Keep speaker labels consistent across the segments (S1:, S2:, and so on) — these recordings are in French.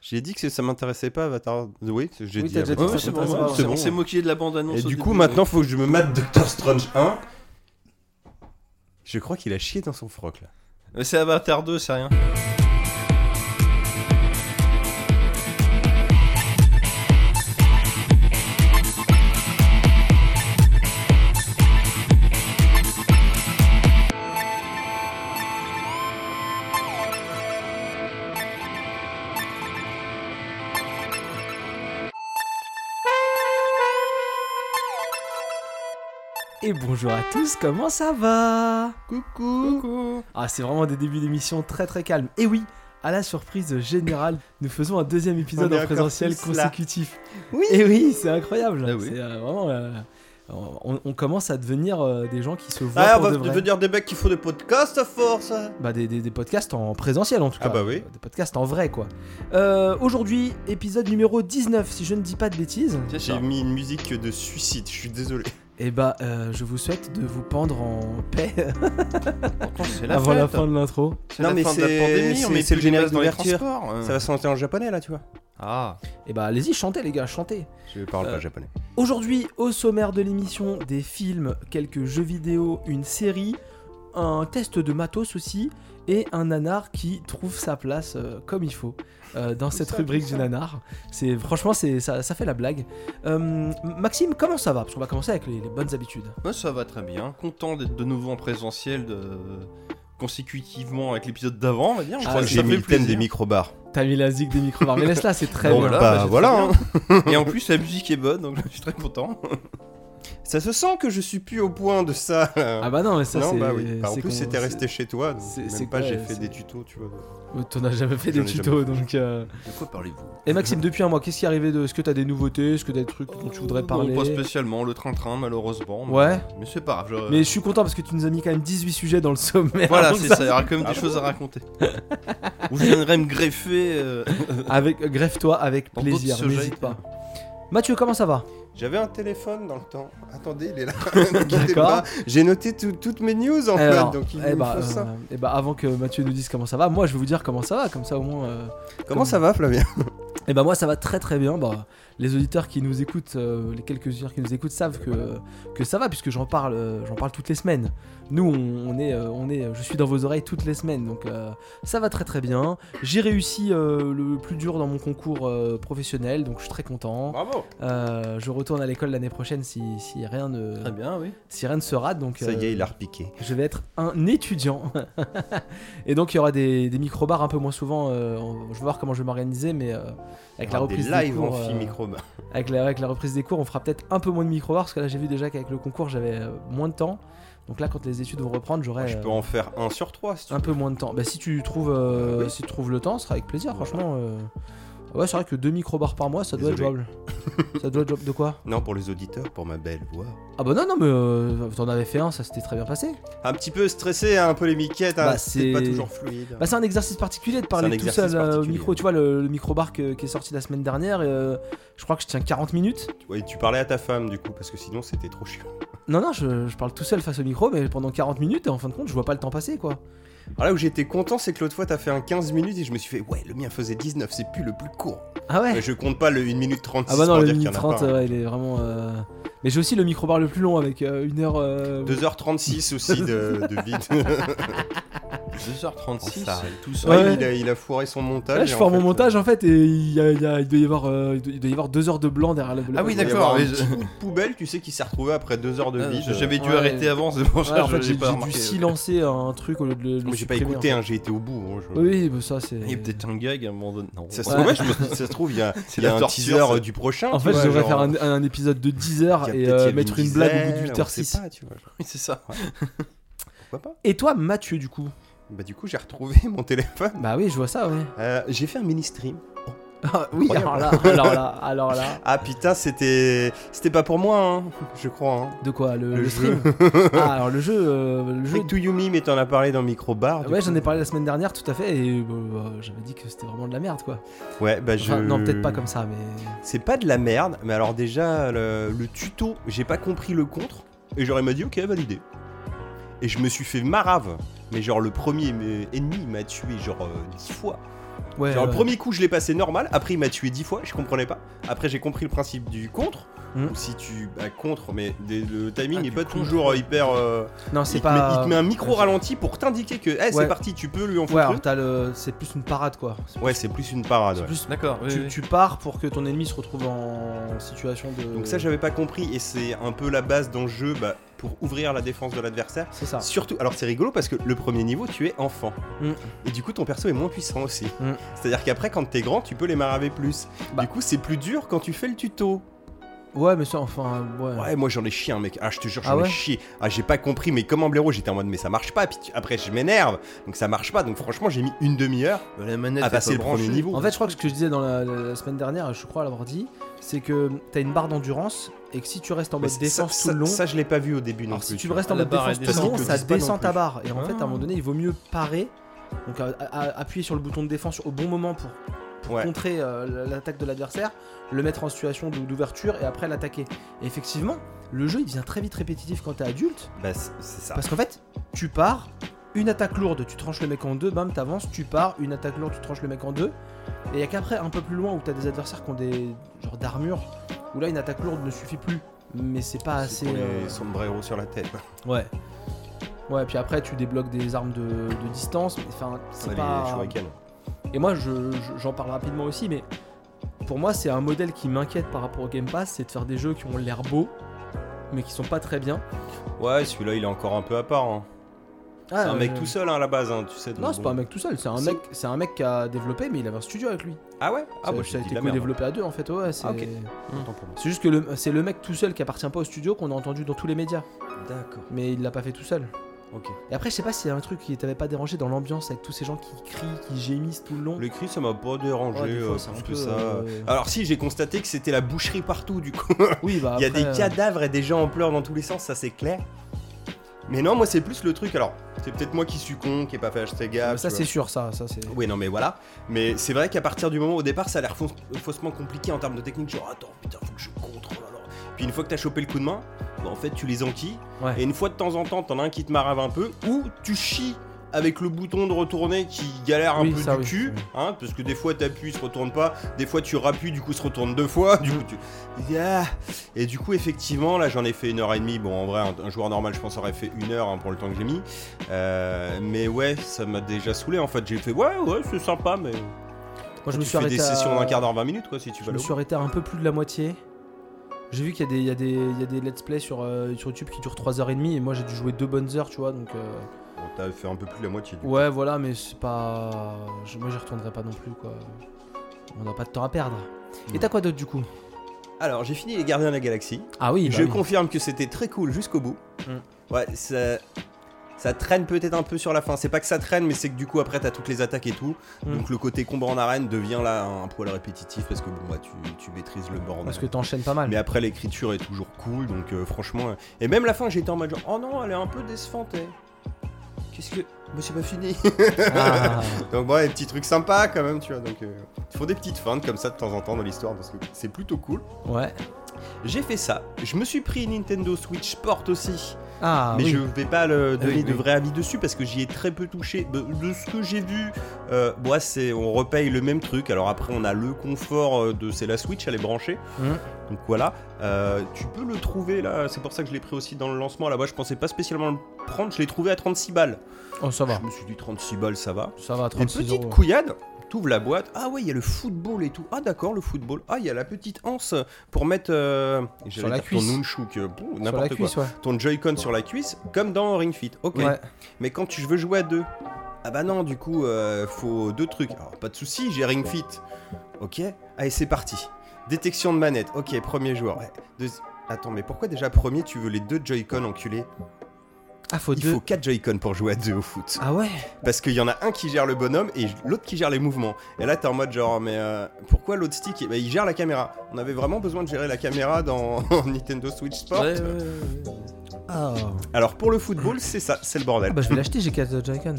S1: J'ai dit que ça m'intéressait pas Avatar The Way. J'ai
S2: Oui,
S1: dit
S2: t'as déjà
S1: Avatar.
S2: dit
S1: Ouais,
S2: que ça t'intéressait pas.
S1: c'est
S3: On
S1: bon.
S3: s'est moqué de la bande-annonce.
S1: Et
S3: au
S1: du
S3: début,
S1: coup,
S3: mais-
S1: maintenant, faut que je me mate Doctor Strange 1. Je crois qu'il a chié dans son froc là.
S3: Mais C'est Avatar 2, c'est rien.
S2: Et bonjour à tous, comment ça va
S1: Coucou.
S2: Ah, c'est vraiment des débuts d'émission très très calmes. Et oui, à la surprise générale, nous faisons un deuxième épisode
S1: On est
S2: en
S1: encore
S2: présentiel
S1: tous là. Eh
S2: consécutif. Oui Et oui, c'est incroyable.
S3: Ah oui.
S2: C'est euh, vraiment. euh, on, on commence à devenir euh, des gens qui se voient
S3: Ah, on
S2: pour
S1: bah,
S3: va
S2: de vrai.
S3: devenir des mecs qui font des podcasts à force.
S2: Bah, des, des- des podcasts en présentiel en tout cas.
S1: Ah bah oui.
S2: Des podcasts en vrai quoi. Euh, Aujourd'hui, épisode numéro 19, si je ne dis pas de bêtises.
S1: J'ai mis une musique de suicide, je suis désolé.
S2: Et bah, euh, je vous souhaite de vous pendre en paix
S3: Pourtant, c'est la
S2: avant la
S3: fête.
S2: fin de l'intro.
S3: C'est
S1: Non,
S3: la
S1: mais
S3: fin de
S1: c'est-
S3: la pandémie.
S1: c'est-
S3: On met
S1: c'est le
S3: plus les
S1: générique
S3: masques dans les
S1: d'ouverture.
S3: transports. hein.
S1: Ça va se monter en japonais là, tu vois.
S3: Ah.
S2: Et bah, allez-y, chantez les gars, chantez.
S1: Je parle
S2: Euh,
S1: pas japonais.
S2: Aujourd'hui, au sommaire de l'émission, des films, quelques jeux vidéo, une série, un test de matos aussi, et un nanar qui trouve sa place euh, comme il faut euh, dans cette
S1: ça,
S2: rubrique
S1: tout
S2: du
S1: ça.
S2: nanar. C'est Franchement, c'est ça, ça fait la blague. Euh, Maxime, comment ça va Parce qu'on va commencer avec les, les bonnes habitudes.
S3: Moi, ça va très bien. Content d'être de nouveau en présentiel de... consécutivement avec l'épisode d'avant, on va dire.
S1: Je
S2: Ah,
S1: crois que
S2: ça
S1: j'ai
S2: fait
S1: mis le thème
S3: plaisir.
S1: des micro-bars.
S2: T'as mis la zig des micro mais laisse-la, c'est très
S3: Bon,
S2: bien.
S3: bah,
S1: Bah
S3: j'étais
S1: voilà. hein.
S3: Et en plus, la musique est bonne, donc je suis très content.
S1: Ça se sent que je suis plus au point de ça. là.
S2: Ah bah non, mais ça
S1: non,
S2: c'est...
S1: bah oui. Bah, en
S2: c'est
S1: plus,
S2: qu'on-
S1: c'était resté chez toi. donc
S2: c'est-
S1: Même
S2: c'est
S1: pas,
S2: quoi,
S1: j'ai
S2: euh,
S1: fait
S2: c'est-
S1: des tutos, tu vois.
S2: c'est- T'en as jamais fait
S1: J'en
S2: des
S1: ai jamais
S2: tutos, donc... euh,
S3: De quoi parlez-vous
S2: Et Maxime, depuis un mois, qu'est-ce qui est arrivé de... Est-ce que t'as des nouveautés Est-ce que t'as des trucs dont tu voudrais parler
S3: Pas spécialement, le train-train, malheureusement. mais-
S2: Ouais.
S3: Mais c'est pas grave. je-
S2: Mais je suis content parce que tu nous as mis quand même 18 sujets dans le sommet.
S3: euh, Voilà,
S2: Donc
S3: c'est
S2: ça-
S3: ça, il y aura quand même des choses à raconter. Ou je viendrai me greffer. euh,
S2: Avec, euh, greffe-toi avec
S3: Dans
S2: plaisir,
S3: d'autres sujets.
S2: n'hésite pas. Mathieu, comment ça va
S1: J'avais un téléphone dans le temps. Attendez, il est là. Quittez
S2: D'accord.
S1: pas. J'ai noté tout- toutes mes news en
S2: Alors,
S1: fait, Oh, donc il
S2: eh
S1: me
S2: bah,
S1: faut
S2: euh,
S1: ça.
S2: eh bah, avant que Mathieu nous dise comment ça va, moi je vais vous dire comment ça va, comme ça au moins. euh,
S1: Comment ça va, Flavien
S2: Eh ben moi ça va très très bien. Bah, les auditeurs qui nous écoutent, euh, les quelques auditeurs qui nous écoutent savent que, que ça va puisque j'en parle, euh, j'en parle toutes les semaines. Nous on, on est, euh, on est, je suis dans vos oreilles toutes les semaines donc euh, ça va très très bien. J'ai réussi euh, le plus dur dans mon concours euh, professionnel donc je suis très content.
S1: Bravo
S2: Euh, je retourne à l'école l'année prochaine si, si rien ne
S3: Très bien, oui.
S2: si rien ne se rate donc.
S1: Ça y
S2: euh,
S1: est, il a repiqué.
S2: je vais être un étudiant. et donc il y aura des, des micro-bars un peu moins souvent. euh, on- je vais voir comment je vais m'organiser, mais euh, avec la
S3: Ah,
S2: reprise
S1: Ah, des lives
S2: des cours,
S1: en
S2: euh,
S1: micro
S2: avec, la, avec la reprise des cours, on fera peut-être un peu moins de micro-bars parce que là j'ai vu déjà qu'avec le concours j'avais euh, moins de temps. Donc là quand les études vont reprendre, j'aurai
S1: Ah, Je
S2: euh,
S1: peux en faire un sur trois si tu
S2: un peu moins de temps. Bah si tu trouves, euh,
S1: Euh, oui.
S2: si tu trouves le temps, ce sera avec plaisir. Franchement, euh, ouais c'est vrai que deux micro-bars par mois, ça doit
S1: Désolé.
S2: être jouable. ça doit être jouable de quoi
S1: Non, pour les auditeurs, pour ma belle voix.
S2: Ah bah non non mais euh, t'en avais fait un, ça s'était très bien passé.
S1: Un petit peu stressé, hein, un peu les miquettes, hein,
S2: Bah, c'est-
S1: c'est pas toujours fluide.
S2: Bah, c'est un exercice particulier de
S1: C'est
S2: parler
S1: un
S2: tout
S1: exercice
S2: seul euh, au
S1: particulier.
S2: micro. Tu vois, le, le micro-bar que- qui est sorti la semaine dernière, euh, je crois que je tiens 40 minutes.
S1: Ouais, tu parlais à ta femme du coup, parce que sinon c'était trop chiant.
S2: Non, non, je, je parle tout seul face au micro, mais pendant 40 minutes, et en fin de compte, je vois pas le temps passer, quoi.
S1: Alors là où j'étais content, c'est que l'autre fois t'as fait un 15 minutes et je me suis fait, ouais, le mien faisait 19, c'est plus le plus court.
S2: Ah ouais
S1: Mais je compte pas le 1 minute 36
S2: Ah bah non,
S1: pour
S2: le
S1: dire qu'il y
S2: minute
S1: en a
S2: 30,
S1: pas. hein.
S2: ouais, il est vraiment. euh, Mais j'ai aussi le micro-bar le plus long avec euh, une heure. euh,
S1: 2h36 aussi de, de vide.
S3: 2h36,
S1: Oh, ça arrive.
S3: tout ça.
S2: Ouais,
S1: Ouais,
S2: ouais.
S1: Il, a, il a foiré son montage.
S2: Là,
S1: et
S2: je
S1: en
S2: fais mon
S1: fait,
S2: montage
S1: euh,
S2: en fait, et il, y a- il y a- il doit y avoir, euh, il doit- il doit y avoir deux heures de blanc derrière le.
S3: Ah oui,
S1: il doit y
S3: d'accord,
S1: avoir
S3: mais
S1: un
S3: je-
S1: petit coup de poubelle, tu sais, qui s'est retrouvé après deux heures de
S3: Ah,
S1: vide.
S3: J'avais dû
S2: Ouais.
S3: arrêter avant, c'est pour ça
S2: Ouais,
S3: que
S2: en fait,
S3: je
S2: j'ai
S3: l'ai pas
S2: j'ai dû
S3: remarqué.
S2: silencer un truc au lieu de le. le
S1: Moi, j'ai pas
S2: supprimer,
S1: écouté,
S2: en
S1: hein, j'ai été au bout. hein, je-
S2: fait. Oui, bah ça, c'est.
S3: Il y a peut-être un gag à un moment donné. Non.
S1: Ça se
S2: Ouais.
S1: trouve, ouais, je me- ça se trouve, il y a,
S3: C'est
S1: il y a
S3: la
S1: un
S3: torture,
S1: teaser
S3: ça.
S1: euh, du prochain.
S2: En fait,
S1: tu
S2: je
S1: vois,
S2: devrais
S1: genre,
S2: faire un, un épisode de 10
S1: il
S2: heures
S1: y a
S2: et
S1: peut-être- il y
S2: euh,
S1: avait
S2: mettre une, blague au bout
S1: dizaine,
S2: de
S1: on
S2: 8h06.
S1: sait pas, tu vois, genre,
S3: Oui, euh, c'est ça.
S1: pourquoi pas
S2: Et toi, Mathieu, du coup
S1: Bah, du coup, j'ai retrouvé mon téléphone.
S2: Bah oui, je vois ça, ouais.
S1: Euh, j'ai fait un mini stream.
S2: Ah, oui, alors là, alors là, alors là.
S1: Ah putain, c'était c'était pas pour moi, hein, je crois. Hein.
S2: De quoi Le,
S1: Le
S2: le stream Ah, alors le jeu. euh, le jeu
S1: Avec To Yumi, mais t'en as parlé dans Micro Bar.
S2: ouais, j'en ai parlé la semaine dernière, tout à fait, et bah, bah, j'avais dit que c'était vraiment de la merde, quoi.
S1: Ouais, bah je.
S2: Enfin, non, peut-être pas comme ça, mais.
S1: C'est pas de la merde, mais alors déjà, le, le tuto, j'ai pas compris le contre, et j'aurais m'a dit, ok, validé. Et je me suis fait marave, mais genre le premier me- ennemi m'a tué genre euh, 10 fois.
S2: Ouais,
S1: Genre,
S2: ouais.
S1: le premier coup, je l'ai passé normal. Après, il m'a tué dix fois. Je comprenais pas. Après, j'ai compris le principe du contre.
S2: Hmm.
S1: Ou Si tu. Bah, contre, mais des- le
S3: Ah,
S1: timing n'est
S3: du
S1: pas
S3: contre.
S1: toujours hyper. euh,
S2: Non, c'est
S1: il, te met- il
S2: pas.
S1: te met un micro ralenti pour t'indiquer que. Eh,
S2: Ouais.
S1: c'est parti, tu peux lui en
S2: euh, Ouais,
S1: foutre.
S2: alors t'as le. C'est plus une parade quoi. C'est
S1: une. Ouais, c'est plus une parade. ouais.
S2: plus-
S3: D'accord, oui,
S2: tu,
S3: oui.
S2: tu pars pour que ton ennemi se retrouve en situation de.
S1: Donc, ça, j'avais pas compris. Et c'est un peu la base dans le jeu bah, pour ouvrir la défense de l'adversaire.
S2: C'est ça.
S1: Surtout, alors c'est rigolo parce que le premier niveau, tu es enfant.
S2: Ah. Mm.
S1: Et du coup, ton perso est moins puissant aussi.
S2: Mm.
S1: C'est-à-dire qu'après, quand t'es grand, tu peux les maraver plus.
S2: Bah.
S1: Du coup, c'est plus dur quand tu fais le tuto.
S2: Ouais, mais ça, enfin, ouais.
S1: Ouais, moi j'en ai chié, un mec. Ah, je te jure,
S2: Ah
S1: j'en
S2: ouais
S1: ai chié. Ah, j'ai pas compris, mais comme en blaireau, j'étais en mode, mais ça marche pas. Puis tu- après, je m'énerve. Donc ça marche pas. Donc franchement, j'ai mis une demi-heure
S2: bah,
S3: La manette
S1: à
S3: est
S1: passer
S3: pas
S1: Ah, bah, le premier
S3: branchée.
S1: niveau.
S2: En fait, je crois que ce que je disais dans la, la- la semaine dernière, je crois l'avoir dit, c'est que t'as une barre d'endurance et que si tu restes en
S1: Mais
S2: mode
S1: ça-
S2: défense
S1: ça,
S2: tout le long,
S1: ça, je l'ai pas vu au début non
S2: alors
S1: plus.
S2: si tu
S1: vois.
S2: restes en
S3: La
S2: mode
S3: barre, elle
S2: défense tout
S1: descend,
S2: le long,
S1: ils te
S2: ça
S1: disent pas non
S2: descend ta
S1: plus.
S2: barre. Et en fait, à un
S3: Ah.
S2: moment donné, il vaut mieux parer, donc à- à- appuyer sur le bouton de défense au bon moment pour
S1: Ouais.
S2: contrer euh, l'attaque de l'adversaire, le mettre en situation d'ou- d'ouverture et après l'attaquer. Et effectivement, le jeu il devient très vite répétitif quand t'es adulte.
S1: Bah, c'est c'est ça.
S2: Parce qu'en fait, tu pars, une attaque lourde, tu tranches le mec en deux, bam, t'avances, tu pars, une attaque lourde, tu tranches le mec en deux. Et y a qu'après, un peu plus loin, où t'as des adversaires qui ont des genres d'armures, où là, une attaque lourde ne suffit plus. Mais c'est pas assez.
S1: C'est qu'on
S2: euh,
S1: est sombrero sur la tête.
S2: Ouais. Ouais, puis après, tu débloques des armes de, de distance. mais Enfin, c'est
S1: Ouais,
S2: pas.
S1: Les shurikens.
S2: Et moi, je- je- j'en parle rapidement aussi, mais pour moi, c'est un modèle qui m'inquiète par rapport au Game Pass, c'est de faire des jeux qui ont l'air beaux, mais qui sont pas très bien.
S1: Ouais, celui-là, il est encore un peu à part. hein. C'est un mec
S2: tout
S1: tout seul hein, à la base, hein, tu sais. donc
S2: Non, c'est
S1: bon.
S2: pas un mec tout seul, c'est un
S1: Si.
S2: mec, c'est un mec qui a développé, mais il avait un studio avec lui.
S1: Ah ouais Ah
S2: ça,
S1: bah
S2: ça a
S1: j'ai dit
S2: été
S1: de la merde.
S2: co-développé à deux en fait. Ouais, c'est
S1: Ah, ok. Autant pour moi.
S2: c'est juste que le- c'est le mec tout seul qui appartient pas au studio qu'on a entendu dans tous les médias,
S1: D'accord,
S2: mais il l'a pas fait tout seul.
S1: ok.
S2: Et après, je sais pas s'il y a un truc qui t'avait pas dérangé dans l'ambiance avec tous ces gens qui crient, qui gémissent tout le long.
S1: Le cri, ça m'a pas dérangé
S2: Ouais, des fois,
S1: euh,
S2: c'est un
S1: plus
S2: peu,
S1: que ça.
S2: euh,
S1: Alors si, j'ai constaté que c'était la boucherie partout du coup.
S2: Oui, bah
S1: Il y a
S2: après,
S1: des
S2: euh,
S1: cadavres et des gens en pleurs dans tous les sens, ça c'est clair. Mais non, moi c'est plus le truc. Alors, c'est peut-être moi qui suis con, qui ai pas fait acheter
S2: mais
S1: gaffe.
S2: ça
S1: tu
S2: c'est
S1: vois.
S2: sûr, ça, ça c'est.
S1: Oui, non, mais voilà. Mais c'est vrai qu'à partir du moment au départ, ça a l'air fausse- faussement compliqué en termes de technique. Genre, attends, putain, faut que je contrôle. alors. Puis une fois que t'as chopé le coup de main, bah, en fait, tu les enquilles.
S2: Ouais.
S1: Et une fois de temps en temps, t'en as un qui te marave un peu, ou tu chies avec le bouton de retourner qui galère un
S2: Oui,
S1: peu
S2: ça,
S1: du
S2: oui,
S1: cul,
S2: oui.
S1: hein, parce que des fois t'appuies, il se retourne pas, des fois tu rappuies, du coup il se retourne deux fois, du
S2: Mm.
S1: coup tu... Yeah. Et du coup effectivement, là j'en ai fait une heure et demie, bon en vrai un, un joueur normal je pense aurait fait une heure hein, pour le temps que j'ai mis, Euh, mais ouais, ça m'a déjà saoulé en fait, j'ai fait ouais ouais c'est sympa mais...
S2: Moi je me
S1: tu
S2: suis
S1: fais des
S2: arrêté. à-
S1: sessions d'un quart d'heure, 20 minutes quoi si tu
S2: Je
S1: vas
S2: me
S1: Bah, le
S2: suis arrêté à un peu plus de la moitié. J'ai vu qu'il y, a des- il y, a des- il y a des let's play sur, euh, sur YouTube qui durent 3h30 et moi j'ai dû jouer deux bonnes heures, tu vois, donc. euh,
S1: Bon, t'as fait un peu plus de la moitié du coup.
S2: Ouais, voilà, mais c'est pas. je- Moi, j'y retournerai pas non plus, quoi. On n'a pas de temps à perdre. Et
S1: Non.
S2: t'as quoi d'autre du coup
S1: Alors j'ai fini les gardiens de la galaxie.
S2: Ah oui, Mm.
S1: Je confirme que c'était très cool jusqu'au bout. Ouais, ça, ça traîne peut-être un peu sur la fin. C'est pas que ça traîne, mais c'est que du coup, après, t'as toutes les attaques et tout.
S2: Mm.
S1: Donc le côté combat en arène devient là un poil répétitif parce que bon, bah, tu, tu maîtrises le bordel.
S2: Parce que t'enchaînes pas mal.
S1: Mais après, l'écriture est toujours cool, donc euh, franchement. euh, Et même la fin, j'étais en mode genre, oh non, elle est un peu décevante. elle. Qu'est-ce que. Moi, c'est pas fini.
S2: Ah.
S1: donc, bon, les petits trucs sympas quand même, tu vois. Donc, euh, ils font des petites feintes comme ça de temps en temps dans l'histoire parce que c'est plutôt cool.
S2: ouais.
S1: J'ai fait ça. Je me suis pris une Nintendo Switch Sport aussi.
S2: Ah,
S1: mais
S2: oui.
S1: je vais pas le donner
S3: oui,
S1: de
S3: oui.
S1: vrai avis dessus parce que j'y ai très peu touché. De, de ce que j'ai vu, euh, moi, c'est on repaye le même truc. Alors après, on a le confort euh, de c'est la Switch, elle est branchée.
S2: Mhm.
S1: Donc voilà, Euh, tu peux le trouver là. C'est pour ça que je l'ai pris aussi dans le lancement. Là-bas, je pensais pas spécialement le prendre. Je l'ai trouvé à 36 balles.
S2: Oh, ça va.
S1: Je me suis dit 36 balles, ça va.
S2: Ça va,
S1: Une
S2: 36
S1: petite
S2: euros.
S1: couillade. T'ouvres la boîte. Ah ouais, il y a le football et tout. Ah d'accord, le football. Ah, il y a la petite anse pour mettre euh, j'allais
S2: la
S1: dire
S2: cuisse.
S1: ton nunchuk, euh, pff,
S2: Sur la
S1: n'importe quoi
S2: cuisse, ouais.
S1: ton Joy-Con sur la cuisse, comme dans Ring Fit. Ok.
S2: Ouais.
S1: Mais quand tu veux jouer à deux, ah bah non, du coup, euh, faut deux trucs. Alors, pas de souci, j'ai Ring Fit. Ok. Allez, c'est parti. Détection de manette. Ok, premier joueur. Ouais. Deuxi- Attends, mais pourquoi déjà premier, tu veux les deux Joy-Con enculés
S2: Ah, faut
S1: Il
S2: deux.
S1: faut quatre Joy-Con pour jouer à deux au foot.
S2: Ah ouais
S1: Parce qu'il y en a un qui gère le bonhomme et l'autre qui gère les mouvements. Et là, t'es en mode genre, mais euh, pourquoi l'autre stick Bah, Il gère la caméra. On avait vraiment besoin de gérer la caméra dans Nintendo Switch Sport.
S3: Ouais, ouais, ouais, ouais.
S2: Ah
S1: Alors pour le football, c'est ça, c'est le bordel.
S2: bah, je vais l'acheter, j'ai 4 Joy-Con.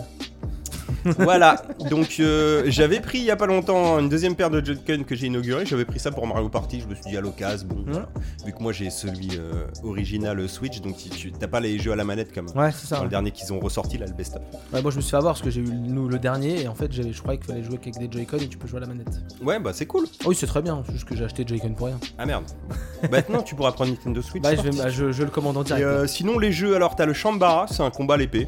S1: voilà, donc euh, j'avais pris il y a pas longtemps une deuxième paire de Joy-Con que j'ai inaugurée, j'avais pris ça pour Mario Party, je me suis dit à l'occasion,
S2: Hein
S1: bon, voilà. vu que moi j'ai celui euh, original Switch, donc tu- tu- t'as pas les jeux à la manette comme
S2: Ouais, c'est ça.
S1: dans
S2: ouais.
S1: le dernier qu'ils ont ressorti là, le best-of.
S2: Ouais, moi je me suis fait avoir parce que j'ai eu le- nous le dernier et en fait j'avais- je croyais qu'il fallait jouer qu'avec des Joy-Con et tu peux jouer à la manette.
S1: Ouais, bah c'est cool.
S2: Oh oui, c'est très bien, c'est juste que j'ai acheté Joy-Con pour rien.
S1: Ah merde. Maintenant tu pourras prendre Nintendo Switch. hein.
S2: Bah, je, vais,
S1: sorti.
S2: bah, je, je le commande en direct.
S1: Et, euh, sinon, les jeux, alors t'as le Shambara, c'est un combat à l'épée.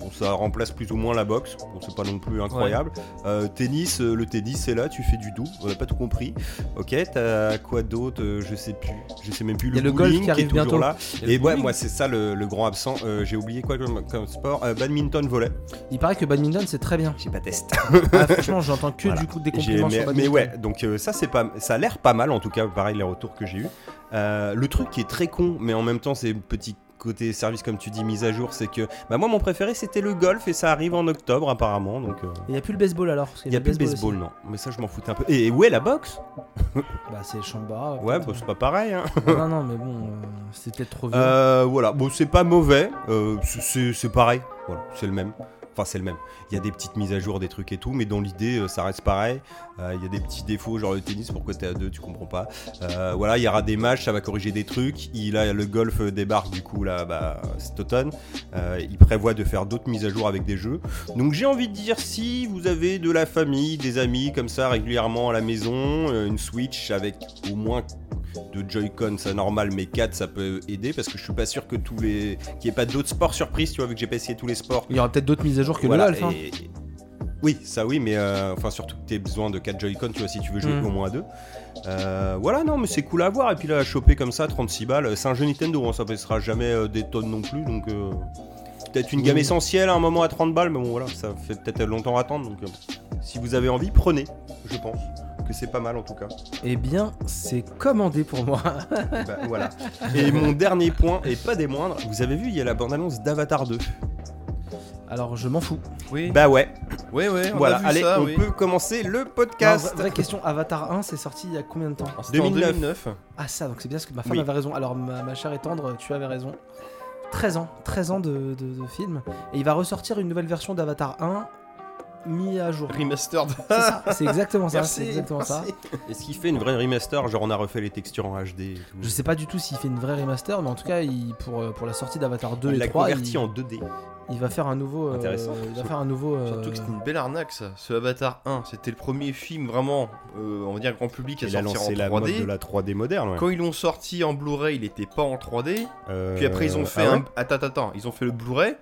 S1: Bon, ça remplace plus ou moins la boxe. Bon, c'est pas non plus incroyable. Euh, tennis, euh, le tennis, c'est là, tu fais du dos. On a pas tout compris. Ok, t'as quoi d'autre Euh, Je sais plus. Je sais même plus.
S2: Y a le golf
S1: bowling
S2: qui
S1: qui est
S2: arrive
S1: toujours
S2: bientôt.
S1: là.
S3: Y a le
S1: Et ouais,
S3: bowling.
S1: moi, c'est ça le, le grand absent. Euh, J'ai oublié quoi comme, comme sport Euh, Badminton, volet.
S2: Il paraît que badminton c'est très bien.
S1: J'ai pas testé.
S2: Ah, franchement, j'entends que
S1: Voilà.
S2: du coup des
S1: J'ai-
S2: compliments
S1: mais,
S2: sur badminton.
S1: mais ouais, donc euh, ça c'est pas, ça a l'air pas mal en tout cas, pareil les retours que j'ai eu. le truc qui est très con, mais en même temps c'est petit côté service comme tu dis mise à jour, c'est que bah moi mon préféré c'était le golf et ça arrive en octobre apparemment, donc
S2: Il n'y a plus le baseball alors
S1: il y a plus le baseball non, mais ça je m'en foutais un peu. Et, et ouais la boxe,
S2: aussi. Bah, c'est Chambara.
S1: ouais bah,
S2: peut-être.
S1: c'est pas pareil. Hein.
S2: Non, non, mais bon, euh, c'est peut-être trop vieux.
S1: Euh, voilà, bon c'est pas mauvais, euh, c'est- c'est c'est pareil, voilà, c'est le même. Enfin, c'est le même. Il y a des petites mises à jour, des trucs et tout, mais dans l'idée, euh, ça reste pareil. Euh, Il y a des petits défauts, genre le tennis, pourquoi t'es à deux, tu comprends pas. Euh, voilà, il y aura des matchs, ça va corriger des trucs. Il a le golf euh, débarque du coup là, bah, cet automne. Euh, il prévoit de faire d'autres mises à jour avec des jeux. Donc j'ai envie de dire si vous avez de la famille, des amis comme ça régulièrement à la maison, euh, une Switch avec au moins de Joy-Con, ça normal, mais 4 ça peut aider parce que je suis pas sûr que tous les, qu'il n'y ait pas d'autres sports surprises, tu vois, vu que j'ai pas essayé tous les sports.
S2: Il y aura peut-être d'autres mises à jour que
S1: Voilà,
S2: le golf. hein.
S1: et- Oui, ça oui, mais euh, enfin surtout que tu besoin de 4 Joy-Con, tu vois, si tu veux jouer
S2: Mm.
S1: au moins à deux. Euh, voilà, non, mais c'est cool à voir. Et puis là, choper comme ça, 36 balles, c'est un jeu Nintendo, hein, ça pèsera jamais euh, des tonnes non plus, donc euh, peut-être une gamme
S2: Oui.
S1: essentielle à un moment à 30 balles, mais bon voilà, ça fait peut-être longtemps à attendre. Donc euh, si vous avez envie, prenez, je pense que c'est pas mal en tout cas.
S2: Eh bien, c'est commandé pour moi.
S1: Bah, voilà. Et mon dernier point, et pas des moindres, vous avez vu, il y a la bande-annonce d'Avatar 2.
S2: Alors, je m'en fous.
S3: Oui,
S1: Bah ouais,
S3: ouais, ouais, on
S1: voilà,
S3: a vu
S1: allez,
S3: ça,
S1: on
S3: oui.
S1: peut commencer le
S2: La
S1: podcast.
S2: vraie question, Avatar 1, c'est sorti il y a combien de temps
S3: Alors, c'était en
S1: 2009.
S3: 2009.
S2: Ah ça, donc c'est bien parce que ma femme
S1: Oui.
S2: avait raison. Alors ma, ma chère et tendre, tu avais raison. 13 ans, 13 ans de, de- de film. Et il va ressortir une nouvelle version d'Avatar 1 mis à jour.
S3: Remastered.
S2: C'est ça, c'est exactement ça.
S3: Merci,
S2: C'est exactement ça.
S3: merci.
S1: Est-ce qu'il fait une vraie remaster Genre, on a refait les textures en HD et tout.
S2: Je sais pas du tout s'il fait une vraie remaster, mais en tout cas, il, pour, euh, pour la sortie d'Avatar 2
S1: Il
S2: et
S1: l'a
S2: 3,
S1: converti
S2: il,
S1: en 2D.
S2: il va faire un nouveau. euh,
S1: Intéressant.
S2: il va faire un nouveau. euh,
S3: Surtout que c'était une belle arnaque ça, ce Avatar 1, c'était le premier film vraiment, euh, on va dire grand public à
S1: Il a
S3: sortir en
S1: lancé
S3: 3D.
S1: la mode de la 3D moderne. ouais.
S3: Quand ils l'ont sorti en Blu-ray, il était pas en 3D.
S1: Euh,
S3: Puis après ils ont fait
S1: ah ouais
S3: un... Attends, attends, attends, ils ont fait le Blu-ray.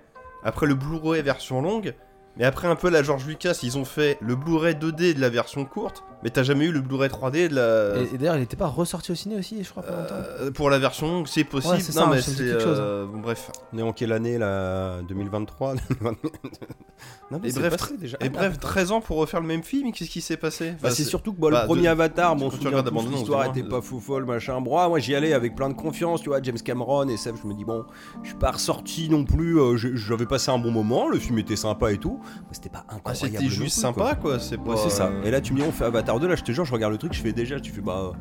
S3: Après le Blu-ray version longue. Mais après un peu la George Lucas, ils ont fait le Blu-ray 2D de la version courte. Mais t'as jamais eu le Blu-ray 3D de la...
S2: Et, et d'ailleurs, il n'était pas ressorti au ciné aussi, je crois. Pas longtemps.
S3: Euh, pour la version longue, c'est possible.
S2: Ouais, c'est ça,
S3: non mais
S2: ça me dit
S3: c'est...
S2: quelque chose,
S3: euh, bon, bref.
S1: On est en quelle année là 2023 Non, mais
S3: Et
S1: c'est
S3: bref,
S1: passé, déjà. Ah,
S3: Et bref, 13 ans pour refaire le même film, qu'est-ce qui s'est passé
S1: Bah,
S3: Enfin,
S1: c'est surtout que bon,
S3: bah,
S1: le premier
S3: de-
S1: Avatar, bon,
S3: quand
S1: on
S3: tu
S1: se souvient
S3: regardes euh, la
S1: tous,
S3: bande-annonce,
S1: l'histoire
S3: évidemment,
S1: était pas fou folle, machin. Bon, ah, moi j'y allais avec plein de confiance, tu vois, James Cameron et Seb, je me dis bon, je suis pas ressorti non plus, euh, je- j'avais passé un bon moment, le film était sympa et tout, mais c'était pas incroyable.
S3: Ah, c'était
S1: non
S3: juste
S1: plus, quoi.
S3: sympa quoi, c'est pas...
S1: Ouais, c'est ça.
S3: euh,
S1: Et là, tu me dis, on fait Avatar 2. Là, je te jure, je regarde le truc, je fais déjà. Tu fais, bah,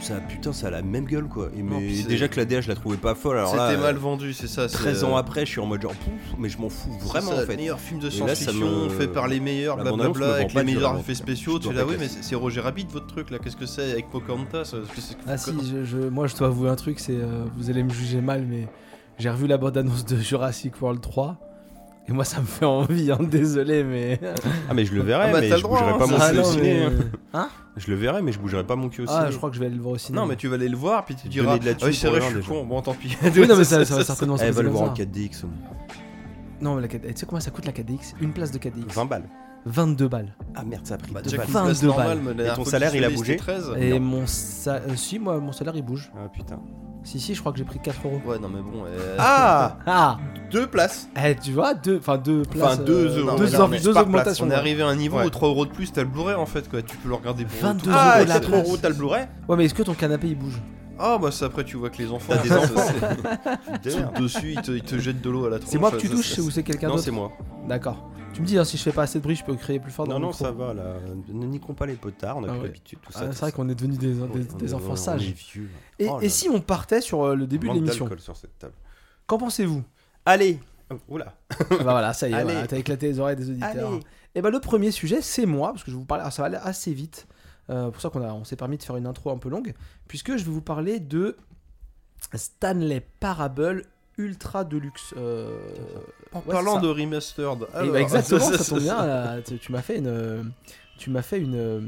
S1: ça, putain, ça a la même gueule, quoi. Et
S3: Non,
S1: mais
S3: puis c'est-
S1: déjà que la DH, je la trouvais pas folle. Alors là,
S3: C'était mal
S1: euh,
S3: vendu, c'est ça. c'est,
S1: 13 ans
S3: euh,
S1: après, je suis en mode genre, pouf, mais je m'en fous
S3: c'est
S1: vraiment,
S3: ça,
S1: en
S3: Le
S1: fait.
S3: meilleur film de
S1: Et là, ça
S3: science-fiction
S1: me-
S3: fait par les meilleurs,
S1: La bande-annonce me
S3: blablabla, avec
S1: vend pas
S3: les
S1: du
S3: meilleurs
S1: rêve,
S3: effets
S1: en fait.
S3: spéciaux.
S1: Je
S3: Tu
S1: dois
S3: là, oui, mais
S1: répéter.
S3: c'est c'est Roger Rabbit votre truc là, qu'est-ce que c'est avec Pocahontas euh, c'est- c'est-
S2: Ah si, je, je- moi je dois avouer un truc, c'est euh, vous allez me juger mal, mais j'ai revu la bande-annonce de Jurassic World 3. Et moi ça me fait envie, hein, désolé, mais...
S1: Ah, mais je le verrai,
S3: Ah, bah,
S1: mais
S3: t'as
S1: je
S3: le droit,
S1: bougerai
S3: hein,
S1: pas
S3: ça.
S1: mon
S3: Ah,
S1: cul au
S3: non,
S1: ciné. hein.
S2: Hein
S1: Je le verrai, mais je bougerai pas mon cul au ciné.
S2: Ah, je crois que je vais aller le voir au cinéma.
S3: Non, mais tu vas aller le voir, puis tu
S1: Donner
S3: diras.
S1: de la thune
S3: Ah oui, c'est
S1: pour
S3: vrai, je
S1: rien,
S3: suis
S1: déjà.
S3: con. Bon, tant pis.
S2: Oui, non, mais ça, ça va certainement se
S1: Elle Eh, va
S2: passer
S1: le voir en
S2: comme ça.
S1: 4DX.
S2: Non, mais la 4 Tu sais comment ça coûte la 4DX Une place de 4DX
S1: 20 balles.
S2: 22 balles.
S1: Ah merde, ça a pris
S3: Bah,
S1: deux
S3: déjà
S1: balles.
S3: qu'une
S2: 22
S3: place normale,
S2: balles.
S3: mais
S1: Et
S3: la
S1: ton
S3: fois que
S1: salaire,
S3: j'y
S1: il a
S3: suis allé,
S1: bougé
S3: c'était 13.
S2: Et mon... sa- euh, si, moi, mon salaire, il bouge.
S1: Ah putain.
S2: Si, si, je crois que j'ai pris 4 euros.
S3: Ouais, non, mais bon. euh,
S1: Ah
S2: Ah
S3: Deux places
S2: Eh, tu vois, deux... Enfin, deux places...
S1: Enfin, 2
S2: euh,
S1: euros.
S2: Deux,
S3: mais
S2: or-
S3: mais
S2: deux
S1: par
S2: augmentations.
S3: On est arrivé à un niveau
S1: Ouais.
S3: où 3 euros de plus, t'as le Blu-ray en fait, quoi. Tu peux le regarder pour.
S2: 22
S3: tout.
S2: euros
S1: Ah,
S2: de la
S1: 4
S2: place.
S1: euros, t'as le Blu-ray
S2: Ouais, mais est-ce que ton canapé, il bouge
S3: Ah, bah ça, après, tu vois que les enfants.
S1: T'as des
S3: ça,
S1: enfants.
S3: c'est- Tu te
S1: Putain.
S3: sautes dessus, ils te, ils te jettent de l'eau à la tronche.
S2: C'est moi que tu
S3: ça,
S2: touches
S3: ça,
S2: ou c'est quelqu'un
S1: Non,
S2: d'autre
S1: c'est moi.
S2: D'accord. Tu me dis, hein, si je fais pas assez de bruit, je peux crier plus fort dans
S1: Non,
S2: le
S1: non,
S2: micro.
S1: ça va là. Ne niquons pas les potards, on a
S2: Ah
S1: plus
S2: ouais.
S1: l'habitude, tout
S2: Ah,
S1: ça.
S2: c'est vrai qu'on est devenus des, des- des enfants sages.
S1: hein. Oh
S2: Et, et si on partait sur euh, le début de l'émission
S1: sur cette table.
S2: Qu'en pensez-vous
S1: Allez, Oula.
S2: Ah bah voilà, ça y est,
S1: Allez.
S2: voilà, t'as éclaté les oreilles des auditeurs.
S1: Allez.
S2: Et bah le premier sujet, c'est moi, parce que je vais vous parler, alors ça va aller assez vite. euh, pour ça qu'on a- on s'est permis de faire une intro un peu longue, puisque je vais vous parler de Stanley Parable Ultra Deluxe. euh,
S3: En
S2: ouais,
S3: parlant
S2: c'est ça.
S3: de remastered.
S2: Et
S3: alors,
S2: bah exactement,
S3: c'est-
S2: ça
S3: c'est-
S2: tombe
S3: c'est-
S2: bien. là, tu tu m'as fait une, euh, tu m'as fait une, euh,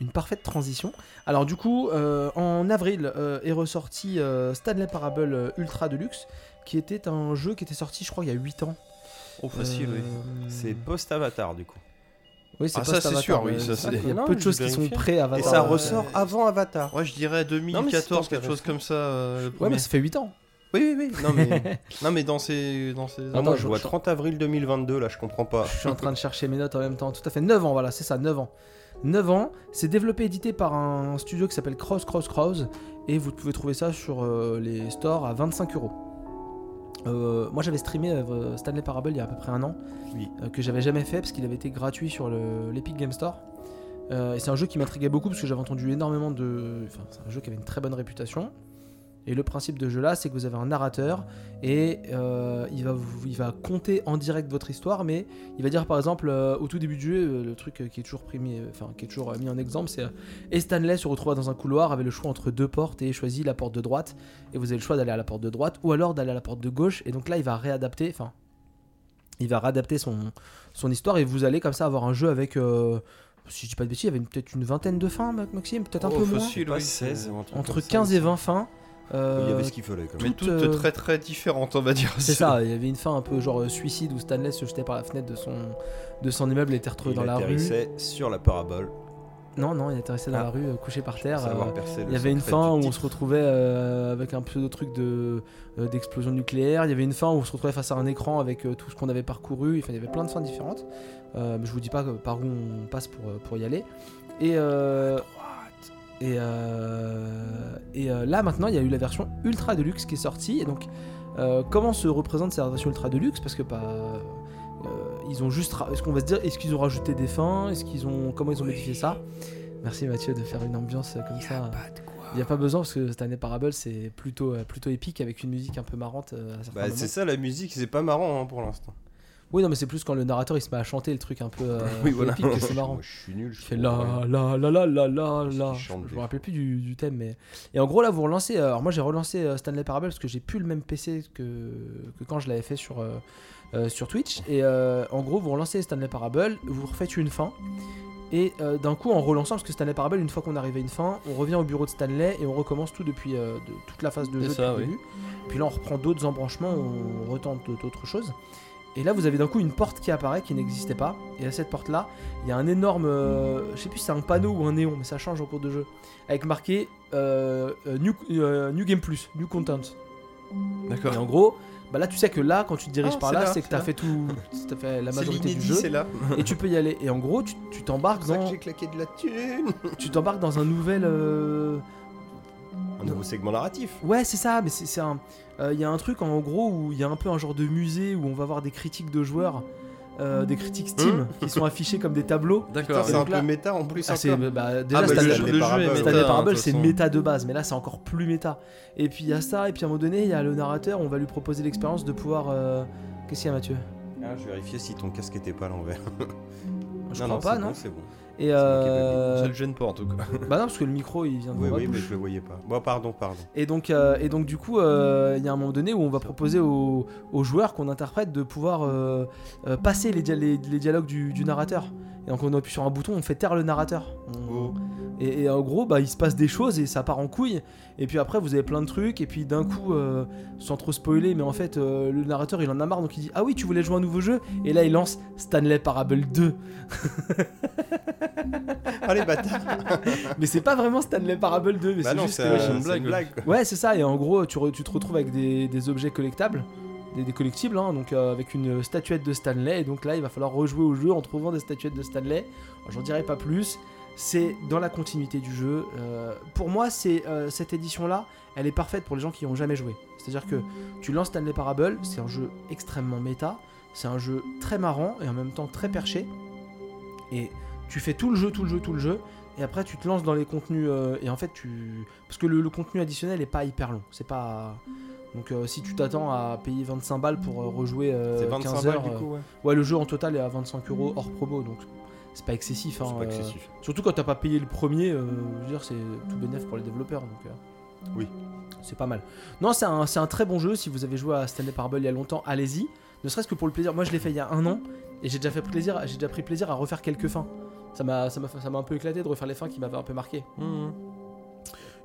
S2: une parfaite transition. Alors du coup, euh, en avril euh, est ressorti euh, Stanley Parable euh, Ultra Deluxe, qui était un jeu qui était sorti, je crois, il y a 8 ans.
S3: Oh, facile, oui.
S2: Euh,
S1: C'est post-Avatar du coup.
S2: Oui, c'est
S3: Ah,
S2: pas
S3: ça,
S2: cet
S3: c'est
S2: Avatar,
S3: sûr, oui,
S2: mais
S3: ça,
S2: c'est
S3: c'est-
S2: vrai qu'il y a
S1: Non,
S2: peu de
S1: je
S2: choses
S1: vais
S2: qui sont
S1: vérifier.
S2: prêt Avatar.
S1: Et ça
S2: euh,
S1: ressort avant Avatar.
S3: Ouais, je dirais 2014, quelque chose comme ça. euh, le
S2: Ouais,
S3: premier.
S2: mais ça fait 8 ans.
S3: Oui, oui, oui. Non, mais, non, mais dans ces. Dans ces...
S1: Non,
S2: Attends,
S1: Ah, moi
S2: je-
S1: je vois
S2: je-
S1: 30 avril 2022 là, je comprends pas.
S2: Je suis en train de chercher mes notes en même temps. Tout à fait, 9 ans, voilà, c'est ça, 9 ans. 9 ans, c'est développé et édité par un studio qui s'appelle Cross Cross Cross et vous pouvez trouver ça sur euh, les stores à 25 euros. Euh, moi j'avais streamé euh, Stanley Parable il y a à peu près un an,
S1: Oui.
S2: euh, que j'avais jamais fait parce qu'il avait été gratuit sur le- l'Epic Game Store. Euh, et c'est un jeu qui m'intriguait beaucoup parce que j'avais entendu énormément de. Enfin, c'est un jeu qui avait une très bonne réputation. Et le principe de jeu là, c'est que vous avez un narrateur et euh, il, va vous- il va compter en direct votre histoire, mais il va dire par exemple euh, au tout début du jeu, euh, le truc euh, qui est toujours primé, euh, enfin qui est toujours euh, mis en exemple, c'est euh, et Stanley se retrouva dans un couloir avec le choix entre deux portes et choisit la porte de droite et vous avez le choix d'aller à la porte de droite ou alors d'aller à la porte de gauche et donc là il va réadapter, enfin il va réadapter son, son histoire et vous allez comme ça avoir un jeu avec, euh, si je dis pas de bêtises, il y avait une- peut-être une vingtaine de fins Ma- Maxime, peut-être un
S3: Oh,
S2: peu moins,
S3: facile, oui.
S2: entre 15 et 20 fins. euh,
S1: Il y avait ce qu'il fallait quand même.
S3: Mais
S2: toutes,
S3: toutes
S2: euh,
S3: très très différentes, on va dire.
S2: c'est ça, il y avait une fin un peu genre euh, suicide où Stanley se jetait par la fenêtre de son, de son immeuble et était retrouvé
S1: Il
S2: dans la rue.
S1: atterrissait sur la parabole.
S2: Non, non, il atterrissait dans
S1: Ah.
S2: la rue, euh, couché par
S1: pour
S2: terre.
S1: savoir
S2: euh,
S1: percer le
S2: il y avait une
S1: secret
S2: fin où
S1: du
S2: on se
S1: titre.
S2: retrouvait euh, avec un pseudo truc de euh, d'explosion nucléaire. Il y avait une fin où on se retrouvait face à un écran avec euh, tout ce qu'on avait parcouru. Enfin, il y avait plein de fins différentes. Euh, mais je vous dis pas que- par où on passe pour, euh, pour y aller. Et euh, et, euh, et euh, là maintenant, il y a eu la version ultra deluxe qui est sortie. Et donc, euh, comment se représente cette version ultra deluxe Parce que pas. ils ont juste. ra- Est-ce qu'on va se dire Est-ce qu'ils ont rajouté des fins Est-ce qu'ils ont Comment ils ont modifié ça Merci Mathieu de faire une ambiance euh, comme ça. Il n'y a pas besoin parce que cette année Parable c'est plutôt, euh, plutôt épique avec une musique un peu marrante euh, à certains
S1: Bah,
S2: moments.
S1: c'est ça la musique, c'est pas marrant hein, pour l'instant.
S2: Oui non mais c'est plus quand le narrateur il se met à chanter le truc un peu, euh, un peu épique que c'est marrant.
S1: Moi, je suis nul. Je
S2: Je fais
S1: comprends
S2: la la la la la la
S1: Parce
S2: la.
S1: qu'il
S2: Je
S1: chante
S2: je
S1: des
S2: me rappelle plus du, du thème mais. Et en gros là vous relancez. euh, Alors moi j'ai relancé euh, Stanley Parable parce que j'ai plus le même PC que, que quand je l'avais fait sur, euh, euh, sur Twitch. Et euh, en gros vous relancez Stanley Parable, vous refaites une fin. Et euh, d'un coup en relançant parce que Stanley Parable une fois qu'on arrive à une fin, on revient au bureau de Stanley et on recommence tout depuis euh, de- toute la phase de
S3: C'est
S2: jeu
S3: ça,
S2: depuis le
S3: oui.
S2: début. Puis là on reprend d'autres embranchements, on retente d'autres choses. Et là, vous avez d'un coup une porte qui apparaît qui n'existait pas. Et à cette porte-là, il y a un énorme. euh, je sais plus si c'est un panneau ou un néon, mais ça change au cours de jeu. Avec marqué euh, euh, new, euh, New Game Plus, New Content. Et
S3: D'accord.
S2: en gros, bah là, tu sais que là, quand tu te diriges
S3: Ah,
S2: par
S3: c'est
S2: là,
S3: là,
S2: c'est que
S3: c'est
S2: t'as
S3: là.
S2: fait tout. T'as fait la
S3: C'est
S2: majorité du
S3: l'inédit,
S2: jeu.
S3: c'est là.
S2: Et tu peux y aller. Et en gros, tu tu t'embarques
S1: C'est pour ça que
S2: dans,
S1: j'ai claqué de la thune.
S2: tu t'embarques dans un nouvel. euh,
S1: Un nouveau segment narratif.
S2: Ouais, c'est ça, mais c'est c'est un. euh, Il y a un truc en gros où il y a un peu un genre de musée où on va voir des critiques de joueurs, euh, des critiques Steam, qui sont affichés comme des tableaux.
S1: Putain,
S3: Hein D'accord.
S1: c'est
S2: donc
S1: un peu
S2: là-
S1: méta en plus.
S2: Ah, c'est
S1: encore.
S2: bah, déjà
S1: bah,
S2: Stanley-
S1: le
S3: le
S1: jeu-
S3: jeu,
S1: le jeu est
S3: est hein,
S1: méta,
S2: Stanley Parable, c'est méta de base, mais là c'est encore plus méta. Et puis il y a ça, et puis à un moment donné, il y a le narrateur, on va lui proposer l'expérience de pouvoir. euh, Qu'est-ce qu'il y a, Mathieu
S1: Ah, je vérifiais si ton casque était pas à l'envers.
S2: Je
S1: non,
S2: crois
S1: non,
S2: pas,
S1: c'est
S2: non
S1: bon, c'est bon.
S2: Et
S1: moi qui ai
S2: euh,
S3: Ça le gêne pas en tout cas.
S2: Bah non, parce que le micro il vient de
S1: Oui,
S2: ma
S1: oui, mais
S2: bouche.
S1: je le voyais pas. Bon, pardon, pardon.
S2: Et donc, euh, et donc du coup, euh, il y a un moment donné où on va proposer aux, aux joueurs qu'on interprète de pouvoir euh, euh, passer les, dia- les- les dialogues du, du narrateur. Et donc on appuie sur un bouton, on fait taire le narrateur. On-
S1: Oh.
S2: Et, et en gros, bah, il se passe des choses et ça part en couille. Et puis après, vous avez plein de trucs. Et puis d'un coup, euh, sans trop spoiler, mais en fait, euh, le narrateur, il en a marre. Donc il dit Ah oui, tu voulais jouer à un nouveau jeu Et là, il lance Stanley Parable 2.
S1: Allez, bâtard.
S2: mais c'est pas vraiment Stanley Parable 2, mais
S1: Bah
S2: c'est
S1: non,
S2: juste
S1: c'est
S2: que-
S1: euh,
S3: une
S1: c'est
S3: blague.
S1: une blague. quoi.
S2: Ouais, c'est ça. Et en gros, tu, re- tu te retrouves avec des, des objets collectables, des, des collectibles, hein, donc euh, avec une statuette de Stanley. Et donc là, il va falloir rejouer au jeu en trouvant des statuettes de Stanley. Alors, J'en dirai pas plus. C'est dans la continuité du jeu. Euh, pour moi, c'est euh, cette édition-là, elle est parfaite pour les gens qui n'y ont jamais joué. C'est-à-dire que tu lances Stanley Parable, c'est un jeu extrêmement méta, c'est un jeu très marrant et en même temps très perché. Et tu fais tout le jeu, tout le jeu, tout le jeu. Et après, tu te lances dans les contenus. euh, et en fait, tu. Parce que le, le contenu additionnel est pas hyper long. C'est pas. Donc euh, si tu t'attends à payer 25 balles pour euh, rejouer euh,
S1: C'est 25
S2: 15
S1: balles
S2: heures,
S1: du
S2: euh,
S1: coup, ouais.
S2: ouais le jeu en total est à 25 euros hors promo donc c'est pas excessif. hein,
S1: C'est pas
S2: euh,
S1: excessif.
S2: surtout quand t'as pas payé le premier, euh, je veux dire c'est tout bénéf pour les développeurs donc. euh,
S1: Oui.
S2: C'est pas mal. Non c'est un, c'est un très bon jeu si vous avez joué à Stanley Parable il y a longtemps allez-y. Ne serait-ce que pour le plaisir. Moi je l'ai fait il y a un an et j'ai déjà fait plaisir j'ai déjà pris plaisir à refaire quelques fins. Ça m'a ça m'a ça m'a un peu éclaté de refaire les fins qui m'avaient un peu marqué.
S1: Mmh,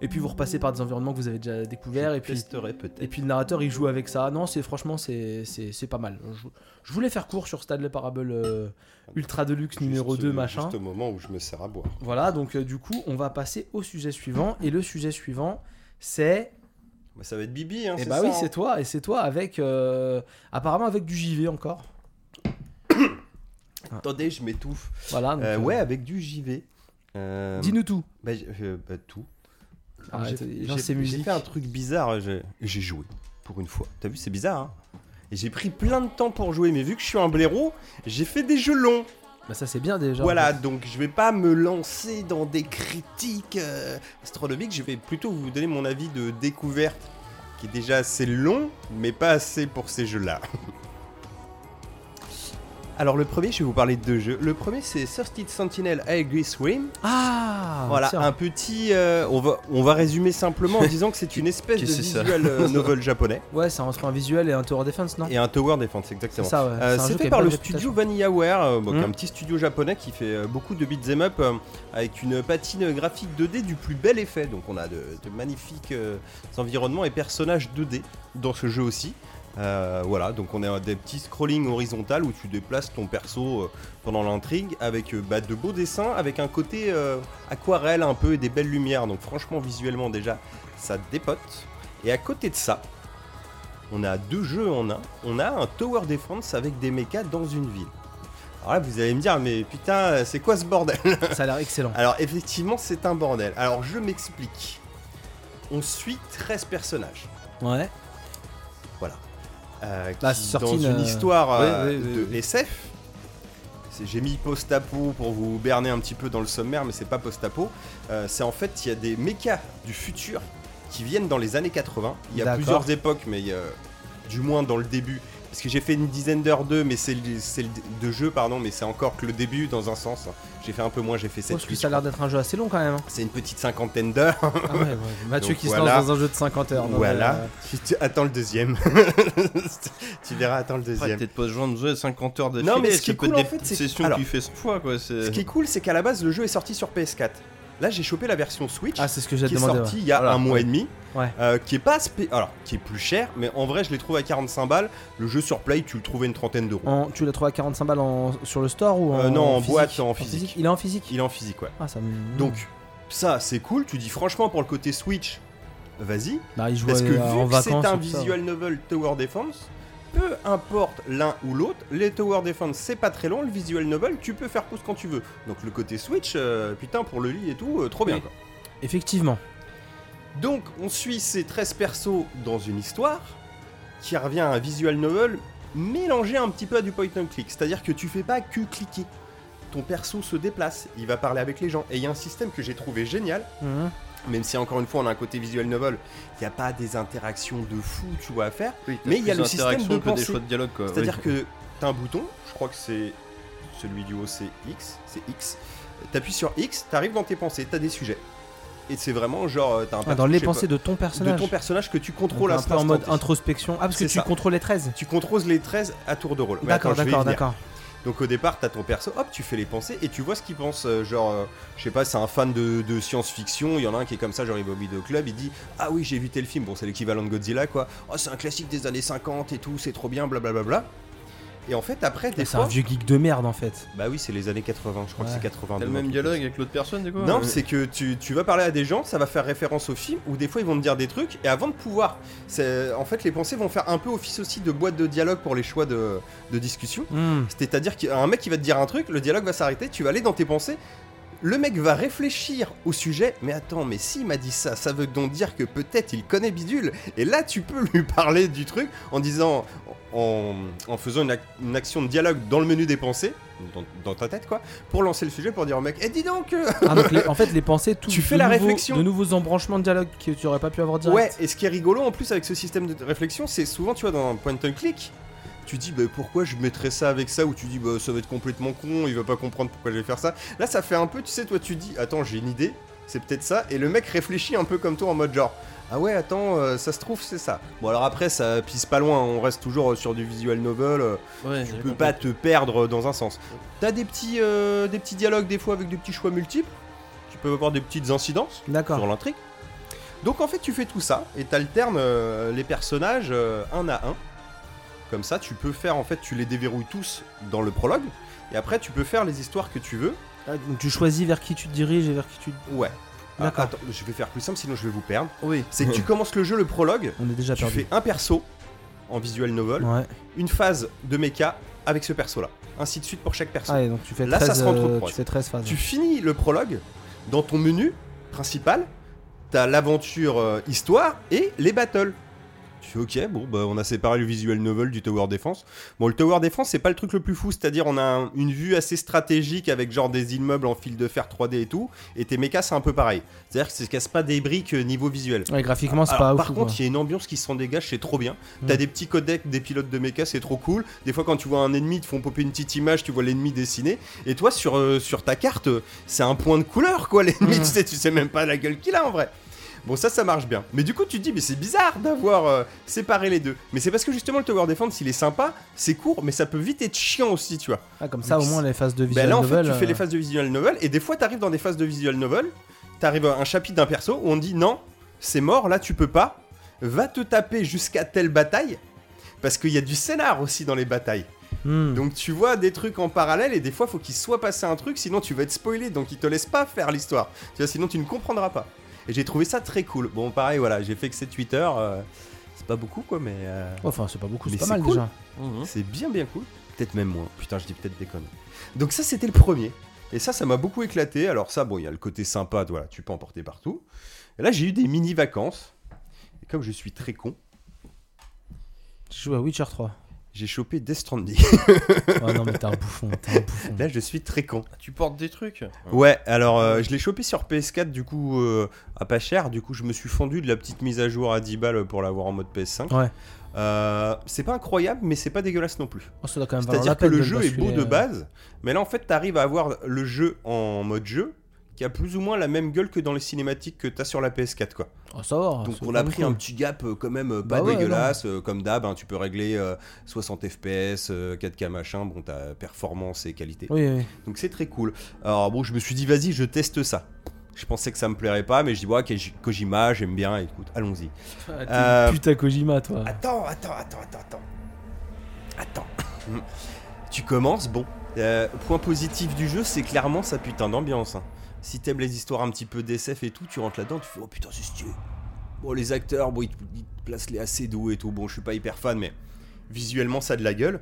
S2: Et puis vous repassez par des environnements que vous avez déjà découverts et puis
S3: testerai peut-être.
S2: et puis le narrateur il joue avec ça. Non, c'est franchement c'est, c'est, c'est pas mal. Je, je voulais faire court sur Stanley Parable euh, Ultra Deluxe numéro
S1: Juste,
S2: 2
S1: euh,
S2: machin.
S1: Juste au moment où je me sers à boire.
S2: Voilà, donc euh, du coup, on va passer au sujet suivant et le sujet suivant c'est
S1: Bah, ça va être Bibi, hein,
S2: Eh
S1: c'est
S2: bah
S1: ça,
S2: oui,
S1: hein.
S2: c'est toi et c'est toi avec euh, apparemment avec du JV encore.
S1: Attendez, je m'étouffe.
S2: Voilà, donc,
S1: Euh,
S2: euh,
S1: ouais, avec du JV. Euh,
S2: Dis-nous tout.
S1: bah, j- euh, bah, tout.
S2: Ah,
S1: J'ai-
S2: t'as-
S1: j'ai-
S2: lance ces
S1: J'ai
S2: musiques.
S1: fait un truc bizarre. J'ai j'ai joué pour une fois. T'as vu, c'est bizarre. Hein et j'ai pris plein de temps pour jouer, mais vu que je suis un blaireau, j'ai fait des jeux longs.
S2: Bah ça c'est bien déjà.
S1: Voilà, donc je vais pas me lancer dans des critiques euh, astronomiques, je vais plutôt vous donner mon avis de découverte, qui est déjà assez long, mais pas assez pour ces jeux-là. Alors le premier, je vais vous parler de deux jeux. Le premier, c'est Thirsty Sentinel Aegis Swim.
S2: Ah
S1: voilà,
S2: tiens.
S1: un petit... euh, on, va, on va résumer simplement en disant que c'est une espèce de
S3: Qu'est-ce que c'est ça
S1: visual euh, novel japonais.
S2: Ouais, c'est entre un visuel et un tower defense, non
S1: Et un tower defense,
S2: C'est
S1: exactement.
S2: ça ouais.
S1: Euh,
S2: C'est un
S1: c'est
S2: jeu qui
S1: fait
S2: a
S1: par
S2: bonne
S1: le
S2: réputation.
S1: studio Vanillaware, euh, bon, qui est
S2: Mhm.
S1: un petit studio japonais qui fait euh, beaucoup de beats 'em up euh, avec une patine graphique 2D du plus bel effet. Donc on a de, de magnifiques euh, environnements et personnages 2D dans ce jeu aussi. Euh, voilà, donc on a des petits scrolling horizontal où tu déplaces ton perso euh, pendant l'intrigue avec euh, bah, de beaux dessins, avec un côté euh, aquarelle un peu et des belles lumières. Donc franchement visuellement déjà ça dépote. Et à côté de ça, on a deux jeux en un. On a un tower defense avec des mechas dans une ville. Alors là, vous allez me dire, mais putain, c'est quoi ce bordel
S2: Ça a l'air excellent.
S1: Alors effectivement, c'est un bordel. Alors je m'explique. On suit 13 personnages.
S2: Ouais.
S1: euh,
S2: Bah,
S1: qui,
S2: c'est
S1: dans
S2: sorti
S1: une
S2: une, euh,
S1: histoire euh,
S2: ouais, ouais, ouais,
S1: de
S2: ouais.
S1: SF. C'est- J'ai mis post-apo pour vous berner un petit peu dans le sommaire, mais c'est pas post-apo. Euh, c'est en fait, il y a des mechas du futur qui viennent dans les années 80. Il y a
S2: D'accord.
S1: plusieurs époques, mais il y a- du moins dans le début. Parce que j'ai fait une dizaine d'heures d'eux, mais c'est le, c'est le- de jeu, pardon, mais c'est encore que le début dans un sens. J'ai fait un peu moins, j'ai fait 7
S2: Parce que ça a l'air d'être un jeu assez long quand même. hein.
S1: C'est une petite cinquantaine d'heures.
S2: Ah ouais, ouais. Mathieu
S1: Donc
S2: qui se
S1: voilà.
S2: lance dans un jeu de 50 heures. non, mais,
S1: Voilà.
S2: euh,
S1: Tu- Attends le deuxième. tu verras, attends le
S3: Après,
S1: deuxième.
S3: peut-être pas ce genre de jeu à 50 heures de
S1: Non, mais ce qui est cool, en fait, c'est que-
S3: sessions
S1: alors-
S3: que tu fais 100 fois, quoi.
S2: Euh,
S3: C'est...
S1: Ce qui est cool, c'est qu'à la base, le jeu est sorti sur PS4. Là, j'ai chopé la version Switch
S2: Ah, c'est ce que j'ai
S1: qui est
S2: demandé.
S1: sortie il y a
S2: Voilà.
S1: un mois et demi.
S2: Ouais.
S1: euh, qui est pas spé- alors qui est plus cher, mais en vrai, je l'ai trouvé à 45 balles. Le jeu sur Play, tu le trouvais une trentaine d'euros.
S2: ouais. En- tu l'as trouvé à 45 balles en- sur le store ou en
S1: Euh, non, en
S2: physique
S1: boîte, en physique.
S2: Il est en physique
S1: Il est en physique, ouais.
S2: Ah, ça me-
S1: Donc ça, c'est cool. Tu dis franchement pour le côté Switch, vas-y.
S2: Bah, il joue
S1: Parce que
S2: euh, en
S1: vu que
S2: vacances.
S1: c'est un
S2: ou tout ça, ouais.
S1: visual novel Tower Defense, peu importe l'un ou l'autre, les Tower Defense c'est pas très long, le visual novel tu peux faire pouce quand tu veux. Donc le côté Switch, euh, putain pour le lit et tout, euh, trop bien
S2: Oui.
S1: quoi.
S2: Effectivement.
S1: Donc, on suit ces 13 persos dans une histoire qui revient à un visual novel mélangé un petit peu à du point and click. C'est-à-dire que tu fais pas que cliquer. Ton perso se déplace, il va parler avec les gens. Et il y a un système que j'ai trouvé génial,
S2: Mhm.
S1: même si encore une fois on a un côté visual novel, il n'y a pas des interactions de fou, tu vois, à faire.
S3: Oui, t'as
S1: Mais il y a
S3: plus
S1: le système de
S3: d'interactions que
S1: pensée.
S3: des choix de dialogue,
S2: Euh,
S3: quoi.
S1: C'est-à-dire
S3: Oui.
S1: que t'as un bouton, je crois que c'est celui du haut, c'est X, c'est X. T'appuies sur X, t'arrives dans tes pensées, t'as des sujets. Et c'est vraiment genre, euh, t'as un
S2: Ah, dans
S1: perso, je
S2: les
S1: sais pas-
S2: pensées de ton personnage.
S1: de ton personnage que tu
S2: Donc,
S1: contrôles à
S2: Un
S1: cet
S2: peu en mode
S1: instant T.
S2: introspection. Ah, parce que
S1: C'est
S2: tu
S1: ça.
S2: contrôles les 13.
S1: Tu contrôles les 13 à tour de rôle. Mais
S2: D'accord,
S1: attends, je vais y
S2: d'accord,
S1: venir.
S2: d'accord.
S1: Donc au départ, t'as ton perso, hop, tu fais les pensées et tu vois ce qu'il pense. euh, genre, euh, je sais pas, c'est un fan de, de science-fiction, il y en a un qui est comme ça, genre il va au vidéo club, il dit Ah oui, j'ai vu tel film, bon, c'est l'équivalent de Godzilla quoi. Oh, c'est un classique des années 50 et tout, c'est trop bien, blablabla. Et en fait, après, des
S2: Ah, C'est un
S1: fois.
S2: vieux geek de merde en fait.
S1: Bah oui, c'est les années 80, je crois que
S2: Ouais.
S1: c'est 80.
S3: T'as le même dialogue avec l'autre personne, du coup
S1: Non,
S3: euh,
S1: c'est que tu, tu vas parler à des gens, ça va faire référence au film, ou des fois ils vont te dire des trucs, et avant de pouvoir, c'est- en fait les pensées vont faire un peu office aussi de boîte de dialogue pour les choix de, de discussion.
S2: Mhm.
S1: C'est-à-dire qu'un mec qui va te dire un truc, le dialogue va s'arrêter, tu vas aller dans tes pensées, le mec va réfléchir au sujet, mais attends, mais s'il m'a dit ça, ça veut donc dire que peut-être il connaît Bidule, et là tu peux lui parler du truc en disant, en, en faisant une, ac- une action de dialogue dans le menu des pensées, dans, dans ta tête, quoi, pour lancer le sujet, pour dire au mec, eh dis donc euh,
S2: Ah, donc les- en fait, les pensées, tout,
S1: Tu fais
S2: de
S1: la
S2: nouveaux-
S1: réflexion.
S2: de nouveaux embranchements de dialogue que tu aurais pas pu avoir
S1: Ouais,
S2: direct.
S1: et ce qui est rigolo en plus avec ce système de réflexion, c'est souvent, tu vois, dans un point and click, tu dis, bah, pourquoi je mettrais ça avec ça, ou tu dis, bah, ça va être complètement con, il va pas comprendre pourquoi je vais faire ça. Là, ça fait un peu, tu sais, toi, tu dis, attends, j'ai une idée, c'est peut-être ça, et le mec réfléchit un peu comme toi en mode genre. Ah ouais, attends, euh, ça se trouve, c'est ça. Bon, alors après, ça pisse pas loin, on reste toujours euh, sur du visual novel, euh,
S3: Ouais,
S1: tu peux pas te perdre dans un sens. T'as des petits, euh, des petits dialogues des fois avec des petits choix multiples, tu peux avoir des petites incidences, sur
S2: D'accord.
S1: l'intrigue. Donc en fait, tu fais tout ça et t'alternes euh, les personnages euh, un à un. Comme ça, tu peux faire en fait, tu les déverrouilles tous dans le prologue et après tu peux faire les histoires que tu veux.
S2: Ah, donc tu choisis vers qui tu te diriges et vers qui tu.
S1: Ouais. Ah,
S2: D'accord.
S1: attends, je vais faire plus simple sinon je vais vous perdre.
S3: Oui.
S1: C'est que tu commences le jeu le prologue,
S2: On est déjà
S1: tu
S2: perdu.
S1: fais un perso en visual novel,
S2: Ouais.
S1: une phase de mecha avec ce perso là, ainsi de suite pour chaque perso.
S2: Ah, et donc tu fais
S1: Là,
S2: 13,
S1: ça se rentre au
S2: euh,
S1: croise.
S2: tu fais 13 phases.
S1: Tu finis le prologue dans ton menu principal, t'as l'aventure euh, histoire et les battles. Tu fais ok, bon bah on a séparé le visual novel du tower defense. Bon le tower defense c'est pas le truc le plus fou, c'est-à-dire on a un- une vue assez stratégique avec genre des immeubles en fil de fer 3D et tout, et tes mechas c'est un peu pareil. C'est-à-dire que ça se casse pas des briques euh, niveau visuel.
S2: Ouais, graphiquement, c'est
S1: Alors,
S2: pas ouf.
S1: par contre, il y a une ambiance qui s'en dégage, c'est trop bien.
S2: Mm.
S1: T'as des petits codecs des pilotes de mecha, c'est trop cool. Des fois, quand tu vois un ennemi, ils te font popper une petite image, tu vois l'ennemi dessiné. Et toi, sur, euh, sur ta carte, euh, c'est un point de couleur, quoi. L'ennemi,
S2: Mm.
S1: tu, sais, tu sais même pas la gueule qu'il a en vrai. Bon, ça, ça marche bien. Mais du coup, tu te dis, mais c'est bizarre d'avoir euh, séparé les deux. Mais c'est parce que justement, le Tower Defense, il est sympa, c'est court, mais ça peut vite être chiant aussi, tu vois.
S2: Ah, comme ça, au moins, les phases de
S1: Bah
S2: visual
S1: là, en fait,
S2: novel,
S1: tu fais les
S2: euh,
S1: phases de visual novel, et des fois, t'arrives dans des phases de visual novel, t'arrives à un chapitre d'un perso où on dit non, c'est mort, là, tu peux pas, va te taper jusqu'à telle bataille, parce qu'il y a du scénar aussi dans les batailles.
S2: hmm.
S1: Donc, tu vois des trucs en parallèle, et des fois, faut qu'il soit passé un truc, sinon tu vas être spoilé, donc ils te laissent pas faire l'histoire. Tu vois, sinon tu ne comprendras pas. Et j'ai trouvé ça très cool. Bon, pareil, voilà, j'ai fait que 7-8 heures, euh, c'est pas beaucoup, quoi, mais euh,
S2: Enfin, c'est pas beaucoup,
S1: Mais
S2: c'est pas
S1: c'est
S2: mal
S1: cool.
S2: déjà.
S1: c'est bien bien cool. Peut-être même moins. Putain, je dis peut-être des connes. Donc ça, c'était le premier. Et ça, ça m'a beaucoup éclaté. Alors ça, bon, il y a le côté sympa, voilà, tu peux emporter partout. Et là, j'ai eu des mini vacances. Et comme je suis très con,
S2: Je joue à Witcher 3.
S1: j'ai chopé Death Stranding.
S2: Ouais, non, mais t'es un bouffon, t'es un bouffon.
S1: là, je suis très con.
S3: Tu portes des trucs.
S1: Ouais, alors euh, je l'ai chopé sur PS4 du coup euh, à pas cher. Du coup, je me suis fendu de la petite mise à jour à 10 balles pour l'avoir en mode PS5.
S2: Ouais.
S1: Euh, c'est pas incroyable, mais c'est pas dégueulasse non plus.
S2: Oh, ça doit quand même valoir la
S1: C'est-à-dire que
S2: peine
S1: le
S2: de
S1: jeu est beau
S2: basculer,
S1: de
S2: euh,
S1: base, mais là en fait t'arrives à avoir le jeu en mode jeu qui a plus ou moins la même gueule que dans les cinématiques que t'as sur la PS4 quoi.
S2: Oh, ça va.
S1: Donc
S2: c'est
S1: on a
S2: quand même
S1: pris un petit gap euh, quand même euh, pas
S2: Bah ouais,
S1: dégueulasse, euh, comme d'hab, hein, tu peux régler euh, 60 fps, euh, 4K machin, bon t'as performance et qualité.
S2: cool. Oui, oui.
S1: Donc c'est très cool. Alors bon je me suis dit vas-y je teste ça. Je pensais que ça me plairait pas, mais je dis ouais, ok J- Kojima j'aime bien, écoute allons-y.
S2: Ah,
S1: Euh,
S2: t'es Putain, Kojima, toi.
S1: Attends, attends, attends, attends, attends. Attends. tu commences, bon. Euh, point positif du jeu, c'est clairement sa putain d'ambiance. hein. Si t'aimes les histoires un petit peu d'SF et tout, tu rentres là-dedans, tu fais oh putain, c'est stylé. Bon, les acteurs, bon, ils te, ils te placent les assez doux et tout. Bon, je suis pas hyper fan, mais visuellement, ça a de la gueule.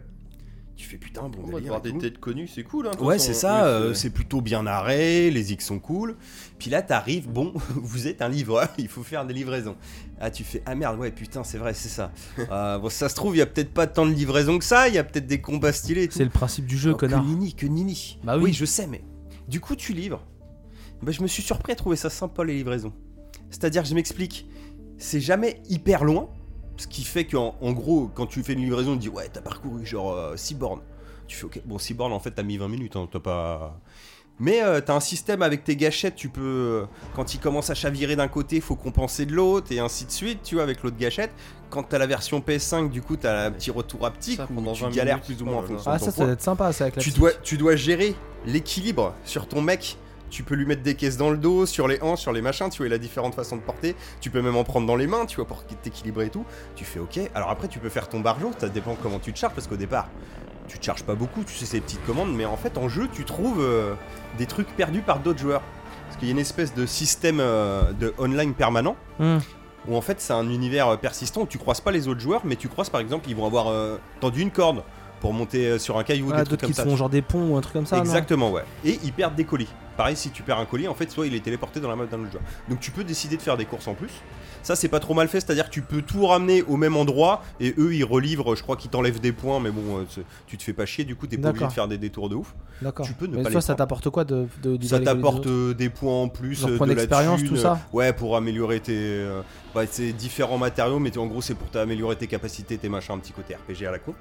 S1: Tu fais putain, bon,
S3: On va
S1: délire
S3: voir
S1: et
S3: des
S1: tout.
S3: têtes connues, c'est cool. hein, de toute
S1: Ouais,
S3: façon.
S1: c'est ça,
S3: Oui,
S1: euh, c'est plutôt bien narré, les X sont cool. Puis là, t'arrives, bon, vous êtes un livreur, il faut faire des livraisons. Ah, tu fais, ah merde, ouais, putain, c'est vrai, c'est ça. Euh, bon, ça se trouve, il y a peut-être pas tant de livraisons que ça, il y a peut-être des combats stylés. et tout.
S2: C'est le principe du jeu,
S1: Oh,
S2: connard.
S1: Que nini, que nini.
S2: Bah oui.
S1: oui. je sais, mais du coup, tu livres. Bah, je me suis surpris à trouver ça sympa, les livraisons. C'est-à-dire, je m'explique, c'est jamais hyper loin, ce qui fait qu'en en gros, quand tu fais une livraison, tu dis, ouais, t'as parcouru genre 6 bornes. Tu fais, ok, bon, 6 bornes, en fait, t'as mis 20 minutes, hein, t'as pas... Mais euh, t'as un système avec tes gâchettes, tu peux... euh, Quand il commence à chavirer d'un côté, faut compenser de l'autre, et ainsi de suite, tu vois, avec l'autre gâchette. Quand t'as la version PS5, du coup, t'as un petit retour haptique,
S3: Ça,
S1: où
S3: pendant
S1: tu
S3: 20
S1: galères
S3: minutes,
S1: plus ou moins en
S3: oh là là.
S1: fonction
S2: Ah,
S1: de ton
S2: ça, ça
S1: poids
S2: doit être sympa, ça, avec la
S1: tu
S2: petite-
S1: dois, tu dois gérer l'équilibre sur ton mec. Tu peux lui mettre des caisses dans le dos, sur les hanches, sur les machins, tu vois, il a différentes façons de porter. Tu peux même en prendre dans les mains, tu vois, pour t'équilibrer et tout. Tu fais ok. Alors après, tu peux faire ton barjo, ça dépend comment tu te charges, parce qu'au départ, tu te charges pas beaucoup, tu sais, ces petites commandes, mais en fait, en jeu, tu trouves euh, des trucs perdus par d'autres joueurs. Parce qu'il y a une espèce de système euh, de online permanent
S2: Hmm.
S1: où en fait c'est un univers euh, persistant où tu croises pas les autres joueurs, mais tu croises par exemple, ils vont avoir euh, tendu une corde, pour monter euh, sur un caillou, des
S2: Ah,
S1: trucs
S2: d'autres
S1: comme
S2: qui
S1: ça.
S2: te font genre des ponts ou un truc comme ça. non
S1: Exactement, ouais. Et ils perdent des colis. Pareil, si tu perds un colis, en fait, soit il est téléporté dans la map d'un autre joueur. Donc tu peux décider de faire des courses en plus. Ça, c'est pas trop mal fait, c'est-à-dire que tu peux tout ramener au même endroit et eux, ils relivrent. Je crois qu'ils t'enlèvent des points, mais bon, euh, c'est- tu te fais pas chier, du coup, t'es pas obligé de
S2: D'accord.
S1: faire des détours de ouf.
S2: D'accord.
S1: tu peux ne
S2: Mais
S1: pas
S2: toi,
S1: les
S2: ça
S1: prendre.
S2: t'apporte quoi de, de, du
S1: Ça
S2: Valley Golden
S1: t'apporte euh, des points en plus,
S2: Genre
S1: euh,
S2: points
S1: de la
S2: d'expérience,
S1: thune,
S2: tout ça
S1: euh, Ouais, pour améliorer tes. euh, bah, c'est différents matériaux, mais t'es- en gros, c'est pour t'améliorer tes capacités, tes machins, un petit côté RPG à la con.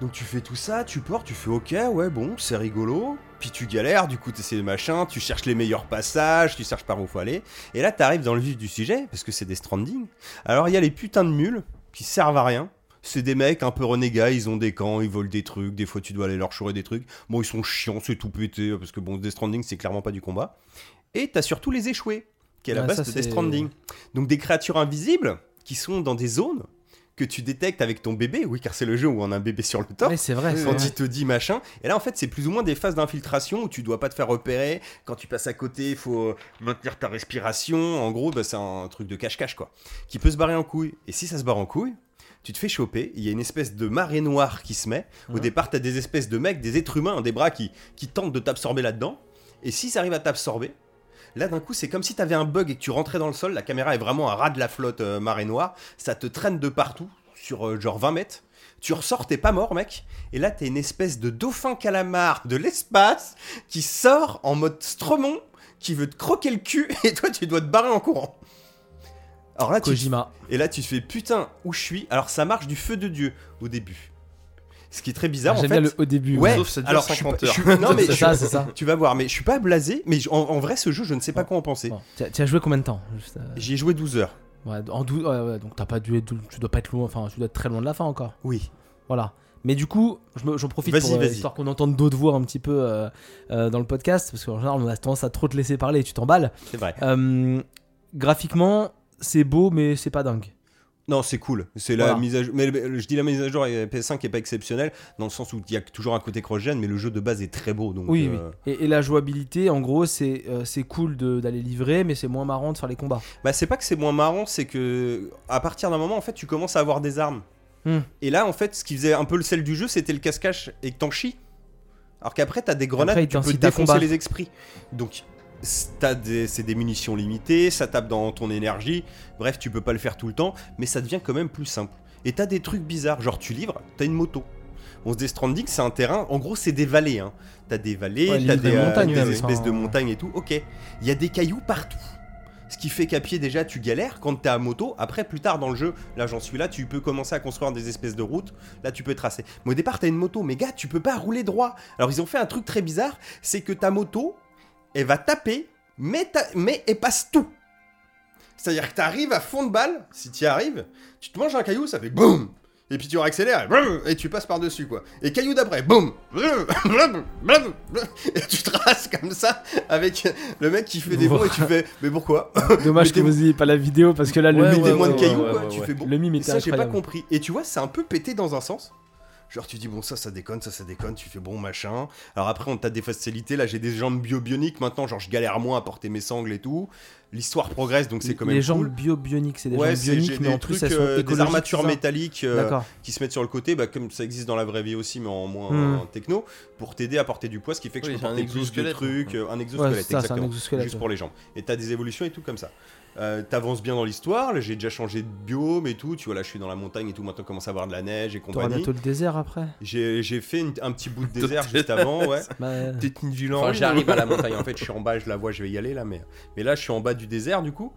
S1: Donc tu fais tout ça, tu portes, tu fais ok, ouais, bon, c'est rigolo. Puis tu galères, du coup, t'essaies les machins, tu cherches les meilleurs passages, tu cherches par où faut aller. Et là, t'arrives dans le vif du sujet, parce que c'est des stranding. Alors, il y a les putains de mules qui servent à rien. C'est des mecs un peu renégats, ils ont des camps, ils volent des trucs, des fois tu dois aller leur chourer des trucs. Bon, ils sont chiants, c'est tout pété, parce que bon, Death Stranding, c'est clairement pas du combat. Et t'as surtout les échoués, qui est la
S2: Ah,
S1: base
S2: ça,
S1: de
S2: c'est-
S1: Death Stranding. Donc des créatures invisibles qui sont dans des zones que tu détectes avec ton bébé, oui, car c'est le jeu où on a un bébé sur le top.
S2: Ouais, c'est vrai. c'est
S1: Quand
S2: vrai.
S1: il te dit machin, et là en fait c'est plus ou moins des phases d'infiltration où tu dois pas te faire repérer. Quand tu passes à côté, il faut euh, maintenir ta respiration. En gros, bah, c'est un truc de cache-cache quoi, qui peut se barrer en couille. Et si ça se barre en couille, tu te fais choper. Il y a une espèce de marée noire qui se met. Au
S2: Mhm.
S1: départ, t'as des espèces de mecs, des êtres humains, des bras qui, qui tentent de t'absorber là-dedans. Et s'ils arrivent à t'absorber, là d'un coup, c'est comme si t'avais un bug et que tu rentrais dans le sol. La caméra est vraiment à ras de la flotte euh, marée noire. Ça te traîne de partout, sur euh, genre 20 mètres. Tu ressors, t'es pas mort, mec. Et là, t'es une espèce de dauphin calamar de l'espace qui sort en mode Stromon, qui veut te croquer le cul, et toi, tu dois te barrer en courant. Alors là, tu,
S2: Kojima.
S1: et là, tu te fais putain où je suis. Alors, ça marche du feu de Dieu au début. Ce qui est très bizarre en
S2: Ah, J'aime
S1: fait.
S2: bien le au début.
S1: Ouais,
S3: Sauf ça dure
S1: alors je suis pas-
S3: 50 heures.
S1: je suis- non, mais
S2: c'est
S1: je-
S2: ça, c'est ça.
S1: tu vas voir, mais je suis pas blasé. Mais je- en, en vrai, ce jeu, je ne sais pas
S2: Bon.
S1: quoi en penser.
S2: Bon, t'as- Tu as joué combien de temps Juste, euh,
S1: J'y ai joué 12 heures.
S2: ouais, en dou- ouais, ouais, donc t'as pas dû, être- tu dois pas être loin, enfin tu dois être très loin de la fin encore.
S1: Oui.
S2: Voilà. Mais du coup, je me- j'en profite
S1: Vas-y,
S2: pour euh,
S1: vas-y.
S2: histoire qu'on entende d'autres voix un petit peu euh, euh, dans le podcast, parce qu'en général on a tendance à trop te laisser parler et tu t'emballes.
S1: C'est vrai.
S2: Euh, graphiquement, c'est beau, mais c'est pas dingue.
S1: Non, c'est cool. C'est la
S2: Voilà.
S1: mise à jour. Mais mais je dis la mise à jour euh, PS5 qui est pas exceptionnelle, dans le sens où il y a toujours un côté cross-gen, mais le jeu de base est très beau. Donc,
S2: Oui,
S1: euh,
S2: Et, et la jouabilité, en gros, c'est euh, c'est cool de- d'aller livrer, mais c'est moins marrant de faire les combats.
S1: Bah, c'est pas que c'est moins marrant, c'est que à partir d'un moment, en fait, tu commences à avoir des armes.
S2: Hmm.
S1: Et là, en fait, ce qui faisait un peu le sel du jeu, c'était le cache-cache et que t'en chies. Alors qu'après, t'as des grenades,
S2: Après, il
S1: tu peux
S2: t'incite à
S1: défoncer
S2: combattre.
S1: les esprits. Donc, c'est- t'as des- c'est des munitions limitées, ça tape dans ton énergie. Bref, tu peux pas le faire tout le temps, mais ça devient quand même plus simple. Et t'as des trucs bizarres, genre tu livres, t'as une moto. On se dit Stranding, c'est un terrain, en gros, c'est des vallées. Hein. T'as des vallées,
S2: Ouais,
S1: t'as
S2: livrer
S1: des, euh,
S2: montagne,
S1: des
S2: même,
S1: espèces
S2: enfin,
S1: de
S2: ouais.
S1: montagnes et tout. Ok, il y a des cailloux partout. Ce qui fait qu'à pied déjà tu galères quand t'es à moto. Après plus tard dans le jeu, là j'en suis là, tu peux commencer à construire des espèces de routes. Là tu peux tracer. Mais au départ t'as une moto, mais gars tu peux pas rouler droit. Alors ils ont fait un truc très bizarre, c'est que ta moto, elle va taper, mais, ta- mais elle passe tout. C'est-à-dire que t'arrives à fond de balle, si t'y arrives, tu te manges un caillou, ça fait boum Et puis tu réaccélères, et, boum, et tu passes par-dessus quoi. Et caillou d'après, boum Boum, boum, boum, boum. Et tu traces comme ça avec le mec qui fait des bons et tu fais, mais pourquoi
S2: Dommage que
S1: Mettez-
S2: vous ayez pas la vidéo, parce que là, le
S3: Ouais,
S2: mime
S3: ouais,
S2: était-
S1: Mettez-moi de
S3: ouais,
S1: cailloux
S3: ouais,
S1: quoi,
S3: ouais,
S1: tu
S3: ouais.
S1: fais bon.
S2: Le mime
S1: Et
S2: était
S1: ça, j'ai pas
S2: incroyable.
S1: compris. Et tu vois, c'est un peu pété dans un sens. Genre, tu dis, bon, ça, ça déconne, ça, ça déconne, tu fais bon, machin. Alors après, on t'a des facilités. Là, j'ai des jambes bio-bioniques. Maintenant, genre, je galère moins à porter mes sangles et tout. L'histoire progresse, donc c'est quand même
S2: les jambes
S1: cool.
S2: bio-bioniques, c'est des
S1: ouais,
S2: jambes
S1: c'est- j'ai
S2: bioniques, mais
S1: des
S2: en plus
S1: trucs,
S2: elles sont
S1: euh,
S2: écologiques.
S1: des armatures
S2: c'est ça
S1: métalliques euh,
S2: D'accord.
S1: qui se mettent sur le côté, bah, comme ça existe dans la vraie vie aussi, mais en moins
S2: Hmm.
S1: euh, techno, pour t'aider à porter du poids, ce qui fait que
S3: Oui,
S1: je peux
S3: c'est un
S1: porter plus de
S3: exosquelette,
S1: trucs,
S3: hein.
S1: euh, un exosquelette,
S2: Ouais, c'est ça, c'est un
S1: exactement
S2: exosquelette.
S1: juste pour les jambes. Et t'as des évolutions et tout comme ça. Euh, T'avances bien dans l'histoire, là j'ai déjà changé de biome et tout, tu vois là je suis dans la montagne et tout, maintenant commence à avoir de la neige et
S2: T'auras
S1: compagnie.
S2: bientôt le désert après.
S1: J'ai j'ai fait une- un petit bout de désert juste avant, ouais.
S2: Bah,
S3: Peut-être une ville en
S1: Enfin,
S3: ligne.
S1: j'arrive à la montagne, en fait je suis en bas, je la vois, je vais y aller là, mais, mais là je suis en bas du désert du coup.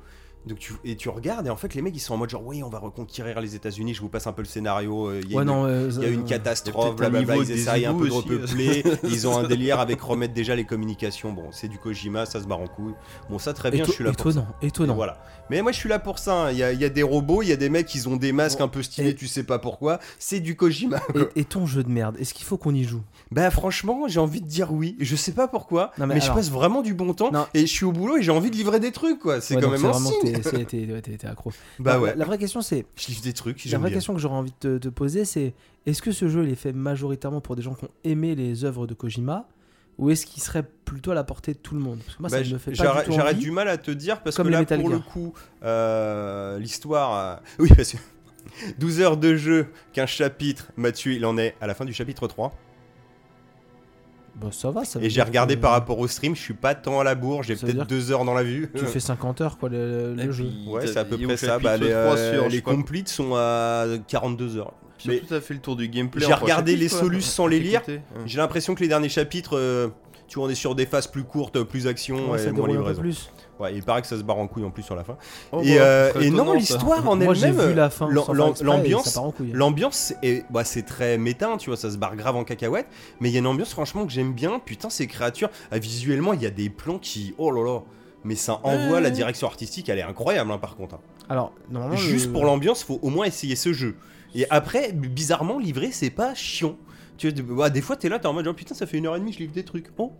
S1: Donc tu, et tu regardes et en fait les mecs ils sont en mode genre oui on va reconquérir les États-Unis, je vous passe un peu le scénario, euh, il y a
S2: ouais,
S1: une
S2: non, euh,
S1: il y a eu une
S2: euh,
S3: Il y a
S1: catastrophe,
S3: peut-être un
S1: blablabla,
S3: niveau
S1: ils
S3: des
S1: essayent un peu de
S3: égouts aussi.
S1: repeupler, ils ont un délire avec remettre déjà les communications, bon c'est du Kojima, ça se barre en couille, bon ça très bien,
S2: éto-
S1: je suis là pour ça.
S2: étonnant,
S1: Et
S2: étonnant.
S1: Voilà. Mais moi je suis là pour ça, hein. il y, a, il y a des robots, il y a des mecs, ils ont des masques
S2: Bon,
S1: un peu stylés,
S2: et-
S1: tu sais pas pourquoi, c'est du Kojima. quoi.
S2: Et, et ton jeu de merde, est-ce qu'il faut qu'on y joue
S1: Bah franchement j'ai envie de dire oui, je sais pas pourquoi,
S2: Non,
S1: mais,
S2: mais
S1: je
S2: alors-
S1: passe vraiment du bon temps
S2: Non.
S1: et je suis au boulot et j'ai envie de livrer des trucs quoi, c'est
S2: Ouais,
S1: quand
S2: donc
S1: même un
S2: vraiment,
S1: signe.
S2: t'es- c'est- t'es- ouais, t'es- t'es accro.
S1: Bah
S2: Non,
S1: ouais,
S2: La, la vraie question, c'est
S1: je livre des trucs,
S2: la
S1: j'aime
S2: vraie
S1: bien.
S2: question que j'aurais envie de te, te poser, c'est est-ce que ce jeu il est fait majoritairement pour des gens qui ont aimé les œuvres de Kojima ou est-ce qu'il serait plutôt à la portée de tout le monde Parce que moi,
S1: Bah,
S2: ça me fait pas
S1: j'arrête-
S2: du tout
S1: J'arrête
S2: envie.
S1: du mal à te dire parce
S2: Comme
S1: que
S2: les
S1: là,
S2: Metal
S1: pour le
S2: Gear.
S1: coup, euh, l'histoire. euh, Oui, parce que 12 heures de jeu, 15 chapitres. Mathieu, il en est à la fin du chapitre 3.
S2: Bah ça va, ça veut
S1: Et j'ai
S2: dire
S1: regardé
S2: que
S1: par rapport au stream, je suis pas tant à la bourre, j'ai
S2: Ça veut
S1: peut-être
S2: dire que
S1: deux heures dans la vue.
S2: Tu fais 50 heures quoi le, le
S3: Et
S2: jeu.
S3: puis,
S1: Ouais,
S3: t'as-
S1: c'est à peu
S3: il est au
S1: près ça.
S3: chapitre
S1: Bah, les
S3: 3
S1: euh,
S3: sur, je
S1: les
S3: crois,
S1: complites sont à 42 heures.
S3: Ils ont
S1: mais-
S3: tout à fait le tour du gameplay.
S1: J'ai
S3: en trois
S1: regardé
S3: chapitres,
S1: les
S3: quoi.
S1: solus sans les lire.
S3: Écoutez, hein.
S1: J'ai l'impression que les derniers chapitres, euh, tu vois, on est sur des phases plus courtes, plus action
S2: Ouais,
S1: et
S2: ça
S1: moins
S2: déroule un peu
S1: livraison.
S2: plus.
S1: Ouais, il paraît que ça se barre en couille en plus sur la fin.
S3: Oh,
S1: et,
S3: voilà,
S1: euh,
S3: ce serait
S1: et non,
S3: étonnant, ça.
S1: l'histoire en
S2: Moi j'ai
S1: elle-même,
S2: vu la fin.
S1: l'am-
S2: sans faire
S1: l'am-
S2: exprès, et
S1: l'ambiance,
S2: ça part en couille.
S1: L'ambiance est, bah, c'est très méta, hein, tu vois, ça se barre grave en cacahuète, mais il y a une ambiance franchement que j'aime bien. Putain, ces créatures, ah, visuellement, il y a des plans qui, oh là là, mais ça envoie
S2: Ouais. Ah,
S1: la direction artistique, elle est incroyable hein, par contre. hein.
S2: Alors normalement
S1: Juste
S2: le-
S1: pour l'ambiance, faut au moins essayer ce jeu. Et après, bizarrement, livrer, c'est pas chiant. Tu vois, bah, des fois, t'es là, t'es en mode genre, putain, ça fait une heure et demie, je livre des trucs. Oh,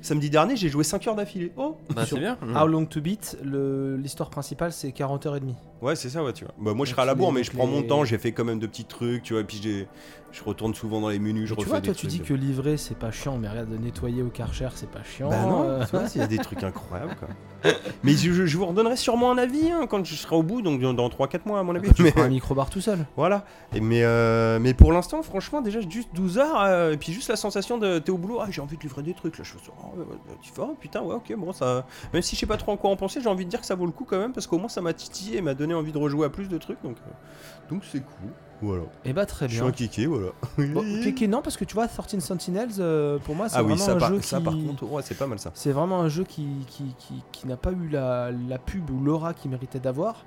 S1: samedi dernier, j'ai joué 5 heures d'affilée. Oh,
S3: Bah, c'est bien.
S2: How Long to Beat, le- l'histoire principale c'est 40 heures et demie.
S1: Ouais, c'est ça, ouais, tu vois. Bah, moi, je
S2: Donc,
S1: serai à la
S2: tu
S1: bourre,
S2: mets
S1: mais
S2: donc
S1: je prends mon
S2: les-
S1: temps, j'ai fait quand même de petits trucs, tu vois, et puis j'ai- je retourne souvent dans les menus, je
S2: Mais
S1: refais
S2: tu vois,
S1: des
S2: toi tu
S1: trucs.
S2: dis que livrer c'est pas chiant, mais regarde, nettoyer au Karcher c'est pas chiant.
S1: Bah non,
S2: euh,
S1: tu vois, il y a des trucs incroyables, quoi. mais je, je- je vous redonnerai sûrement un avis hein, quand je serai au bout, donc dans, 3-4 mois, à mon avis.
S2: tu
S1: Mais-
S2: prends un micro-bar tout seul.
S1: Voilà. Et mais, euh, mais pour l'instant, franchement, déjà juste 12 heures, euh, et puis juste la sensation de t'es au boulot, ah, j'ai envie de livrer des trucs. Là, je fais ça, oh, ouais, ouais, ouais, tu fais, oh, putain, ouais, ok, bon, ça. Même si je sais pas trop en quoi en penser, j'ai envie de dire que ça vaut le coup quand même, parce qu'au moins ça m'a titillé et m'a donné envie de rejouer à plus de trucs, donc euh, donc c'est cool. Voilà.
S2: Et bah très
S1: Je suis
S2: bien.
S1: un kéké, voilà.
S2: Bon, Kéké, non, parce que tu vois, 13 Sentinels, euh, pour moi, c'est
S1: ah oui,
S2: vraiment
S1: ça
S2: un
S1: par,
S2: jeu
S1: ça
S2: qui...
S1: par contre, ouais, c'est pas mal ça.
S2: C'est vraiment un jeu qui, qui, qui, qui n'a pas eu la, la pub ou l'aura qu'il méritait d'avoir.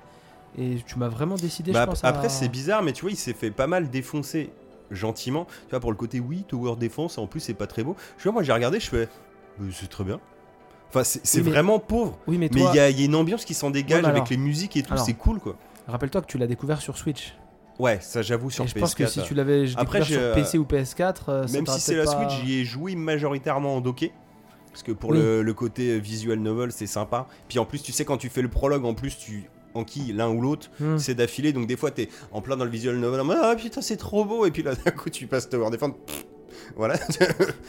S2: Et tu m'as vraiment décidé,
S1: Bah,
S2: je pense.
S1: après,
S2: à-
S1: c'est bizarre, mais tu vois, il s'est fait pas mal défoncer gentiment. Tu vois, pour le côté oui, Tower Defense, en plus, c'est pas très beau. Je vois, moi, j'ai regardé, je fais, Euh, c'est très bien. Enfin, c'est c'est
S2: Oui, mais-
S1: vraiment pauvre.
S2: Oui, mais
S1: Mais
S2: toi,
S1: il y, a il y a une ambiance qui s'en dégage
S2: Ouais, mais
S1: avec
S2: alors-
S1: les musiques et tout,
S2: alors-
S1: c'est cool quoi.
S2: rappelle-toi que tu l'as découvert sur Switch.
S1: Ouais, ça j'avoue sur
S2: et
S1: PS4.
S2: je pense que si tu l'avais découvert
S1: Après, j'ai, euh,
S2: sur PC ou PS4, euh, ça
S1: hein. Même
S2: t'aurait
S1: si c'est la
S2: peut-être pas-
S1: Switch, j'y ai joué majoritairement en docké. Parce que pour
S2: Oui.
S1: le, le côté visual novel, c'est sympa. Puis en plus, tu sais, quand tu fais le prologue, en plus, tu enquilles l'un ou l'autre,
S2: Hmm.
S1: c'est d'affilée. Donc des fois, t'es en plein dans le visual novel, en mode, ah putain, c'est trop beau. Et puis là, d'un coup, tu passes Tower Defense. pff, Voilà,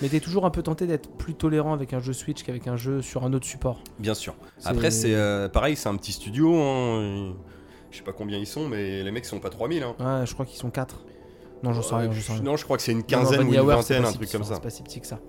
S2: Mais t'es toujours un peu tenté d'être plus tolérant avec un jeu Switch qu'avec un jeu sur un autre support.
S1: bien sûr. Après, c'est euh, pareil, c'est un petit studio. hein. Je sais pas combien ils sont, mais les mecs sont pas 3000. Hein.
S2: Ouais, je crois qu'ils sont 4. Non, j'en sais rien,
S1: Euh,
S2: j'en sais rien.
S1: non, je crois que c'est une
S2: Non, non,
S1: quinzaine ou une
S2: Vanillaware, c'est
S1: vingtaine,
S2: pas
S1: un
S2: si
S1: truc
S2: petit,
S1: comme
S2: hein,
S1: ça.
S2: C'est pas si petit que ça.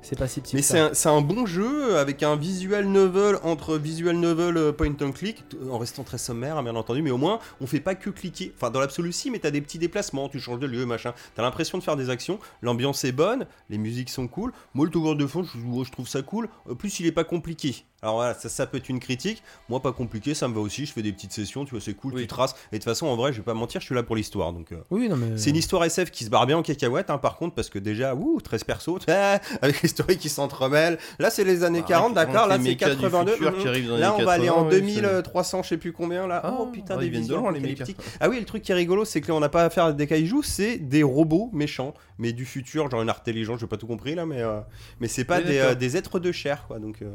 S2: C'est pas si petit
S1: Mais
S2: que
S1: c'est
S2: ça.
S1: un, c'est un bon jeu avec un visual novel entre visual novel euh, point and click, t- en restant très sommaire, hein, bien entendu, mais au moins on fait pas que cliquer. Enfin, dans l'absolu, si, mais t'as des petits déplacements, tu changes de lieu, machin. T'as l'impression de faire des actions, l'ambiance est bonne, les musiques sont cool. Moi, le tower de fond, je, moi, je trouve ça cool. En plus, il est pas compliqué. Alors voilà, ça, ça peut être une critique. Moi, pas compliqué, ça me va aussi. Je fais des petites sessions, tu vois, c'est cool,
S3: Oui.
S1: tu traces. Et de toute façon, en vrai, je vais pas mentir, je suis là pour l'histoire, donc. euh,
S2: Oui, non, mais.
S1: c'est une histoire SF qui se barre bien en cacahuète, hein, par contre, parce que déjà, ouh, 13 persos, ah, avec l'historique qui s'entremêle. Là, c'est les années
S3: Ah,
S1: 40,
S3: avec
S1: d'accord, là,
S3: les
S1: c'est
S3: mechas du
S1: 82.
S3: futur qui
S1: mm,
S3: arrivent dans les
S1: Là,
S3: années
S1: on va aller en
S3: 80, oui,
S1: 2300, je sais plus combien, là.
S3: Ah,
S1: oh putain,
S3: ah,
S1: des
S3: ils viennent de
S1: visions
S3: loin, les mecs,
S1: apocalyptiques. Ah oui, le truc qui est rigolo, c'est que là, on n'a pas affaire à des kaijus, c'est des robots méchants, mais du futur, genre une intelligence, j'ai pas tout compris là, mais, euh, mais c'est pas
S3: Oui,
S1: des,
S3: d'accord.
S1: euh, des êtres de chair, quoi. Donc, euh,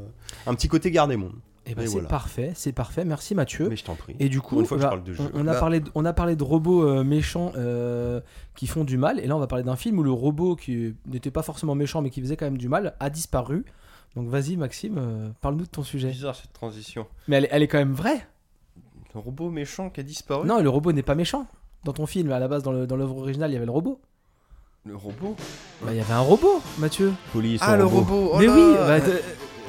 S1: un petit côté gardé monde.
S2: Eh ben,
S1: Mais
S2: c'est
S1: voilà.
S2: parfait, c'est parfait. Merci Mathieu.
S1: Mais je t'en prie.
S2: Et du
S1: Pour
S2: coup,
S1: une fois que je
S2: bah,
S1: parle de jeu.
S2: on, on a
S1: Bah.
S2: parlé de, on a parlé de robots euh, méchants euh, qui font du mal. Et là, on va parler d'un film où le robot qui n'était pas forcément méchant mais qui faisait quand même du mal a disparu. Donc vas-y Maxime, euh, parle-nous de ton
S3: C'est
S2: sujet.
S3: bizarre cette transition.
S2: Mais elle, est- elle est quand même vraie.
S3: Le robot méchant qui a disparu.
S2: Non, le robot n'est pas méchant. Dans ton film, à la base, dans le- dans l'œuvre originale, il y avait le robot.
S3: Le robot
S2: Bah, il y avait un robot, Mathieu.
S1: Police,
S3: Ah, le robot oh
S2: mais
S3: là
S2: oui, bah, t'es-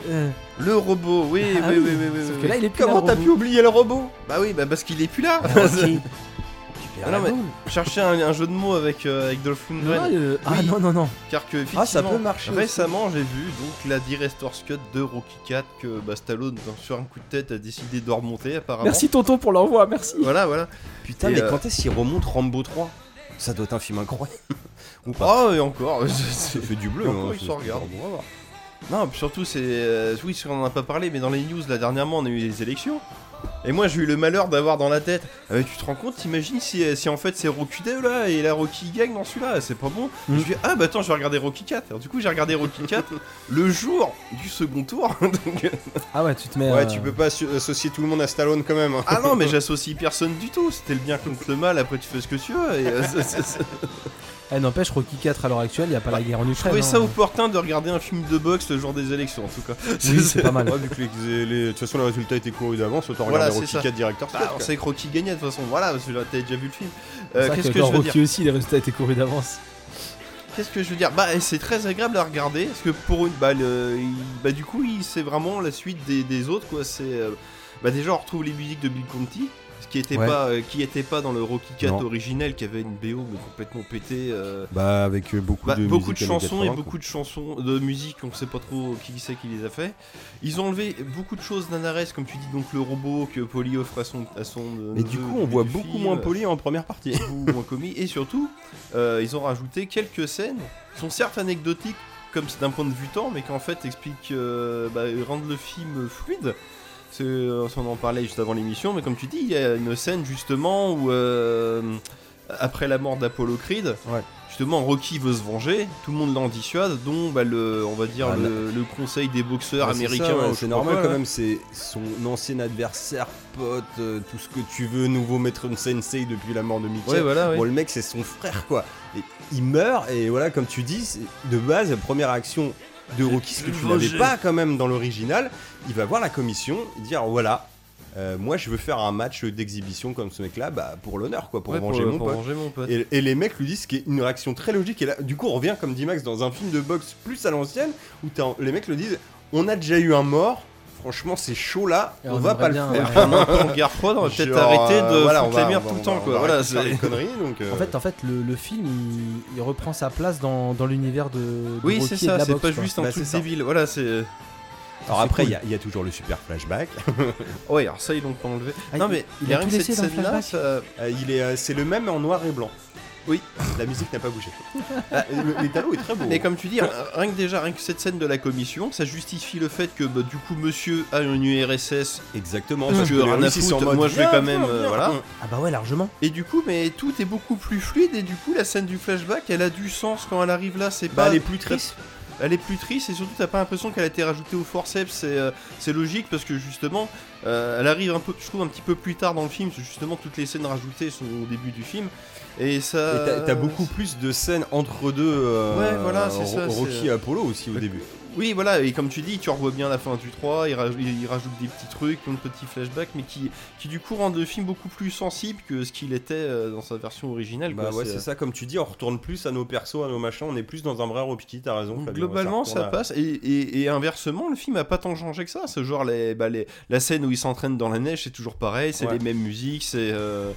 S2: euh,
S3: Le robot, oui,
S2: Ah
S3: oui,
S2: oui,
S3: oui, oui, oui,
S2: sauf
S3: oui,
S2: que là,
S3: oui.
S2: il est plus
S1: Comment
S2: là, le
S1: t'as pu
S2: robot.
S1: oublier le robot
S3: Bah oui, bah parce qu'il est plus là
S2: Ah,
S3: non,
S2: la
S3: mais-
S2: boule.
S3: Chercher un, un jeu de mots avec, euh, avec Dolph Lundgren.
S2: Non, euh, Ah
S3: Oui.
S2: non, non, non.
S3: Car que,
S1: Ah, ça
S3: effectivement,
S1: peut marcher aussi.
S3: Récemment, j'ai vu donc la Director's Cut de Rocky 4 que bah, Stallone, dans- sur un coup de tête, a décidé de remonter apparemment.
S2: Merci tonton pour l'envoi, merci.
S3: Voilà, voilà.
S1: Putain,
S3: Et,
S1: mais
S3: euh,
S1: quand est-ce qu'il remonte Rambo 3 Ça doit être un film incroyable. Ou pas
S3: Oh, et encore. c'est-
S1: Ça fait du bleu.
S3: et encore,
S1: hein,
S3: il
S1: c'est-
S3: s'en regarde.
S1: c'est- on va voir.
S3: Non, puis surtout, c'est. euh, oui, on en a pas parlé, mais dans les news, là, dernièrement, on a eu les élections. Et moi, j'ai eu le malheur d'avoir dans la tête. euh, tu te rends compte, t'imagines si, euh, si en fait c'est Rocky 2 là, et la Rocky gagne dans celui-là, c'est pas bon.
S2: Mm.
S3: Je dis, ah bah attends, je vais regarder Rocky 4. Alors, du coup, j'ai regardé Rocky 4 le jour du second tour. donc, euh,
S2: Ah ouais, tu te mets.
S1: Ouais,
S2: euh,
S1: tu peux pas assu- associer tout le monde à Stallone quand même. hein.
S3: ah non, mais j'associe personne du tout. C'était le bien contre le mal, après tu fais ce que tu veux. Et, euh, c'est- c'est- c'est-
S2: Eh, n'empêche, Rocky 4 à l'heure actuelle, il n'y a pas la guerre en
S3: je
S2: Ukraine.
S3: trouvais Bah, ça
S2: hein.
S3: opportun de regarder un film de boxe le jour des élections, en tout cas.
S2: Oui, c'est pas mal.
S3: Euh,
S1: Ouais, vu que les- les- les- de toute façon, le résultat était couru d'avance, autant
S3: Voilà,
S1: regarder
S3: c'est
S1: Rocky
S3: ça.
S1: 4 Director Scott.
S3: Bah, on
S1: quoi.
S3: sait que Rocky gagnait de toute façon, voilà, parce que là, t'avais déjà vu le film. Euh,
S2: C'est vrai
S3: Qu'est-ce que,
S2: dans
S3: je veux
S2: Rocky
S3: dire
S2: aussi, les résultats étaient courus d'avance.
S3: Qu'est-ce que je veux dire Bah, c'est très agréable à regarder, parce que pour une. Bah, le- il- bah du coup, il- c'est vraiment la suite des, des autres, quoi. C'est. euh, Bah, déjà, on retrouve les musiques de Bill Conti, ce qui était,
S1: Ouais.
S3: pas, euh, qui était pas dans le Rocky 4
S1: Non.
S3: originel, qui avait une BO mais complètement pétée. euh,
S1: Bah, avec euh, beaucoup
S3: Bah,
S1: de
S3: beaucoup de
S1: musique années
S3: chansons et
S1: 80,
S3: beaucoup de chansons de musique, on sait pas trop qui c'est qui les a fait. Ils ont enlevé beaucoup de choses d'Anares, comme tu dis, donc le robot que Polly offre à son. À son euh,
S1: quoi. Mais du coup, on voit beaucoup moins Polly en première partie.
S3: ou moins commis. Et surtout, euh, ils ont rajouté quelques scènes qui sont certes anecdotiques, comme c'est d'un point de vue temps, mais qui en fait expliquent, euh, bah, rendent le film fluide. C'est- euh, On en parlait juste avant l'émission, mais comme tu dis, il y a une scène justement où, euh, après la mort d'Apollo Creed,
S1: Ouais.
S3: justement Rocky veut se venger, tout le monde l'en dissuade, dont bah, le, on va dire
S1: Ah,
S3: le, le conseil des boxeurs
S1: Ouais, c'est
S3: américains.
S1: ça, ouais,
S3: ou je
S1: c'est
S3: sais pas hein.
S1: normal
S3: quoi,
S1: quand
S3: là.
S1: même, c'est son ancien adversaire, pote, euh, tout ce que tu veux, nouveau maître sensei depuis la mort de Mickey.
S3: Ouais, voilà, ouais.
S1: Bon, le mec, c'est son frère, quoi. Et il meurt, et voilà, comme tu dis, c'est- de base, la première action de Rocky, ce que
S3: Je
S1: tu
S3: me
S1: n'avais
S3: venge.
S1: pas quand même dans l'original, il va voir la commission, et dire voilà, euh, moi je veux faire un match d'exhibition comme ce mec-là, bah, pour l'honneur, quoi, pour
S3: Ouais,
S1: venger mon
S3: pour
S1: pote.
S3: venger mon pote.
S1: Et, et les mecs lui disent ce qui est une réaction très logique. Et là, du coup, on revient comme dit Max dans un film de boxe plus à l'ancienne où t'as- les mecs le disent on a déjà eu un mort. Franchement, c'est chaud là.
S2: Et
S1: on,
S2: on
S1: va
S2: aimerait
S1: pas
S2: bien,
S1: le faire.
S2: ouais.
S3: En même temps, guerre froide, on va peut-être
S1: Genre,
S3: arrêter de
S1: euh, voilà,
S3: foutre
S1: on
S3: la
S1: va-
S3: merde
S1: on va-
S3: tout le
S1: on
S3: temps,
S1: va
S3: quoi.
S1: arrêter
S3: Voilà,
S1: de faire
S3: c'est-
S1: des conneries donc. euh,
S2: En fait, en fait, le, le film il, il reprend sa place dans, dans l'univers de, de
S3: Oui,
S2: Rocky
S3: c'est
S2: et de
S3: ça,
S2: la
S3: c'est
S2: boxe,
S3: pas
S2: quoi.
S3: juste un
S1: Bah,
S3: truc
S1: c'est ça.
S3: débile. Voilà, c'est. euh,
S1: alors
S3: c'est
S1: après, il
S3: cool.
S1: y a- il y, a toujours le super flashback.
S3: Ouais, alors ça, ils l'ont pas enlevé.
S2: Ah,
S3: non,
S2: il-
S3: mais
S2: il
S3: y a
S2: a
S3: rien
S2: tout
S3: que cette
S2: laissé dans le
S3: scène-là,
S2: flashback.
S3: ça.
S1: Euh, il est, euh, c'est le même mais en noir et blanc.
S3: Oui.
S1: La musique n'a pas bougé. Euh, le, les tableaux est très beau.
S3: Mais comme tu dis, rien- rien que déjà, rien que cette scène de la commission, ça justifie le fait que bah, du coup, monsieur a une URSS.
S1: Exactement.
S3: Parce
S1: parce
S3: que
S1: les
S3: rien à
S1: Russes, ils sont en
S3: foutre,
S1: mode,
S3: moi, je vais quand
S1: viens,
S3: même,
S1: viens,
S3: euh,
S1: viens.
S3: voilà.
S2: Ah bah ouais, largement.
S3: Et du coup, mais tout est beaucoup plus fluide. Et du coup, la scène du flashback, elle a du sens quand elle arrive là. C'est
S1: Bah,
S3: pas.
S1: elle est plus triste.
S3: elle est plus triste et surtout t'as pas l'impression qu'elle a été rajoutée au forceps, c'est euh, c'est logique parce que justement euh, elle arrive un peu, je trouve un petit peu plus tard dans le film, parce que justement toutes les scènes rajoutées sont au début du film et
S1: Et
S3: ça.
S1: t'as- t'as beaucoup plus de scènes entre deux. euh,
S3: Euh, Ouais, voilà, c'est ça,
S1: Ro-
S3: c'est-
S1: Rocky et Apollo aussi au début.
S3: Oui voilà et comme tu dis tu revois bien la fin du 3, il, raj- il rajoute des petits trucs, plein de petits flashbacks mais qui, qui du coup rendent le film beaucoup plus sensible que ce qu'il était euh, dans sa version originelle.
S1: Bah
S3: quoi. euh,
S1: ouais, c'est ça, comme tu dis, on retourne plus à nos persos, à nos machins, on est plus dans un vrai Rocky, t'as raison.
S3: Donc,
S1: Flavien,
S3: globalement, ça
S1: retourne à-
S3: passe. Et, et- et inversement, le film a pas tant changé que ça. C'est genre les, bah, les- la scène où ils s'entraînent dans la neige, c'est toujours pareil, c'est
S1: Ouais.
S3: les mêmes musiques, c'est. euh,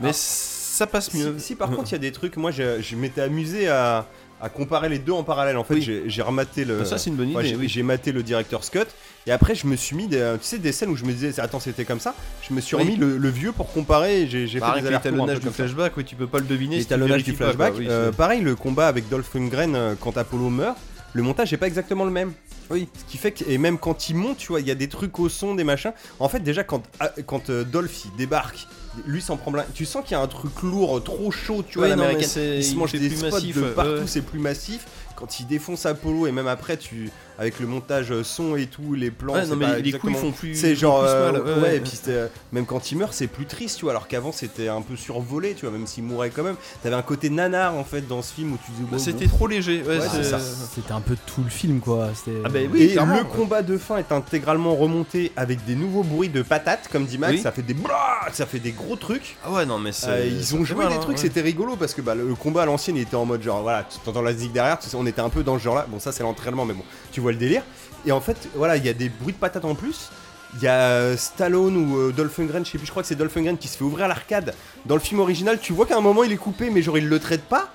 S3: Mais
S1: Ah.
S3: ça passe
S1: Si,
S3: mieux.
S1: si, par contre, il y a des trucs, moi je, je m'étais amusé à, à comparer les deux en parallèle. En fait,
S3: Oui.
S1: j'ai j'ai rematé le.
S3: Bah, ça, c'est une bonne idée.
S1: euh, Moi, j'ai
S3: oui.
S1: j'ai maté le directeur Scott et après je me suis mis des, tu sais, des scènes où je me disais attends c'était comme ça je me suis
S3: Oui.
S1: remis le, le vieux pour comparer et j'ai j'ai
S3: Bah,
S1: fait
S3: avec
S1: des allers-retours un peu
S3: l'étalonnage du
S1: comme ça.
S3: flashback, oui, tu peux pas le deviner. si tu
S1: L'étalonnage du
S3: vérifies pas, quoi,
S1: flashback
S3: oui,
S1: euh,
S3: c'est-
S1: pareil le combat avec Dolph Lundgren euh, quand Apollo meurt le montage n'est pas exactement le même oui ce qui fait que et même quand il monte tu vois il y a des trucs au son des machins en fait déjà quand ah, quand euh, Dolph il débarque lui s'en prend plein tu sens qu'il y a un truc lourd trop chaud tu vois
S3: Oui, non, mais
S1: l'américaine
S3: c'est-
S1: il se
S3: il
S1: mange
S3: fait
S1: des
S3: plus
S1: spots
S3: massif,
S1: de
S3: ouais,
S1: partout,
S3: ouais.
S1: c'est plus massif. Quand il défonce Apollo et même après, tu avec le montage euh, son et tout, les plans,
S3: Ouais,
S1: c'est
S3: non,
S1: pas
S3: mais les coups
S1: exactement-
S3: ils font plus. ils
S1: c'est
S3: font
S1: genre
S3: plus
S1: euh,
S3: mal,
S1: ouais, et puis c'était, euh, même quand il meurt, c'est plus triste, tu vois. Alors qu'avant c'était un peu survolé, tu vois. Même s'il mourait quand même, t'avais un côté nanar en fait dans ce film où tu disais.
S3: Bah,
S1: bon,
S3: C'était
S1: bon.
S3: trop léger. ouais,
S1: Ouais,
S3: c'est-
S1: c'est ça.
S2: C'était un peu tout le film quoi. C'était-
S3: Ah bah oui,
S1: et
S3: clairement,
S1: le
S3: ouais.
S1: combat de fin est intégralement remonté avec des nouveaux bruits de patates, comme dit Max.
S3: Oui.
S1: Ça fait des blah, ça fait des gros trucs.
S3: Ah ouais, non, mais c'est-
S1: Euh, ils
S3: ça
S1: ont
S3: fait
S1: joué
S3: mal,
S1: des
S3: hein,
S1: trucs,
S3: ouais.
S1: c'était rigolo parce que bah, le combat à l'ancienne il était en mode genre voilà, tu t'entends la zig derrière, tu sais, on était un peu dans ce genre là. Bon, ça c'est l'entraînement, mais bon, tu vois le délire. Et en fait, voilà, il y a des bruits de patates en plus. Il y a euh, Stallone ou euh, Dolph Lundgren, je sais plus, je crois que c'est Dolph Lundgren qui se fait ouvrir l'arcade. Dans le film original, tu vois qu'à un moment il est coupé, mais genre il le traite pas.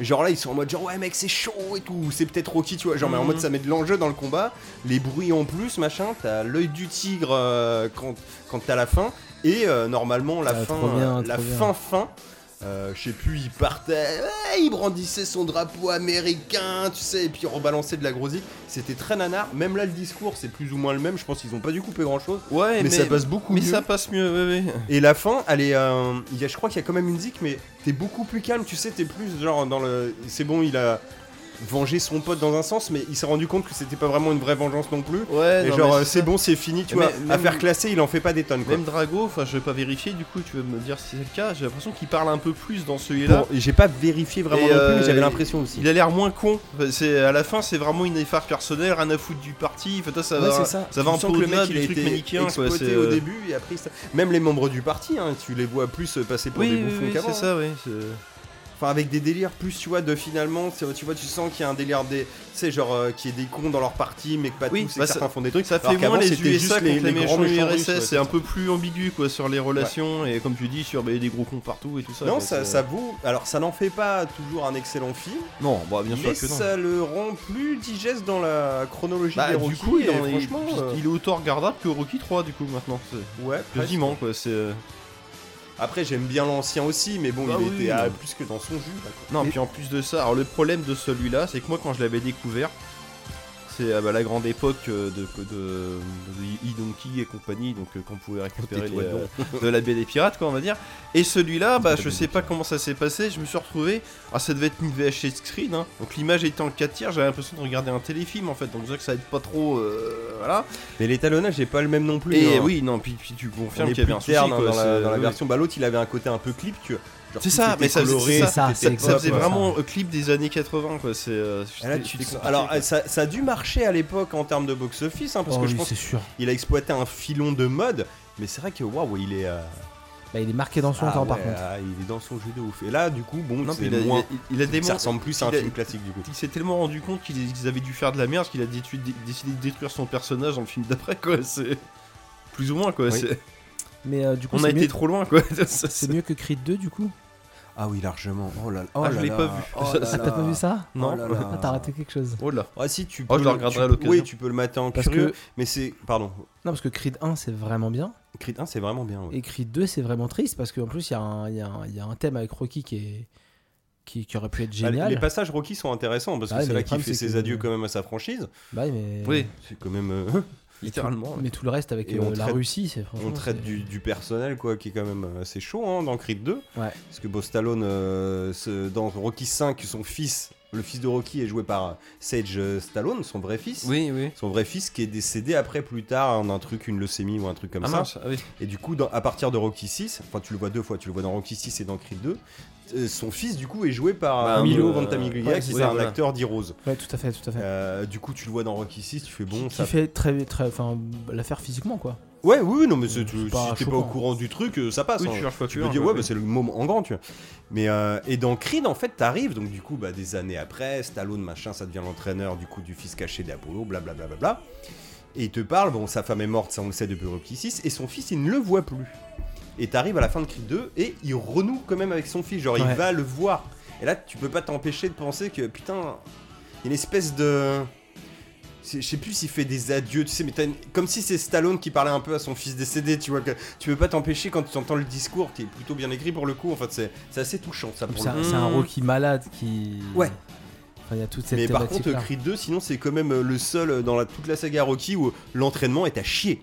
S1: Genre là, ils sont en mode genre ouais, mec, c'est chaud et tout, ou c'est peut-être Rocky, tu vois. Genre, mais en
S3: Mhm.
S1: mode ça met de l'enjeu dans le combat, les bruits en plus, machin. T'as l'œil du tigre euh, quand, quand t'as la fin, et euh, normalement, la
S2: Ah,
S1: fin,
S2: trop bien,
S1: euh, la
S2: trop bien.
S1: fin, fin. euh, je sais plus, il partait, ouais, il brandissait son drapeau américain, tu sais, et puis il rebalançait de la grosique. C'était très nanar. Même là, le discours, c'est plus ou moins le même. Je pense qu'ils ont pas dû couper grand chose,
S3: Ouais,
S1: mais,
S3: mais
S1: ça passe beaucoup
S3: Mais
S1: mieux.
S3: ça passe mieux, ouais, ouais.
S1: Et la fin, elle est. euh, il y a, je crois qu'il y a quand même une zik, mais t'es beaucoup plus calme, tu sais, t'es plus genre dans le. C'est bon, il a. venger son pote dans un sens, mais il s'est rendu compte que c'était pas vraiment une vraie vengeance non plus.
S3: Ouais,
S1: et
S3: non,
S1: genre,
S3: mais
S1: euh, c'est
S3: ça.
S1: bon, c'est fini, tu
S3: Mais
S1: vois.
S3: même-
S1: À faire classer, il en fait pas des tonnes, quoi.
S3: Même Drago, enfin je vais pas vérifier du coup, tu vas me dire si c'est le cas, j'ai l'impression qu'il parle un peu plus dans celui-là.
S1: Bon, j'ai pas vérifié vraiment non
S3: Et,
S1: plus,
S3: euh,
S1: mais j'avais l'impression aussi.
S3: Il a l'air moins con. Enfin, C'est à la fin, c'est vraiment une effort personnelle, rien à foutre du parti. Enfin, toi, ça
S1: Ouais,
S3: va,
S1: c'est ça.
S3: va
S1: Tu
S3: un peu
S1: sens que le
S3: au-delà
S1: mec, il
S3: du
S1: a
S3: truc
S1: été
S3: manichéen. quoi,
S1: exploité
S3: c'est,
S1: au
S3: euh,
S1: début et après, ça- même les membres du parti, hein, tu les vois plus passer pour
S3: Oui,
S1: des
S3: oui,
S1: bouffons
S3: oui,
S1: qu'avant. hein.
S3: c'est ça, oui. c'est-
S1: Enfin, avec des délires plus, tu vois, de finalement, tu vois, tu vois, tu sens qu'il y a un délire des, tu sais, genre, euh, qui est des cons dans leur parti, mais que pas
S3: Oui,
S1: tous, et
S3: bah,
S1: que certains font des
S3: Donc
S1: trucs.
S3: ça fait
S1: Alors
S3: moins
S1: qu'avant,
S3: les
S1: c'était juste
S3: USA
S1: les-
S3: contre
S1: les
S3: les,
S1: grands
S3: méchants
S1: méchants russes,
S3: URSS,
S1: ouais,
S3: c'est
S1: c'est
S3: un
S1: ça.
S3: peu plus ambigu quoi sur les relations et comme tu dis sur bah, des gros cons partout et tout ça.
S1: Non,
S3: quoi,
S1: ça,
S3: c'est-
S1: ça vaut. Alors, ça n'en fait pas toujours un excellent film,
S3: Non, bah bien sûr
S1: mais
S3: que non.
S1: ça le rend plus digeste dans la chronologie
S3: Bah,
S1: des
S3: du
S1: Rocky,
S3: coup,
S1: et
S3: il, en est-
S1: franchement, euh,
S3: il est autant regardable que Rocky 3 du coup maintenant. c'est-
S1: ouais, presque.
S3: Quasiment quoi, c'est. euh,
S1: Après, j'aime bien l'ancien aussi, mais bon,
S3: Bah
S1: il
S3: oui,
S1: était à
S3: non.
S1: plus que dans son jus. là, quoi.
S3: Non,
S2: Mais-
S3: puis en plus de ça, alors le problème de celui-là, c'est que moi quand je l'avais découvert, c'est à la grande époque euh, de, de, de, Idonki et compagnie, donc euh, qu'on pouvait récupérer
S1: Tais-toi
S3: les,
S1: donc.
S3: euh, de la baie des pirates, quoi, on va dire. Et celui-là, bah
S1: Tais-toi
S3: je
S1: donc.
S3: sais pas comment ça s'est passé, je me suis retrouvé. Ah, ça devait être une VHS screen, hein. donc l'image était en 4 tiers, j'avais l'impression de regarder un téléfilm en fait, donc c'est vrai que ça aide pas trop. euh, voilà.
S1: Mais l'étalonnage n'est pas le même non plus.
S3: Et
S1: hein.
S3: oui, non, puis, puis tu
S1: On
S3: confirmes
S1: est
S3: qu'il y avait
S1: plus
S3: un souci,
S1: terne, hein,
S3: quoi,
S1: dans la,
S3: c'est-
S1: dans la
S3: oui.
S1: version. Bah, l'autre, il avait un côté un peu clip, tu vois. Genre,
S3: C'est
S1: tout
S3: ça,
S1: était
S3: mais ça-
S1: coloré,
S3: c'est
S2: ça,
S1: tout était
S2: c'est
S1: pop,
S3: Ça faisait
S1: ouais.
S3: vraiment euh, clip des années 80, quoi. C'est. euh,
S1: Et là,
S3: c'était-
S1: tu
S3: c'était
S1: te-
S3: compliqué,
S1: Alors,
S3: quoi.
S1: ça, ça a dû marcher à l'époque en termes de box-office, hein, parce
S2: Oh
S1: que je
S2: oui,
S1: pense
S2: c'est sûr.
S1: qu'il a exploité un filon de mode. Mais c'est vrai que waouh, il est. euh,
S2: Bah, il est marqué dans son
S1: ah
S2: temps par
S1: ouais,
S2: contre.
S1: ah, il est dans son jeu de ouf. Et là, du coup, bon,
S3: Non, mais
S1: c'est
S3: il a,
S1: moins.
S3: il a- il a démon-
S1: Ça ressemble plus à un
S3: il a-
S1: film classique, du coup.
S3: il s'est tellement rendu compte qu'ils qu'ils avaient dû faire de la merde qu'il a détu- dé- décidé de détruire son personnage dans le film d'après, quoi. C'est. Plus ou moins, quoi.
S1: Oui.
S3: c'est-
S2: Mais euh, du coup,
S3: On a
S2: c'est
S3: été
S2: mieux,
S3: trop loin, quoi. Ça, ça,
S2: c'est mieux que Creed 2 du coup
S1: Ah oui, largement. Oh là là. Oh
S3: Ah, je
S1: là
S3: l'ai
S1: là.
S3: pas vu.
S1: Oh là
S2: T'as
S1: là.
S2: pas vu ça
S1: Oh
S3: Non.
S1: là là.
S2: Ah, t'as raté quelque chose.
S3: Oh là.
S1: Ah si, tu peux.
S3: Oh, je le regarderai à
S1: tu-
S3: l'occasion.
S1: Oui, tu peux le matin en
S2: Parce que,
S1: curieux.
S2: non,
S1: Mais c'est. Pardon.
S2: parce que Creed 1 c'est vraiment bien.
S1: Creed 1, c'est vraiment bien. ouais.
S2: Et Creed 2 c'est vraiment triste parce qu'en plus il y, a un- il y a un- il y a un thème avec Rocky qui, est, qui, qui aurait pu être
S1: Bah, les-
S2: génial.
S1: les passages Rocky sont intéressants parce que
S2: Ah ouais,
S1: c'est
S2: mais
S1: là
S2: le
S1: qu'il
S2: problème,
S1: fait
S2: c'est
S1: ses
S2: que-
S1: adieux quand même à sa franchise.
S2: Bah oui, mais...
S3: Oui,
S1: C'est quand même. euh,
S3: littéralement. ouais.
S2: Mais tout le reste avec
S1: Et
S2: euh,
S1: on
S2: la
S1: traite-
S2: Russie, c'est franchement.
S1: on traite
S2: c'est-
S1: du, du personnel quoi qui est quand même euh, assez chaud hein, dans Creed 2.
S2: Ouais.
S1: Parce que Bostalone dans Rocky 5, son fils, le fils de Rocky est joué par Sage euh, Stallone, son vrai fils.
S3: Oui, oui.
S1: Son vrai fils qui est décédé après plus tard en un truc, une leucémie ou un truc comme
S3: Ah
S1: ça.
S3: mince, ah oui.
S1: Et du coup, dans- à partir de Rocky 6, enfin tu le vois deux fois, tu le vois dans Rocky 6 et dans Creed 2, euh, son fils du coup est joué par
S3: Bah,
S1: euh, Milo
S3: euh,
S1: Ventimiglia
S2: ouais,
S1: qui
S3: c'est
S1: est
S3: ça,
S1: un
S3: voilà.
S1: acteur d'Heroes.
S2: Ouais, tout à fait, tout à fait.
S1: Euh, du coup, tu le vois dans Rocky 6, tu fais bon,
S2: qui
S1: ça
S2: fait très, très, enfin, l'affaire physiquement quoi.
S1: Ouais, oui, oui, non, mais c'est- tu-
S2: C'est
S1: si
S2: pas
S1: t'es pas
S2: choquant.
S1: au courant du truc, euh, ça passe.
S3: Oui,
S1: hein.
S3: tu cherches pas
S1: Tu
S3: plus
S1: peux
S3: loin,
S1: dire,
S3: quoi,
S1: ouais, bah, c'est le moment en grand, tu vois. Mais, euh, et dans Creed, en fait, t'arrives, donc du coup, bah, des années après, Stallone, machin, ça devient l'entraîneur du coup du fils caché d'Apollo, blablabla. Bla, bla, bla. Et il te parle, bon, sa femme est morte, ça on le sait depuis Rocky 6, et son fils, il ne le voit plus. Et t'arrives à la fin de Creed 2, et il renoue quand même avec son fils, genre
S2: Ouais.
S1: il va le voir. Et là, tu peux pas t'empêcher de penser que, putain, il y a une espèce de. C'est- Je sais plus s'il fait des adieux, tu sais, mais t'as une- comme si c'est Stallone qui parlait un peu à son fils décédé, tu vois. Que... Tu peux pas t'empêcher quand tu entends le discours qui est plutôt bien écrit pour le coup. En fait, c'est c'est assez touchant ça. Pour
S2: C'est
S1: le
S2: un,
S1: coup.
S2: c'est un Rocky malade qui.
S1: Ouais.
S2: Enfin, il y a toute cette
S1: Mais par contre,
S2: thématique-là.
S1: Creed 2, sinon, c'est quand même euh, le seul euh, dans la, toute la saga Rocky où l'entraînement est à chier.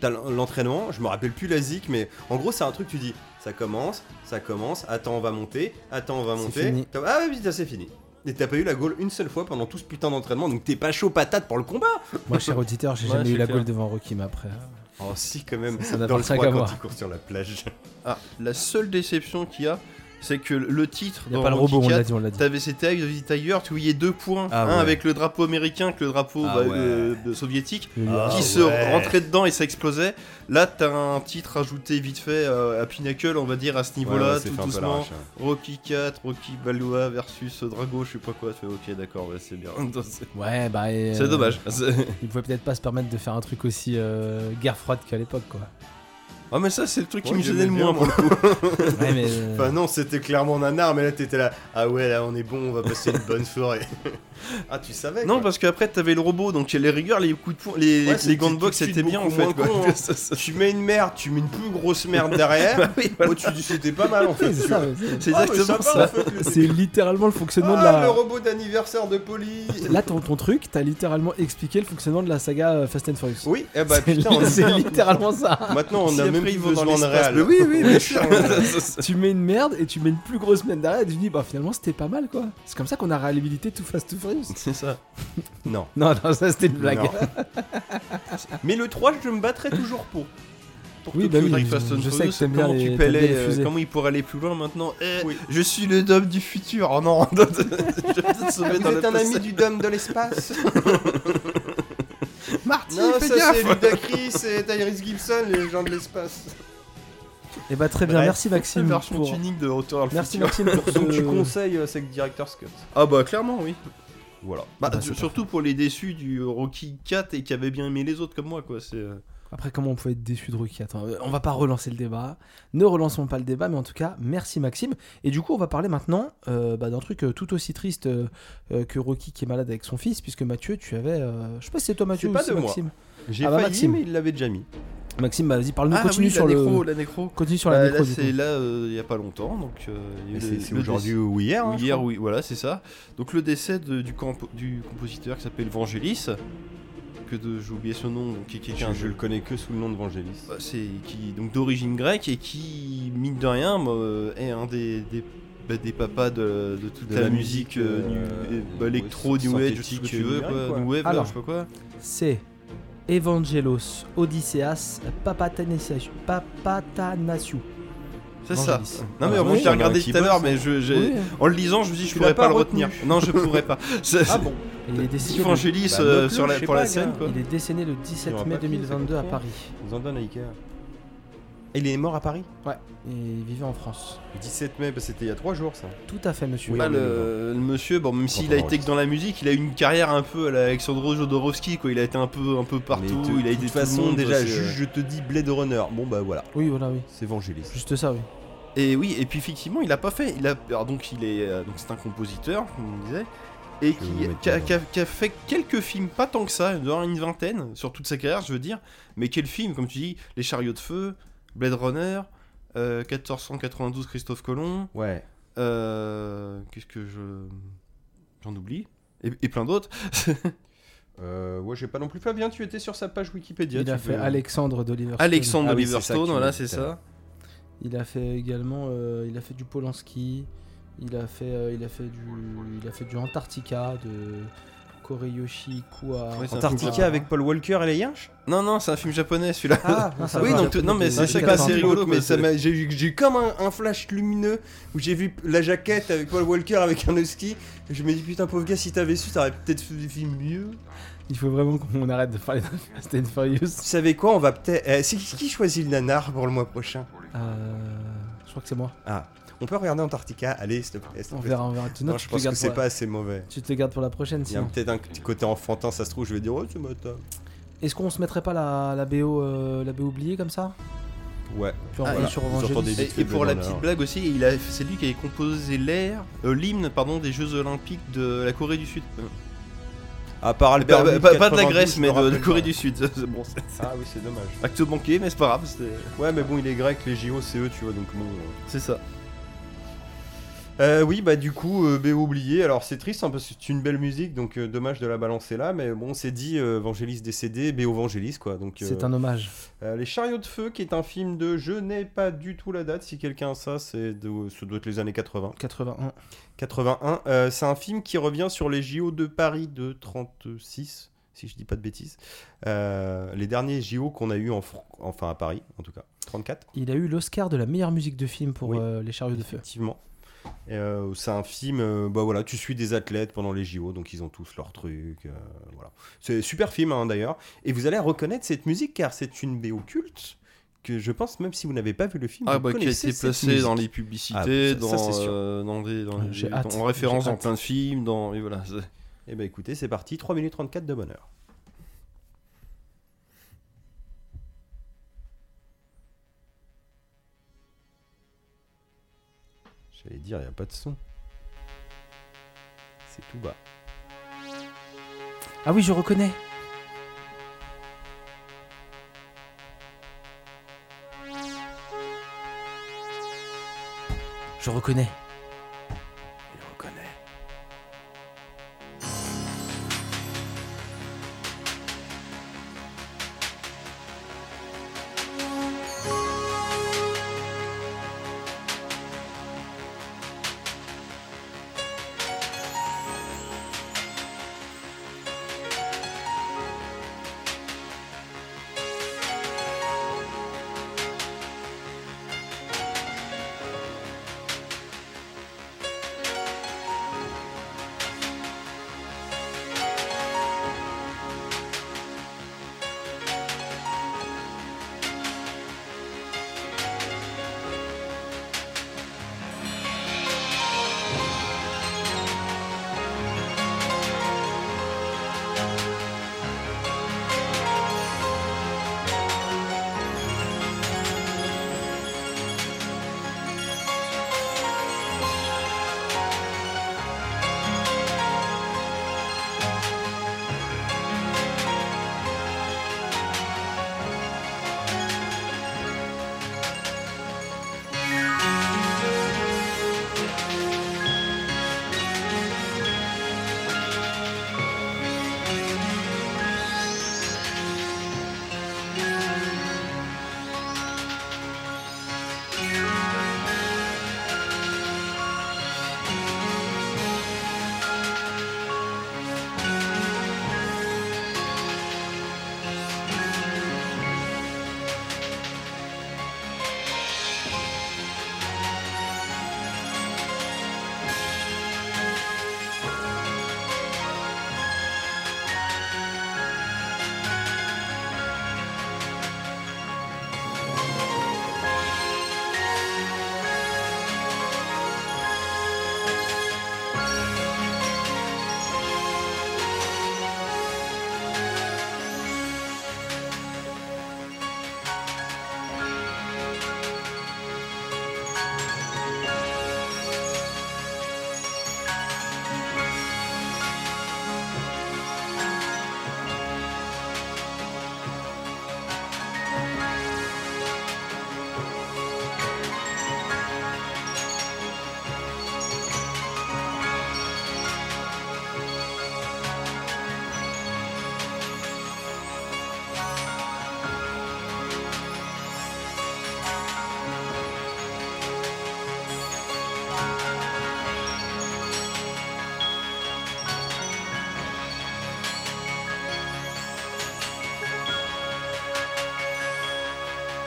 S1: T'as l'en- l'entraînement, je me rappelle plus la zik, mais en gros, c'est un truc, tu dis ça commence, ça commence, attends, on va monter, attends, on va
S2: C'est
S1: monter.
S2: fini.
S1: T'as- Ah, ouais, putain, c'est fini. Et t'as pas eu la goal une seule fois pendant tout ce putain d'entraînement, donc t'es pas chaud patate pour le combat.
S2: Moi, cher auditeur, j'ai
S3: Ouais,
S2: jamais eu
S3: c'est
S2: la
S3: clair.
S2: goal devant Rocky, mais après. hein,
S1: Oh si quand même,
S2: Ça n'a
S1: dans
S2: pas
S1: le
S2: de sac
S1: froid
S2: à
S1: quand
S2: voir.
S1: tu cours sur la plage.
S3: Ah, la seule déception qu'il y a, c'est que le titre.
S2: Il n'y a
S3: dans
S2: pas le
S3: Rocky
S2: robot, on l'a
S3: 4,
S2: dit, on l'a dit.
S3: T'avais ces tags de Tiger, tu voyais deux points.
S1: Ah
S3: un
S1: ouais.
S3: avec le drapeau américain que le drapeau
S1: Ah
S3: bah,
S1: ouais.
S3: euh, de- soviétique.
S1: Ah
S3: qui se
S1: ouais.
S3: rentrait dedans et ça explosait. Là, t'as un titre ajouté vite fait euh, à Pinnacle, on va dire, à ce niveau-là, tout doucement. Rocky 4, Rocky Balboa versus Drago, je sais pas quoi. Tu fais, ok, d'accord, ouais, c'est bien. C'est-
S1: Ah.
S2: Ouais, bah. et,
S3: C'est
S2: euh,
S3: dommage. C'est-
S2: Ils pouvaient peut-être pas se permettre de faire un truc aussi euh, guerre froide qu'à l'époque, quoi.
S3: Ah, mais ça, c'est le truc qui
S1: Ouais,
S3: me gênait le
S1: j'aimais
S3: moins
S1: bien,
S3: pour le coup.
S2: Ouais, mais. euh,
S1: Enfin non, c'était clairement nanar, mais là t'étais là, ah ouais là on est bon, on va passer une bonne soirée. ah tu savais
S3: Non,
S1: quoi.
S3: parce qu'après, t'avais le robot, donc les rigueurs, les coups de poing, les,
S1: Ouais,
S3: les
S1: c'était
S3: gants de
S1: tout de
S3: boxe,
S1: suite
S3: c'était bien en
S1: beaucoup
S3: fait.
S1: moins
S3: quoi.
S1: con, hein.
S3: Ça, ça- Bah
S1: tu mets une merde, tu mets une plus grosse merde derrière.
S3: Oui, voilà.
S1: Moi tu dis c'était pas mal en fait.
S2: oui, c'est
S1: tu
S2: ça,
S1: vois.
S2: ouais, c'est-
S3: C'est
S1: Ah, mais sympa,
S3: exactement ça.
S1: en fait, le-
S2: C'est littéralement le fonctionnement de
S1: Ah,
S2: la.
S1: le robot d'anniversaire de Polly.
S2: Là, ton, ton truc, t'as littéralement expliqué le fonctionnement de la saga euh, Fast and Furious.
S1: Oui, eh bah
S2: C'est
S1: putain, on y
S2: c'est
S1: vient.
S2: littéralement ça.
S1: Maintenant on
S3: S'il y
S1: a
S3: avait
S1: même
S3: Après,
S1: plus
S3: ils vont dans
S1: besoin de réel.
S3: l'espace.
S2: Mais oui, oui, bien sûr.
S3: C'est
S2: tu mets une merde et tu mets une plus grosse merde derrière et tu dis bah finalement c'était pas mal quoi. C'est comme ça qu'on a réhabilité tout Fast to Furious.
S3: ça.
S1: Non.
S2: Non, non, ça c'était une blague.
S1: Non. Mais le 3, je me battrai toujours pour.
S3: Pour
S2: Oui,
S3: Tokyo
S2: bah oui,
S3: Drift
S2: je-
S3: Fast and
S2: je sais
S3: Furious,
S2: que t'aimes bien
S3: comment
S2: les-
S3: tu peux
S2: t'aimes bien
S3: aller,
S2: les
S3: euh,
S2: fusées.
S3: comment il pourrait aller plus loin maintenant Eh,
S1: Oui.
S3: Je suis le dôme du futur. Oh non, je vais te
S1: Ah,
S3: sauver dans le passé.
S1: du Dom de l'espace
S3: Marty,
S1: Non,
S3: fais
S1: ça c'est
S3: gaffe.
S1: Ludacris et Tyrese Gibson, les gens de l'espace.
S2: Et bah très bien,
S3: Bref.
S2: merci
S3: C'est
S2: Maxime.
S3: une version
S2: pour-
S3: tuning de Retour vers le
S2: Merci
S3: futur.
S2: Maxime pour
S1: Donc tu
S2: ce...
S1: conseilles euh, Sec Director's Cut
S3: Ah bah clairement, oui.
S1: Voilà.
S3: Bah,
S2: Ah bah,
S3: du-
S2: c'est
S3: surtout pour les déçus du Rocky 4 et qui avaient bien aimé les autres comme moi, quoi. C'est. euh,
S2: Après comment on peut être déçu de Rocky Attends, euh, on va pas relancer le débat. Ne relançons pas le débat, mais en tout cas, merci Maxime. Et du coup, on va parler maintenant euh, bah, d'un truc euh, tout aussi triste euh, euh, que Rocky qui est malade avec son fils, puisque Mathieu, tu avais... euh, Je sais pas si c'est toi Mathieu
S1: C'est
S2: ou
S1: pas
S2: c'est
S1: de moi.
S2: Maxime.
S1: J'ai
S2: Ah bah,
S1: failli,
S2: Maxime.
S1: mais il l'avait déjà mis.
S2: Maxime, bah, vas-y, parle-nous,
S3: Ah
S2: continue,
S3: oui,
S2: sur
S3: la
S2: le...
S3: nécro, la nécro.
S2: continue sur
S3: Bah,
S2: la
S3: là,
S2: nécro. du
S3: c'est
S2: coup.
S3: là, euh, il y a pas longtemps, donc. euh, il y a eu
S1: C'est
S3: le-
S1: c'est
S3: le
S1: aujourd'hui ou hier hein,
S3: Ou
S1: je
S3: hier,
S1: crois.
S3: oui, voilà, c'est ça. Donc le décès de- du, camp- du compositeur qui s'appelle Vangelis, que de- j'ai oublié son nom, donc, qui est quelqu'un
S1: Je, je
S3: de-
S1: le connais que sous le nom de Vangelis.
S3: bah, c'est qui donc d'origine grecque et qui mine de rien bah, euh, est un des, des, bah, des papas de, de toute
S1: De
S3: la,
S1: la musique,
S3: musique euh,
S1: euh,
S3: nu- et, bah, électro,
S1: ouais,
S3: new age, tout ce que
S1: synthétique,
S3: tu veux,
S1: euh,
S3: quoi,
S1: quoi.
S3: new wave, là,
S2: Alors.
S3: je sais pas quoi.
S2: C'est Evangelos Odysseas Papatanasiou. Papatanasiou.
S3: C'est ça.
S2: Vangelis.
S3: Non mais
S1: Ah,
S3: en
S1: oui,
S3: plus
S1: il
S3: je
S1: y en
S3: l'ai
S1: a un
S3: regardé
S1: qui
S3: tout à l'heure,
S1: bosse.
S3: mais je, j'ai-
S2: Oui, hein.
S3: en le lisant, je me dis je
S1: Tu
S3: pourrais
S1: l'as
S3: pas,
S1: pas
S3: le
S1: retenu.
S3: retenir. Non, je pourrais pas. Ça,
S1: Ah bon
S2: il est décédé
S3: Steve
S2: le-
S3: Vangelis
S1: Bah,
S3: euh,
S1: note-le,
S3: sur la,
S1: je sais
S3: pour
S1: pas,
S3: la scène,
S1: gars.
S3: quoi.
S2: Il est décédé le
S1: Il
S2: 17
S1: aura
S2: mai
S1: pas fini,
S2: 2022
S1: c'est
S2: à
S1: con.
S2: Paris.
S1: Ils en donnent à Ikea. Il est mort à Paris
S2: Ouais. Et il vivait en France.
S1: 17 mai, bah, c'était il y a 3 jours ça.
S2: Tout à fait, monsieur.
S1: Oui,
S3: Ah,
S1: on est
S3: le, le monsieur, bon, même s'il a
S1: on
S3: été que dans la musique, il a eu une carrière un peu à la Alexandro Jodorowsky, quoi. Il a été un peu, un peu partout,
S1: Mais de-
S3: il a été
S1: de toute
S3: tout le
S1: façon,
S3: monde,
S1: déjà,
S3: c'est, euh,
S1: juste je te dis Blade Runner. Bon bah voilà,
S2: Oui, voilà, oui.
S1: c'est Vangelis.
S2: Juste ça, oui.
S3: Et oui, et puis effectivement, il a pas fait. Il a alors donc il est euh, donc c'est un compositeur, comme on disait, et
S1: vais vous
S3: qui
S1: mettre
S3: qui a,
S1: dedans.
S3: qui a- qui a fait quelques films, pas tant que ça, dans une vingtaine sur toute sa carrière, je veux dire. Mais quel film, comme tu dis, Les Chariots de feu, Blade Runner, euh, 1492 Christophe Colomb,
S1: Ouais.
S3: euh, qu'est-ce que je j'en oublie et, et plein d'autres.
S1: Euh, ouais, j'ai pas non plus Fabien, tu étais sur sa page Wikipédia.
S2: Il a
S1: tu
S2: fait
S1: peux-
S2: Alexandre d'Oliver. Stone.
S3: Alexandre
S1: Ah oui,
S3: Oliver
S1: c'est ça
S3: Stone,
S1: qui
S3: voilà,
S1: me
S3: c'est
S1: dit tout à
S3: ça.
S2: Il a fait également. euh, il a fait du Polanski. Il a fait. euh, il a fait du. Il a fait du Antarctica de Koreyoshi Kua.
S3: Oui, c'est un film
S1: Antarctica avec Paul Walker et les Yinches
S3: Non non, c'est un film japonais celui-là.
S2: Ah, ah, ça
S3: oui,
S2: va.
S3: donc tout- non mais c'est
S2: Ah,
S3: ça
S2: c'est
S3: qui est assez
S2: pas
S3: rigolo,
S1: mais
S3: quoi,
S1: ça
S3: c'est-
S1: m'a- j'ai eu- j'ai eu comme un, un flash lumineux où j'ai vu la jaquette avec Paul Walker avec un husky. Et je me dis putain pauvre gars, si t'avais su, t'aurais peut-être fait des films mieux.
S2: Il faut vraiment qu'on arrête de parler de Fast and Furious.
S1: Tu savais quoi On va peut-être. eh, c'est qui qui choisit le nanar pour le mois prochain
S2: Euh, je crois que c'est moi.
S1: Ah, on peut regarder Antarctica. Allez, s'il te plaît. s'il te
S2: On
S1: plaît.
S2: verra, on verra.
S1: Non,
S2: Sinon,
S1: je
S2: tu te
S1: pense que
S2: gardes
S1: c'est
S2: pour la-
S1: pas assez mauvais.
S2: tu te le gardes pour la prochaine.
S1: Il y a
S2: Sinon.
S1: peut-être un petit côté enfantin, ça se trouve, je vais dire oh ce matin.
S2: Est-ce qu'on se mettrait pas la, la BO euh, la BO oubliée comme ça
S1: Ouais.
S2: Puis on
S3: Ah,
S2: va aller
S3: et-
S2: sur
S1: vous entendez
S2: Evangelis.
S1: vite.
S3: Et, et pour la
S1: Blade Runner.
S3: petite blague aussi, il a- c'est lui qui avait composé l'air, euh, l'hymne pardon des Jeux Olympiques de la Corée du Sud. Euh,
S1: À part
S3: bah,
S1: Albert.
S3: bah,
S1: Lee,
S3: pas, pas de la
S1: 92,
S3: Grèce,
S1: je
S3: mais
S1: me
S3: de la
S1: rappelle
S3: Corée
S1: pas.
S3: du Sud. C'est bon, c'est
S1: Ah oui, c'est dommage.
S3: acte banqué, mais c'est pas grave, c'est-
S1: Ouais, mais bon, il est grec, les JO, c'est eux, tu vois, donc bon. euh.
S3: c'est ça.
S1: Euh, oui, bah du coup, euh, BO oublié. Alors c'est triste, hein, parce que c'est une belle musique, donc euh, dommage de la balancer là, mais bon, c'est dit, euh, Vangelis décédé, BO Vangelis, quoi. Donc, euh,
S2: C'est un hommage.
S1: euh, Les Chariots de Feu, qui est un film de. Je n'ai pas du tout la date, si quelqu'un a ça, c'est de... ça doit être les années 80.
S2: 81.
S1: 81. euh, c'est un film qui revient sur les JO de Paris de 36, si je dis pas de bêtises. Euh, les derniers JO qu'on a eu en Fran- enfin à Paris, en tout cas. 34,
S2: Il a eu l'Oscar de la meilleure musique de film pour
S1: Oui.
S2: euh, Les Chariots de Feu.
S1: effectivement. Et, euh, c'est un film, euh, bah voilà, tu suis des athlètes pendant les JO, donc ils ont tous leur truc. euh, voilà. C'est super film hein, d'ailleurs. Et vous allez reconnaître cette musique car c'est une BO culte que je pense, même si vous n'avez pas vu le film,
S3: Ah
S1: vous
S3: bah qui a
S1: connaissez
S3: été
S1: cette
S3: placé
S1: musique.
S3: dans les publicités,
S1: Ah, ça- ça,
S3: dans,
S1: c'est sûr.
S3: euh, dans des, dans les-
S2: J'ai
S3: dans-
S2: hâte,
S3: en référence
S2: j'ai
S3: dans
S2: hâte.
S3: plein de films, dans et voilà. c'est-
S1: Eh ben écoutez, c'est parti, 3 minutes 34 de bonheur. J'allais dire, il a pas de son. C'est tout bas.
S2: Ah oui, je reconnais. Je reconnais.
S1: Il reconnaît.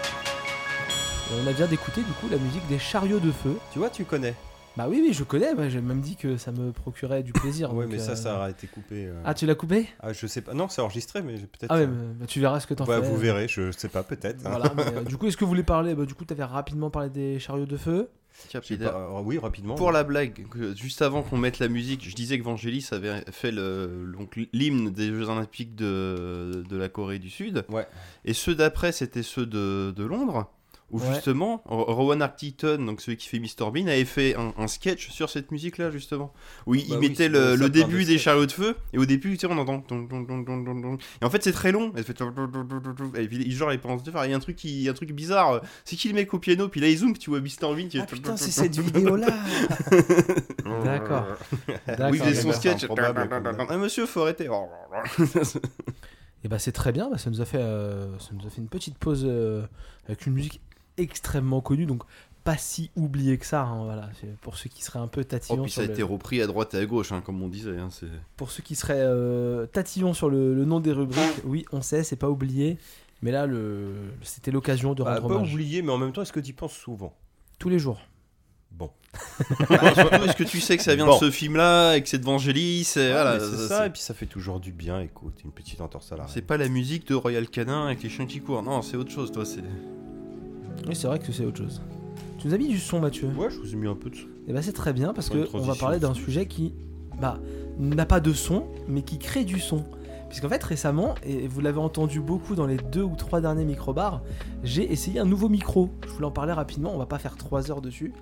S2: Et on a bien d'écouter du coup la musique des chariots de feu.
S1: Tu vois, tu connais.
S2: Bah oui, oui, je connais, moi, j'ai même dit que ça me procurait du plaisir.
S1: ouais,
S2: donc,
S1: mais ça,
S2: euh,
S1: ça a été coupé. euh.
S2: Ah, tu l'as coupé
S1: Ah, je sais pas. Non, c'est enregistré, mais j'ai peut-être.
S2: Ah ouais,
S1: euh,
S2: mais, bah, tu verras ce que t'en
S1: bah,
S2: fais.
S1: vous verrez, je sais pas, peut-être. hein.
S2: Voilà, mais, euh, du coup, est-ce que vous voulez parler bah, Du coup, t'avais rapidement parlé des chariots de feu.
S1: Je sais pas, euh, oui, rapidement.
S3: Pour la blague, que- juste avant qu'on mette la musique, je disais que Vangelis avait fait le- donc l'hymne des Jeux Olympiques de, de la Corée du Sud.
S1: Ouais.
S3: Et ceux d'après, c'était ceux de, de Londres, où
S2: Ouais.
S3: justement, R- Rowan Artiton, donc celui qui fait Mr Bean, avait fait un, un sketch sur cette musique-là, justement. Où il,
S1: Bah
S3: il
S1: oui,
S3: mettait
S1: c'est
S3: le,
S1: ça,
S3: le
S1: plein de
S3: début des
S1: sketchs.
S3: chariots de feu, et au début, tu sais, on entend. dong, dong, dong, dong, dong, dong. Et en fait, c'est très long. Et, ça fait dong, dong, dong, dong, dong, dong. Et puis, genre, il pense de faire. Il y a un truc, qui- il y a un truc bizarre. C'est qu'il mec au piano, puis là, il zoom, tu vois Mr Bean. qui
S1: Ah,
S2: Ah,
S3: est-
S1: vidéo-là
S2: D'accord. D'accord.
S3: Oui, j'ai
S1: ça,
S3: son
S1: c'est
S3: sketch.
S1: improbable, comme
S3: Ah, monsieur, faut arrêter.
S2: Et bah c'est très bien, bah, ça, nous a fait, euh, ça nous a fait une petite pause euh, avec une musique extrêmement connue, donc pas si oubliée que ça, hein, voilà, c'est pour ceux qui seraient un peu
S3: Oh,
S2: tatillons
S3: puis
S2: sur
S3: ça a
S2: le,
S3: été repris à droite et à gauche, hein, comme on disait. hein, c'est-
S2: pour ceux qui seraient euh, tatillons sur le, le nom des rubriques, oui on sait, c'est pas oublié, mais là le, c'était l'occasion de
S1: Bah,
S2: rendre
S1: pas
S2: hommage.
S1: oublié, mais en même temps, est-ce que tu y penses souvent
S2: Tous les jours.
S1: Bon.
S3: Ah, surtout, est-ce que tu sais que ça vient
S1: Bon.
S3: de ce film-là et que c'est de Vangelis et
S1: Ouais,
S3: voilà,
S1: Ah, mais c'est
S3: ça,
S1: ça,
S3: c'est-
S1: et puis ça fait toujours du bien, écoute, une petite entorse à la
S3: C'est pas la musique de Royal Canin avec les chiens qui courent. Non, c'est autre chose, toi. C'est
S2: Oui c'est vrai que c'est autre chose. Tu nous as mis du son Mathieu
S1: Ouais, je vous ai mis un peu de
S2: Et bah c'est très bien parce
S1: Pour une
S2: que on va
S1: transition.
S2: parler d'un sujet qui bah, n'a pas de son mais qui crée du son. Puisqu'en fait récemment, et vous l'avez entendu beaucoup dans les deux ou trois derniers micro-bars, j'ai essayé un nouveau micro. Je voulais en parler rapidement, on va pas faire trois heures dessus.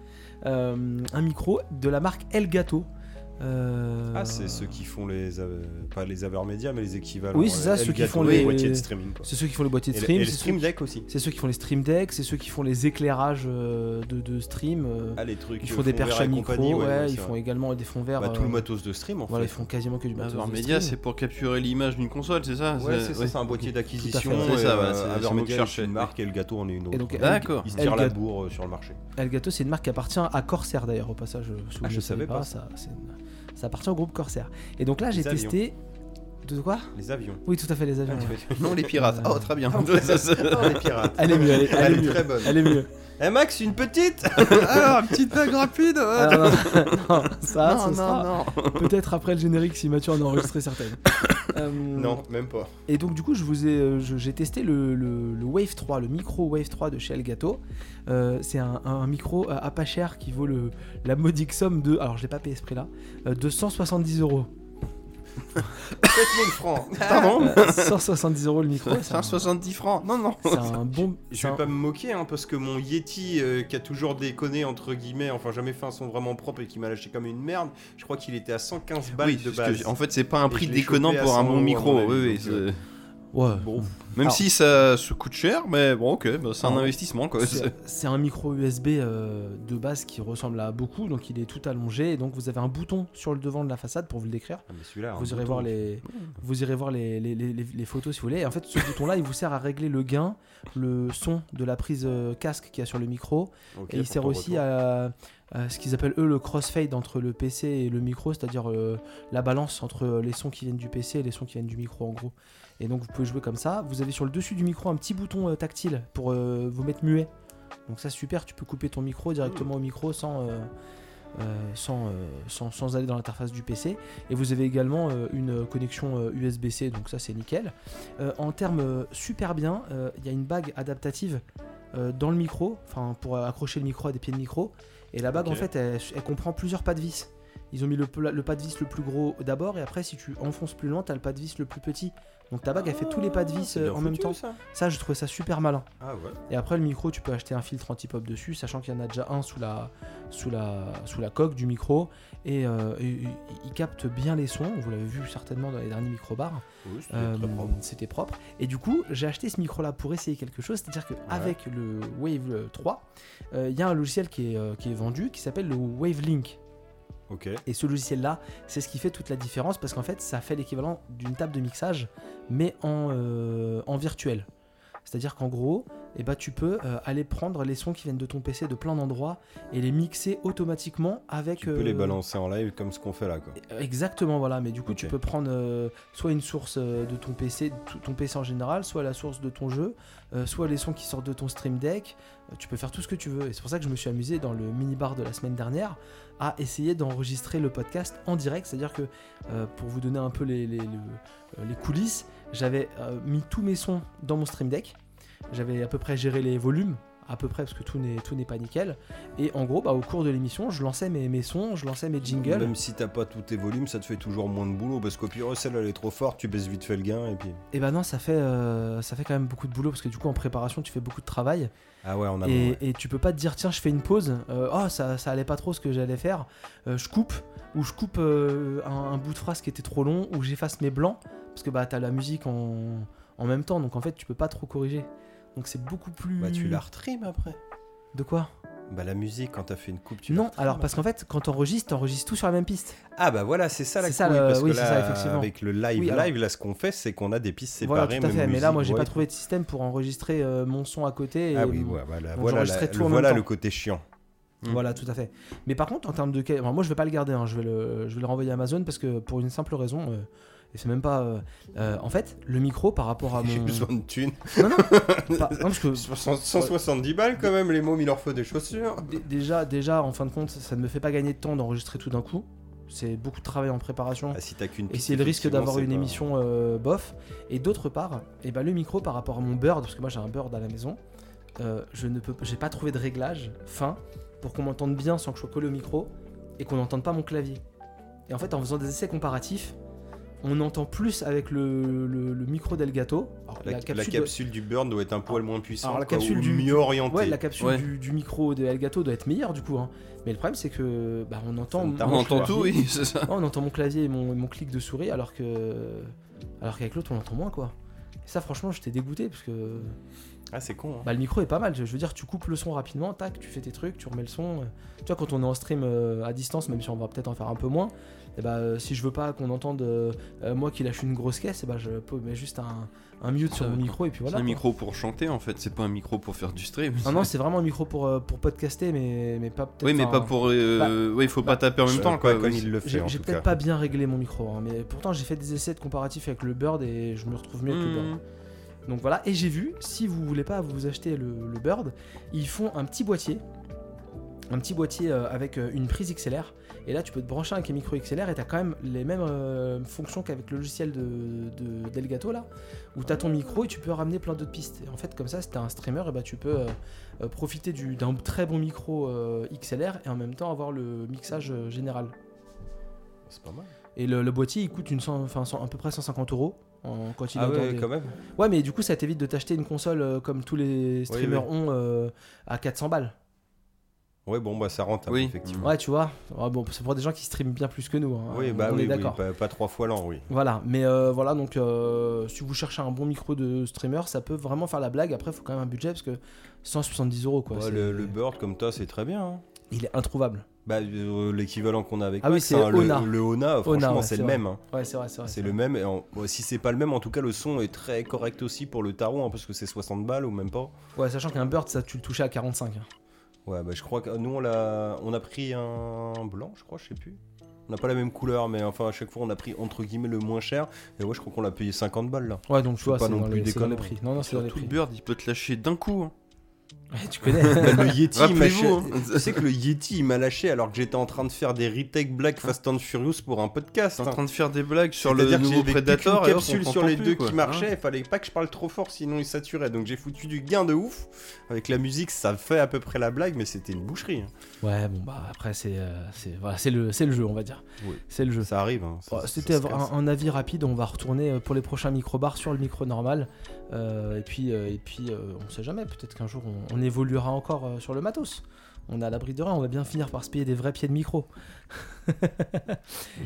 S2: Euh, un micro de la marque Elgato. Euh,
S1: Ah, c'est ceux qui font les. euh, pas les avers médias, mais les équivalents.
S2: Oui, c'est ça,
S1: euh,
S2: ceux qui
S1: Elgato
S2: font
S1: et
S2: les-
S1: boîtiers de streaming. quoi.
S2: C'est ceux qui font les
S1: Et,
S2: boîtiers de
S1: le-
S2: stream.
S1: et le
S2: c'est ceux-
S1: stream deck aussi.
S2: C'est ceux qui font les stream decks, c'est ceux qui font les éclairages euh, de, de stream. euh,
S1: Ah, les trucs.
S2: ils
S1: euh,
S2: font des
S1: fonds verts
S2: perches à
S1: et
S2: micro,
S1: compagnie,
S2: ouais,
S1: ouais, c'est
S2: ils font
S1: vrai.
S2: également des fonds verts.
S1: Bah, tout le
S2: euh,
S1: matos de stream en
S2: Voilà, ils
S1: fait.
S2: font quasiment que du matos.
S3: Over
S2: de
S3: Media,
S2: stream.
S3: c'est pour capturer l'image d'une console, c'est ça
S1: Bah, Ouais, c'est ça,
S3: ouais.
S1: c'est un boîtier d'acquisition.
S2: Tout à
S3: fait. C'est ça, voilà, c'est-
S1: euh,
S3: c'est
S1: Avers
S3: le mot que je
S1: Media, c'est
S3: cherchais.
S1: une marque et le gâteau en est une autre.
S2: Et donc,
S3: D'accord.
S1: Ils se tirent la
S2: Elgato-
S1: bourre euh, sur le marché.
S2: Elgato, c'est une marque qui appartient à Corsair d'ailleurs, au passage. euh, si vous ne le
S1: Ah, je savais pas.
S2: Ça, c'est une- ça appartient au groupe Corsair. Et donc là,
S1: Les
S2: j'ai
S1: avions. Ah,
S2: testé. De quoi
S1: Les avions.
S2: Oui, tout à fait, les avions. ouais.
S3: Non, les pirates. Oh, très bien.
S1: les pirates.
S2: Elle est mieux, elle est, elle est
S1: Elle est
S2: mieux.
S1: très bonne. Ah,
S2: Elle est mieux.
S1: Eh Max, une petite Alors, petite vague rapide
S2: Ah, non, non, ça,
S3: non,
S2: ce sera
S3: non, non.
S2: peut-être après le générique si Mathieu en a enregistré certaines. Euh,
S1: Non, Ah, même pas.
S2: Et donc du coup, je vous ai, euh, je- j'ai testé le, le- le Wave 3, le micro Wave 3 de chez Elgato. Euh, c'est un, un micro euh, à pas cher qui vaut le, la modique somme de, alors je l'ai pas payé ce prix-là, euh, de 170 euros.
S1: 7000 francs
S3: Pardon
S2: Euh, 170 euros le micro. C'est un,
S3: 170 francs. Non, non.
S2: c'est un bon. c'est
S1: Je vais
S2: un-
S1: pas me moquer, hein, parce que mon Yeti, euh, qui a toujours déconné, entre guillemets, enfin jamais fait un son vraiment propre et qui m'a lâché comme une merde, je crois qu'il était à 115 balles
S3: Oui,
S1: de
S3: parce que
S1: base.
S3: j- en fait, c'est pas un
S1: Et
S3: prix
S1: je l'ai
S3: déconnant
S1: chopé à
S3: pour un
S1: 100 euros, à
S3: bon
S1: mon
S3: micro.
S1: avis,
S3: Oui, oui,
S1: donc,
S3: c'est-
S1: euh,
S2: Ouais.
S1: Bon,
S3: Même
S2: Alors-
S3: si ça se coûte cher, mais bon, ok, bah, c'est un
S2: Alors,
S3: investissement quoi.
S2: C'est- C'est un micro USB euh, de base qui ressemble à beaucoup, donc il est tout allongé. Et donc vous avez un bouton sur le devant de la façade pour vous le décrire.
S1: Ah, mais celui-là,
S2: Vous
S1: un bouton.
S2: irez,
S1: Mmh.
S2: voir les, vous irez voir les, les- les- les- les photos si vous voulez. Et en fait, ce bouton-là, il vous sert à régler le gain, le son de la prise euh, casque qu'il y a sur le micro.
S1: Ok,
S2: et il
S1: pour
S2: sert
S1: ton
S2: aussi
S1: retour.
S2: à, à ce qu'ils appellent eux le crossfade entre le PC et le micro, c'est-à-dire euh, la balance entre euh, les sons qui viennent du PC et les sons qui viennent du micro en gros. Et donc vous pouvez jouer comme ça. Vous avez sur le dessus du micro un petit bouton euh, tactile pour euh, vous mettre muet. Donc ça super, tu peux couper ton micro directement au micro sans, euh, euh, sans, euh, sans, sans aller dans l'interface du PC. Et vous avez également euh, une connexion euh, USB-C, donc ça c'est nickel. Euh, en termes euh, super bien, euh, il y a une bague adaptative euh, dans le micro, enfin pour euh, accrocher le micro à des pieds de micro. Et la bague
S1: Ok.
S2: en fait, elle, elle comprend plusieurs pas de vis. Ils ont mis le, pla- le pas de vis le plus gros d'abord, et après si tu enfonces plus loin, t'as le pas de vis le plus petit. Donc ta bague, elle fait tous les pas de
S1: Ah,
S2: vis
S1: c'est
S2: euh,
S1: bien
S2: en même
S1: foutu,
S2: temps.
S1: ça.
S2: Ça, je trouvais ça super malin.
S1: Ah ouais.
S2: Et après le micro, tu peux acheter un filtre anti-pop dessus, sachant qu'il y en a déjà un sous la, sous la, sous la coque du micro. Et euh, et- et- il capte bien les sons, vous l'avez vu certainement dans les derniers micro-bars.
S1: Oui, c'était
S2: Euh,
S1: très propre. hein.
S2: C'était propre. Et du coup, j'ai acheté ce micro-là pour essayer quelque chose, c'est-à-dire qu'avec le Wave euh, 3, euh, il y a un logiciel qui est, euh, qui est vendu qui s'appelle le Wave Link.
S1: Ok.
S2: Et ce logiciel-là, c'est ce qui fait toute la différence parce qu'en fait, ça fait l'équivalent d'une table de mixage, mais en, euh, en virtuel. C'est-à-dire qu'en gros, et bah tu peux euh, aller prendre les sons qui viennent de ton PC de plein d'endroits et les mixer automatiquement avec.
S1: Tu peux les
S2: euh,
S1: balancer en live comme ce qu'on fait là, quoi.
S2: Exactement, voilà. Mais du coup, tu
S1: Ok.
S2: peux prendre euh, soit une source euh, de ton PC, tout- ton PC en général, soit la source de ton jeu, euh, soit les sons qui sortent de ton Stream Deck. Euh, tu peux faire tout ce que tu veux. Et c'est pour ça que je me suis amusé dans le mini-bar de la semaine dernière à essayer d'enregistrer le podcast en direct. C'est-à-dire que, euh, pour vous donner un peu les, les- le- euh, les coulisses, j'avais euh, mis tous mes sons dans mon Stream Deck. J'avais à peu près géré les volumes à peu près parce que tout n'est tout n'est pas nickel et en gros bah, au cours de l'émission je lançais mes, mes sons je lançais mes jingles
S1: Même si t'as pas tous tes volumes, ça te fait toujours moins de boulot parce qu'au pire, oh, celle elle est trop forte, tu baisses vite fait le gain et puis.
S2: Et bah non, ça fait, euh, ça fait quand même beaucoup de boulot parce que du coup en préparation tu fais beaucoup de travail
S1: Ah ouais, on a.
S2: et, et tu peux pas te dire tiens je fais une pause, euh, oh ça, ça allait pas trop ce que j'allais faire, Euh, je coupe ou je coupe euh, un, un bout de phrase qui était trop long ou j'efface mes blancs parce que bah t'as la musique en, en même temps donc en fait tu peux pas trop corriger donc c'est beaucoup plus...
S1: Bah, tu la retrimes après.
S2: De quoi
S1: Bah, la musique, quand t'as fait une coupe, tu bah. la
S2: Non,
S1: retrimes.
S2: alors parce qu'en fait quand t'enregistres t'enregistres tout sur la même piste.
S1: Ah bah voilà, c'est ça la
S2: C'est ça,
S1: couille,
S2: le-
S1: parce
S2: oui,
S1: que
S2: c'est
S1: là,
S2: ça, effectivement.
S1: avec le live,
S2: Oui, alors-
S1: live, là, ce qu'on fait, c'est qu'on a des pistes séparées.
S2: voilà tout à
S1: même
S2: fait, mais là moi
S1: musique,
S2: j'ai
S1: ouais.
S2: pas trouvé de système pour enregistrer euh, mon son à côté et
S1: Ah oui,
S2: mon-
S1: ouais, voilà,
S2: Donc,
S1: voilà,
S2: j'enregistrais
S1: la-
S2: tout
S1: le,
S2: en même
S1: voilà
S2: temps.
S1: le côté chiant. Mm.
S2: Voilà, tout à fait. Mais par contre, en termes de. quali- enfin, moi, je vais pas le garder. hein. Je, vais le... je vais le renvoyer à Amazon parce que pour une simple raison. euh, Et c'est même pas. euh, euh, en fait, le micro par rapport à mon.
S1: J'ai besoin de thunes.
S2: Non, non, pas- non, parce que
S1: Sur cent- 170 balles quand même, les mômes, il leur faut des chaussures.
S2: d- déjà, déjà, en fin de compte, ça ne me fait pas gagner de temps d'enregistrer tout d'un coup. C'est beaucoup de travail en préparation.
S1: Ah, si t'as qu'une
S2: Et
S1: piste,
S2: c'est le risque
S1: effectivement,
S2: d'avoir
S1: c'est
S2: une
S1: pas-
S2: émission euh, bof. Et d'autre part, et ben, le micro par rapport à mon bird, parce que moi j'ai un bird à la maison, euh, je ne peux, j'ai pas trouvé de réglage fin pour qu'on m'entende bien sans que je sois collé au micro et qu'on n'entende pas mon clavier. Et en fait, en faisant des essais comparatifs, on entend plus avec le, le- le micro d'Elgato. Alors,
S1: La, la capsule,
S2: de-
S1: du burn doit être un poil moins puissante,
S2: Alors, la
S1: quoi,
S2: capsule
S1: ou
S2: du-
S1: mieux orientée.
S2: Ouais, la capsule
S3: Ouais.
S2: du, du micro de Elgato doit être meilleure du coup. hein. Mais le problème, c'est que bah, on entend.
S1: ne
S2: mon
S1: t'arrange
S3: On entend
S1: pas.
S3: tout, oui, c'est ça.
S2: Ouais, on entend mon clavier et mon, mon clic de souris alors que alors qu'avec l'autre on l'entend moins quoi. Et ça franchement j'étais dégoûté parce que
S1: Ah, c'est con. hein.
S2: bah, le micro est pas mal. Je veux dire tu coupes le son rapidement, tac, tu fais tes trucs, tu remets le son. Tu vois quand on est en stream euh, à distance, même si on va peut-être en faire un peu moins, et bah euh, si je veux pas qu'on entende euh, euh, moi qui lâche une grosse caisse, et bah je peux mettre juste un, un mute sur
S3: Ça-
S2: mon micro et puis
S3: C'est
S2: voilà.
S3: un
S2: quoi.
S3: micro pour chanter en fait, c'est pas un micro pour faire du stream.
S2: Ah Non non c'est vraiment un micro pour, euh, pour podcaster mais, mais pas peut-être
S3: Oui, mais
S2: un-
S3: pas pour. euh, Oui, il faut pas taper en
S1: Je
S3: même
S1: sais
S3: temps
S1: pas
S3: quoi.
S1: Comme
S3: oui.
S1: il le fait
S2: J'ai
S1: en
S2: j'ai
S1: tout cas.
S2: peut-être pas bien réglé mon micro, hein, mais pourtant j'ai fait des essais de comparatif avec le Bird et je me retrouve mieux avec le Bird.
S3: Mmh.
S2: Donc voilà, et j'ai vu, si vous voulez pas vous acheter le, le Bird, ils font un petit boîtier, un petit boîtier euh, avec euh, une prise XLR, et là tu peux te brancher avec un micro XLR et t'as quand même les mêmes euh, fonctions qu'avec le logiciel de, de- d'Elgato là, où t'as ton micro et tu peux ramener plein d'autres pistes. Et en fait comme ça, si t'es un streamer, et bah, tu peux euh, euh, profiter du- d'un très bon micro euh, XLR et en même temps avoir le mixage euh, général.
S1: C'est pas mal.
S2: Et le, le boîtier, il coûte une cent- enfin, cent- à peu près 150 euros. en- Quand il est
S1: Ah
S2: dans
S1: ouais,
S2: des-
S1: quand même.
S2: Ouais, mais du coup, ça t'évite de t'acheter une console euh, comme tous les streamers ont euh, à 400 balles.
S1: Ouais, bon, bah ça rentable,
S3: Oui.
S1: effectivement.
S2: Ouais, tu vois. Ah, bon, c'est pour des gens qui streament bien plus que nous. hein.
S1: Oui,
S2: On-
S1: bah
S2: on
S1: oui,
S2: est
S1: oui,
S2: d'accord.
S1: pas, pas trois fois l'an, oui.
S2: Voilà, mais euh, voilà, donc euh, si vous cherchez un bon micro de streamer, ça peut vraiment faire la blague. Après, il faut quand même un budget parce que 170 euros, quoi.
S1: Ouais,
S2: Bah, c'est-
S1: Bah, le, le bird comme toi, c'est très bien. hein.
S2: Il est introuvable.
S1: Bah, euh, l'équivalent qu'on a avec
S2: Ah oui,
S1: Max,
S2: c'est
S1: hein, le-
S2: Ona.
S1: Le, Ona, franchement,
S2: ouais,
S1: c'est
S2: c'est
S1: le
S2: vrai.
S1: même. hein.
S2: Ouais, c'est vrai, c'est vrai.
S1: C'est le même. Et en- bon, si c'est pas le même, en tout cas, le son est très correct aussi pour le tarot, hein, parce que c'est 60 balles ou même pas.
S2: Ouais, sachant qu'un Bird, ça, tu le touchais à 45. hein.
S1: Ouais, bah je crois que nous, on a, on a pris un blanc, je crois, je sais plus. On n'a pas la même couleur, mais enfin, à chaque fois, on a pris entre guillemets le moins cher. Et ouais, je crois qu'on l'a payé 50 balles là.
S2: Ouais, donc tu
S1: Faut
S2: vois,
S1: pas
S2: c'est
S1: non
S2: dans,
S1: plus
S2: les- c'est dans les
S1: déconner.
S2: prix. Non, non, c'est dans les
S3: Surtout le
S2: prix.
S3: bird, il peut te lâcher d'un coup. hein.
S2: Ouais, tu connais.
S1: Bah, le Yeti, il m'a
S3: Rappelez-vous,
S1: lâché-
S3: hein.
S1: Tu sais que le Yeti, il m'a lâché alors que j'étais en train de faire des retake Black Fast and Furious pour un podcast.
S3: T'es en
S1: hein.
S3: train de faire des blagues sur le
S1: C'est-à-dire que
S3: nouveau
S1: j'avais qu'une
S3: Predator et hop,
S1: capsule
S3: on
S1: sur
S3: t'entend
S1: les
S3: plus,
S1: deux
S3: quoi. Ah.
S1: qui marchaient, il fallait pas que je parle trop fort sinon ils saturaient. Donc j'ai foutu du gain de ouf. Avec la musique, ça fait à peu près la blague, mais c'était une boucherie. hein.
S2: Ouais, bon, bah après, c'est euh, c'est- voilà, c'est le, c'est le jeu, on va dire.
S1: Oui.
S2: C'est le jeu.
S1: Ça arrive. hein, ça-
S2: Bon,
S1: ça-
S2: Bah, C'était
S1: ça se
S2: un,
S1: casse.
S2: un avis rapide, on va retourner euh, pour les prochains micro-bars sur le micro normal. Euh, et puis, euh, et puis euh, on sait jamais, peut-être qu'un jour on, on évoluera encore euh, sur le matos. on est à l'abri de rien, on va bien finir par se payer des vrais pieds de micro.
S1: Ça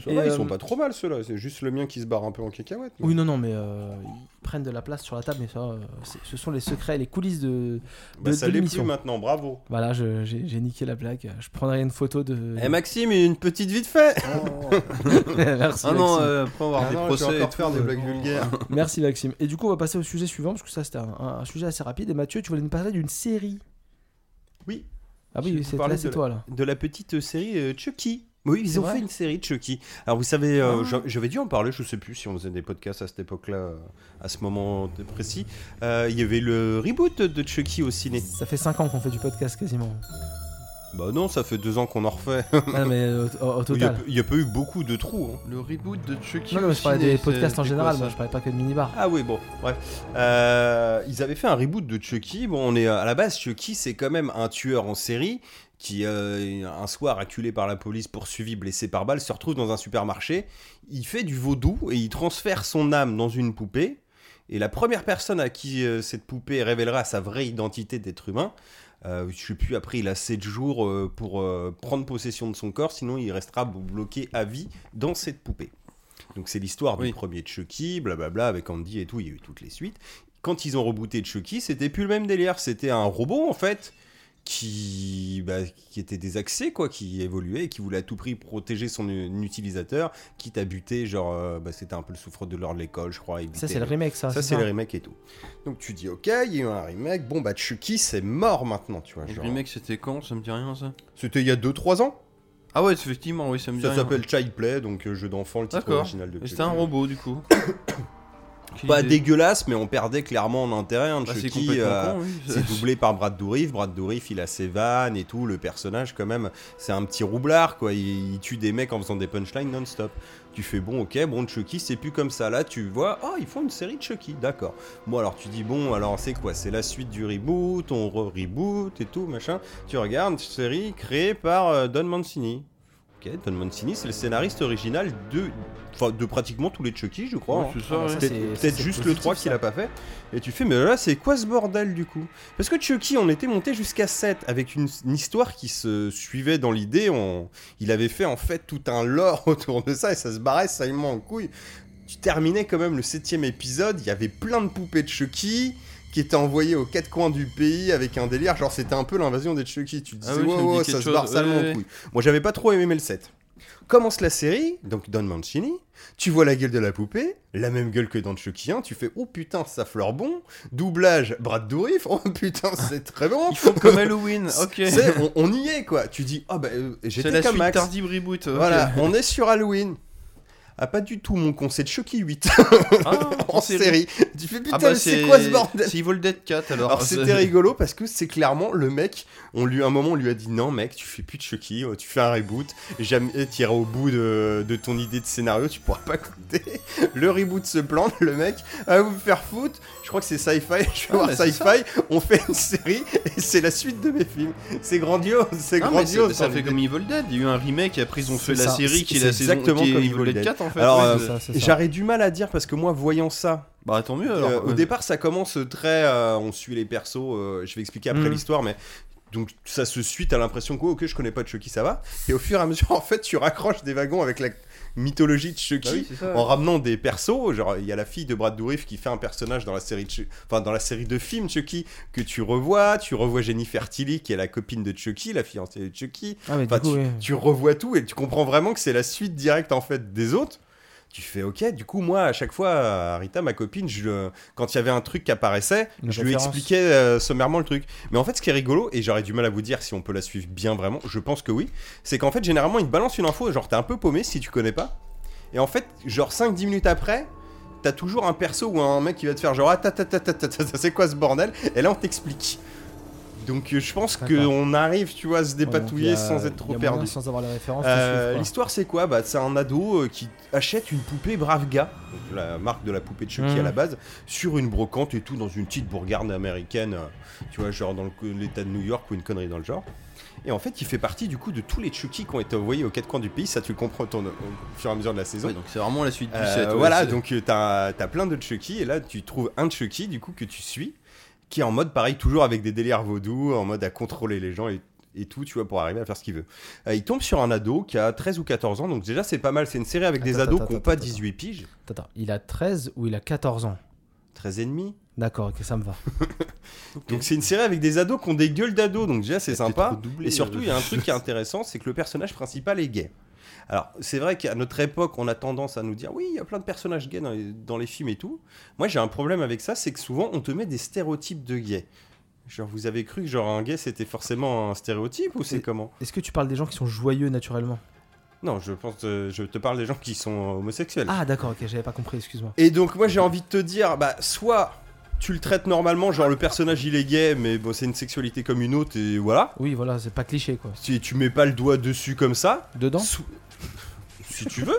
S2: Et,
S1: va, ils
S2: euh,
S1: sont pas trop mal ceux-là, c'est juste le mien qui se barre un peu en cacahuète. mais-
S2: Oui, non, non, mais euh, ils prennent de la place sur la table, mais ça, euh, c'est- ce sont les secrets, les coulisses de.
S1: Bah,
S2: de-
S1: ça
S2: de
S1: l'est plus
S2: l'émission.
S1: maintenant, bravo.
S2: Voilà, je- j'ai j'ai niqué la blague. Je prendrai une photo
S3: Hein.
S2: de.
S1: Eh Maxime, une petite vite fait
S2: Merci,
S3: Ah non,
S2: Maxime.
S3: euh, après avoir
S1: Ah
S3: des
S1: non, je vais
S3: procès et
S1: encore
S3: tout,
S1: faire des
S3: euh,
S1: blagues vulgaires.
S2: Merci, Maxime. Et du coup, on va passer au sujet suivant, parce que ça, c'était un, un- un sujet assez rapide. Et Mathieu, tu voulais nous parler d'une série.
S1: Oui.
S2: Ah
S1: Je vais
S2: oui,
S1: vous
S2: c'est
S1: parler
S2: là, c'est
S1: de la-
S2: toi, là.
S1: De la petite série euh, Chucky. Oui,
S2: C'est
S1: ils ont
S2: vrai
S1: fait une série de Chucky. Alors vous savez, euh,
S2: Ah.
S1: j'a- j'avais dû en parler, je sais plus si on faisait des podcasts à cette époque-là, euh, à ce moment précis. Euh, Il y avait le reboot de Chucky au ciné.
S2: Ça fait 5 ans qu'on fait du podcast quasiment.
S1: Bah non, ça fait deux ans qu'on en refait.
S2: Ah, mais euh, au, au
S1: Il y a
S2: total.
S1: peu- il y, a pas eu beaucoup de trous. hein.
S3: Le reboot de Chucky.
S2: Non, non, mais je parlais des podcasts en général, moi,
S3: moi
S2: je parlais pas que de minibar.
S1: Ah oui, bon, bref. Euh, ils avaient fait un reboot de Chucky. Bon, on est à la base, Chucky, c'est quand même un tueur en série qui, euh, un soir, acculé par la police, poursuivi, blessé par balle, se retrouve dans un supermarché. Il fait du vaudou et il transfère son âme dans une poupée. Et la première personne à qui euh, cette poupée révélera sa vraie identité d'être humain, euh, je sais plus, après il a 7 jours euh, pour euh, prendre possession de son corps, sinon il restera blo- bloqué à vie dans cette poupée. Donc c'est l'histoire
S3: Oui.
S1: du premier Chucky, blablabla, avec Andy et tout, il y a eu toutes les suites. Quand ils ont rebooté Chucky, c'était plus le même délire, c'était un robot en fait, qui, bah, qui était désaxé, quoi, qui évoluait, et qui voulait à tout prix protéger son euh, utilisateur, quitte à buter, genre, euh, bah, c'était un peu le souffre de l'or de l'école, je crois. il
S2: Ça,
S1: butait
S2: c'est le remake, ça.
S1: ça, c'est le remake et tout. Donc tu dis, ok, il y a eu un remake. Bon, bah Chucky, c'est mort maintenant, tu vois.
S3: Le
S1: genre.
S3: remake, c'était quand Ça me dit rien, ça
S1: C'était il y a 2-3 ans.
S3: Ah ouais, effectivement, oui, ça me dit
S1: Ça
S3: rien.
S1: s'appelle Child Play, donc euh, jeu d'enfant, le titre
S3: D'accord.
S1: original de
S3: Et
S1: Chucky.
S3: C'était un robot, du coup. Quelle
S1: Pas
S3: idée.
S1: dégueulasse, mais on perdait clairement en intérêt. Hein,
S3: Ah, c'est
S1: Chucky,
S3: complètement
S1: euh,
S3: con, oui.
S1: c'est doublé par Brad Dourif. Brad Dourif, il a ses vannes et tout. Le personnage, quand même, c'est un petit roublard, quoi. Il, il tue des mecs en faisant des punchlines non-stop. Tu fais bon, ok, bon, Chucky, c'est plus comme ça. Là, tu vois, oh, ils font une série de Chucky, d'accord. Moi, alors, tu dis, bon, alors, c'est quoi C'est la suite du reboot, on re-reboot et tout, machin. Tu regardes, une série créée par euh, Don Mancini. Ok, Don Mancini, c'est le scénariste original de, enfin, de pratiquement tous les Chucky, je crois.
S3: Ouais,
S1: hein.
S3: c'est ça,
S2: Ah, bah,
S3: ouais.
S2: ça,
S1: Peut-être
S2: c'est- ça,
S1: peut-être
S2: c'est
S1: juste le
S2: positif,
S1: 3
S2: ça.
S1: qu'il a pas fait. Et tu fais, mais là, c'est quoi ce bordel du coup Parce que Chucky, on était monté jusqu'à 7 avec une, une histoire qui se suivait dans l'idée. On... Il avait fait en fait tout un lore autour de ça et ça se barrait salement en couille. Tu terminais quand même le septième épisode, il y avait plein de poupées de Chucky qui étaient envoyées aux quatre coins du pays avec un délire. Genre, c'était un peu l'invasion des Chucky. Tu te
S3: Ah
S1: disais,
S3: oui, ça
S1: wow,
S3: me dit
S1: wow,
S3: quelque
S1: ça se
S3: chose.
S1: barre
S3: Ouais,
S1: salement
S3: ouais.
S1: en couille. Moi, j'avais pas trop aimé le 7. Commence la série, donc Don Mancini, tu vois la gueule de la poupée, la même gueule que dans Chucky 1, tu fais oh putain ça fleure bon, doublage Brad Dourif, oh putain c'est très bon.
S3: Ils font comme Halloween, ok.
S1: C'est- on, on y est quoi, tu dis ah bah euh,
S3: C'est
S1: j'étais
S3: la
S1: comme
S3: suite
S1: Max.
S3: tardive reboot. ok.
S1: Voilà, on est sur Halloween. Ah pas du tout mon con, c'est Chucky 8
S3: Ah,
S1: en série. Tu fais putain
S3: Ah bah,
S1: mais c'est quoi ce bordel
S3: C'est Evil Dead 4 alors.
S1: alors c'était rigolo parce que c'est clairement le mec, on lui à un moment on lui a dit non mec tu fais plus de Chucky, euh, tu fais un reboot, jamais tu iras au bout de, de ton idée de scénario, tu pourras pas compter. Le reboot se plante, le mec, à vous faire foutre, je crois que c'est sci-fi, je vais
S3: Ah,
S1: voir
S3: mais c'est
S1: sci-fi, on fait une série et c'est la suite de mes films. C'est grandiose, c'est
S3: Non, Ah, mais
S1: grandiose.
S3: ça, ça
S1: dans
S3: fait
S1: l'idée.
S3: comme Evil Dead, il y a eu un remake et après ils ont fait
S1: C'est
S3: la
S1: ça,
S3: série qui est
S1: c'est
S3: la saison
S1: exactement
S3: qui est
S1: comme
S3: Evil
S1: Evil
S3: Dead
S1: Dead.
S3: 4 en fait.
S1: Alors,
S3: ouais,
S1: euh,
S3: c'est-
S2: ça, c'est ça.
S1: J'aurais du mal à dire parce que moi voyant ça,
S3: Bah tant mieux alors.
S1: Euh, au
S3: ouais.
S1: départ, ça commence très. euh, on suit les persos. euh, je vais expliquer après
S2: Mhm.
S3: Mm.
S1: l'histoire, mais. Donc ça se suit, t'as l'impression que ok je connais pas Chucky, ça va. Et au fur et à mesure, en fait, tu raccroches des wagons avec la mythologie de Chucky
S3: Bah oui, c'est ça.
S1: en ramenant des persos. Genre il y a la fille de Brad Dourif qui fait un personnage dans la série, de Chu- enfin dans la série de films Chucky que tu revois. Tu revois Jennifer Tilly qui est la copine de Chucky, la fiancée de Chucky.
S2: Ah, mais du
S1: Enfin,
S2: coup,
S1: bah, tu,
S2: ouais.
S1: tu revois tout et tu comprends vraiment que c'est la suite directe en fait des autres. Tu fais ok, du coup moi à chaque fois, euh, Rita, ma copine, je, le- quand il y avait un truc qui apparaissait,
S2: Une
S1: je lui
S2: référence.
S1: expliquais euh, sommairement le truc. Mais en fait ce qui est rigolo, et j'aurais du mal à vous dire si on peut la suivre bien vraiment, je pense que oui, c'est qu'en fait généralement ils te balancent une info, genre t'es un peu paumé si tu connais pas. Et en fait genre 5-10 minutes après... T'as toujours un perso ou un mec qui va te faire genre ah ta ta ta ta ta ta, ta, c'est quoi ce bordel et là on t'explique donc euh, je pense
S2: D'accord.
S1: qu'on arrive tu vois à se
S2: Ouais, donc,
S1: dépatouiller
S2: il y a-
S1: sans être
S2: il y
S1: trop
S2: a moyen,
S1: perdu
S2: Sans avoir les références. de
S1: euh,
S2: suivre, quoi.
S1: L'histoire, c'est quoi bah, C'est un ado euh, qui achète une poupée Brave Gars, donc la marque de la poupée de Chucky
S2: Mhm.
S1: à la base, sur une brocante et tout, dans une petite bourgade américaine, euh, tu vois, genre dans le- l'état de New York ou une connerie dans le genre. Et en fait, il fait partie du coup de tous les Chucky qui ont été envoyés aux quatre coins du pays, ça tu le comprends au, tourne- au fur et à mesure de la saison.
S3: Ouais, donc c'est vraiment la suite du
S1: Euh,
S3: set. ouais,
S1: voilà,
S3: c'est-
S1: donc euh, t'as as plein de Chucky, et là tu trouves un Chucky du coup que tu suis, qui est en mode pareil, toujours avec des délires vaudous, en mode à contrôler les gens et et tout, tu vois, pour arriver à faire ce qu'il veut. Euh, il tombe sur un ado qui a 13 ou 14 ans, donc déjà c'est pas mal, c'est une série avec des
S4: Attends,
S1: ados
S4: attends,
S1: qui n'ont
S4: attends,
S1: pas
S4: attends.
S1: 18 piges,
S4: Attends, attends, il a 13 ou il a 14 ans
S1: 13 et demi.
S4: D'accord, ok, ça me va.
S1: Donc c'est une série avec des ados qui ont des gueules d'ados, donc déjà c'est sympa.
S3: doublé,
S1: Et surtout,
S3: euh,
S1: il y a un truc qui est intéressant, c'est que le personnage principal est gay. Alors, c'est vrai qu'à notre époque, on a tendance à nous dire oui, il y a plein de personnages gays dans les, dans les films et tout. Moi, j'ai un problème avec ça, c'est que souvent, on te met des stéréotypes de gays. Genre, vous avez cru que genre un gay c'était forcément un stéréotype ou c'est
S4: Et-
S1: comment
S4: Est-ce que tu parles des gens qui sont joyeux naturellement
S1: Non, je pense, euh, je te parle des gens qui sont homosexuels.
S4: Ah, d'accord, ok, j'avais pas compris, excuse-moi.
S1: Et donc moi j'ai envie de te dire, bah soit tu le traites normalement, genre le personnage il est gay, mais bon c'est une sexualité comme une autre et voilà.
S4: Oui, voilà, c'est pas cliché quoi.
S1: Si tu mets pas le doigt dessus comme ça,
S4: Dedans
S1: sou- si tu veux,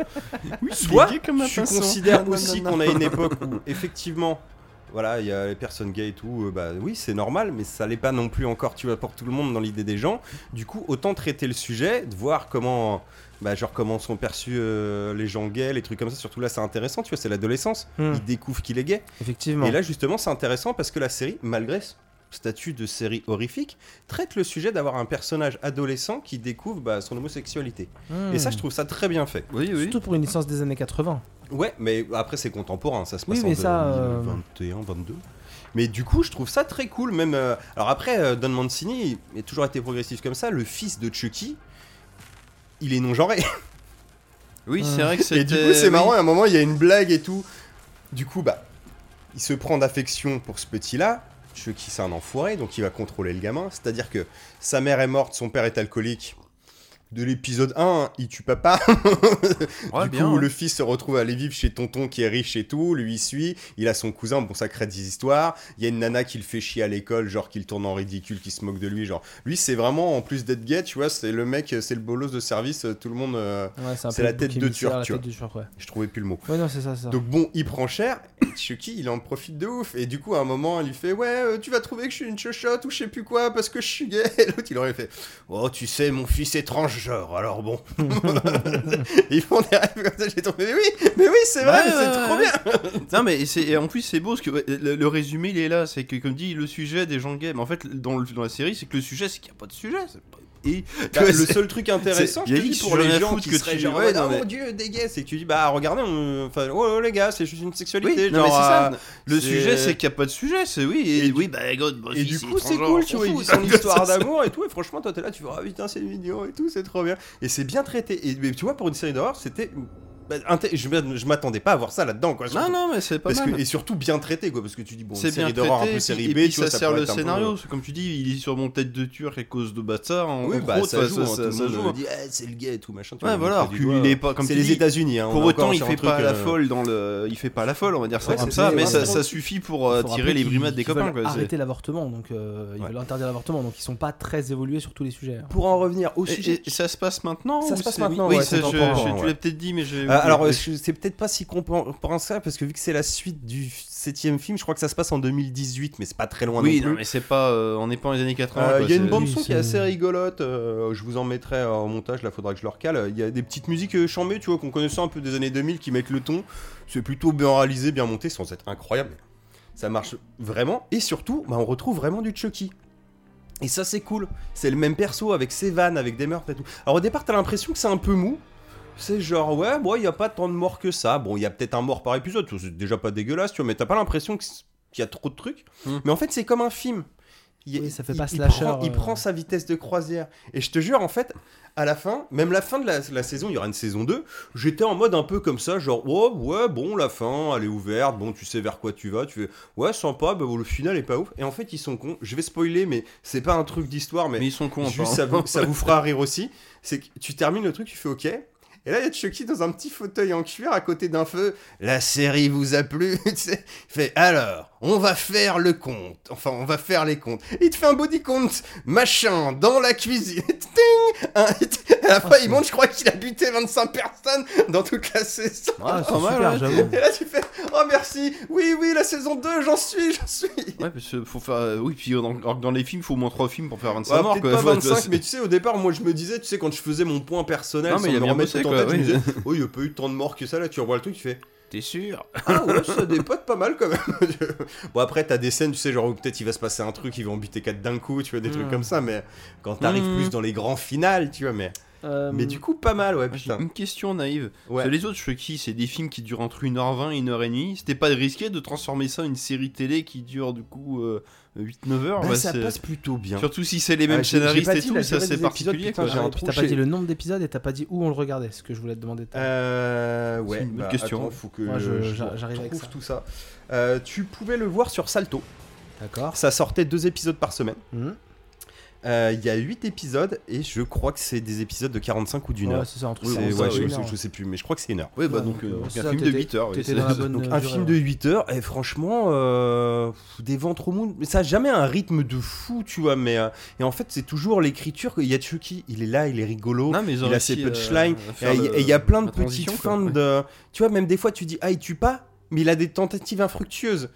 S1: soit
S3: gay comme un
S1: tu
S3: pinceau.
S1: considères
S3: Non,
S1: aussi
S3: non,
S1: qu'on a une époque où effectivement, voilà, il y a les personnes gays et tout, euh, bah oui c'est normal, mais ça l'est pas non plus encore, tu vois, pour tout le monde dans l'idée des gens. Du coup autant traiter le sujet, de voir comment, bah genre comment sont perçus euh, les gens gays, les trucs comme ça. Surtout là c'est intéressant, tu vois, c'est l'adolescence,
S2: Mmh,
S4: Hmm,
S1: il découvre qu'il est gay.
S4: Effectivement.
S1: Mmh. Et là, justement, c'est intéressant parce que la série, malgré ce statut de série horrifique, traite le sujet d'avoir un personnage adolescent qui découvre bah, son homosexualité.
S4: Hmm.
S2: Mmh.
S1: Et ça, je trouve ça très bien fait.
S3: euh, Oui, oui.
S4: Surtout pour une licence des années 80.
S1: Ouais, mais après, c'est contemporain, ça se passe
S4: Oui,
S1: en
S4: mais ça, euh,
S1: 2021, 22. Mais du coup, je trouve ça très cool, même... euh, Alors après, euh, Don Mancini, il a toujours été progressif comme ça, le fils de Chucky, il est non-genré.
S3: Oui, c'est
S4: Ah.
S3: vrai que c'était.
S1: euh, Et du coup, c'est
S3: oui.
S1: marrant, à un moment, il y a une blague et tout. Du coup, bah, il se prend d'affection pour ce petit-là. Chucky, c'est un enfoiré, donc il va contrôler le gamin. C'est-à-dire que sa mère est morte, son père est alcoolique. De l'épisode 1, il tue papa.
S3: Ouais,
S1: du
S3: bien,
S1: coup,
S3: ouais.
S1: le fils se retrouve à aller vivre chez tonton qui est riche et tout. Lui, il suit. Il a son cousin, bon, ça crée des histoires. Il y a une nana qui le fait chier à l'école, genre qui le tourne en ridicule, qui se moque de lui. Genre, lui, c'est vraiment, en plus d'être gay, tu vois, c'est le mec, c'est le bolos de service, tout le monde. euh,
S4: Ouais, un
S1: C'est
S4: peu
S1: la
S4: le
S1: tête
S4: bouc
S1: de
S4: émissaire,
S1: Turc,
S4: la
S1: tu
S4: tête
S1: vois.
S4: de Turc, ouais.
S1: Je trouvais plus le mot.
S4: Ouais, non, c'est ça, ça.
S1: Donc bon, il prend cher, et Chucky, il en profite de ouf, et du coup, à un moment, il lui fait « Ouais, euh, tu vas trouver que je suis une chochotte ou je sais plus quoi, parce que je suis gay », Et l'autre, il aurait fait « Oh, tu sais, mon fils est transgenre, alors bon. » Ils font des rêves comme ça, j'ai trouvé « Mais oui, mais oui, c'est vrai,
S3: Ouais,
S1: c'est
S3: ouais,
S1: trop
S3: ouais.
S1: bien
S3: Non mais c'est et en plus c'est beau parce que ouais, le, le résumé il est là, c'est que comme dit le sujet des gens gays, mais en fait dans, le- dans la série c'est que le sujet c'est qu'il n'y a pas de sujet. c'est pas- Et
S1: Bah,
S3: que
S1: Le
S3: c'est-
S1: seul truc intéressant, je
S3: c'est-
S1: te
S3: y a
S1: dis,
S3: X
S1: pour
S3: rien
S1: les
S3: à
S1: gens
S3: foutre
S1: qui
S3: que
S1: seraient
S3: tu-
S1: genre
S3: ouais,
S1: « Oh
S3: non, mais-
S1: mon dieu, des gays !» C'est que tu dis « Bah, regardez, on- enfin, oh les gars, c'est juste une
S3: Oui,
S1: sexualité,
S3: non, mais
S1: genre...
S3: c'est
S1: euh,
S3: ça. Le
S1: c'est-
S3: sujet c'est qu'il n'y a pas de sujet, c'est oui. Et,
S1: Et du-
S3: oui bah God, mon
S1: Et
S3: fils
S1: du
S3: est
S1: coup, c'est
S3: transgenre,
S1: cool,
S3: on
S1: tu vois,
S3: s'en
S1: ils
S3: fout,
S1: disent son
S3: ça,
S1: histoire
S3: ça, ça.
S1: d'amour et tout, et franchement, toi, t'es là, tu vois, ah putain, c'est mignon et tout, c'est trop bien. Et c'est bien traité. Et mais tu vois, pour une série d'horreur, c'était. bah, inté- je m'a- je m'attendais pas à voir ça là-dedans, quoi.
S3: Non
S1: surtout.
S3: non mais c'est pas
S1: Parce
S3: mal.
S1: que, et surtout bien traité, quoi, parce que tu dis, bon, une
S3: C'est bien
S1: série
S3: traité,
S1: d'horreur un
S3: et
S1: peu
S3: puis-
S1: série
S3: et
S1: B,
S3: puis
S1: tu vois,
S3: ça
S1: ça
S3: sert
S1: pourrait
S3: le
S1: être un peu-
S3: scénario. parce que Comme tu dis, il est sur mon tête de turc à cause de bâtard. En
S1: Oui,
S3: en
S1: bah,
S3: gros,
S1: ça
S3: toi,
S1: joue, hein, tout le
S3: ça joue,
S1: monde
S3: hein.
S1: dit, Eh, c'est le gay et tout, machin. tu
S3: Ouais,
S1: vois,
S3: voilà,
S1: on fait du
S3: puis il
S1: doigt.
S3: est pas- comme
S1: C'est
S3: tu
S1: les
S3: dis,
S1: États-Unis, hein. on
S3: Pour
S1: est encore
S3: autant, il
S1: sur un
S3: fait
S1: truc,
S3: pas la
S1: euh,
S3: folle dans le, il fait pas la folle, on va dire ça
S4: Ouais,
S3: comme
S4: c'est-
S3: ça,
S4: c'est
S3: mais ça,
S4: vraiment-
S3: ça suffit pour euh,
S4: Faut
S3: tirer
S4: rappeler
S3: les
S4: qu'ils-
S3: brimades des
S4: qu'ils
S3: copains.
S4: veulent
S3: Quoi. c'est-
S4: Arrêter l'avortement, donc euh, ils
S1: Ouais.
S4: veulent interdire l'avortement, donc ils sont pas très évolués sur tous les sujets. hein.
S1: Pour en revenir au
S3: Et-
S1: sujet.
S3: et ça se passe maintenant
S2: Ça
S3: ou
S2: se passe
S3: c'est-
S2: maintenant,
S3: Oui,
S2: ouais,
S3: ça, je-
S2: contemporain,
S3: je- tu
S1: ouais.
S3: l'as peut-être dit, mais j'ai.
S1: Euh, alors,
S3: mais-
S1: euh, je- c'est peut-être pas si comprend ça, parce que vu que c'est la suite du septième film, je crois que ça se passe en 2018, mais c'est pas très loin non
S3: oui,
S1: plus. bah,
S3: non, mais c'est pas, euh, on n'est pas dans les années
S1: Il
S3: 80. quoi,
S1: y a une
S3: c'est-
S1: bande
S4: oui,
S1: son qui
S4: c'est-
S1: est assez rigolote. euh, je vous en mettrai euh, au montage. Là, faudra que je le recale. Il y a des petites musiques euh, chambées, tu vois, qu'on connaissait un peu des années 2000, qui mettent le ton. C'est plutôt bien réalisé, bien monté, sans être incroyable. Ça marche vraiment. Et surtout, bah, on retrouve vraiment du Chucky. Et ça, c'est cool. C'est le même perso avec ses vannes, avec des meurtres et tout. Alors au départ, t'as l'impression que c'est un peu mou. C'est genre, ouais, bon, il n'y a pas tant de morts que ça. Bon, il y a peut-être un mort par épisode, c'est déjà pas dégueulasse, tu vois, mais t'as pas l'impression que c'est- qu'il y a trop de trucs.
S3: Mm.
S1: Mais en fait, c'est comme un film. Il,
S4: Oui, ça fait pas
S1: il
S4: slasher,
S1: prend- il
S4: euh.
S1: prend sa vitesse de croisière. Et je te jure, en fait, à la fin, même la fin de la, la saison, il y aura une saison 2, j'étais en mode un peu comme ça, genre, oh, ouais, bon, la fin, elle est ouverte, bon, tu sais vers quoi tu vas, tu fais, ouais, sympa, bah, bon, le final est pas ouf. Et en fait, ils sont cons. Je vais spoiler, mais c'est pas un truc d'histoire, mais
S3: Mais ils sont cons.
S1: Juste,
S3: enfin.
S1: ça, vous, ça vous fera rire aussi. C'est que tu termines le truc, tu fais OK. Et là, il y a Chucky dans un petit fauteuil en cuir à côté d'un feu. La série vous a plu Tu sais, il fait alors, on va faire le compte. Enfin, on va faire les comptes. Il te fait un body count, machin, dans la cuisine. Ting Un- À
S4: Ah,
S1: la fin, il monte, je crois qu'il a buté 25 personnes dans toute la saison.
S4: Ah, c'est
S3: pas mal,
S4: super,
S3: ouais.
S4: j'avoue.
S1: Et là, tu fais oh merci, oui, oui, la saison 2, j'en suis, j'en suis.
S3: Ouais, parce que faut faire. euh, Oui, puis dans, dans les films, faut au moins 3 films pour faire 25
S1: Ouais,
S3: morts.
S1: peut-être
S3: quoi.
S1: pas
S3: Faut-
S1: 25,
S3: c'est-
S1: mais tu sais, au départ, moi je me disais, tu sais, quand je faisais mon point personnel,
S3: Non,
S1: sans
S3: mais il a
S1: me
S3: bien
S1: remettre
S3: bossé,
S1: tout en
S3: quoi,
S1: tête, je me
S3: oui.
S1: disais, oh, il n'y a pas eu tant de morts que ça, là, tu revois le truc, tu fais,
S5: t'es sûr
S1: Ah ouais, ça dépote pas mal quand même. bon, après, t'as des scènes, tu sais, genre où peut-être il va se passer un truc, ils vont buter quatre d'un coup, tu vois, des trucs
S2: Mm.
S1: comme ça, mais quand t'arrives
S3: Mm.
S1: plus dans les grands finales, tu vois, mais,
S2: Euh,
S3: Mmh.
S1: mais du coup, pas mal, ouais,
S3: J'ai
S1: putain.
S3: une question naïve. Parce
S1: Ouais.
S3: que Les autres, je sais qui, c'est des films qui durent entre 1h20 et 1h30. C'était pas risqué de transformer ça en une série télé qui dure du coup euh, 8-9 heures
S1: Bah,
S3: bah,
S1: ça
S3: c'est-
S1: passe plutôt bien.
S3: Surtout si c'est les mêmes
S1: Ah, j'ai- j'ai
S3: scénaristes
S1: pas dit
S3: et
S1: la
S3: tout, ça
S1: durée
S3: c'est
S1: des épisodes,
S3: particulier
S1: putain,
S3: quoi.
S1: j'ai un
S2: Puis euh, t'as
S1: trou
S2: pas
S1: chez-
S2: dit le nombre d'épisodes et t'as pas dit où on le regardait, ce que je voulais te demander. tout à l'heure.
S1: Euh, ouais,
S3: C'est une bonne
S1: bah,
S3: question.
S1: attends, faut que
S2: Moi, je- j'a- j'arrive avec
S1: trouve
S2: ça.
S1: tout ça. Euh, tu pouvais le voir sur Salto.
S2: D'accord.
S1: Ça sortait deux épisodes par semaine.
S2: Mhm.
S1: Euh, Il y a huit épisodes et je crois que c'est des épisodes de 45 ou d'une
S2: Ouais,
S1: heure.
S2: c'est ça, un truc
S1: C'est-
S2: comme ça,
S1: ouais,
S2: oui.
S1: je, je- je sais plus, mais je crois que c'est une heure.
S3: Ouais, bah
S2: Ouais,
S3: donc,
S2: donc,
S3: euh,
S2: euh,
S3: donc
S2: ça,
S3: un film de
S2: t'étais-
S3: 8 heures. oui,
S2: t'étais
S3: c'est-
S2: dans la
S3: c'est-
S2: bonne-
S1: Donc
S2: euh,
S1: un
S2: durée,
S1: film
S2: ouais.
S1: de 8 heures, et franchement, euh, pff, des ventres au monde, mais ça a jamais un rythme de fou, tu vois, mais euh, et en fait c'est toujours l'écriture, il y a Chucky, il est là, il est rigolo,
S3: Non, mais ils ont
S1: il a ses
S3: réussi, euh,
S1: punchlines,
S3: à faire
S1: et il-
S3: le-
S1: et il y a plein de
S3: la transition,
S1: petites
S3: quoi.
S1: fins de... Tu vois, même des fois tu dis, ah il tue pas mais il a des tentatives infructueuses.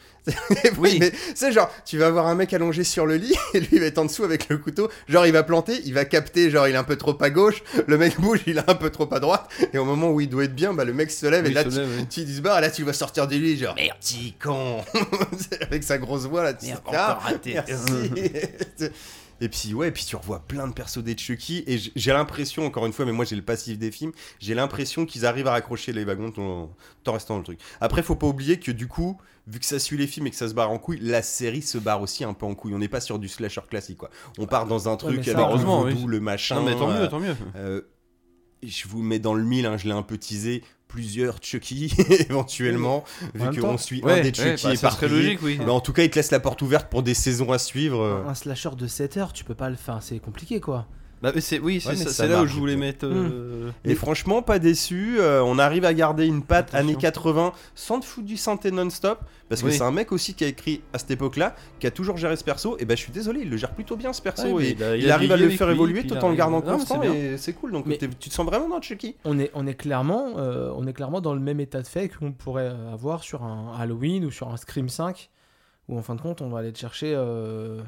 S3: Oui.
S1: mais c'est genre, tu vas avoir un mec allongé sur le lit et lui il va être en dessous avec le couteau. Genre, il va planter, il va capter, genre, il est un peu trop à gauche. Le mec bouge, il est un peu trop à droite. Et au moment où il doit être bien, bah, le mec se lève
S3: Oui,
S1: et là,
S3: se
S1: tu-
S3: lève, oui.
S1: tu dis ce bar, et là tu vas sortir du lit, genre merde, petit con Avec sa grosse voix là, tu
S5: Merde,
S1: sors, Ah,
S5: encore raté.
S1: merci Et puis ouais, et puis tu revois plein de persos des Chucky, et j- j'ai l'impression, encore une fois, mais moi j'ai le passif des films, j'ai l'impression qu'ils arrivent à raccrocher les wagons tout en- tout en restant dans le truc. Après, faut pas oublier que du coup, vu que ça suit les films et que ça se barre en couille, la série se barre aussi un peu en couille. On n'est pas sur du slasher classique, quoi. On
S3: Bah,
S1: part dans un truc
S2: mais ça,
S1: avec le
S3: heureusement,
S1: voodoo,
S3: oui.
S1: le machin.
S3: Non, mais tant
S1: euh,
S3: mieux, tant mieux.
S1: euh, je vous mets dans le mille, hein, je l'ai un peu teasé, plusieurs Chucky éventuellement,
S2: En
S1: vu
S2: même
S1: qu'on
S2: temps,
S1: suit un
S3: Ouais,
S1: des Chucky
S3: bah,
S1: et
S3: ça
S1: par
S3: serait logique, oui.
S1: Mais en tout cas, il te laisse la porte ouverte pour des saisons à suivre. euh.
S2: Un slasher de 7 heures, tu peux pas le faire, c'est compliqué quoi.
S3: Bah, c'est- oui, c'est
S1: Ouais, mais
S3: ça-
S1: ça
S3: c'est là où
S1: marche,
S3: je voulais
S1: plutôt.
S3: mettre. euh,
S1: Et franchement, pas déçu. euh, on arrive à garder une patte
S3: Attention.
S1: années 80 sans te foutre du synthé non-stop. Parce que
S3: Oui.
S1: c'est un mec aussi qui a écrit à cette époque-là, qui a toujours géré ce perso. Et bah, je suis désolé, il le gère plutôt bien ce perso.
S3: Ouais,
S1: et
S3: Ah mais il a- il
S1: il,
S3: a
S1: arrive à
S3: vieilli
S1: le
S3: avec
S1: faire
S3: lui,
S1: évoluer
S3: puis
S1: tout
S3: il
S1: en le
S3: arrive-
S1: gardant
S3: Non, mais
S1: constant.
S3: c'est bien.
S1: Et c'est cool. Donc
S2: Mais-
S1: t'es- tu te sens vraiment dans Chucky.
S2: On est, on est clairement, euh, on est clairement dans le même état de fait qu'on pourrait euh, avoir sur un Halloween ou sur un Scream 5, où en fin de compte, on va aller te chercher euh,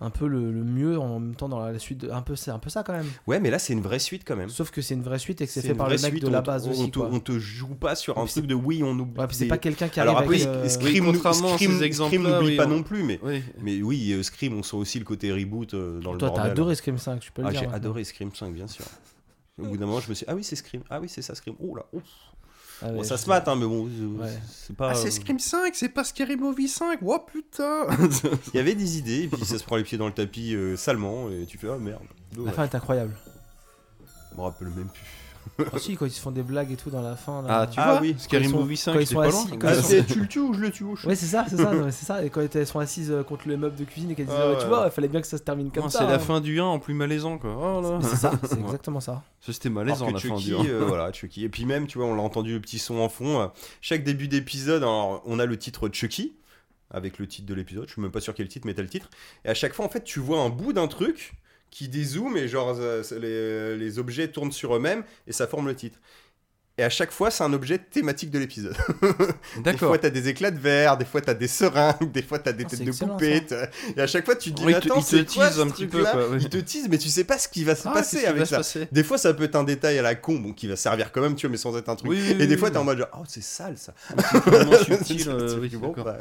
S2: un peu le, le mieux en même temps dans la suite. de- un peu, c'est un peu ça quand même.
S1: Ouais, mais là, c'est une vraie suite quand même.
S2: Sauf que c'est une vraie suite et que c'est fait
S1: une
S2: par le
S1: vraie
S2: mec
S1: suite,
S2: de
S1: on
S2: la
S1: te-
S2: base
S1: on
S2: aussi.
S1: te,
S2: quoi.
S1: on te joue pas sur un
S2: Puis c'est-
S1: truc de oui, on oublie
S2: Ouais, puis c'est
S1: des-
S2: pas quelqu'un qui
S1: alors
S2: arrive
S1: après
S2: avec, euh,
S1: Scream,
S3: oui, contrairement à
S1: Scream-
S3: ces exemples-là,
S1: Scream n'oublie
S3: oui,
S1: pas
S3: on-
S1: non plus mais
S3: Oui.
S1: mais oui euh, Scream on sent aussi le côté reboot euh, dans le
S2: Toi, t'as
S1: bordel
S2: adoré Scream 5, tu peux le
S1: ah
S2: dire. hein.
S1: j'ai
S2: maintenant.
S1: adoré Scream 5 bien sûr au bout d'un moment je me suis ah oui c'est Scream ah oui c'est ça Scream oh là ouf.
S2: Ah
S1: bon
S2: ouais,
S1: ça
S2: je-
S1: se mate hein, mais bon euh,
S2: Ouais.
S1: c'est pas euh,
S3: 5, Ah, c'est pas Scary Movie 5. Oh putain
S1: il y avait des idées et puis ça se prend les pieds dans le tapis euh, salement et tu fais ah merde
S2: La
S1: dommage.
S2: fin est incroyable.
S1: je me rappelle même plus
S2: Ah si, quand ils se font des blagues et tout dans la fin. là.
S3: Ah, tu
S1: Ah
S3: vois,
S1: oui,
S2: quand
S3: Scary
S2: ils sont-
S3: Movie 5,
S2: quand ils
S3: c'est
S2: sont
S3: pas
S2: assis,
S3: loin.
S2: quand
S1: ah,
S2: ils sont-
S1: c'est tu le tues ou je le tue au
S2: Ouais, c'est ça, c'est ça, non, mais c'est ça. Et quand elles sont assises euh, contre le meuble de cuisine et qu'elles disent,
S3: Ah
S2: ouais, tu
S3: ouais.
S2: vois, il fallait bien que ça se termine comme
S3: Non,
S2: ça.
S3: C'est la
S2: hein.
S3: fin du 1 en plus malaisant, quoi. Oh là
S2: Mais C'est ça, c'est exactement ça.
S3: Ça, C'était
S1: Alors
S3: malaisant
S1: que
S3: la fin
S1: Chucky,
S3: du 1.
S1: euh, voilà, Chucky. Et puis même, tu vois, on l'a entendu le petit son en fond. euh, chaque début d'épisode, alors, on a le titre Chucky, avec le titre de l'épisode. Je suis même pas sûr quel titre, mais t'as le titre. Et à chaque fois, en fait, tu vois un bout d'un truc qui dézoome et genre, euh, c'est- les, les objets tournent sur eux-mêmes et ça forme le titre. Et à chaque fois, c'est un objet thématique de l'épisode. Des
S3: D'accord.
S1: fois, t'as des éclats de verre, des fois, t'as des seringues, des fois, t'as des
S2: Ah,
S1: têtes
S2: c'est
S1: de
S2: excellent,
S1: poupée. t'as- Et à chaque fois, tu te dis,
S3: Oui, il te-
S1: attends,
S3: il te
S1: c'est quoi
S3: tease
S1: ce
S3: un petit peu,
S1: truc-là
S3: quoi. oui.
S1: Il te tease, mais tu sais pas ce qui va se
S3: Ah,
S1: passer
S3: qu'est-ce qui va
S1: avec
S3: se
S1: ça.
S3: passer
S1: Des fois, ça peut être un détail à la con, bon, qui va servir quand même, tu vois, mais sans être un truc.
S3: Oui, oui,
S1: et
S3: oui,
S1: des fois,
S3: oui.
S1: t'es en mode genre, oh, c'est sale ça.
S3: Vraiment subtil, euh, oui,
S1: Tu vois,
S3: d'accord.
S1: bah,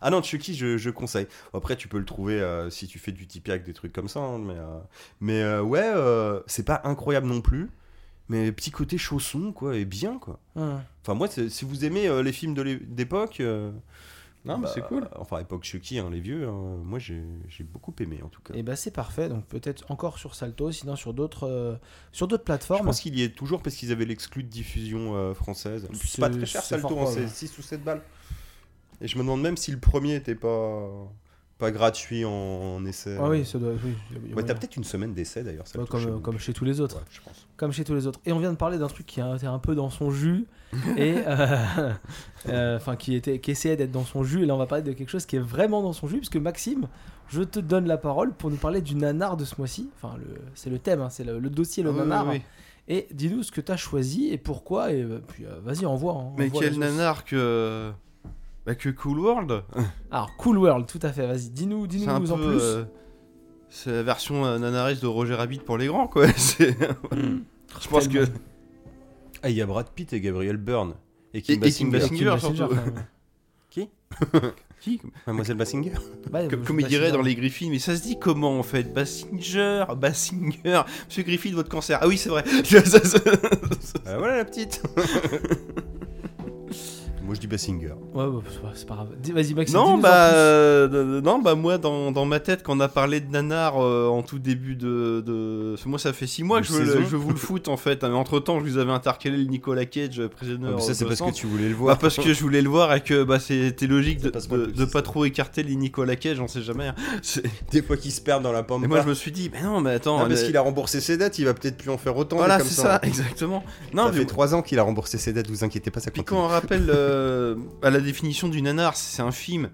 S1: Ah non, Chucky, je, je conseille. Après, tu peux le trouver euh, si tu fais du Tipeee avec des trucs comme ça. hein, mais euh, mais euh, ouais, euh, c'est pas incroyable non plus. Mais petit côté chausson, quoi, et bien, quoi.
S2: Hum.
S1: Enfin, moi, c'est- si vous aimez euh, les films de l'é- d'époque. euh, bah,
S3: Non, mais c'est cool.
S1: Enfin, époque Chucky, hein, les vieux, hein, moi j'ai j'ai beaucoup aimé en tout cas.
S2: Et bah c'est parfait, donc peut-être encore sur Salto, sinon sur d'autres euh, sur d'autres
S1: Je
S2: plateformes.
S1: pense qu'il y est toujours parce qu'ils avaient l'exclu de diffusion euh, française.
S2: C'est-
S1: C'est pas très cher
S2: c'est
S1: Salto,
S2: fort
S1: hein,
S2: probable.
S1: c'est 6 ou 7 balles. Et je me demande même si le premier était pas, pas gratuit en, en essai.
S2: Ah oui, ça doit. Oui, y a- y a
S1: Ouais,
S2: moyen.
S1: t'as peut-être une semaine d'essai d'ailleurs,
S2: Ouais,
S1: Salto.
S2: comme,
S1: chez
S2: euh,
S1: vous.
S2: comme chez tous les autres.
S1: Ouais, je pense.
S2: Comme chez tous les autres. Et on vient de parler d'un truc qui a- était un peu dans son jus, et euh, euh, enfin qui était qui essayait d'être dans son jus. Et là on va parler de quelque chose qui est vraiment dans son jus, puisque Maxime, je te donne la parole pour nous parler du nanar de ce mois-ci. Enfin le- c'est le thème, hein, c'est le, le dossier le
S3: Ah, oui,
S2: nanar.
S3: oui.
S2: Et dis-nous ce que t'as choisi et pourquoi. Et euh, puis euh, vas-y envoie. hein,
S3: Mais
S2: envoie
S3: quel
S2: la sauce.
S3: nanar que. Bah, que Cool World
S2: Alors Cool World, tout à fait. Vas-y, dis-nous,
S3: C'est
S2: dis-nous
S3: un
S2: nous
S3: peu.
S2: en plus.
S3: euh, C'est la version euh, nanariste de Roger Rabbit pour les grands, quoi. C'est- Je pense que.
S1: Ah, il y a Brad Pitt et Gabriel Byrne. Et
S3: Et-
S1: Kim
S3: et Kim
S1: Basinger.
S3: Basinger.
S2: quand
S3: surtout.
S2: même.
S3: Qui
S1: Mademoiselle Basinger.
S2: Ouais,
S3: Comme,
S2: je-
S3: comme il
S2: Basinger.
S3: dirait dans les Griffins, mais ça se dit comment en fait Bassinger, Bassinger, Monsieur Griffin, votre cancer. Ah oui, c'est vrai.
S1: Ah, voilà la petite. Moi je dis Basinger.
S2: Ouais, bah, c'est pas- c'est pas grave. Dis- Vas-y, Maxime.
S3: non,
S2: dis-nous en
S3: bah,
S2: plus.
S3: euh, non, bah, moi dans, dans ma tête, quand on a parlé de nanar euh, en tout début de. de... parce que Moi, ça fait 6 mois que
S1: De
S3: je, veux le-
S1: saison.
S3: je veux vous le foot en fait. entre temps, je vous avais intercalé le Nicolas Cage, euh, Prisoner.
S1: Ah, mais ça c'est
S3: of
S1: parce que
S3: Innocence.
S1: tu voulais le
S3: Bah,
S1: voir.
S3: parce que je voulais le voir et que bah, c'était logique de,
S1: passe moins
S3: de,
S1: plus,
S3: de
S1: c'est
S3: pas trop écarter les Nicolas Cage, on sait jamais. hein. C'est-
S1: Des fois qu'ils se perdent dans la pampa.
S3: Et moi je me suis dit, mais non, mais attends.
S1: Ah, parce
S3: mais-
S1: qu'il a remboursé ses dettes, il va peut-être plus en faire autant.
S3: Voilà,
S1: mais comme
S3: c'est
S1: ça.
S3: ça, exactement.
S1: Ça
S3: Non, mais
S1: fait 3 ans qu'il a remboursé ses dettes, vous inquiétez pas, ça
S3: Puis
S1: continue.
S3: quand on rappelle euh, à la définition du nanar, c'est un film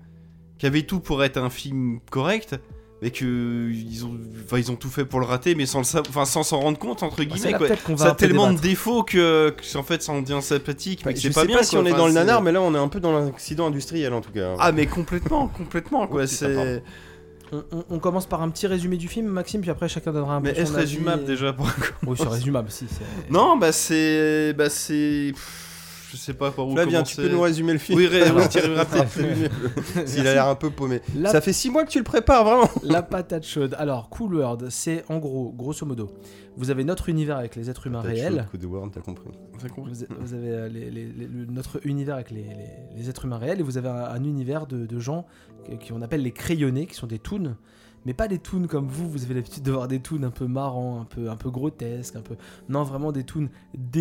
S3: qui avait tout pour être un film correct, mais que euh, ils ont, enfin, ils ont tout fait pour le rater, mais sans le sa- enfin sans s'en rendre compte
S1: Bah,
S3: entre
S2: C'est
S3: guillemets.
S2: là
S3: quoi.
S2: peut-être qu'on va
S3: Ça
S2: un
S3: a
S2: peu
S3: tellement de
S2: débattre.
S3: défauts que, que c'est- en fait ça en devient sympathique, mais que
S1: je
S3: c'est
S1: sais
S3: pas
S1: pas,
S3: bien
S1: si
S3: quoi.
S1: on est
S3: Enfin,
S1: dans le
S3: c'est-
S1: nanar, mais là on est un peu dans l'accident industriel en tout cas.
S3: Ah mais complètement, complètement quoi.
S1: Oh, putain, pardon.
S3: c'est.
S2: On, on- on commence par un petit résumé du film, Maxime, puis après chacun donnera un peu
S3: Mais
S2: son
S3: est-ce
S2: avis
S3: résumable
S1: euh,
S2: et-
S3: déjà pour...
S2: Oui, c'est résumable, si. c'est-
S3: Non, bah c'est, bah c'est, pff, je sais pas par où
S1: Flavien,
S3: commencer.
S1: tu peux nous résumer le film
S3: Oui, ré- oui, Thierry, rapide.
S1: S'il a l'air un peu paumé.
S2: La-
S1: Ça fait 6 mois que tu le prépares vraiment.
S2: La patate chaude. Alors, Cool World, c'est en gros, grosso modo, vous avez notre univers avec les êtres humains réels.
S1: Coup de Word, t'as compris.
S2: Vous, a- vous avez euh, les- les- les- le- notre univers avec les, les- les êtres humains réels et vous avez un, un univers de, de gens que- qui on appelle les crayonnés, qui sont des toons, mais pas des toons comme vous. Vous avez l'habitude de voir des toons un peu marrants, un peu, un peu grotesques, un peu non vraiment des toons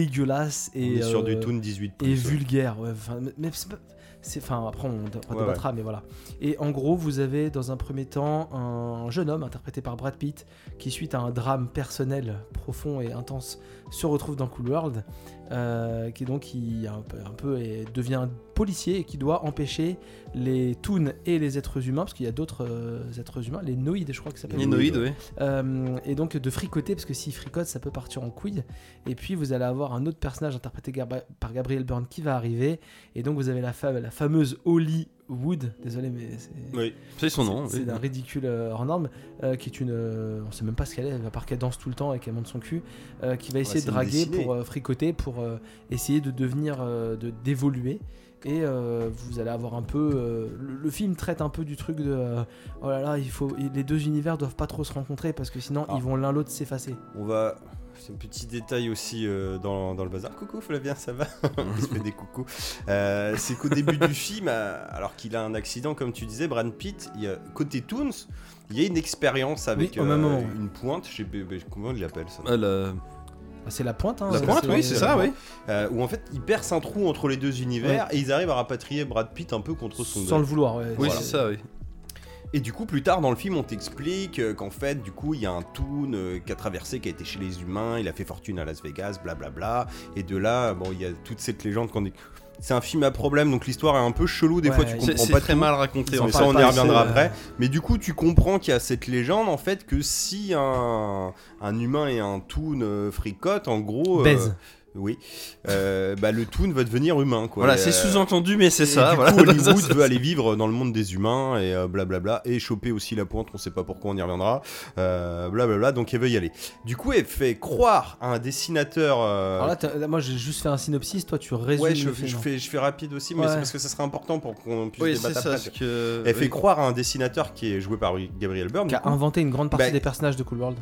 S2: dégueulasses
S1: On
S2: et
S1: est sur
S2: euh,
S1: du Toon 18.
S2: et vulgaire. ouais, enfin, mais c'est pas- c'est- enfin, après on, on
S1: Ouais,
S2: débattra, mais voilà. Et en gros, vous avez dans un premier temps un jeune homme interprété par Brad Pitt qui, suite à un drame personnel profond et intense, se retrouve dans Cool World, euh, qui donc qui un peu, un peu est- devient policier et qui doit empêcher les toons et les êtres humains, parce qu'il y a d'autres euh, êtres humains, les noïdes, je crois que ça s'appelle.
S3: Ninoïde, ouais.
S2: Euh, et donc de fricoter parce que s'il fricote ça peut partir en couille et puis vous allez avoir un autre personnage interprété Gabri- par Gabriel Byrne qui va arriver et donc vous avez la, fa- la fameuse Holly Wood désolé mais c'est
S1: Oui.
S3: C'est son nom.
S2: c'est- c'est
S3: oui.
S2: d'un ridicule euh, hors norme euh, qui est une euh, on sait même pas ce qu'elle est à part qu'elle danse tout le temps et qu'elle monte son cul euh, qui va essayer
S1: c'est
S2: de
S1: une
S2: draguer
S1: dessinée.
S2: pour euh, fricoter pour euh, essayer de devenir euh, de d'évoluer et euh, vous allez avoir un peu euh, le, le film traite un peu du truc de euh, oh là là il faut il- les deux univers doivent pas trop se rencontrer parce que sinon
S1: Ah.
S2: ils vont l'un l'autre s'effacer
S1: On va. C'est un petit détail aussi euh, dans, dans le bazar. Coucou Flavien, ça va Il se fait des coucous. Euh, c'est qu'au début du film, euh, alors qu'il a un accident, comme tu disais, Brad Pitt, il y a- côté Toons, il y a une expérience avec euh,
S2: au même moment.
S1: une pointe, je sais pas- bah, comment il l'appelle ça
S3: Ah, la-
S2: Ah, c'est la pointe hein,
S3: la
S2: c'est-
S3: pointe, oui, c'est ça, oui.
S1: Euh, Où en fait, il perce un trou entre les deux univers et ils arrivent à rapatrier Brad Pitt un peu contre son
S2: sans le vouloir ouais.
S3: Oui,
S1: Voilà.
S3: c'est ça, oui.
S1: Et du coup, plus tard dans le film, on t'explique euh, qu'en fait, du coup, il y a un toon euh, qui a traversé, qui a été chez les humains, il a fait fortune à Las Vegas, blablabla. Et de là, bon, il y a toute cette légende qu'on dit. C'est un film à problème, donc l'histoire est un peu chelou. Des
S2: Ouais,
S1: fois, tu
S2: c'est-
S1: comprends
S3: C'est c'est
S1: pas
S3: très
S1: tout.
S3: mal raconté.
S1: Mais
S3: en
S2: Ils en
S1: ça,
S3: fait.
S2: parlent
S1: on y
S2: pas
S1: reviendra
S2: assez,
S1: après.
S2: euh,
S1: Mais du coup, tu comprends qu'il y a cette légende en fait que si un, un humain et un toon euh, fricotent, en gros. euh,
S2: Baise.
S1: Oui. euh, bah, le toon va devenir humain, quoi.
S3: Voilà,
S1: Et,
S3: c'est
S1: euh,
S3: sous-entendu, mais c'est
S1: et
S3: ça.
S1: du
S3: voilà.
S1: coup, Hollywood
S3: Ça, ça,
S1: veut aller vivre dans le monde des humains et euh, blablabla et choper aussi la pointe. On sait pas pourquoi, on y reviendra. Euh, blablabla, donc elle veut y aller. Du coup, elle fait croire à un dessinateur. euh,
S2: Alors là, t'as- là, moi j'ai juste fait un synopsis toi tu résumes
S1: ouais, je,
S2: le
S1: fais, je
S2: film. hein.
S1: fais- je fais rapide aussi, mais
S2: Ouais.
S1: c'est parce que ça serait important pour qu'on puisse
S3: Oui, c'est
S1: débattre
S3: ça.
S1: après.
S3: parce que... euh,
S1: Elle
S3: oui.
S1: fait croire à un dessinateur qui est joué par Gabriel Byrne.
S2: qui
S1: du
S2: a
S1: coup.
S2: inventé une grande partie
S1: Bah,
S2: des personnages de Cool World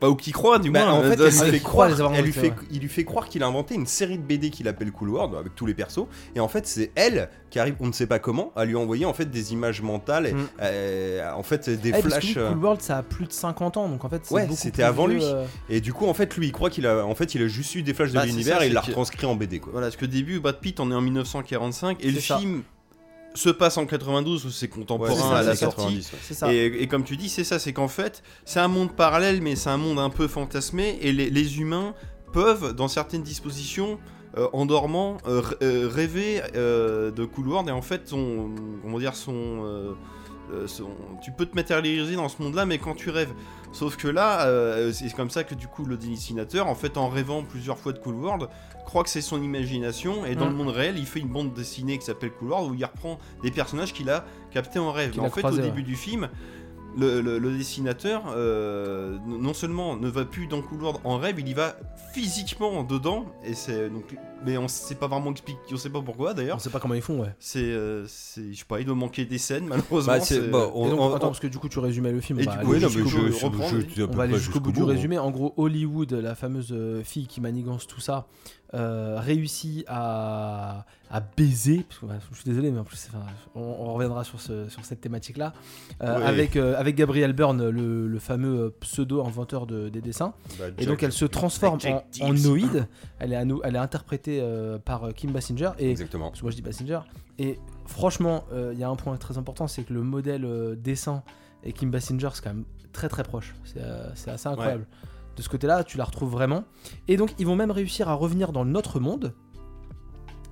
S3: Bah, ou qui croit, du
S1: Bah,
S3: moins.
S1: en
S3: euh,
S1: fait,
S3: de-
S1: elle lui
S2: Ah,
S1: fait
S2: il croit
S1: croire,
S2: les avoir
S1: elle lui
S2: inventés,
S1: fait- il lui fait croire qu'il a inventé une série de BD qu'il appelle Cool World avec tous les persos. Et en fait, c'est elle qui arrive, on ne sait pas comment, à lui envoyer en fait des images mentales, et,
S2: Mm.
S1: euh, en fait des
S2: Eh, parce que
S1: flashs. euh,
S2: oui, Cool World, ça a plus de 50 ans, donc en fait, c'est
S1: Ouais,
S2: beaucoup
S1: c'était
S2: plus
S1: avant
S2: vieux,
S1: lui.
S2: euh,
S1: Et du coup, en fait, lui, il croit qu'il a, en fait, il a juste eu des flashs de
S3: Bah, c'est
S1: l'univers
S3: ça,
S1: et il l'a
S3: c'est que-
S1: retranscrit en BD, quoi.
S3: Voilà, parce que début, Brad Pitt, on est en 1945, et le
S2: C'est ça.
S3: film se passe en 92, où c'est contemporain
S1: Ouais, c'est
S3: à
S1: ça,
S3: la
S1: c'est
S3: sortie.
S1: 90, ouais.
S2: C'est ça.
S3: Et, et comme tu dis, c'est ça, c'est qu'en fait, c'est un monde parallèle, mais c'est un monde un peu fantasmé, et les, les humains peuvent, dans certaines dispositions, euh, en dormant, euh, r- euh, rêver euh, de Cool World, et en fait, son, comment dire, son, euh, euh, son- tu peux te matérialiser dans ce monde-là, mais quand tu rêves. Sauf que là, euh, c'est comme ça que du coup, le dessinateur, en fait, en rêvant plusieurs fois de Cool World, croit que c'est son imagination, et dans
S2: Mm.
S3: le monde réel, il fait une bande dessinée qui s'appelle Cool World, où il reprend des personnages qu'il a captés en rêve.
S2: Qu'il
S3: Mais en
S2: a
S3: fait,
S2: croisés,
S3: au
S2: ouais.
S3: début du film, le, le- le dessinateur, euh, n- non seulement ne va plus dans le couloir en rêve, il y va physiquement dedans, et c'est donc, mais on sait pas vraiment expliquer, on sait pas pourquoi
S2: On
S3: d'ailleurs.
S2: sait pas comment ils font, ouais.
S3: C'est, euh, c'est- je sais pas, il doit manquer des scènes malheureusement.
S1: Bah, c'est-
S3: c'est-
S1: bah,
S2: Et
S1: on-
S2: donc,
S1: on-
S2: attends, parce que du coup, tu résumais le film.
S3: Et
S2: on va
S3: du
S2: aller
S3: coup,
S1: oui, non,
S2: jusqu'au
S1: mais
S2: bout.
S1: je, je,
S3: reprendre,
S1: je- je- à peu
S2: On va aller
S1: près
S2: jusqu'au bout du
S1: hein.
S2: résumé. En gros, Hollywood, la fameuse euh, fille qui manigance tout ça, euh, réussit à, à baiser. parce que, bah, je suis désolé, mais en plus, enfin, on, on reviendra sur, ce- sur cette thématique-là. euh,
S1: Ouais.
S2: avec, euh, avec Gabriel Byrne, le, le fameux euh, pseudo-inventeur de- des dessins.
S1: Bah,
S2: Et donc,
S1: Jack-
S2: elle se transforme
S1: Jack
S2: en,
S1: Dibs.
S2: en noïde. Elle est, à nous- elle est interprétée euh, par euh, Kim Basinger. Et
S1: Exactement.
S2: parce que moi je dis Basinger. Et franchement, euh, il y a un point très important, c'est que le modèle euh, dessin et Kim Basinger, c'est quand même très très proche. C'est euh, c'est assez incroyable. De ce côté-là, tu la retrouves vraiment. Et donc, ils vont même réussir à revenir dans notre monde.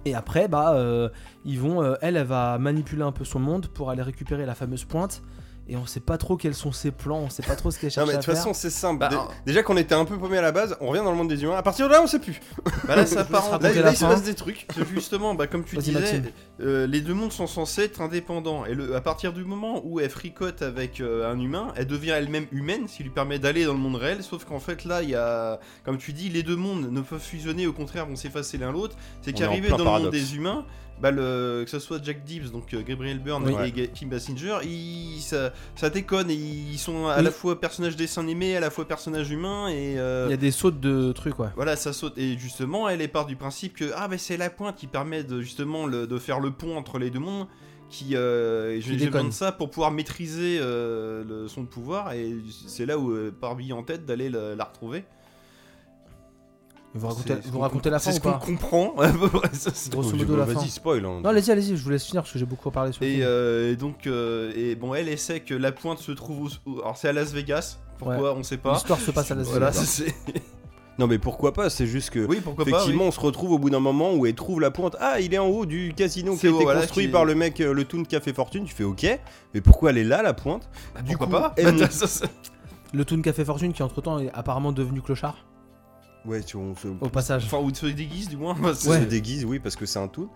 S2: Et après, bah, euh, ils vont, euh, elle, elle va manipuler un peu son monde pour aller récupérer la fameuse pointe. Et on sait pas trop quels sont ses plans, on sait pas trop ce qu'elle
S1: Non
S2: cherche
S1: mais de
S2: à
S1: toute
S2: faire.
S1: façon c'est simple.
S3: Bah,
S1: Dé-
S3: hein.
S1: Déjà qu'on était un peu paumé à la base, on revient dans le monde des humains. À partir de là on sait plus.
S3: Bah là, ça
S2: Je
S3: part
S2: vous
S3: en-
S2: raconte
S3: là,
S2: la
S3: là, il se
S2: fin.
S3: passe des trucs. Parce que Justement, bah, comme tu
S2: Vas-y,
S3: disais,
S2: Maxime.
S3: euh, les deux mondes sont censés être indépendants. Et le, à partir du moment où elle fricote avec euh, un humain, elle devient elle-même humaine, ce qui lui permet d'aller dans le monde réel. Sauf qu'en fait, là, il y a, comme tu dis, les deux mondes ne peuvent fusionner, au contraire, vont s'effacer l'un l'autre. C'est
S1: On
S3: qu'arrivé
S1: est en
S3: dans
S1: plein
S3: le monde
S1: paradoxe.
S3: des humains, bah, le, que ce soit Jack Gibbs, donc euh, Gabriel Byrne
S1: Oui.
S3: et Ga- Kim Basinger, ils, ça, ça déconne. et Ils sont à
S2: Oui.
S3: la fois personnages dessin animés, à la fois personnages humains et. euh,
S2: Il y a des sautes de trucs, ouais.
S3: voilà, ça saute. Et justement, elle est part du principe que ah, mais c'est la pointe qui permet de, justement le- de faire le pont entre les deux mondes. Qui, euh, j'ai- j'ai
S2: déconne.
S3: besoin de ça pour pouvoir maîtriser euh, le- son pouvoir. Et c'est là où euh, part Bill en tête d'aller la, la retrouver.
S2: Vous racontez,
S3: C'est ce
S2: vous
S3: qu'on
S2: racontez
S3: comp-
S2: la fin
S3: C'est
S2: ou
S3: ce qu'on
S2: pas
S3: comprend. à peu près, ça, c'est-
S2: Grosso
S1: Oh,
S2: modo,
S1: bah,
S2: la fin.
S1: Vas-y spoil. hein.
S2: Non, allez-y, allez-y, je vous laisse finir parce que j'ai beaucoup parlé sur le
S3: Et,
S2: film.
S3: euh, et donc, euh, et bon, elle essaie que la pointe se trouve. Au, au- alors, c'est à Las Vegas. Pourquoi On sait pas.
S2: L'histoire se passe à Las Vegas.
S3: Voilà, c'est.
S1: Non mais pourquoi pas C'est juste que
S3: Oui, pourquoi pas. oui.
S1: effectivement on se retrouve au bout d'un moment où elle trouve la pointe. Ah il est en haut du casino qui
S3: C'est
S1: a
S3: haut,
S1: été
S3: voilà,
S1: construit
S3: qui-
S1: par le mec euh, le Toon qui a fait fortune. Tu fais ok, mais pourquoi elle est là la pointe Du
S3: Ah, pourquoi
S1: coup,
S3: pas
S1: elle monte-
S3: Ça, c'est-
S2: Le Toon Café Fortune qui entre temps est apparemment devenu clochard
S1: Ouais tu on se
S2: au passage.
S3: Enfin, ou se déguise du moins.
S1: se déguise, oui, parce que c'est un tout.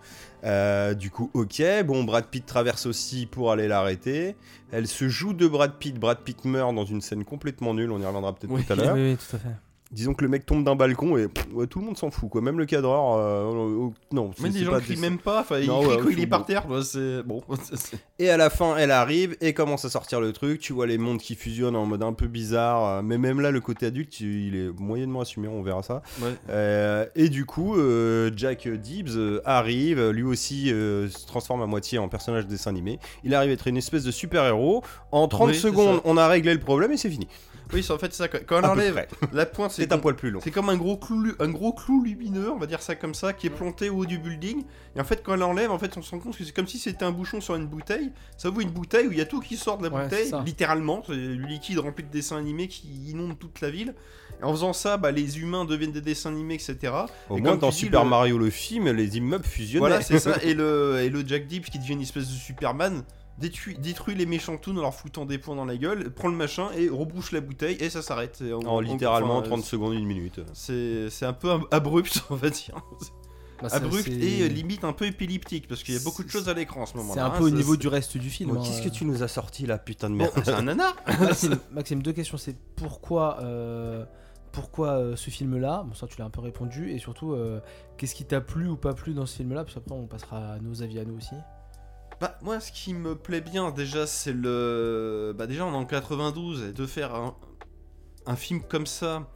S1: Euh, du coup, ok. Bon, Brad Pitt traverse aussi pour aller l'arrêter. Elle se joue de Brad Pitt. Brad Pitt meurt dans une scène complètement nulle. On y reviendra peut-être
S3: Oui.
S1: tout à
S2: Oui,
S1: l'heure.
S2: oui, tout à fait.
S1: Disons que le mec tombe d'un balcon et pff, ouais, tout le monde s'en fout. Quoi. Même le cadreur. euh, euh, euh, non, c'est
S3: Même des
S1: c'est
S3: gens
S1: pas
S3: crient
S1: des-
S3: même pas, enfin, il
S1: Non,
S3: crie
S1: ouais,
S3: quand
S1: je
S3: il
S1: suis
S3: est par
S1: bon.
S3: terre, quoi, c'est bon. c'est-
S1: Et à la fin, elle arrive et commence à sortir le truc. Tu vois les mondes qui fusionnent en mode un peu bizarre. euh, Mais même là, le côté adulte, il est moyennement assumé. On verra ça. Euh, et du coup, euh, Jack Gibbs euh, arrive, lui aussi euh, se transforme à moitié en personnage de dessin animé. Il arrive à être une espèce de super-héros. En 30
S3: Oui, c'est
S1: secondes,
S3: ça.
S1: on a réglé le problème et c'est fini.
S3: Oui, c'est en fait ça, quand quand on
S1: À peu
S3: enlève
S1: près.
S3: la pointe, c'est
S1: C'est un
S3: comme,
S1: poil plus long.
S3: c'est comme un gros, clou, lu- un gros clou lumineux, on va dire ça comme ça, qui est planté au haut du building. Et en fait, quand on l'enlève, en fait, on se rend compte que c'est comme si c'était un bouchon sur une bouteille. Ça vaut une bouteille où il y a tout qui sort de la
S2: Ouais, c'est
S3: bouteille,
S2: ça.
S3: littéralement. C'est du liquide rempli de dessins animés qui inonde toute la ville. Et en faisant ça, bah, les humains deviennent des dessins animés, etc.
S1: Au
S3: Et
S1: moins,
S3: comme
S1: dans
S3: tu dis,
S1: Super
S3: le-
S1: Mario le film, les immeubles fusionnent.
S3: Voilà, c'est ça. Et le, et le Jack Deep qui devient une espèce de Superman détruit, détruit les méchants toons en leur foutant des points dans la gueule, prend le machin et rebouche la bouteille et ça s'arrête. Et on-
S1: en
S3: on-
S1: littéralement
S3: enfin,
S1: 30 secondes, une minute.
S3: C'est c'est un peu ab- abrupt, on va dire.
S2: Bah, c'est-
S3: abrupt
S2: c'est-
S3: et euh, limite un peu épileptique parce qu'il y a beaucoup de
S2: C'est-
S3: choses à l'écran à ce moment-là.
S2: C'est un
S3: hein,
S2: peu au
S3: ça,
S2: niveau
S3: c'est-
S2: du reste du film. hein.
S1: Qu'est-ce que tu nous as sorti là, putain de
S3: Bon,
S1: merde
S3: c'est un nanar
S2: Maxime, Maxime, deux questions. C'est pourquoi, euh, pourquoi euh, ce film-là Bon, ça, tu l'as un peu répondu. Et surtout, euh, qu'est-ce qui t'a plu ou pas plu dans ce film-là Puis après, on passera à nos avis à nous aussi.
S3: Bah, moi, ce qui me plaît bien, déjà, c'est le. Bah, déjà, on est en 92, et de faire un, un film comme ça,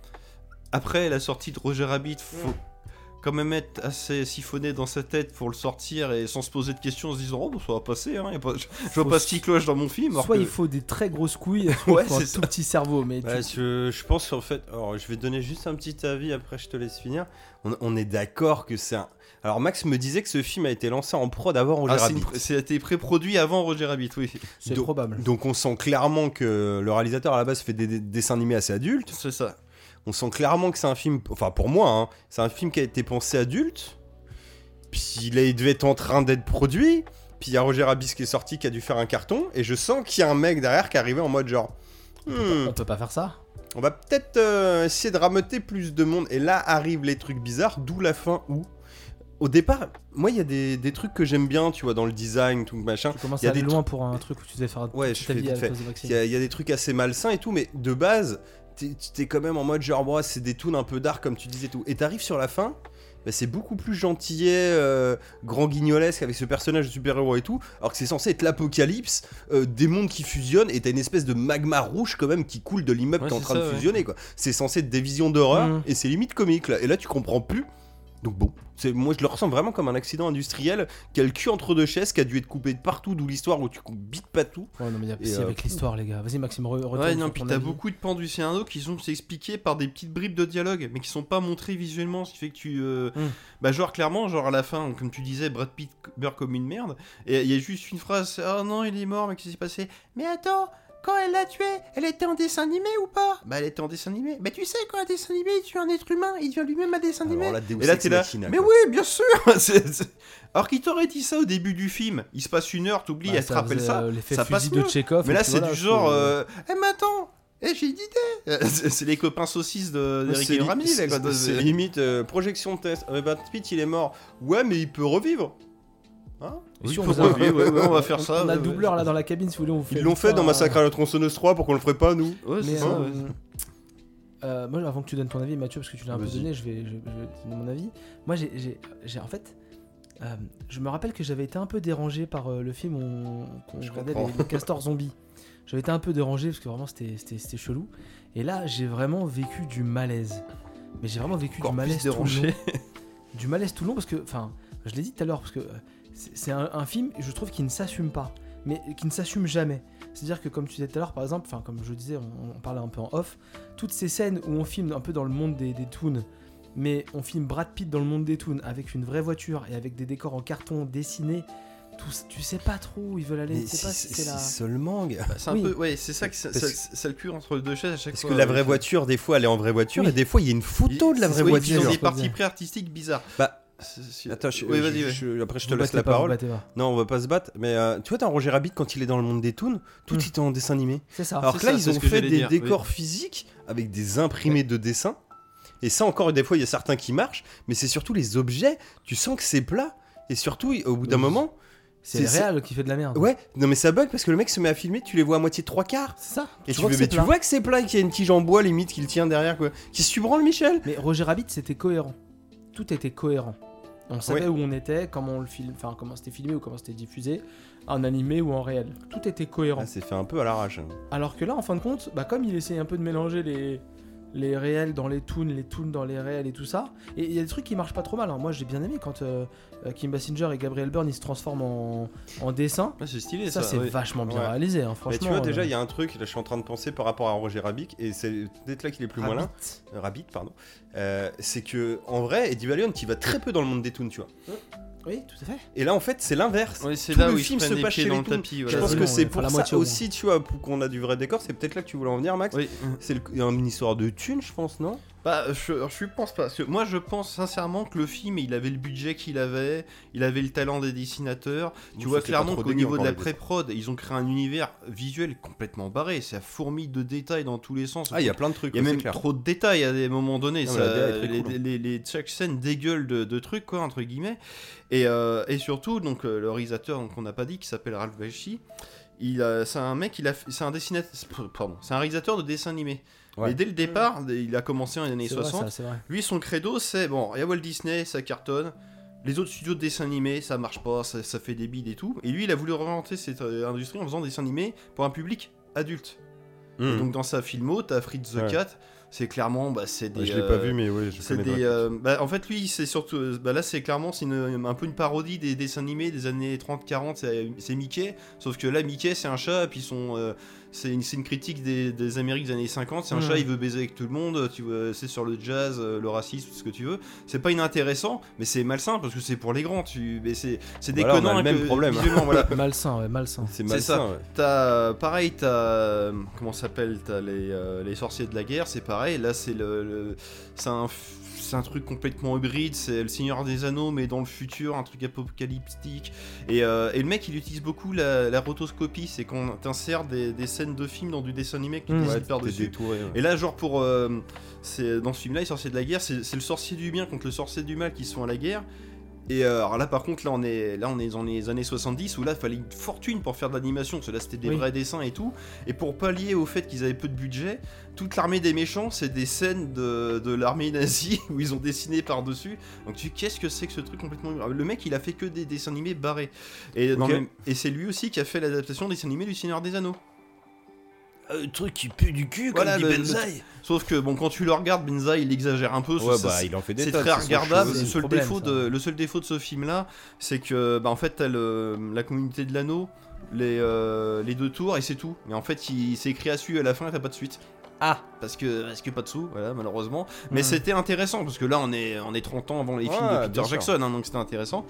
S3: après la sortie de Roger Rabbit,
S2: Mm.
S3: faut quand même être assez siphonné dans sa tête pour le sortir et sans se poser de questions en se disant, oh, bah, ça va passer, hein, y a pas- je, je vois
S2: Faut-
S3: pas ce qui cloche dans mon film. alors
S2: Soit
S3: que-
S2: il faut des très grosses couilles, soit
S3: Ouais,
S2: il faut un
S3: c'est
S2: tout
S3: ça.
S2: petit cerveau. Mais tu-
S1: Bah, je, je pense qu'en fait, alors je vais te donner juste un petit avis, après je te laisse finir. On, on est d'accord que c'est un. Alors Max me disait que ce film a été lancé en prod avant Roger
S3: Ah, c'est une
S1: Rabbit.
S3: pr- C'était pré-produit avant Roger Rabbit, oui.
S2: c'est
S1: donc-
S2: probable.
S1: Donc on sent clairement que le réalisateur à la base fait des, des dessins animés assez adultes.
S3: C'est ça.
S1: On sent clairement que c'est un film, enfin pour moi, hein, c'est un film qui a été pensé adulte. Puis là, il devait être en train d'être produit. Puis il y a Roger Rabbit qui est sorti qui a dû faire un carton. Et je sens qu'il y a un mec derrière qui est arrivé en mode genre. Hmm.
S2: On peut pas faire ça.
S1: On va peut-être euh, essayer de rameuter plus de monde. Et là arrivent les trucs bizarres, d'où la fin où au départ, moi, il y a des, des trucs que j'aime bien, tu vois, dans le design, tout machin.
S2: Tu commences
S1: Il y a
S2: à aller
S1: des
S2: loin pour un truc où tu devais faire
S1: Ouais,
S2: toute
S1: je
S2: ta
S1: fais
S2: vie à
S1: vite fait.
S2: la place de
S1: Il
S2: Maxime.
S1: y, a- il y a des trucs assez malsains et tout, mais de base, t'es t'es quand même en mode genre, moi, c'est des tunes un peu dark, comme tu disais, tout. Et t'arrives sur la fin, bah, c'est beaucoup plus gentillet, euh, grand guignolesque, avec ce personnage de super-héros et tout, alors que c'est censé être l'apocalypse, euh, des mondes qui fusionnent, et t'as une espèce de magma rouge quand même qui coule de l'immeuble
S3: Ouais,
S1: qui est en
S3: c'est
S1: train
S3: ça,
S1: de
S3: ouais. Mm.
S1: fusionner, quoi. C'est censé être des visions d'horreur,
S2: Mhm.
S1: et c'est limite comique, là. Et là, tu comprends plus. Donc bon, c'est- moi je le ressens vraiment comme un accident industriel qui a le cul entre deux chaises, qui a dû être coupé de partout, d'où l'histoire où tu bites pas tout.
S2: Ouais, non, mais il y a-
S1: Et,
S2: c'est
S1: euh,
S2: avec l'histoire, les gars. Vas-y, Maxime, re- retourne.
S3: Ouais,
S2: sur
S3: non,
S2: ton
S3: puis t'as
S2: avis.
S3: beaucoup de pans du scénario qui sont expliqués par des petites bribes de dialogue, mais qui sont pas montrées visuellement, ce qui fait que tu... euh,
S2: Mm.
S3: Bah genre, clairement, genre à la fin, comme tu disais, Brad Pitt meurt comme une merde, et il y a juste une phrase, « Oh non, il est mort, mais qu'est-ce qui s'est passé ?»« Mais attends, quand elle l'a tué, elle était en dessin animé ou pas ?»« Bah elle était en dessin animé. »« Bah tu sais, quand un dessin animé, il tue un être humain, il devient lui-même un dessin animé. »
S1: Alors là, Deus
S3: Et là,
S1: Ex
S3: t'es là.
S1: Machina,
S3: Mais
S1: quoi.
S3: oui, bien sûr C'est- c'est- Alors qu'il t'aurait dit ça au début du film, il se passe une heure, t'oublies,
S2: Bah,
S3: elle te rappelle
S2: faisait,
S3: ça.
S2: euh, l'effet
S3: ça
S2: fusil
S3: passe
S2: de
S3: mieux.
S1: Ah,
S2: Tchekhov.
S3: Mais là,
S2: et puis
S3: c'est
S2: voilà,
S3: du genre.
S2: c'est-
S3: euh, Eh, mais attends Eh, j'ai une idée Euh, C'est c'est les copains saucisses de- d'Eric
S1: C'est
S3: et
S1: li-
S3: Ramil,
S1: c'est-
S3: là, quoi.
S1: c'est
S3: C'est-
S1: limite euh, projection de test.
S3: Eh, bah,
S1: Euh, Brad Pitt il est mort. Ouais, mais il peut revivre.
S2: Et
S3: Hein Oui,
S2: si on
S3: pour
S2: faisait un-
S3: revivre, ouais, ouais, on va faire ça. euh,
S2: On a
S3: ouais,
S2: le doubleur là dans la cabine, si vous voulez. on vous
S1: Ils
S2: fait
S1: l'ont
S2: une
S1: fait
S2: fois,
S1: dans
S2: euh,
S1: Massacre à la tronçonneuse 3 pour qu'on le ferait pas nous.
S3: Ouais, c'est
S2: Mais,
S3: ça.
S2: euh,
S3: ouais.
S2: euh, moi, avant que tu donnes ton avis, Mathieu, parce que tu l'as un peu
S3: Vas-y.
S2: donné, je vais, je, je vais te donner mon avis. Moi, j'ai- j'ai j'ai- en fait, euh, je me rappelle que j'avais été un peu dérangé par euh, le film où on, qu'on
S1: Je
S2: regardait
S1: comprends.
S2: les, les castors zombies. J'avais été un peu dérangé parce que vraiment c'était- c'était c'était chelou. Et là, j'ai vraiment vécu du malaise. Mais j'ai vraiment vécu
S3: Encore
S2: du
S3: plus
S2: malaise tout le
S3: dérangé.
S2: long. Du malaise tout le long parce que, enfin, je l'ai dit tout à l'heure, parce que euh, c'est c'est un, un film, je trouve, qui ne s'assume pas, mais qui ne s'assume jamais. C'est-à-dire que, comme tu disais tout à l'heure, par exemple, enfin, comme je disais, on, on parlait un peu en off, toutes ces scènes où on filme un peu dans le monde des, des toons, mais on filme Brad Pitt dans le monde des toons avec une vraie voiture et avec des décors en carton dessinés, tout, tu sais pas trop où ils veulent aller,
S1: Mais
S2: tu sais
S1: c'est
S2: pas si
S1: c'est
S2: c'est la.
S1: seulement.
S3: Bah, c'est un
S2: oui.
S3: peu. Ouais, c'est ça que ça,
S1: Parce
S3: ça-
S1: que-
S3: ça- ça le cul entre les deux chaises à chaque
S1: Parce
S3: fois.
S1: que la
S3: ouais.
S1: vraie voiture, des fois, elle est en vraie voiture
S2: Oui.
S1: et des fois, il y a une photo
S2: Oui,
S1: de la
S2: c'est-
S1: vraie
S3: Oui,
S2: voiture.
S3: Ils ont
S1: voiture.
S3: des parties pré-artistiques bizarres.
S1: Bah,
S3: C'est- c'est-
S1: Attends, je-
S3: Oui,
S1: je-
S3: vas-y, ouais.
S1: je- après je te
S2: Vous
S1: laisse
S2: battez
S1: la
S2: pas, vous
S1: parole.
S2: battez pas.
S1: Non, on va pas se battre. Mais euh, tu vois, dans Roger Rabbit, quand il est dans le monde des toons, tout
S2: Mm.
S1: est en dessin animé.
S2: Ah, C'est ça.
S1: Alors
S3: c'est
S1: que là,
S3: ça,
S1: ils
S3: c'est
S1: ont
S3: ce que
S1: fait
S3: j'allais
S1: des
S3: dire, oui.
S1: décors physiques avec des imprimés de dessins. Et ça, encore des fois, il y a certains qui marchent, mais c'est surtout les objets. Tu sens que c'est plat. Et surtout, au bout d'un
S2: Oui.
S1: moment,
S2: c'est
S1: c'est-
S2: réel qui fait de la merde.
S1: ouais, non mais ça bug parce que le mec se met à filmer, tu les vois à moitié trois quarts.
S2: C'est ça.
S1: Et tu, vois,
S2: vois que
S1: mais
S2: c'est
S1: tu
S2: plat.
S1: vois que c'est plat et qu'il y a une tige en bois limite qui le tient derrière quoi. Qui se branle Michel
S2: Mais Roger Rabbit, c'était cohérent. Tout était cohérent. On savait où on était, comment on le filme, enfin comment c'était filmé ou comment c'était diffusé, en animé ou en réel. Tout était cohérent.
S1: Ah, c'est fait un peu à l'arrache. hein.
S2: Alors que là, en fin de compte, bah, comme il essayait un peu de mélanger les, les réels dans les toons, les toons dans les réels et tout ça, et il y a des trucs qui marchent pas trop mal. hein. Moi, j'ai bien aimé quand euh, euh, Kim Basinger et Gabriel Byrne ils se transforment en, en dessin.
S3: Ouais, Ah, c'est stylé
S2: Ça,
S3: ça.
S2: c'est
S3: ouais.
S2: vachement bien
S1: Ouais.
S2: réalisé, hein,
S1: Mais
S2: franchement.
S1: tu vois
S3: euh,
S1: déjà il y a un truc, là je suis en train de penser par rapport à Roger Rabbit et c'est peut-être là qu'il est plus malin. Euh, Rabbit pardon. Euh, c'est que en vrai Eddie Valiant qui va très peu dans le monde des toons tu vois.
S2: Oui, tout à fait.
S1: Et là en fait c'est l'inverse.
S3: Ouais, c'est
S1: Tout
S3: là
S1: le
S3: où ils se
S1: film
S3: prennent
S1: se
S3: les
S1: passe
S3: pieds
S1: chez
S3: dans
S1: les
S3: le
S1: toons.
S3: tapis.
S1: Je
S3: voilà.
S1: pense
S2: Quasiment,
S1: que c'est
S2: ouais.
S1: pour
S2: Enfin, la
S1: ça
S2: moitié au moins.
S1: aussi tu vois pour qu'on a du vrai décor c'est peut-être là que tu voulais en venir Max.
S3: Oui.
S1: C'est le- une histoire de thunes je pense non
S3: Bah, je, je pense pas. Parce que moi, je pense sincèrement que le film, il avait le budget qu'il avait, il avait le talent des dessinateurs.
S1: Nous,
S3: tu vois
S1: c'était pas
S3: clairement
S1: trop
S3: qu'au
S1: dégueu
S3: niveau de
S1: encore,
S3: la
S1: les dessins.
S3: pré-prod, ils ont créé un univers visuel complètement barré. Ça fourmille de détails dans tous les sens.
S1: Ah il y a plein de trucs.
S3: Il y a
S1: ouais, c'est
S3: même
S1: clair.
S3: trop de détails à des moments donnés.
S1: Non,
S3: ça-
S1: mais la DA est très
S3: les,
S1: cool, hein.
S3: les- les- chaque scène dégueule de, de trucs, quoi, entre guillemets. Et, euh, et surtout, donc, euh, le réalisateur donc, qu'on n'a pas dit, qui s'appelle Ralph Bakshi, il, euh, c'est un mec, il a, fait- c'est un dessinateur, pardon, c'est un réalisateur de dessins animés.
S1: Ouais.
S3: Mais dès le départ, il a commencé en années
S2: C'est vrai,
S3: 60.
S2: ça, c'est vrai.
S3: Lui, son credo, c'est bon, il y a Walt Disney, ça cartonne. Les autres studios de dessins animés, ça marche pas, ça, ça fait des bides et tout. Et lui, il a voulu réinventer cette euh, industrie en faisant des dessins animés pour un public adulte. Et
S1: Hmm.
S3: donc, dans sa filmo, t'as Fritz the
S1: Ouais.
S3: Cat, c'est clairement, bah, c'est des.
S1: Ah, je l'ai pas
S3: euh,
S1: vu mais oui je
S3: c'est
S1: connais
S3: des,
S1: Drake.
S3: euh, bah, en fait, lui, c'est surtout. euh, Bah, là, c'est clairement c'est une- un peu une parodie des dessins animés des années 30-40. C'est, c'est Mickey. Sauf que là, Mickey, c'est un chat. Puis son, euh, c'est, une, c'est une critique des, des Amériques des années 50. C'est un
S2: Mhm.
S3: chat, il veut baiser avec tout le monde. Tu vois, c'est sur le jazz, euh, le racisme, tout ce que tu veux. C'est pas inintéressant, mais c'est malsain parce que c'est pour les grands. Tu, mais c'est, c'est
S1: Voilà, on a
S3: déconnant.
S1: le
S3: hein,
S1: même
S3: que
S1: problème.
S3: visuellement, voilà.
S2: Malsain, ouais, malsain.
S1: C'est malsain,
S3: ça.
S1: ouais.
S3: T'as euh, pareil, t'as euh, comment ça s'appelle T'as les, euh, les sorciers de la guerre, c'est pareil. Là, c'est le, le- c'est un, f- c'est un truc complètement hybride. C'est le Seigneur des Anneaux, mais dans le futur, un truc apocalyptique. Et, euh, et le mec, il utilise beaucoup la, la rotoscopie, c'est qu'on t'insère des, des scènes de films dans du dessin animé que tu
S2: Mmh.
S3: décides
S1: Ouais,
S3: par
S1: t'es
S3: dessus.
S1: détouré, ouais.
S3: Et là, genre pour euh, c'est dans ce film-là, les sorciers de la guerre, c'est c'est le sorcier du bien contre le sorcier du mal qui se font à la guerre. Et euh, alors là, par contre, là on, est, là, on est dans les années 70 où là, fallait une fortune pour faire de l'animation. Parce que là, c'était des
S4: Oui.
S3: vrais dessins et tout. Et pour pallier au fait qu'ils avaient peu de budget, toute l'armée des méchants, c'est des scènes de, de l'armée nazie où ils ont dessiné par-dessus. Donc tu dis, qu'est-ce que c'est que ce truc complètement. Le mec, il a fait que des dessins animés barrés. Et, dans
S1: Ok.
S3: le même- et c'est lui aussi qui a fait l'adaptation des dessins animés du Seigneur des Anneaux.
S1: Le euh, truc qui pue du cul,
S3: Voilà,
S1: dit
S3: le- le- Sauf que, bon, quand tu le regardes, Benzaï, il exagère un peu.
S1: Ouais,
S3: ça-
S1: bah, il en fait des
S3: c'est
S1: tonnes,
S3: très
S1: ce sont choses-
S3: regardable. Le
S4: c'est le
S3: seul,
S4: problème,
S3: défaut
S4: ça.
S3: de, le seul défaut de ce film-là, c'est que, bah, en fait, t'as le, la communauté de l'anneau, les, euh, les deux tours et c'est tout. Mais en fait, il, s'est écrit à su à la fin et t'as pas de suite.
S4: Ah.
S3: Parce que, parce que pas de sous, voilà, malheureusement. Mais
S4: Hmm.
S3: c'était intéressant, parce que là, on est, on est 30 ans avant les films
S1: Ouais,
S3: de
S1: bien
S3: Peter
S1: sûr.
S3: Jackson, hein, donc c'était intéressant.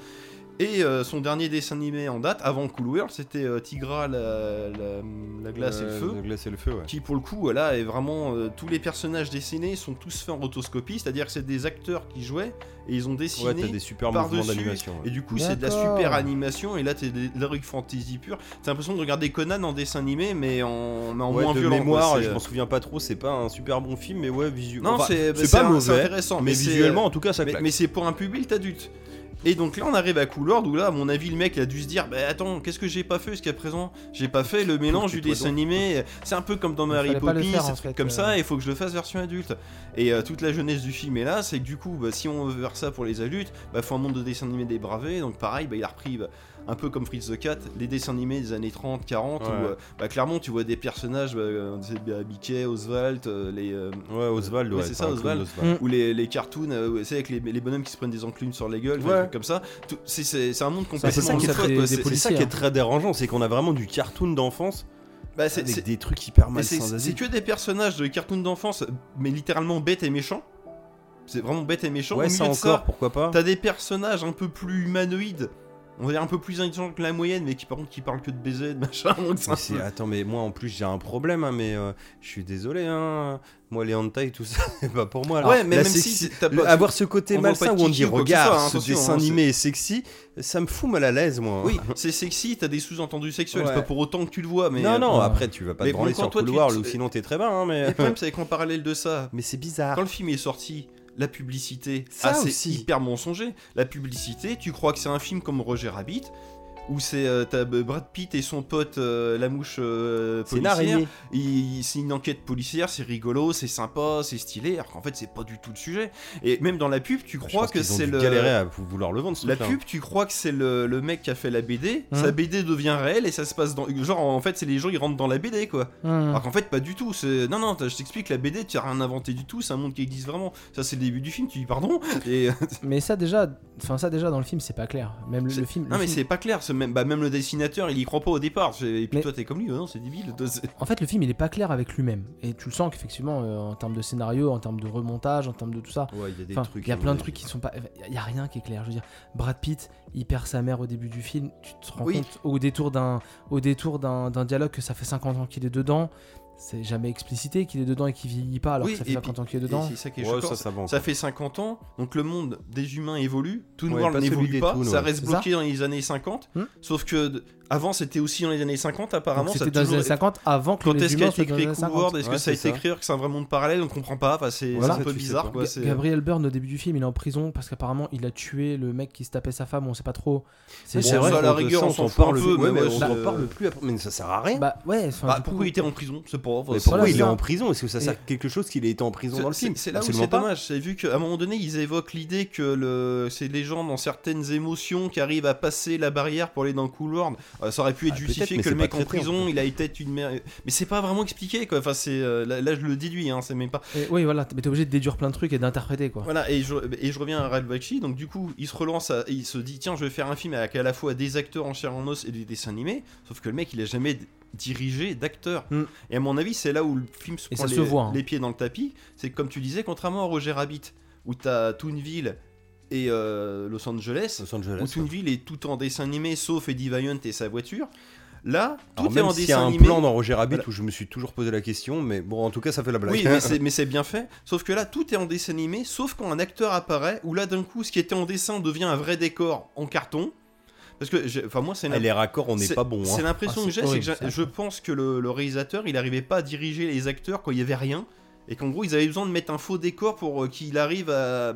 S3: Et euh, son dernier dessin animé en date, avant Cool World, c'était euh, Tigra, la, la- la glace et le
S1: Euh,
S3: feu
S1: La glace et le feu, ouais.
S3: qui pour le coup là est vraiment euh, tous les personnages dessinés sont tous faits en rotoscopie c'est à dire que c'est des acteurs qui jouaient et ils ont dessiné
S1: Ouais, t'as des super
S3: par-dessus,
S1: mouvements d'animation. ouais.
S3: et du coup c'est de la
S4: D'accord.
S3: super animation et là t'es de l'heroic fantasy pure t'as l'impression de regarder Conan en dessin animé mais en, mais en
S1: Ouais,
S3: moins
S1: de
S3: violent quoi.
S1: mémoire,
S3: C'est,
S1: je
S3: euh,
S1: m'en souviens pas trop, c'est pas un super bon film, mais ouais, visuellement.
S3: non c'est,
S1: c'est pas
S3: un-
S1: mauvais, hein,
S3: intéressant
S1: mais
S3: c'est-
S1: visuellement, en tout cas, ça
S3: mais,
S1: claque.
S3: mais c'est pour un public adulte. Et donc là, on arrive à Coulord où là, à mon avis, le mec il a dû se dire Bah attends, qu'est-ce que j'ai pas fait jusqu'à présent J'ai pas fait le mélange du
S1: Tais-toi
S3: dessin animé. C'est un peu comme dans Mary
S4: fallait pas le
S3: Poppins,
S4: faire, en
S3: un truc
S4: fait,
S3: comme
S4: euh.
S3: ça, il faut que je le fasse version adulte. Et euh, toute la jeunesse du film est là, c'est que du coup, bah, si on veut faire ça pour les adultes, bah faut un monde de dessins animés débravé. Donc pareil, bah, il a repris bah, un peu comme Fritz the Cat, les dessins animés des années 30, 40, où
S1: Ouais.
S3: euh, bah, clairement tu vois des personnages, bah, euh, c'est, bah, Mickey, Oswald, euh, les. euh,
S1: Ouais, Oswald,
S3: Mais
S1: ouais,
S3: c'est
S1: enfin,
S3: ça,
S1: un clone
S3: Oswald.
S1: d'Oswald.
S3: ou les, les cartoons, euh, c'est avec les, les bonhommes qui se prennent des enclumes sur la gueule,
S1: Ouais.
S3: des trucs comme ça. Tout- c'est- C'est c'est un monde
S1: Mais
S3: complètement.
S1: C'est ça, qui est
S2: concept
S1: très-
S2: des-
S1: ouais,
S2: des
S1: c'est- c'est ça
S2: policiers,
S1: qui est
S2: hein.
S1: très dérangeant, c'est qu'on a vraiment du cartoon d'enfance
S3: Bah, c'est-
S1: avec
S3: c'est-
S1: des trucs hyper
S3: mais c'est-
S1: malsains.
S3: c'est que des personnages de cartoons d'enfance, mais littéralement bêtes et méchants. C'est vraiment bêtes et méchants. Au
S1: Ouais,
S3: milieu
S1: ça
S3: de
S1: encore, pourquoi pas
S3: t'as des personnages un peu plus humanoïdes. On va dire un peu plus intelligents que la moyenne, mais qui par contre qui parlent que de baiser, de machin. donc c'est un
S1: Mais c'est- euh,
S3: peu-
S1: Attends, mais moi en plus j'ai un problème, hein, mais euh, je suis désolé. Hein. Moi, les hentai, tout ça, c'est pas pour moi.
S3: Ouais,
S1: Alors,
S3: mais
S1: la
S3: même si
S1: sexy-
S3: t'as pas-
S1: le- avoir ce côté
S3: on voit
S1: malsain
S3: pas
S1: où
S3: de
S1: on
S3: kiki
S1: dit
S3: ou quoi que ce
S1: regarde,
S3: soit, hein,
S1: ce
S3: attention,
S1: dessin
S3: hein,
S1: animé est... sexy, ça me fout mal à l'aise, moi.
S3: Oui, c'est sexy, t'as des sous-entendus sexuels,
S1: Ouais.
S3: c'est pas pour autant que tu le vois, mais.
S1: non, non,
S2: euh,
S1: après tu vas pas
S3: mais
S1: te branler
S3: quand
S1: sur
S3: toi, tu-
S1: couloir,
S3: tu-
S1: ou sinon t'es très bien, hein,
S3: Et
S1: mais.
S3: le problème, c'est qu'en parallèle de ça,
S1: Mais c'est bizarre.
S3: Quand le film est sorti, la publicité,
S1: Ça
S3: ah, c'est
S1: aussi.
S3: hyper mensonger. La publicité, tu crois que c'est un film comme Roger Rabbit où c'est euh, t'as, euh, Brad Pitt et son pote euh, la mouche euh,
S1: C'est une
S3: policière.
S1: araignée.
S3: Il- il- C'est une enquête policière, c'est rigolo, c'est sympa, c'est stylé. Alors qu'en fait, c'est pas du tout le sujet. Et même dans la pub, tu
S1: Bah, Je
S3: crois
S1: pense
S3: que
S1: qu'ils ont
S3: c'est
S1: dû
S3: le
S1: galérer à vou- vouloir le vendre, ce
S3: la
S1: truc-là. Hein
S3: pub, tu crois que c'est le, le mec qui a fait la BD,
S4: Hmm.
S3: sa BD devient réelle et ça se passe dans. Genre, en fait, c'est les gens, ils rentrent dans la BD, quoi.
S4: Mm.
S2: Hum.
S3: Alors qu'en fait, pas du tout. C'est... Non, non, t'as- je t'explique, la BD, tu as rien inventé du tout, c'est un monde qui existe vraiment. Ça, c'est le début du film, tu dis pardon. Et...
S4: Mais ça déjà, enfin ça déjà dans le film c'est pas clair. Même le,
S3: C'est-
S4: le film. le
S3: non, mais
S4: film-
S3: c'est pas clair. c'est Même, bah, même le dessinateur, il y croit pas au départ. C'est- Et puis
S4: Mais-
S3: toi, t'es comme lui, euh, non, c'est débile. Toi, c'est-
S4: En fait, le film il est pas clair avec lui-même. Et tu le sens qu'effectivement, euh, en termes de scénario, en termes de remontage, en termes de tout ça,
S1: Ouais, il y a des
S4: Enfin,
S1: trucs.
S4: il y a
S1: à
S4: plein
S1: mon
S4: de trucs qui sont pas. Il y a rien qui est clair. Je veux dire, Brad Pitt, il perd sa mère au début du film. Tu te rends
S3: Oui.
S4: compte au détour d'un au détour d'un d'un dialogue que ça fait 50 ans qu'il est dedans. C'est jamais explicité qu'il est dedans et qu'il vieillit pas alors
S3: Oui,
S4: que ça fait
S3: et
S4: 50 ans qu'il est
S3: Et
S4: dedans.
S3: c'est ça qui est
S1: avis. Ouais,
S3: choquant.
S1: ça, ça
S3: Ça,
S1: va.
S3: ça fait 50 ans, donc le monde des humains évolue. Toon
S1: Ouais,
S3: World
S1: pas celui des
S3: n'évolue pas,
S1: Toons,
S3: ça
S1: ouais.
S3: reste
S4: C'est
S3: bloqué dans les années 50.
S4: Hmm.
S3: Sauf que d- avant, c'était aussi dans les années 50,
S4: Donc,
S3: apparemment. ça a
S4: C'était dans les
S3: toujours-
S4: années 50 avant que
S3: Quand
S4: les
S3: est-ce qu'a
S4: humains
S3: été
S4: soient dans les
S3: créé
S4: années
S3: Cool
S4: 50.
S3: World Est-ce
S1: Ouais,
S3: que ça a
S1: c'est
S3: été
S1: ça.
S3: créé alors que c'est un vrai monde parallèle On comprend pas. Enfin, c'est
S1: Voilà,
S3: c'est un
S1: ça,
S3: peu
S1: tu sais pas.
S3: bizarre, quoi.
S4: Ga-
S3: c'est- bah,
S4: Gabriel Byrne au début du film il est en prison parce qu'apparemment il a tué le mec qui se tapait sa femme on sait pas trop.
S1: Bon,
S3: c'est vrai,
S1: ça,
S3: à la
S1: on-
S3: rigueur,
S1: ça,
S3: on
S1: on
S3: s'en
S1: s'en
S3: fout un
S1: parle
S3: peu,
S1: ouais,
S3: mais
S1: mais
S3: on
S1: on s'en
S3: se-
S1: parle plus après. Mais ça sert à rien.
S4: Bah ouais. enfin,
S3: Bah,
S4: du coup-
S3: pourquoi il était en prison C'est pas
S1: Mais
S3: vrai.
S1: pourquoi
S4: voilà,
S1: il est
S4: ça.
S1: en prison Est-ce que ça sert à quelque chose qu'il ait été en prison
S3: C'est-
S1: dans le film
S3: c'est- C'est là où
S1: Absolument
S3: c'est
S1: pas.
S3: dommage. C'est vu qu'à un moment donné, ils évoquent l'idée que le... c'est les gens dans certaines émotions qui arrivent à passer la barrière pour aller dans le couloir. Euh, ça aurait pu être
S1: Ah, peut-être,
S3: justifié
S1: mais
S3: que le
S1: c'est
S3: mec
S1: pas
S3: en
S1: traité, en
S3: prison,
S1: fait.
S3: il a été une merde. Mais c'est pas vraiment expliqué quoi. Enfin, c'est euh, là, là, je le déduis. Hein, c'est même pas.
S2: eh,
S4: Et- oui voilà. Mais t'es obligé de déduire plein de trucs et d'interpréter quoi.
S3: Voilà. Et je, et je reviens à Ral Bakshi. Donc du coup, il se relance. à- Il se dit tiens, je vais faire un film avec à la fois des acteurs en chair et en os et des dessins animés. Sauf que le mec, il a jamais d- dirigé d'acteur.
S4: Hmm.
S3: Et à mon avis, c'est là où le film se
S4: Et
S3: prend
S4: ça
S3: les,
S4: se voit, hein.
S3: les pieds dans le tapis. C'est que, comme tu disais, contrairement à Roger Rabbit, où t'as Toonville et euh, Los Angeles,
S1: Los Angeles,
S3: où
S1: ouais.
S3: Toonville est tout en dessin animé, sauf Eddie Valiant et sa voiture. Là, tout
S1: Alors
S3: est
S1: même
S3: en
S1: s'il y a
S3: dessin
S1: un
S3: animé.
S1: plan dans Roger Rabbit
S3: Voilà.
S1: où je me suis toujours posé la question, mais bon, en tout cas, ça fait la blague.
S3: Oui, mais c'est- mais c'est bien fait. Sauf que là, tout est en dessin animé, sauf quand un acteur apparaît, où là, d'un coup, ce qui était en dessin devient un vrai décor en carton. Parce que, j'ai- enfin, moi, c'est une
S1: Ah, les raccords, on n'est
S3: C'est-
S1: pas bon.
S3: C'est
S1: Hein.
S3: l'impression
S4: Ah,
S3: que
S4: c'est
S3: j'ai, c'est que
S4: horrible,
S3: j'ai-
S4: ça.
S3: je pense que le, le réalisateur, il n'arrivait pas à diriger les acteurs quand il y avait rien, et qu'en gros, ils avaient besoin de mettre un faux décor pour euh, qu'il arrive à,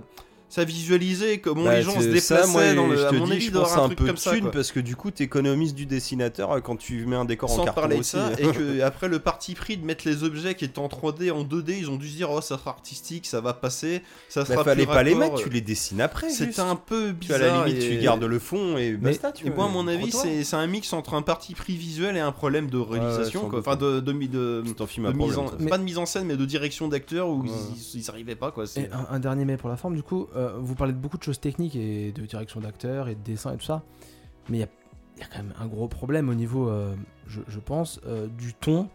S3: ça visualisait comment
S1: Bah,
S3: les gens se
S1: c'est
S3: déplaçaient
S1: ça, moi,
S3: dans le.
S1: je
S3: à
S1: te
S3: mon
S1: dis,
S3: avis,
S1: je
S3: il doit y
S1: pense
S3: avoir
S1: un
S3: truc
S1: peu de
S3: comme ça,
S1: thune
S3: quoi.
S1: parce que du coup, t'économises du dessinateur euh, quand tu mets un décor en
S3: Sans
S1: carton
S3: parler de
S1: aussi.
S3: ça, et que après le parti pris de mettre les objets qui étaient en 3D en 2D, ils ont dû se dire oh ça sera artistique, ça va passer, ça
S1: Bah,
S3: sera plus
S1: fallait pas les
S3: raccord.
S1: mettre, tu les dessines après.
S3: C'était
S1: juste.
S3: un peu
S1: Tu
S3: bizarre.
S1: à la limite,
S3: et-
S1: tu gardes le fond et
S2: Mais-
S1: basta. tu
S3: Et
S1: vois,
S3: moi, à mon avis,
S1: prends-toi.
S3: c'est c'est un mix entre un parti pris visuel et un problème de réalisation,
S1: sans
S3: quoi.
S1: doute.
S3: Enfin, de, de, mi- de-
S1: c'est un film
S3: de
S1: à
S3: mise en,
S1: problème. ça.
S3: pas de mise en scène, mais de direction d'acteur où
S1: Ouais.
S3: ils, ils arrivaient pas, quoi. C'est-
S2: Et un, un dernier mail pour la forme, du coup, euh, vous parlez de beaucoup de choses techniques et de direction d'acteur et de dessin et tout ça, mais il y a, il y a quand même un gros problème au niveau, euh, je, je pense, euh, du ton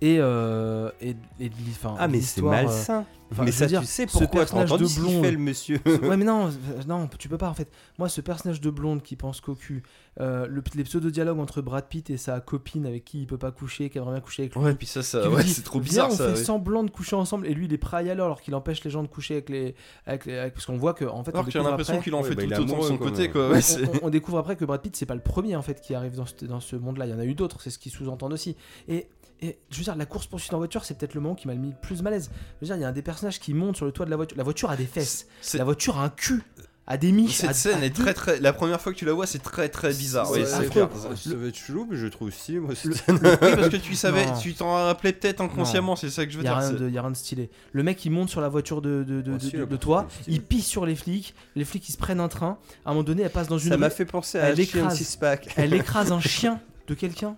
S2: et, euh, et, et de l'hi- enfin,
S1: Ah,
S2: de
S1: mais c'est
S2: l'histoire, euh,
S1: malsain.
S2: enfin,
S1: mais
S2: je
S1: ça,
S2: veux dire,
S1: tu sais
S2: ce
S1: pourquoi t'as
S2: personnage
S1: entendu
S2: de
S1: ce qu'il
S2: blond,
S1: fait le monsieur.
S2: ouais mais non, euh, non, tu peux pas en fait. Moi, ce personnage de blonde qui pense qu'au cul, euh, le, les pseudo-dialogues entre Brad Pitt et sa copine avec qui il peut pas coucher, qui aimerait bien
S1: ah,
S2: coucher avec lui,
S3: Ouais, puis ça, ça
S2: qui lui
S3: Euh, ouais,
S2: dit,
S3: c'est trop
S2: Viens,
S3: bizarre,
S2: on
S3: ça.
S2: fait
S3: ouais.
S2: semblant de coucher ensemble et lui il est prêt à y aller alors qu'il empêche les gens de coucher avec les, avec les- avec- parce qu'on voit que en fait on
S3: Alors que j'ai
S2: découvre
S3: l'impression
S2: après-
S3: qu'il en
S1: Ouais,
S3: fait
S1: bah, il
S3: tout
S1: est
S3: autant de son
S1: amoureux, quoi,
S3: côté,
S1: mais-
S3: quoi.
S2: on,
S3: ouais, c'est-
S2: on- on découvre après que Brad Pitt c'est pas le premier en fait qui arrive dans ce, dans ce monde là il y en a eu d'autres c'est ce qu'ils sous-entendent aussi et, et je veux dire la course poursuite en voiture c'est peut-être le moment qui m'a mis le plus mal à l'aise je veux dire il y a un des personnages qui monte sur le toit de la voiture la voiture a des fesses
S3: c'est-
S2: la voiture a un cul
S1: Euh,
S2: a des miches
S3: Cette
S2: a-
S3: scène
S2: a
S3: est
S2: deux-
S3: très très. La première fois que tu la vois, c'est très très bizarre.
S2: Ouais,
S3: ouais,
S2: c'est
S3: Ah c'est
S2: affreux.
S3: clair.
S1: Ça va être chelou, mais je trouve si. Moi, c'est-
S3: Oui, parce que tu savais,
S2: Non.
S3: tu t'en rappelais peut-être inconsciemment, c'est ça que je veux
S2: il y a
S3: dire.
S2: rien
S3: c'est-
S2: de, y a rien de stylé. Le mec il monte sur la voiture de, de, de,
S1: Ah,
S2: de-
S1: si,
S2: de-
S1: la
S2: de
S1: voiture,
S2: toi,
S1: c'est stylé.
S2: il pisse sur les flics, les flics ils se prennent un train, à un moment donné elle passe dans une
S1: Ça
S2: rue,
S1: m'a fait penser à
S2: Elle
S1: Ashley and
S2: écrase.
S1: Sixpack.
S2: elle écrase un chien de quelqu'un.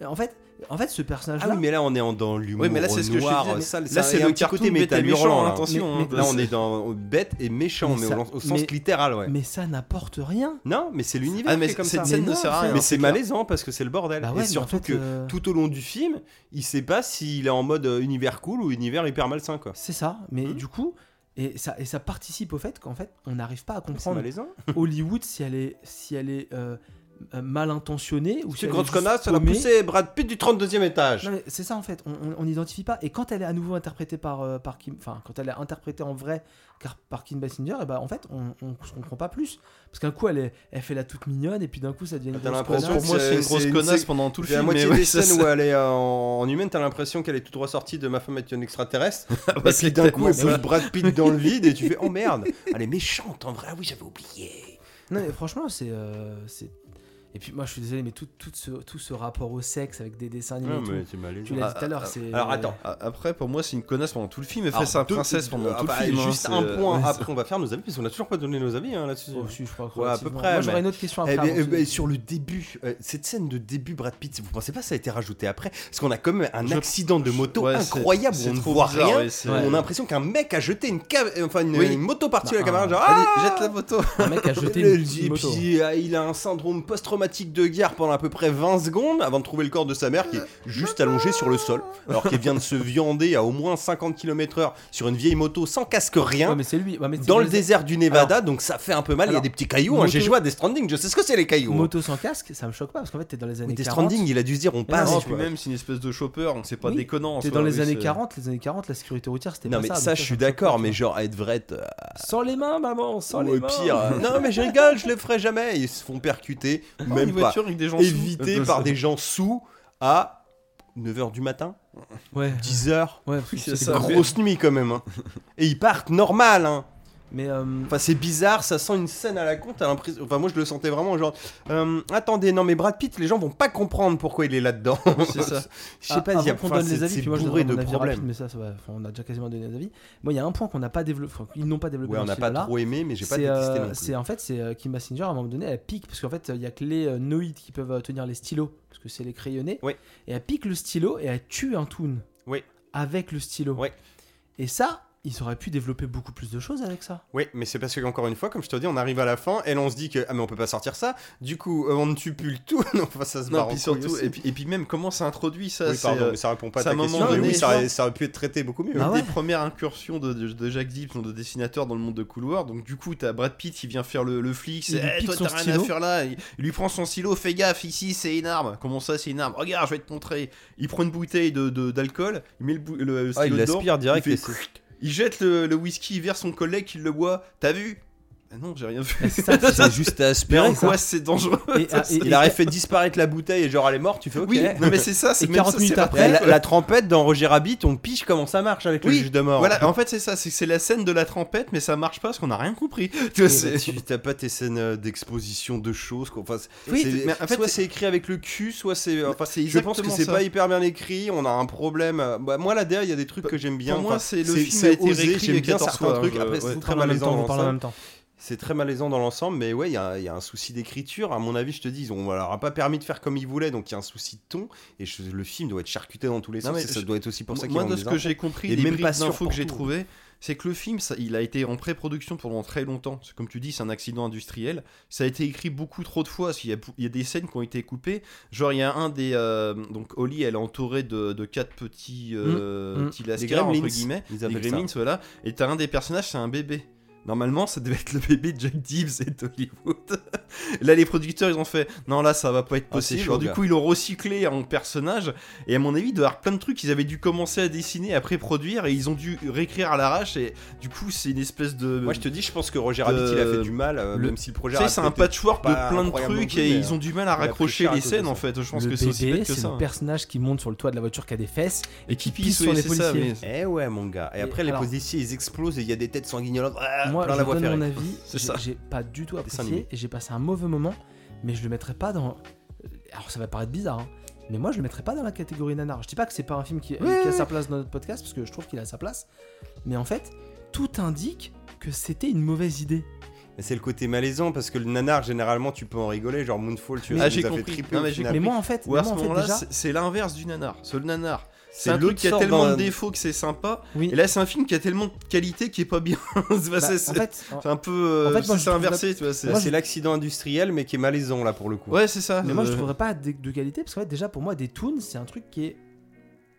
S2: Et En fait, en fait ce personnage
S1: Ah
S2: là,
S1: oui, mais là, on est en- dans l'humour.
S3: Ouais, mais là, c'est ce que je te disais,
S1: noir,
S3: mais
S1: sale.
S3: Là,
S1: ça,
S3: c'est
S1: il y a
S3: le
S1: un petit
S3: carton
S1: côté métal hurlant.
S3: méchant,
S1: là, hein.
S3: attention.
S2: Mais-
S3: hein,
S1: Là, on
S3: c'est-
S1: est dans bête et méchant,
S2: Mais
S1: mais,
S2: ça-
S1: au, au sens
S2: mais-
S1: littéral, ouais.
S2: mais ça n'apporte rien.
S1: Non, mais c'est l'univers
S3: Ah, mais
S1: qui est comme
S3: cette
S1: ça.
S3: scène
S2: Mais
S3: ne
S2: non,
S3: sert à
S2: c'est-
S3: rien.
S1: Mais
S3: hein,
S1: c'est
S3: clair.
S1: malaisant parce que c'est le bordel.
S2: Bah ouais, mais
S1: et
S2: en
S1: surtout
S2: fait,
S1: que
S2: euh,
S1: tout au long du film, il sait pas s'il est en mode euh, univers cool ou univers hyper malsain, quoi.
S2: C'est ça, mais
S1: Mhm.
S2: du coup, et ça, et ça participe au fait qu'en fait, on n'arrive pas à
S1: C'est
S2: comprendre
S1: malaisant.
S2: Hollywood si elle est, si elle est euh, euh, mal intentionnée ou si
S1: Ce
S2: elle est
S1: grand
S2: juste
S1: connasse, ça l'a
S2: paumée.
S1: poussé Brad Pitt du 32 e étage.
S2: Non mais c'est ça en fait, on- on on n'identifie pas. Et quand elle est à nouveau interprétée par, euh, par Kim, enfin quand elle est interprétée en vrai car- par Kim Basinger, et bah en fait on, on se comprend pas plus. Parce qu'un coup elle, est, elle fait la toute mignonne et puis d'un coup ça devient une
S1: Ah, t'as
S2: grosse
S1: l'impression
S2: connasse.
S3: Pour moi,
S1: C'est-
S3: c'est une
S1: c'est
S3: grosse
S1: une
S3: connasse
S1: sé-
S3: pendant tout le
S1: J'ai la
S3: film.
S1: moitié
S3: mais ouais,
S1: des
S3: ça,
S1: scènes
S3: ça-
S1: où elle est euh, en, en humaine, t'as l'impression qu'elle est toute ressortie de Ma femme est une extraterrestre.
S3: Ah,
S1: et
S3: bah,
S1: puis
S3: c'est
S1: d'un coup, elle
S3: clairement
S1: pousse Brad Pitt dans le vide et tu fais Oh merde, elle est méchante en vrai. Ah oui, j'avais oublié.
S2: Non mais franchement c'est... euh, c'est- et puis moi je suis désolé mais tout, tout, ce, tout ce rapport au sexe avec des dessins animés et tout,
S1: c'est malaisant.
S2: tu l'as
S3: Ah,
S2: dit tout à l'heure
S3: ah,
S2: c'est...
S1: Alors attends.
S3: Ah, Après, pour moi, c'est une connasse pendant tout le film. Elle fait
S1: Alors,
S3: sa
S1: deux-
S3: princesse pendant
S1: ah
S3: tout le
S1: bah,
S3: film. hein,
S1: Juste
S3: c'est-
S1: un point
S3: ouais, c'est-
S1: après, on va faire nos avis parce qu'on a toujours pas donné nos avis hein, là-dessus.
S2: Oh, si, je crois que
S1: Ouais, à peu
S2: relativement.
S1: près,
S2: Moi j'aurais
S1: mais-
S2: une autre question
S1: Eh
S2: après.
S1: bien,
S2: avant
S1: eh
S2: que-
S1: bien, sur le début, euh, cette scène de début, Brad Pitt, vous pensez pas que ça a été rajouté après Parce qu'on a quand même un
S3: Je-
S1: accident de moto
S3: Ouais, c'est-
S1: incroyable
S3: c'est
S1: où on ne
S3: trop
S1: voit
S3: bizarre,
S1: rien.
S3: ouais, c'est-
S1: On a l'impression qu'un mec a jeté une, cave, enfin, une,
S3: Oui.
S1: une moto par-dessus à
S2: Bah,
S1: la caméra,
S2: un-
S1: genre
S3: Allez,
S1: Ah
S3: jette la moto.
S2: Un mec a jeté
S1: Le-
S2: une,
S1: et
S2: une moto.
S1: puis euh, il a un syndrome post-traumatique de guerre pendant à peu près 20 secondes avant de trouver le corps de sa mère qui est juste allongé sur le sol alors qu'elle vient de se viander à au moins 50 km/h sur une vieille moto sans casque rien
S2: Ouais, mais c'est lui. Ouais, mais c'est-
S1: hein. dans le
S2: je-
S1: désert du Nevada donc ça fait un peu mal il y a
S2: alors,
S1: des petits cailloux hein.
S2: moto-
S1: j'ai joué à Death Stranding je sais ce que c'est les cailloux hein.
S2: Moto sans casque, ça me choque pas parce qu'en fait t'es dans les années
S1: Oui, Death
S2: 40.
S1: Stranding, il a dû se dire on
S2: Ah,
S1: passe.
S2: non,
S3: Non,
S1: tu
S3: puis
S1: vois.
S3: même, c'est une espèce de chopper, donc c'est pas
S2: Oui,
S3: déconnant. en
S2: T'es
S3: soi,
S2: dans
S3: oui,
S2: les années
S3: c'est-
S2: 40, les années 40, la sécurité routière c'était
S1: Non
S2: pas
S1: mais ça,
S2: donc
S1: je
S2: me
S1: suis
S2: choque pas,
S1: d'accord,
S2: tu
S1: mais
S2: vois.
S1: genre à être vrai, euh,
S2: Sans les mains, maman, sans
S1: ou
S2: les
S1: au
S2: mains.
S1: pire, euh, non mais je rigole, je le ferai jamais. Ils se font percuter,
S3: Oh,
S1: même
S3: une
S1: pas,
S3: voiture avec des gens sous.
S1: évité par des gens sous à 9h du matin,
S2: Ouais,
S1: 10h,
S2: ouais,
S3: Oui, c'est
S2: c'est
S3: ça.
S2: gros.
S1: grosse nuit quand même. hein. Et ils partent normal. Hein.
S2: Mais euh,
S1: Enfin c'est bizarre, ça sent une scène à la con. T'as l'impression, enfin moi je le sentais vraiment genre, euh, attendez, non mais Brad Pitt, les gens vont pas comprendre pourquoi il est là-dedans.
S3: C'est ça.
S1: Je sais pas, il y a
S2: Ah, qu'on
S1: enfin,
S2: donne les
S1: c'est-
S2: avis,
S1: c'est
S2: puis moi je
S1: bourré
S2: donnerai
S1: de
S2: mon avis
S1: problèmes.
S2: rapide, mais ça, ça va, enfin, on a déjà quasiment donné des avis. Moi, il y a un point qu'on n'a pas développé, enfin, qu'ils n'ont pas développé.
S1: Ouais,
S2: dans
S1: on
S2: ce
S1: n'a pas
S2: film-là.
S1: trop aimé, mais j'ai pas
S2: C'est, euh,
S1: détesté non plus.
S2: C'est en fait, c'est euh, Kim Basinger à un moment donné, elle pique parce qu'en fait, il y a que les euh, noïdes qui peuvent euh, tenir les stylos parce que c'est les crayonnés.
S1: Oui.
S2: Et elle pique le stylo et elle tue un toon.
S1: Oui.
S2: Avec le stylo.
S1: Oui.
S2: Et ça, ils auraient pu développer beaucoup plus de choses avec ça.
S1: Oui, mais c'est parce que encore une fois, comme je te dis, on arrive à la fin, elle on se dit que ah mais on peut pas sortir ça. Du coup, euh, on ne tue plus le tout. non, enfin, ça se
S3: Non,
S1: barre en
S3: puis
S1: couille
S3: surtout,
S1: aussi.
S3: et puis, et puis même comment ça introduit ça
S1: oui,
S3: c'est,
S1: pardon,
S3: euh,
S1: mais ça répond pas à
S3: c'est
S1: ta
S3: un moment
S1: question. mais
S2: donné,
S1: oui, ça,
S3: tu
S1: aurait-
S3: vois.
S1: ça aurait pu être traité beaucoup mieux.
S3: une
S2: Ah ouais.
S3: des premières incursions de, de, de Jack Gibbs, de dessinateur dans le monde de couloir. Donc du coup, t'as Brad Pitt qui vient faire le, le flic.
S2: Il
S3: C'est
S2: lui
S3: Eh,
S2: pique
S3: toi,
S2: son
S3: t'as rien
S2: stylo.
S3: à faire là. Il, il lui prend son stylo. Fais gaffe, ici c'est une arme. Comment ça, c'est une arme Regarde, je vais te montrer. Il prend une bouteille de de- d'alcool. il met le, bou- le stylo dedans. Il, fait-
S1: Ah, direct.
S3: il jette le, le whisky vers son collègue qui le boit. T'as vu Ah non, j'ai rien fait.
S4: Et ça, c'est-
S1: C'est juste à
S2: Ah
S3: Mais
S1: aspirer.
S3: en
S1: quoi.
S3: quoi c'est dangereux
S4: et- ah, et-
S1: Il aurait fait disparaître la bouteille et genre elle est morte, tu fais ok.
S3: Oui, non, mais c'est ça, c'est
S4: Et
S3: même
S4: 40
S3: ça,
S4: minutes
S3: c'est
S4: après,
S1: Et la,
S3: raté.
S1: la trempette dans Roger Rabbit, on pige comment ça marche avec le
S3: Oui,
S1: juge de mort.
S3: Voilà, en fait c'est ça, c'est que c'est la scène de la trempette, mais ça marche pas parce qu'on a rien compris. Tu vois, c'est-
S1: C'est- tu t'as pas tes scènes euh, d'exposition de choses quoi. Enfin, c'est-
S3: Oui,
S1: c'est-
S3: mais en fait,
S1: soit
S3: c'est-
S1: c'est écrit avec le cul, soit c'est. enfin,
S3: c'est
S1: je pense que
S3: exactement
S1: c'est
S3: ça.
S1: pas hyper bien écrit. On a un problème. euh, bah, moi là derrière, il y a des trucs
S3: Pour
S1: que j'aime bien.
S3: moi,
S1: Enfin,
S3: c'est le film
S1: c'est
S3: a été
S1: osé,
S3: réécrit
S1: J'aime bien
S3: 14
S1: certains
S3: fois,
S1: trucs.
S3: je-
S1: Après,
S3: euh, ouais.
S1: c'est
S4: vous
S1: très
S4: parlez en même
S1: malaisant.
S4: temps,
S1: dans
S4: vous parlez en
S1: l'ensemble.
S4: même temps.
S1: C'est très malaisant dans l'ensemble, mais ouais, il y, a un- il y a un souci d'écriture. À mon avis, je te dis, ils ont- on leur a pas permis de faire comme ils voulaient, donc il y a un souci de ton. Et je- le film doit être charcuté dans tous les
S3: Non,
S1: sens.
S3: mais
S1: et ça
S3: je-
S1: doit être aussi pour ça qu'ils
S3: Moi,
S1: ont
S3: de
S1: des
S3: ce que
S1: enfants.
S3: j'ai compris,
S1: Et
S3: des
S1: même
S3: briques
S1: pas sûr
S3: d'infos
S1: pour
S3: que j'ai
S1: tout.
S3: trouvées, c'est que le film, ça- il a été en pré-production pendant très longtemps. C'est Comme tu dis, c'est un accident industriel. Ça a été écrit beaucoup trop de fois. parce qu'il y a bou- Il y a, des scènes qui ont été coupées. Genre, il y a un des. euh, donc, Oli, elle est entourée de, de quatre petits, euh,
S4: Mm, mm.
S3: petits
S1: Mmh, Des
S3: lascars,
S1: gremlins,
S3: entre guillemets.
S1: ils
S3: Des
S1: appellent ça.
S3: gremlins, voilà. Et t'as un des personnages, c'est un bébé. Normalement, ça devait être le bébé de Jack Gibbs et d'Hollywood. là, les producteurs, ils ont fait Non, là, ça va pas être
S1: Ah, c'est
S3: possible.
S1: chaud,
S3: Alors, du
S1: gars.
S3: coup, ils l'ont recyclé en personnage. Et à mon avis, il doit y avoir plein de trucs qu'ils avaient dû commencer à dessiner, à pré-produire. Et ils ont dû réécrire à l'arrache. Et du coup, c'est une espèce de.
S1: Moi, je te dis, je pense que Roger Rabbit, il a fait du mal, euh,
S3: le-
S1: même si le
S3: tu
S1: projet.
S3: sais,
S1: a
S3: c'est un
S1: peut-être-
S3: patchwork de
S1: pas
S3: plein de
S1: incroyablement
S3: trucs
S1: tout,
S3: et
S1: mais, euh,
S3: ils ont du mal à
S1: il a pris
S3: raccrocher
S1: cher à
S3: les
S1: cause
S3: scènes
S1: de
S3: en
S1: ça.
S3: fait. Je pense
S4: le
S3: que c'est aussi
S4: bébé,
S3: bête que
S4: c'est
S3: ça. hein.
S4: le personnage qui monte sur le toit de la voiture qui a des fesses.
S3: Et qui pisse
S4: pisse
S3: ouais,
S4: sur les
S3: c'est ça,
S4: policiers.
S3: mais-
S1: Eh ouais, mon gars. Et
S4: Et
S1: après, les
S4: alors-
S1: policiers, ils explosent et il y a des têtes sanguinolentes. Ah,
S4: Moi,
S1: plein
S4: je
S1: la voie
S4: donne
S1: ferrée.
S4: mon avis.
S3: C'est
S4: j'ai-
S3: ça.
S4: J'ai pas du tout
S1: Dessin
S4: apprécié
S1: animé.
S4: et j'ai passé un mauvais moment, mais je le mettrais pas dans. Alors ça va paraître bizarre, hein, mais moi je le mettrais pas dans la catégorie nanar. Je dis pas que c'est pas un film qui,
S1: Oui,
S4: qui a
S1: oui,
S4: sa place dans notre podcast parce que je trouve qu'il a sa place, mais en fait tout indique que c'était une mauvaise idée.
S1: Mais c'est le côté malaisant parce que le nanar, généralement, tu peux en rigoler. Genre Moonfall, tu
S3: Ah,
S1: ça
S3: j'ai
S1: nous a fait
S3: compris.
S1: triper
S3: Non,
S1: au
S3: mais j'ai
S1: final.
S4: Mais moi en fait,
S3: Ou à ce
S4: moi, en fait
S3: moment-là,
S4: déjà,
S3: c'est- c'est l'inverse du nanar. C'est le nanar.
S1: C'est
S3: C'est un
S1: l'autre
S3: truc qui a
S1: sort
S3: tellement
S1: d'un-
S3: de défauts que c'est sympa.
S4: oui.
S3: Et là, c'est un film qui a tellement de qualité qui est pas bien. C'est pas-
S4: bah,
S3: c'est
S4: en
S3: c'est-
S4: fait, en-
S3: c'est un peu.
S4: en
S3: euh,
S4: fait, moi, je
S3: c'est
S4: trouve
S3: inversé, tu vois. c'est-
S1: Là,
S4: moi,
S1: c'est
S4: je-
S1: l'accident industriel, mais qui est malaisant là pour le coup.
S3: Ouais, c'est ça.
S4: mais moi je
S3: euh,
S4: trouverais pas de, de qualité parce que ouais, déjà pour moi des toons c'est un truc qui est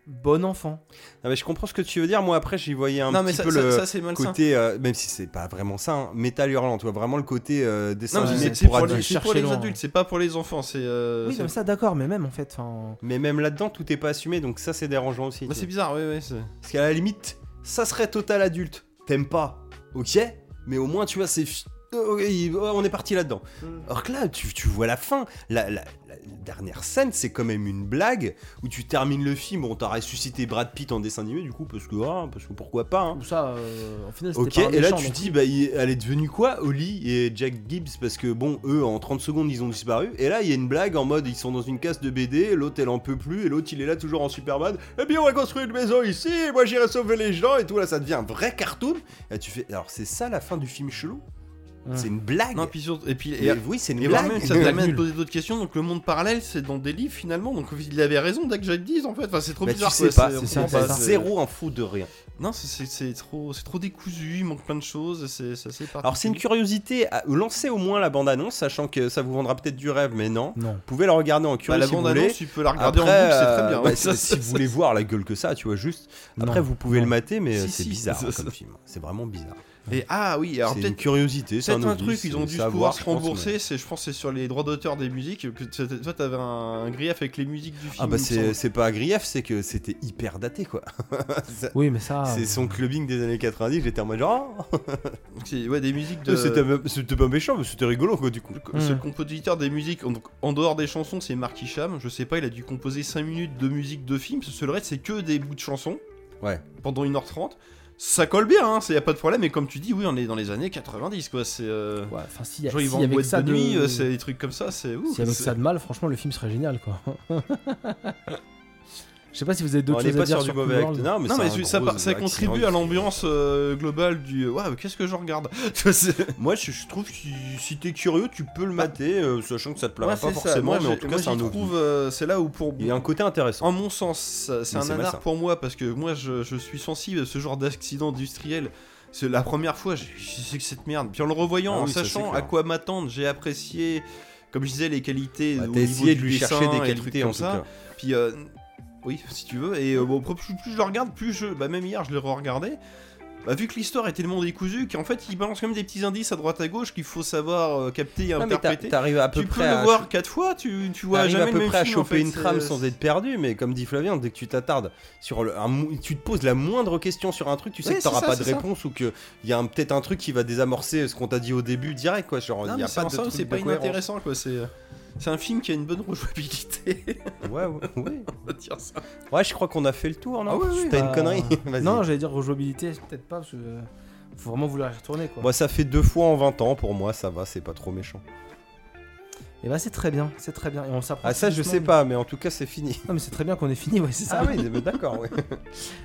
S4: bon enfant.
S1: Non, mais Ah bah, je comprends ce que tu veux dire. Moi, après, j'y voyais un
S3: Non, mais
S1: petit
S3: ça,
S1: peu
S3: ça-
S1: le
S3: ça, c'est malsain.
S1: côté, euh, même si c'est pas vraiment ça, hein, métal hurlant. Tu vois vraiment le côté euh, dessin
S3: Non, mais
S1: animé
S3: c'est-
S4: Ouais,
S3: c'est
S1: pour
S3: pour,
S1: adultes.
S3: les- c'est pour
S4: chercher
S3: les
S4: loin,
S3: adultes,
S4: hein.
S3: c'est pas pour les enfants. C'est. euh,
S4: oui,
S3: c'est-
S4: non, mais ça d'accord, mais même en fait, enfin.
S1: Mais même là-dedans, tout est pas assumé, donc ça, c'est dérangeant aussi.
S3: Bah,
S1: tu
S3: c'est
S1: vois.
S3: bizarre, ouais, ouais. c'est-
S1: Parce qu'à la limite, ça serait total adulte. T'aimes pas, ok Mais au moins, tu vois, c'est. fi- euh, ok, il- ouais, on est parti là-dedans.
S3: Mm.
S1: Alors que là, tu, tu vois la fin. La, la- la dernière scène, c'est quand même une blague où tu termines le film. Bon, t'as ressuscité Brad Pitt en dessin animé, du coup, parce que, ah, parce que pourquoi pas, hein.
S4: Ou ça, euh, en final, c'était
S1: Ok,
S4: pas un
S1: et là
S4: méchant,
S1: tu
S4: donc-
S1: dis, bah, il- elle est devenue quoi, Oli et Jack Gibbs Parce que bon, eux en 30 secondes ils ont disparu. Et là il y a une blague en mode ils sont dans une case de BD, l'autre elle en peut plus, et l'autre il est là toujours en Superman. Eh bien on va construire une maison ici, et moi j'irai sauver les gens et tout. Là ça devient un vrai cartoon. Et là, tu fais, alors c'est ça la fin du film chelou
S4: Ouais.
S1: C'est une blague
S3: Non, puis surtout- Et puis.
S1: Et
S3: et-
S1: oui, c'est une
S3: Et voire
S1: Ah, blague.
S3: même, ça t'amène à te poser d'autres questions. Donc, le monde parallèle, c'est dans des livres finalement. Donc, il avait raison dès que je le dise en fait. Enfin, c'est trop
S1: Bah,
S3: bizarre.
S1: tu sais
S3: quoi,
S1: pas,
S3: c'est- on
S1: c'est
S3: comprend
S1: ça,
S3: pas,
S1: c'est
S3: c'est-
S1: zéro info de rien.
S3: Non, c'est- c'est c'est trop, c'est trop décousu. Il manque plein de choses. C'est c'est assez
S1: Alors c'est une
S3: particulier.
S1: curiosité, à- lancez au moins la bande-annonce, sachant que ça vous vendra peut-être du rêve, mais non.
S4: Non.
S1: Vous pouvez la regarder en
S3: Bah,
S1: curieux
S3: la
S1: si vous
S3: bande
S1: voulez.
S3: annonce, tu peux la regarder
S1: Après,
S3: en boucle, c'est très
S1: euh,
S3: bien.
S1: bah,
S3: ouais,
S1: c'est-
S3: ça,
S1: si
S3: ça,
S1: vous voulez voir la gueule que ça, tu vois, juste. Après,
S4: Non.
S1: vous pouvez
S4: Non.
S1: le mater, mais
S3: Si,
S1: euh, c'est
S3: si,
S1: bizarre
S3: ça, ça.
S1: comme film. C'est vraiment bizarre.
S3: Et ah oui, alors
S1: C'est une
S3: peut-être
S1: curiosité, c'est
S3: peut-être
S1: un,
S3: un
S1: oubli,
S3: truc, ils ont
S1: c'est
S3: dû
S1: savoir,
S3: pouvoir
S1: je
S3: se
S1: pense, mais-
S3: rembourser. C'est, je pense, que c'est sur les droits d'auteur des musiques. que t- t- Toi, t'avais un, un grief avec les musiques du film.
S1: Ah bah
S3: il me
S1: c'est
S3: semble.
S1: c'est pas un grief, c'est que c'était hyper daté quoi. Ça-
S4: Oui, mais ça. euh,
S1: c'est son clubbing des années 90, j'étais en mode genre. ah,
S3: Donc, c'est- ouais, des musiques de.
S1: c'était même- C'était pas méchant, mais c'était rigolo quoi du coup.
S3: Le, co-
S4: Hmm.
S3: c'est le compositeur des musiques, donc en dehors des chansons, c'est Mark Hicham. Je sais pas, il a dû composer 5 minutes de musique de film, parce que le reste, c'est que des bouts de chansons.
S1: Ouais.
S3: Pendant 1h30. Ça colle bien, hein, c'est y a pas de problème, mais comme tu dis, oui, on est dans les années 90, quoi. C'est. euh,
S4: Ouais, Enfin, s'il y a-
S3: Genre, ils
S4: s'il
S3: vont
S4: y
S3: en
S4: avait que
S3: boîte
S4: ça
S3: de nuit, euh,
S4: s'il
S3: c'est des trucs comme ça, c'est ouf.
S4: y avait que
S3: c'est-
S4: ça de mal, franchement, le film serait génial, quoi. Je sais pas si vous avez
S1: On
S4: d'autres
S1: n'est
S4: choses à
S1: pas
S4: dire
S1: sur
S4: sur
S1: du mauvais acte.
S4: Cloverland.
S1: Non, mais,
S3: Non,
S1: c'est
S3: mais
S1: un
S3: ça,
S1: gros
S3: par- ça
S1: accident
S3: contribue à l'ambiance euh, globale du. euh, Waouh, qu'est-ce que je regarde Tu vois, c'est-
S1: Moi, je, je trouve que si- si t'es curieux, tu peux le mater, euh, sachant que ça te plaira
S3: Moi,
S1: pas
S3: Bah, c'est ça.
S1: forcément,
S3: Moi,
S1: mais en
S3: j'ai-
S1: tout
S3: moi,
S1: cas, c'est
S3: j'y
S1: un oubli.
S3: trouve, euh, C'est là où pour.
S1: Il y a un côté intéressant.
S3: En mon sens, ça- c'est
S1: Mais
S3: un
S1: c'est
S3: nanar
S1: malsain.
S3: pour moi parce que moi je, je suis sensible à ce genre d'accident industriel. C'est la première fois, j'ai- je sais que cette merde. Puis en le revoyant,
S1: Ah
S3: en
S1: oui, ça, c'est
S3: sachant
S1: clair.
S3: à quoi m'attendre, j'ai apprécié, comme je disais, les qualités.
S1: Bah,
S3: au
S1: T'as
S3: niveau
S1: essayé de
S3: du
S1: lui
S3: dessin
S1: chercher des
S3: et des trucs
S1: qualités
S3: comme
S1: en tout
S3: ça.
S1: cas.
S3: Puis euh, oui, si tu veux. Et euh, bon, plus, plus je le regarde, plus je. Bah même hier, je l'ai re-regardé. bah, vu que l'histoire est tellement décousue qu'en fait il balance quand même des petits indices à droite à gauche qu'il faut savoir euh, capter et
S6: Non, mais t'a-
S3: interpréter.
S6: t'arrives à peu
S3: tu peux
S6: près
S3: le
S6: à-
S3: voir quatre fois, tu, tu vois
S1: T'arrives
S3: jamais
S1: à peu
S3: le même
S1: près à
S3: film, en
S1: choper
S3: fait,
S1: une trame
S3: c'est-
S1: sans être perdu, mais comme dit Flavien, dès que tu t'attardes sur le, un mou- tu te poses la moindre question sur un truc, tu sais
S3: Ouais,
S1: que t'auras
S3: c'est ça,
S1: pas de
S3: c'est ça.
S1: réponse ou que il y a un- peut-être un truc qui va désamorcer ce qu'on t'a dit au début direct, quoi. Genre,
S3: Non,
S1: il y
S3: mais
S1: a
S3: c'est
S1: pas
S3: en
S1: de
S3: ça,
S1: truc
S3: c'est
S1: de
S3: pas
S1: cohérence.
S3: inintéressant quoi. C'est c'est un film qui a une bonne rejouabilité.
S1: Ouais, ouais, ouais.
S3: on va dire ça.
S1: Ouais, je crois qu'on a fait le tour, non
S3: Ah oui, oui,
S1: T'as
S2: bah,
S1: une connerie Vas-y.
S2: Non, j'allais dire rejouabilité, peut-être pas, parce que euh, faut vraiment vouloir y retourner quoi.
S1: Moi, ça fait deux fois en 20 ans, pour moi, ça va, c'est pas trop méchant.
S4: Eh
S2: Et
S4: ben,
S2: bah c'est très bien, c'est très bien. Et on s'approche
S1: Ah, ça, je
S2: doucement
S1: sais
S2: du-
S1: pas, mais en tout cas, c'est fini.
S2: Non mais c'est très bien qu'on ait fini, ouais, c'est ça.
S1: Ah oui, mais d'accord, ouais.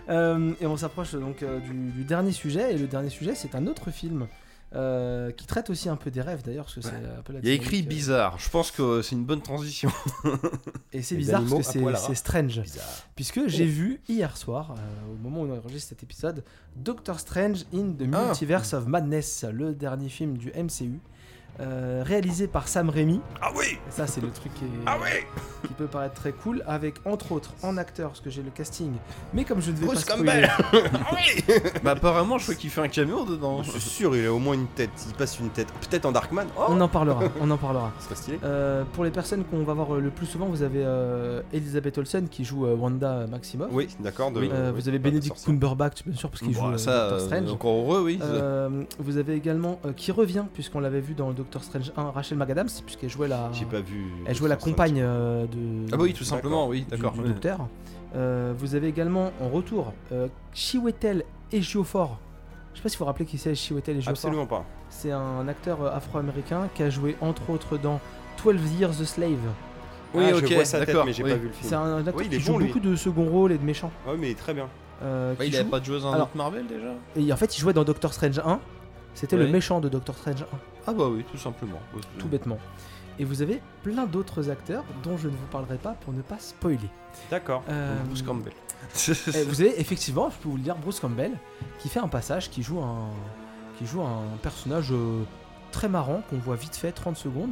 S2: Euh, et on s'approche donc euh, du, du dernier sujet, et le dernier sujet c'est un autre film euh, qui traite aussi un peu des rêves d'ailleurs, parce que c'est un peu la
S3: Il y a écrit
S2: dynamique, euh,
S3: bizarre. Je pense que c'est une bonne transition.
S2: Et c'est
S1: Les
S2: bizarre
S1: animaux
S2: parce que
S1: à
S2: c'est-
S1: poil, hein.
S2: c'est strange.
S1: Bizarre.
S2: Puisque j'ai vu hier soir, euh, au moment où on enregistre cet épisode, Doctor Strange in the
S3: Ah.
S2: Multiverse of Madness, le dernier film du MCU, euh, réalisé par Sam Raimi.
S3: Ah oui
S2: Et ça, c'est le truc qui, est-
S1: Ah
S2: qui peut paraître très cool, avec entre autres en acteur, parce que j'ai le casting. Mais comme je ne vais
S1: Bruce
S2: pas
S1: Campbell.
S2: spoiler,
S1: ah
S3: Bah apparemment, je crois qu'il fait un caméo dedans.
S1: Je suis sûr, il a au moins une tête. Il passe une tête. Peut-être en Darkman. Oh
S2: on en parlera. On en parlera.
S1: C'est pas stylé.
S2: Euh, pour les personnes qu'on va voir euh, le plus souvent, vous avez euh, Elisabeth Olsen qui joue euh, Wanda Maximoff.
S1: Oui, d'accord. de-
S2: Euh,
S1: oui,
S2: vous avez
S1: pas de
S2: Benedict
S1: sorcier.
S2: Cumberbatch, bien sûr, parce qu'il joue
S3: Bon,
S2: euh,
S3: ça,
S2: Doctor
S3: euh,
S2: Strange.
S3: encore heureux, oui.
S2: Euh, vous avez également euh, qui revient puisqu'on l'avait vu dans le Doctor Strange 1 Rachel McAdams puisqu'elle jouait la
S1: J'ai pas vu.
S2: elle jouait la
S1: Doctor
S2: compagne euh, de
S3: Ah bah oui, tout simplement, oui,
S2: du-
S3: d'accord.
S2: du docteur. Euh, vous avez également en retour euh, Chiwetel Ejiofor. Je sais pas si vous vous rappelez qui c'est Chiwetel
S1: Strange.
S2: Ejiofor.
S1: Absolument pas.
S2: C'est un acteur euh, afro-américain qui a joué entre autres dans 12 Years a Slave.
S1: Oui,
S3: Ah, je
S1: ok,
S3: vois sa tête,
S1: d'accord.
S3: mais
S1: Mais j'ai
S3: j'ai pas
S1: pas
S3: vu
S1: vu le
S2: C'est
S1: film.
S2: un acteur
S1: Oui, il
S2: qui
S1: est
S2: joue
S1: bon, lui.
S2: beaucoup de second rôle et de méchants.
S1: Oui, mais très bien.
S2: euh,
S3: Bah,
S2: qui
S3: il avait
S2: joue-
S3: pas de joueuse dans un
S2: Alors-
S3: autre Marvel déjà
S2: Et en fait, il jouait dans Doctor Strange 1. C'était le
S3: Oui.
S2: méchant de Doctor Strange 1.
S3: Ah bah oui, tout simplement.
S1: Mm.
S2: tout bêtement. Et vous avez plein d'autres acteurs dont je ne vous parlerai pas pour ne pas spoiler.
S1: D'accord.
S2: Euh, Eh
S3: Bruce Campbell.
S2: et vous avez effectivement, je peux vous le dire, Bruce Campbell qui fait un passage, qui joue un, qui joue un personnage euh, très marrant qu'on voit vite fait, 30 secondes.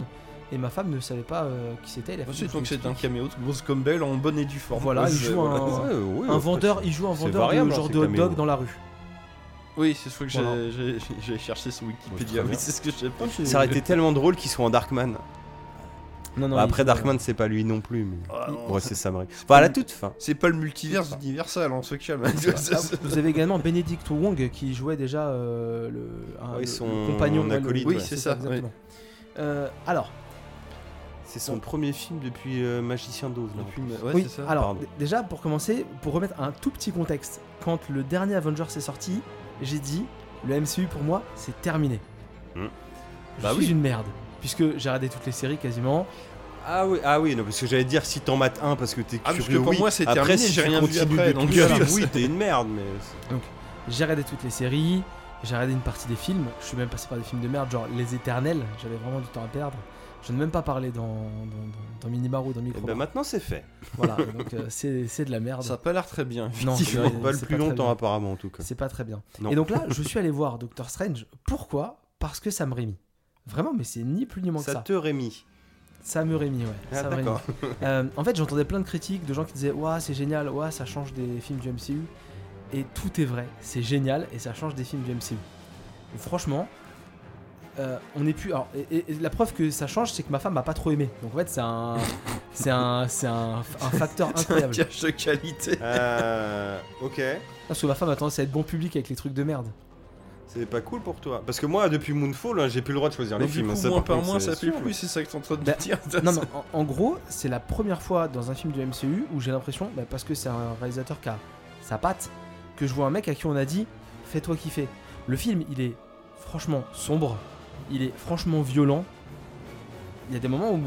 S2: Et ma femme ne savait pas euh, qui c'était. elle a fait
S3: Ensuite,
S2: une
S3: donc c'est un
S2: explication.
S3: caméo de Bruce Campbell en bonne et due forme.
S2: Voilà, il
S3: Ouais,
S2: joue
S3: euh,
S2: un-
S3: voilà.
S1: Ouais, ouais,
S2: Oh. un
S1: ouais.
S2: vendeur, il joue un
S1: C'est
S2: vendeur
S1: variable,
S2: de
S1: hein,
S2: genre
S1: ces
S2: de hot dog
S1: caméos.
S2: dans la rue.
S3: Oui, c'est ce que j'ai-
S2: Voilà.
S3: j'ai j'ai- j'ai cherché sur Wikipédia.
S1: Ouais,
S3: oui,
S1: très
S3: c'est ce que j'ai pas.
S1: Ça aurait été tellement drôle qu'il soit en Darkman.
S2: Non, non,
S1: Bah,
S2: il
S1: après,
S2: joue, Oh.
S1: Darkman, c'est pas lui non plus. Mais...
S3: Ah, non.
S1: Ouais, c'est Sam Raimi. Enfin, à la toute fin.
S3: C'est pas le multiverse universal, on se calme.
S2: euh, ah, Vous avez également Benedict Wong qui jouait déjà euh, le, un-
S1: Ouais,
S2: le-
S1: son
S2: le compagnon, ouais, le-
S1: acolyte,
S3: Oui, ouais. c'est ça,
S2: exactement. Euh, alors,
S1: C'est son premier film depuis euh, Magicien d'Oz. là.
S3: Ouais,
S2: oui, ah,
S3: c'est ça.
S2: alors
S1: pardon.
S2: d- déjà pour commencer, pour remettre un tout petit contexte, quand le dernier Avengers est sorti, j'ai dit le MCU pour moi c'est terminé.
S1: Hmm.
S2: Je
S3: Bah
S2: suis
S3: oui.
S2: une merde, puisque j'ai regardé toutes les séries quasiment.
S1: Ah oui, ah oui, non, parce que j'allais dire si t'en mates un parce que t'es
S3: Ah, parce
S1: curieux.
S3: que pour
S1: oui.
S3: moi, c'est
S1: après,
S3: terminé,
S1: si
S3: j'ai
S1: tu
S3: rien vu
S1: continues
S3: après,
S1: de
S3: donc,
S1: tout suivre,
S3: voilà.
S1: oui, t'es une merde, mais.
S2: J'ai regardé toutes les séries, j'ai regardé une partie des films, je suis même passé par des films de merde, genre Les Éternels, j'avais vraiment du temps à perdre. Je n'ai même pas parlé dans, dans, dans, dans Minibar ou dans
S1: Et
S2: Micro.
S1: ben maintenant, c'est fait.
S2: Voilà, donc euh, c'est c'est de la merde.
S3: Ça a pas l'air très bien.
S2: non,
S1: Il
S2: c'est-
S1: pas le
S2: c'est
S1: plus
S2: très
S1: longtemps,
S2: bien.
S1: apparemment, en tout cas.
S2: C'est pas très bien.
S1: Non.
S2: Et donc là, je suis allé voir Doctor Strange. Pourquoi Parce que Sam Raimi. Vraiment, mais c'est ni plus ni moins que
S1: Ça
S2: ça.
S1: te Rémi.
S2: Sam Raimi, ouais.
S1: Ah,
S2: Sam Raimi.
S1: d'accord.
S2: Euh, en fait, j'entendais plein de critiques de gens qui disaient Ouah, c'est génial, ouah, ça change des films du MCU. Et tout est vrai, c'est génial et ça change des films du MCU. Et franchement, euh, on n'est plus. Alors, et, et- et la preuve que ça change, c'est que ma femme m'a pas trop aimé. Donc en fait, c'est un. c'est un, c'est un, un facteur
S3: Un
S2: incroyable.
S3: cache de qualité.
S1: Euh, ok.
S2: Parce que ma femme a tendance à être bon public avec les trucs de merde.
S1: C'est pas cool pour toi. Parce que moi, depuis Moonfall, hein, j'ai plus le droit de choisir les
S3: Donc, du
S1: films.
S3: coup,
S1: ça,
S3: moins
S1: par
S3: par
S1: contre,
S3: moins,
S1: c'est
S3: ça fait
S1: sûr.
S3: plus, c'est ça que t'es en train de
S2: Bah,
S3: dire.
S2: Non, mais en, en gros, c'est la première fois dans un film du MCU où j'ai l'impression, bah, parce que c'est un réalisateur qui a sa patte, que je vois un mec à qui on a dit fais-toi kiffer. Le film, il est franchement sombre, il est franchement violent. Il y a des moments où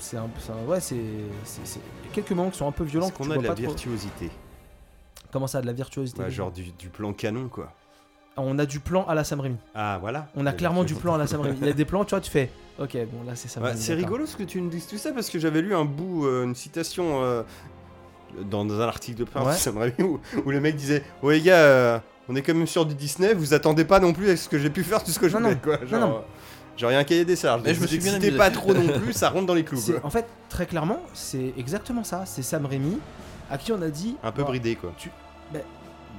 S2: c'est un, c'est un- ouais, c'est, c'est- c'est- il y a quelques moments qui sont un peu violents.
S1: Parce qu'on
S2: que tu
S1: a
S2: vois
S1: de la
S2: pas trop.
S1: virtuosité.
S2: Comment ça, de la virtuosité
S1: Bah,
S2: déjà
S1: genre du, du plan canon, quoi.
S2: On a du plan à la Sam Raimi.
S1: Ah, voilà.
S2: On a
S1: La
S2: clairement du
S1: virtuosité.
S2: plan à la Sam Raimi. Il y a des plans, tu vois, tu fais ok, bon là c'est Sam
S1: Ouais,
S2: Raimi,
S1: c'est
S2: d'accord.
S1: rigolo ce que tu me dises tout ça parce que j'avais lu un bout, euh, une citation euh, dans un article de Prince
S2: Ouais.
S1: ça me réveille, où, où le mec disait Ouais, les gars, euh, on est quand même sur du Disney, vous attendez pas non plus à ce que j'ai pu faire tout ce que je
S2: Non,
S1: voulais,
S2: non.
S1: quoi. Genre,
S2: non.
S1: euh, genre, il y a un cahier des charges.
S3: Mais je
S1: Vous
S3: me suis bien
S1: excitez
S3: amusé.
S1: pas trop non plus, ça rentre dans les clous.
S2: C'est-
S1: quoi.
S2: En fait, très clairement, c'est exactement ça. C'est Sam Raimi à qui on a dit
S1: Un peu
S2: Bah,
S1: bridé, quoi.
S2: bah,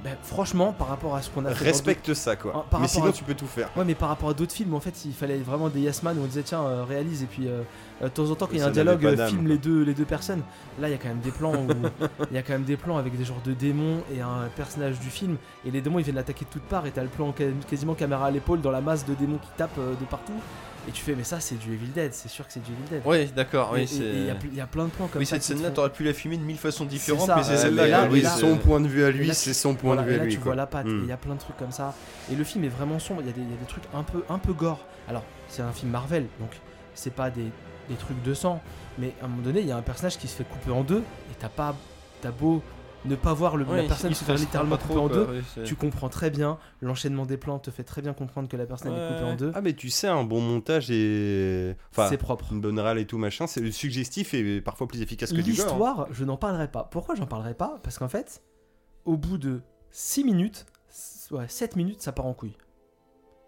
S2: bah, franchement, par rapport à ce qu'on a fait. dans
S1: Respecte ça, quoi.
S2: Ah, par
S1: mais
S2: rapport
S1: sinon,
S2: à-
S1: tu peux tout faire.
S2: d'autres- Ouais, mais par rapport à d'autres films, en fait, il fallait vraiment des yes man où on disait tiens, euh, réalise, et puis euh, euh, de temps en temps, quand il y a
S1: Ça
S2: un dialogue,
S1: n'avait pas
S2: euh,
S1: d'âme,
S2: filme
S1: quoi.
S2: les deux, les deux personnes. Là, il y a quand même des plans où il y a quand même des plans avec des genres de démons et un personnage du film, et les démons ils viennent l'attaquer de toutes parts, et t'as le plan ca- quasiment caméra à l'épaule dans la masse de démons qui tapent euh, de partout, et tu fais mais ça c'est du Evil Dead, c'est sûr que c'est du Evil Dead.
S3: Ouais, d'accord.
S2: Et-
S3: Oui,
S2: et-
S3: c'est-
S2: et il y a pl- il y, a plein de plans comme
S3: oui,
S2: ça.
S3: cette
S2: qui te
S3: scène-là,
S2: font-
S3: t'aurais pu la filmer de mille façons différentes,
S2: ça,
S3: mais c'est
S2: euh,
S3: celle-là.
S2: et là-
S3: euh, oui,
S2: et là-
S3: c'est-
S1: son point de vue à
S2: et
S1: lui,
S2: là,
S1: c'est
S2: tu-
S1: son point
S2: voilà,
S1: de vue
S2: et
S1: à
S2: là,
S1: lui.
S2: tu vois
S1: quoi.
S2: la patte. et
S1: Mm.
S2: Il y a plein de trucs comme ça. Et le film est vraiment sombre. Il y a des, il y a des trucs un peu, un peu gore. Alors, c'est un film Marvel, donc c'est pas des, des trucs de sang. Mais à un moment donné, il y a un personnage qui se fait couper en deux. Et t'as pas, t'as beau ne pas voir le, la
S3: Ouais,
S2: personne
S3: il
S2: se faire littéralement
S3: pas
S2: couper
S3: trop,
S2: en
S3: quoi,
S2: deux.
S3: ouais, c'est-
S2: Tu comprends très bien. L'enchaînement des plans te fait très bien comprendre que la personne elle est coupée en deux.
S1: Ah, mais tu sais, un bon montage et. Enfin,
S2: c'est propre.
S1: une bonne râle et tout machin, c'est le suggestif et parfois plus efficace que du gore. hein.
S2: L'histoire, je n'en parlerai pas. Pourquoi j'en parlerai pas Parce qu'en fait, au bout de 6 minutes, s- ouais, 7 minutes, ça part en couille.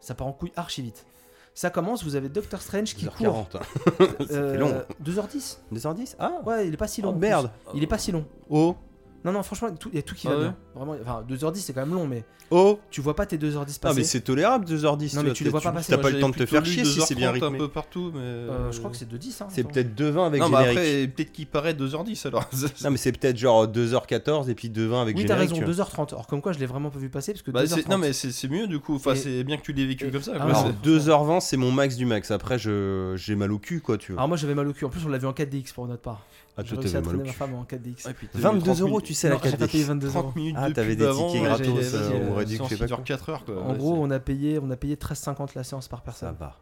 S2: Ça part en couille archi vite. Ça commence, vous avez Doctor Strange qui court.
S1: 2h40.
S2: euh,
S1: hein. fait long.
S2: 2h10
S1: 2h10 Ah
S2: Ouais, il est pas si long.
S1: Oh,
S2: en plus.
S1: merde.
S2: Il est pas si long.
S1: Oh
S2: Non, non, franchement, tout- il y a tout qui va
S3: Ah ouais
S2: bien. Vraiment, enfin, 2h10 c'est quand même long, mais
S1: Oh
S2: tu vois pas tes 2h10
S1: Ah,
S2: passer.
S1: mais c'est tolérable 2h10.
S2: Non, mais tu les vois pas passer.
S1: T'as
S2: Moi,
S1: pas le temps de te
S3: J'avais
S1: faire
S3: plutôt lu
S1: chier si c'est bien
S3: 2h30
S1: rythmé.
S3: un peu partout, mais.
S2: Euh, je crois que c'est 2h10. Hein,
S1: C'est
S2: attends.
S1: peut-être 2h20 avec
S3: Non, mais
S1: générique.
S3: après, peut-être qu'il paraît 2h10 alors.
S1: Non, mais c'est peut-être genre 2h14 et puis 2h20 avec
S2: Oui, t'as
S1: générique.
S2: raison,
S1: tu vois.
S2: 2h30. Or, comme quoi, je l'ai vraiment pas vu passer parce que
S3: Bah,
S2: 2h30.
S3: c'est- non, mais c'est c'est mieux du coup. Enfin,
S2: Et-
S3: c'est bien que tu l'aies vécu
S2: et-
S3: comme ça.
S2: Ah
S3: quoi,
S2: ouais,
S1: Alors,
S3: c'est-
S1: 2h20, c'est mon max du max. Après, je- j'ai mal au cul, quoi, tu vois.
S2: Alors, moi j'avais mal au cul. En plus, on l'a vu en 4DX pour notre part.
S1: Ah,
S2: J'ai
S1: toi,
S2: réussi
S1: t'avais
S2: à
S1: mal au
S2: traîner ma
S1: cul.
S2: femme en 4DX.
S3: Ouais, puis t'as eu 30
S1: 22 euros,
S3: minutes-
S1: tu sais, la
S2: Non, j'ai pas
S1: 4D.
S2: payé 22 euros.
S3: 30 minutes
S1: Ah,
S3: de
S1: t'avais
S3: pub
S1: des
S3: avant,
S1: tickets
S3: ouais,
S2: gratos,
S3: j'avais-
S2: euh,
S3: j'avais-
S2: on
S1: aurait dit que je sais pas
S3: 106 heures, 4 heures quoi.
S2: En
S3: Ouais,
S2: gros,
S3: c'est-
S2: on a payé, on a payé 13,50 la séance par
S1: Ça
S2: personne.
S1: va.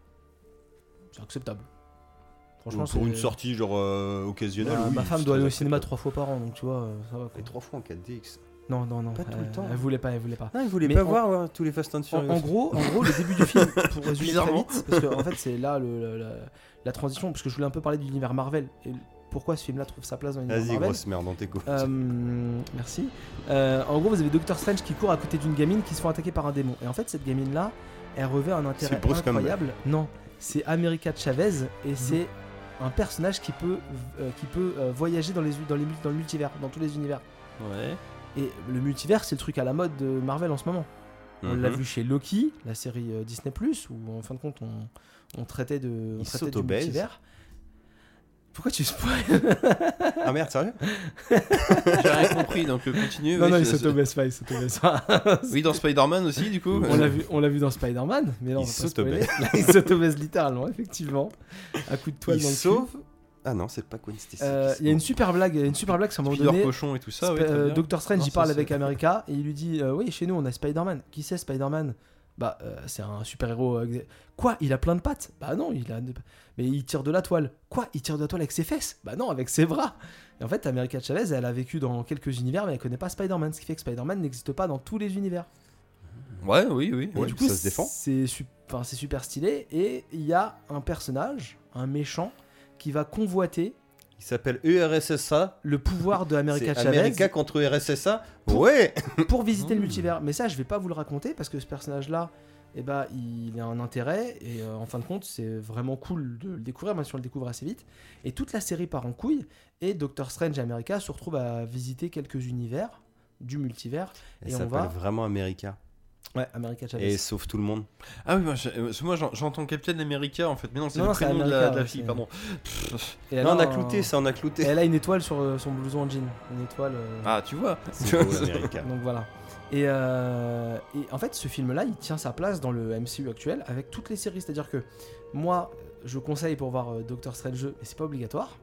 S2: C'est acceptable. Franchement,
S1: Ou Pour
S2: c'est-
S1: une sortie, genre euh,
S2: Bah,
S1: occasionnelle. oui,
S2: ma femme
S1: c'est
S2: doit aller
S1: très
S2: au cinéma
S1: acceptable.
S2: trois fois par an, donc tu vois, euh, ça va. quoi.
S1: Mais trois fois en 4DX.
S2: Non, non, non.
S1: Pas tout le
S2: elle-
S1: temps.
S2: Elle voulait pas, elle voulait pas.
S1: Non, ils voulaient
S2: Mais
S1: pas
S2: en-
S1: voir euh, tous les Fast and
S2: En,
S1: Furious.
S2: en gros, en gros, le début du film, pour résumer très
S3: Bizarrement.
S2: vite, parce que en fait, c'est là le- le- la, la transition, parce que je voulais un peu parler de l'univers Marvel et pourquoi ce film-là trouve sa place dans l'univers
S1: Vas-y,
S2: Marvel.
S1: grosse merde, dans tes coups.
S2: Euh, merci. Euh, en gros, vous avez Doctor Strange qui court à côté d'une gamine qui se fait attaquer par un démon. Et en fait, cette gamine-là, elle revêt un intérêt
S1: C'est Bruce Campbell. Mhm.
S2: incroyable. Non, c'est America Chavez et c'est un personnage qui peut, euh, qui peut euh, voyager dans, les, dans, les, mul- dans le multivers, dans tous les univers.
S3: Ouais.
S2: Et le multivers, c'est le truc à la mode de Marvel en ce moment. On l'a
S1: Mhm.
S2: vu chez Loki, la série euh, Disney ⁇ où en fin de compte, on, on traitait, de, on
S1: Il
S2: traitait du
S1: s'auto-baise.
S2: multivers. Pourquoi tu spoil
S1: Ah merde, sérieux
S3: J'ai rien compris, donc euh, continue.
S2: Non,
S3: oui,
S2: non, il
S3: c'est-
S2: s'auto-baise pas, il s'auto-baise pas.
S3: Oui, dans Spider-Man aussi, du coup.
S2: On l'a vu, on l'a vu dans Spider-Man, mais là on
S1: Il
S2: va pas
S1: s'autobaise.
S2: spoiler. Il s'autobaise littéralement, effectivement. À coup de toile
S1: Il
S2: dans le cul.
S1: sauve Ah non, c'est pas Gwen Stacy.
S2: Euh,
S1: qui
S2: Il y a une
S1: sauve.
S2: super blague, il y a une super blague, c'est à un moment
S3: Spider
S2: donné.
S3: cochon et tout ça.
S2: Sp-
S3: ouais, très
S2: euh,
S3: bien.
S2: Doctor Strange,
S3: Non,
S2: il
S3: ça,
S2: parle
S3: c'est-
S2: avec America et il lui dit euh, Oui, chez nous on a Spider-Man. Qui c'est Spider-Man Bah, euh, c'est un super-héros. euh, exa- Quoi Il a plein de pattes Bah non, il a. de- Mais il tire de la toile. Quoi Il tire de la toile avec ses fesses Bah non, avec ses bras. Et en fait, America Chavez, elle a vécu dans quelques univers, mais elle connaît pas Spider-Man. Ce qui fait que Spider-Man n'existe pas dans tous les univers.
S3: Ouais, oui, oui.
S2: Et
S1: Ouais,
S2: du coup,
S1: ça se défend.
S2: C'est su- enfin, c'est super stylé. Et il y a un personnage, un méchant, qui va convoiter
S1: Il s'appelle E URSSA.
S2: le pouvoir de America
S1: C'est
S2: Chavez
S1: America contre E URSSA Ouais
S2: pour visiter le
S3: Mmh.
S2: multivers. Mais ça, je vais pas vous le raconter parce que ce personnage-là, eh ben, il a un intérêt. Et euh, en fin de compte, c'est vraiment cool de le découvrir, même si on le découvre assez vite. Et toute la série part en couille. Et Doctor Strange America se retrouve à visiter quelques univers du multivers.
S1: Elle
S2: Et on
S1: s'appelle
S2: va-
S1: vraiment America.
S2: Ouais, America Chavez.
S1: Et sauve tout le monde.
S3: Ah oui, moi, j'ai- euh, moi j'en- j'entends Captain America en fait, mais non, c'est
S2: Non,
S3: le
S2: non, c'est
S3: prénom de la,
S2: America,
S3: de la
S2: ouais,
S3: fille,
S2: c'est-
S3: pardon. Pff,
S2: Et elle
S1: Non, on a
S2: un-
S1: clouté, ça, on a
S2: et
S1: clouté.
S2: Elle a une étoile sur euh, son blouson en jean. Une étoile. euh,
S3: Ah, tu vois.
S1: C'est beau, America.
S2: Donc voilà. Et, euh, et en fait, ce film-là, il tient sa place dans le MCU actuel avec toutes les séries. C'est-à-dire que moi, je conseille pour voir euh, Doctor Strange, mais c'est pas obligatoire.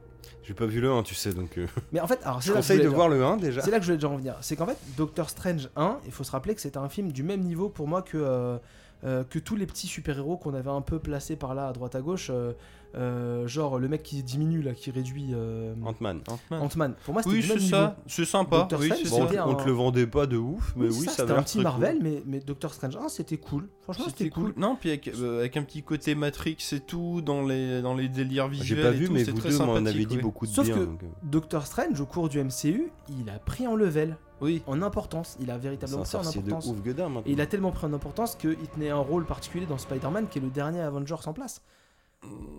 S1: J'ai pas vu le 1, tu sais, donc euh,
S2: Mais en fait, alors
S1: je
S2: c'est là, que je
S1: conseille
S2: voulais
S1: de
S2: déjà-
S1: voir le 1 déjà.
S2: c'est là que je voulais déjà en venir. C'est qu'en fait, Doctor Strange 1, il faut se rappeler que c'était un film du même niveau pour moi que, euh, euh, que tous les petits super-héros qu'on avait un peu placés par là, à droite à gauche. euh, euh, genre le mec qui diminue, là, qui réduit euh,
S1: Ant-Man.
S3: Ant-Man.
S2: Ant-Man. Pour moi, c'était
S3: Oui,
S2: du même
S3: c'est
S2: niveau.
S3: ça. C'est sympa.
S2: Doctor
S3: oui,
S2: Strange,
S3: c'est
S2: c'est
S1: Bon, on,
S3: ça.
S1: te-
S2: un-
S1: on te le vendait pas de ouf, mais
S2: Oui,
S1: oui,
S2: ça,
S1: ça
S2: c'était
S1: avait
S2: un
S1: l'air
S2: petit
S1: très
S2: Marvel,
S1: cool.
S2: mais, mais Doctor Strange 1, c'était cool. Franchement,
S3: C'était
S2: c'était cool.
S3: cool. Non, puis avec, euh, avec un petit côté Matrix et tout, dans les, dans les délires
S1: J'ai
S3: visuels.
S1: pas
S3: et
S1: vu,
S3: tout,
S1: mais
S3: c'est
S1: vous
S3: très
S1: deux m'en
S3: sympathique,
S1: avez dit
S3: oui.
S1: beaucoup de
S2: Sauf
S1: bien.
S2: que-
S1: donc, euh,
S2: Doctor Strange, au cours du MCU, il a pris en level,
S3: Oui.
S2: en importance. Il a
S1: C'est
S2: véritablement
S1: un
S2: pris en
S1: sorcier de
S2: importance.
S1: ouf, hein. Godin,
S2: Et
S1: maintenant.
S2: il a tellement pris en importance qu'il tenait un rôle particulier dans Spider-Man, qui est le dernier Avengers en place.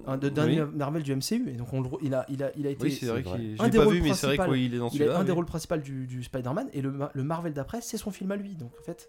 S2: un de- d'un Marvel du MCU. Et donc on le- il, a, il, a, il a été
S3: Oui, c'est vrai
S1: vrai.
S3: qu'il. Je
S2: Un
S3: l'ai
S2: des
S3: pas
S2: rôles
S3: vu, mais c'est vrai
S2: principaux.
S3: qu'il est dans
S2: Il a
S3: celui-là.
S2: un des
S3: mais-
S2: rôles principaux du, du Spider-Man et le, ma- le Marvel d'après, c'est son film à lui. Donc en fait,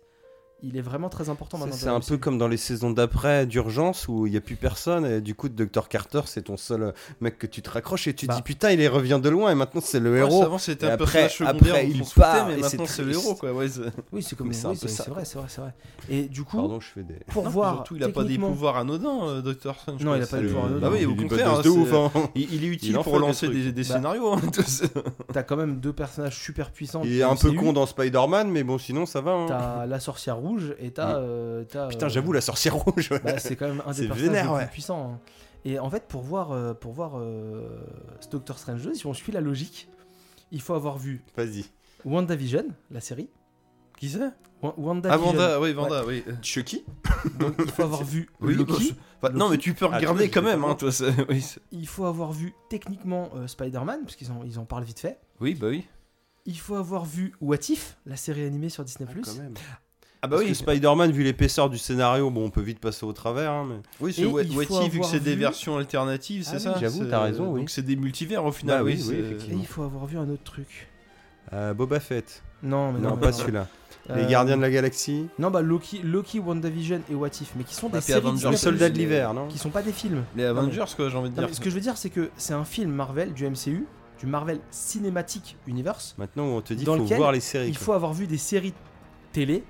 S2: il est vraiment très important
S1: Ça,
S2: maintenant.
S1: C'est
S2: dans
S1: un
S2: le
S1: peu
S2: MCU.
S1: comme dans les saisons d'après d'urgence où il n'y a plus personne et du coup Dr Carter c'est ton seul euh, mec que tu te raccroches et tu te
S2: Bah.
S1: dis putain il est revient de loin et maintenant c'est le
S3: Ouais,
S1: héros.
S3: Avant Ah, c'était
S1: Et
S3: un
S1: après-
S3: personnage secondaire,
S1: après,
S3: on
S1: il
S3: s'en foutait,
S1: part, et
S3: mais
S1: c'est
S3: maintenant c'est le
S1: triste.
S3: héros quoi. Ouais, c'est-
S2: Oui, c'est comme
S1: Mais c'est un
S2: oui,
S1: peu
S2: c'est
S1: ça,
S2: c'est vrai, c'est vrai, c'est vrai. Et du coup,
S1: Pardon je fais des.
S2: pour
S3: Non, puis
S2: voir
S3: Surtout il a pas des
S2: techniquement-
S3: pouvoirs anodins, euh, Dr. Strange.
S2: Non, il
S3: quoi,
S2: a pas
S3: c'est- Ah
S2: de pouvoirs
S1: Bah
S2: anodins.
S1: oui,
S3: il
S1: au
S3: est
S1: contraire,
S3: badass
S1: de
S3: de
S1: ouf.
S3: ouf,
S1: hein.
S3: Il, il est utile
S1: Il en fait
S3: pour
S1: des
S3: lancer
S1: trucs.
S3: des, des
S2: Bah.
S3: scénarios. hein, tout ça.
S2: T'as quand même deux personnages super puissants.
S1: Il
S2: du
S1: est un peu
S2: MCU.
S1: con dans Spider-Man mais bon sinon ça va. hein.
S2: T'as la sorcière rouge et t'as. euh, t'as,
S1: Mm. Putain
S2: euh,
S1: j'avoue la sorcière rouge. ouais.
S2: bah, c'est quand même un
S1: C'est
S2: des personnages
S1: vénère,
S2: les
S1: ouais.
S2: plus puissants. hein. Et en fait, pour voir, euh, pour voir euh, ce Doctor Strange 2, si on suit la logique, il faut avoir vu
S1: Vas-y.
S2: WandaVision, la série.
S3: Qui c'est
S2: Wa- WandaVision.
S3: Ah, Vanda, oui, Vanda, oui.
S1: Chucky.
S2: Donc, il faut avoir vu
S3: Oui,
S2: Loki.
S3: Enfin, non, mais tu peux
S1: Ah,
S3: regarder
S1: toi,
S3: quand
S1: j'étais
S3: même,
S1: pas
S3: hein,
S1: loin.
S3: toi. ça- Oui, c'est-
S2: Il faut avoir vu techniquement euh, Spider-Man, parce qu'ils en, ils en parlent vite fait.
S3: oui, bah oui.
S2: Il faut avoir vu What If, la série animée sur Disney+.
S3: Ah, bah
S1: Parce que
S3: oui.
S1: Spider-Man vu l'épaisseur du scénario bon on peut vite passer au travers hein, mais.
S3: Oui, ce
S2: Et
S3: What,
S2: il
S3: What
S2: faut
S3: If, vu que
S2: avoir
S3: c'est des
S2: vu-
S3: versions alternatives, c'est
S1: Ah oui,
S3: ça
S1: j'avoue,
S3: c'est-
S1: t'as raison, oui.
S3: Donc c'est des multivers au final,
S1: Bah oui,
S3: oui.
S1: oui,
S3: c'est-
S2: Et
S1: effectivement.
S2: il faut avoir vu un autre truc.
S1: Euh, Boba Fett.
S2: Non, mais non,
S1: Non,
S2: mais
S1: pas
S2: non.
S1: celui-là.
S2: Euh,
S1: Les Gardiens de la Galaxie.
S2: Non, bah Loki, Loki, WandaVision et What If, mais qui sont
S3: Bah,
S2: des
S3: puis
S2: séries
S3: Avengers,
S2: Disney+,
S1: Le
S3: les-
S1: Soldat de l'hiver non.
S2: qui sont pas des films.
S3: Les
S2: mais-
S3: Avengers, quoi, j'ai envie de
S2: Non,
S3: dire.
S2: mais ce que je veux dire, c'est que c'est un film Marvel du MCU, du Marvel Cinematic Universe.
S1: Maintenant on te dit
S2: Dans
S1: faut
S2: lequel
S1: voir les séries.
S2: Il
S1: quoi.
S2: faut avoir vu des séries télé.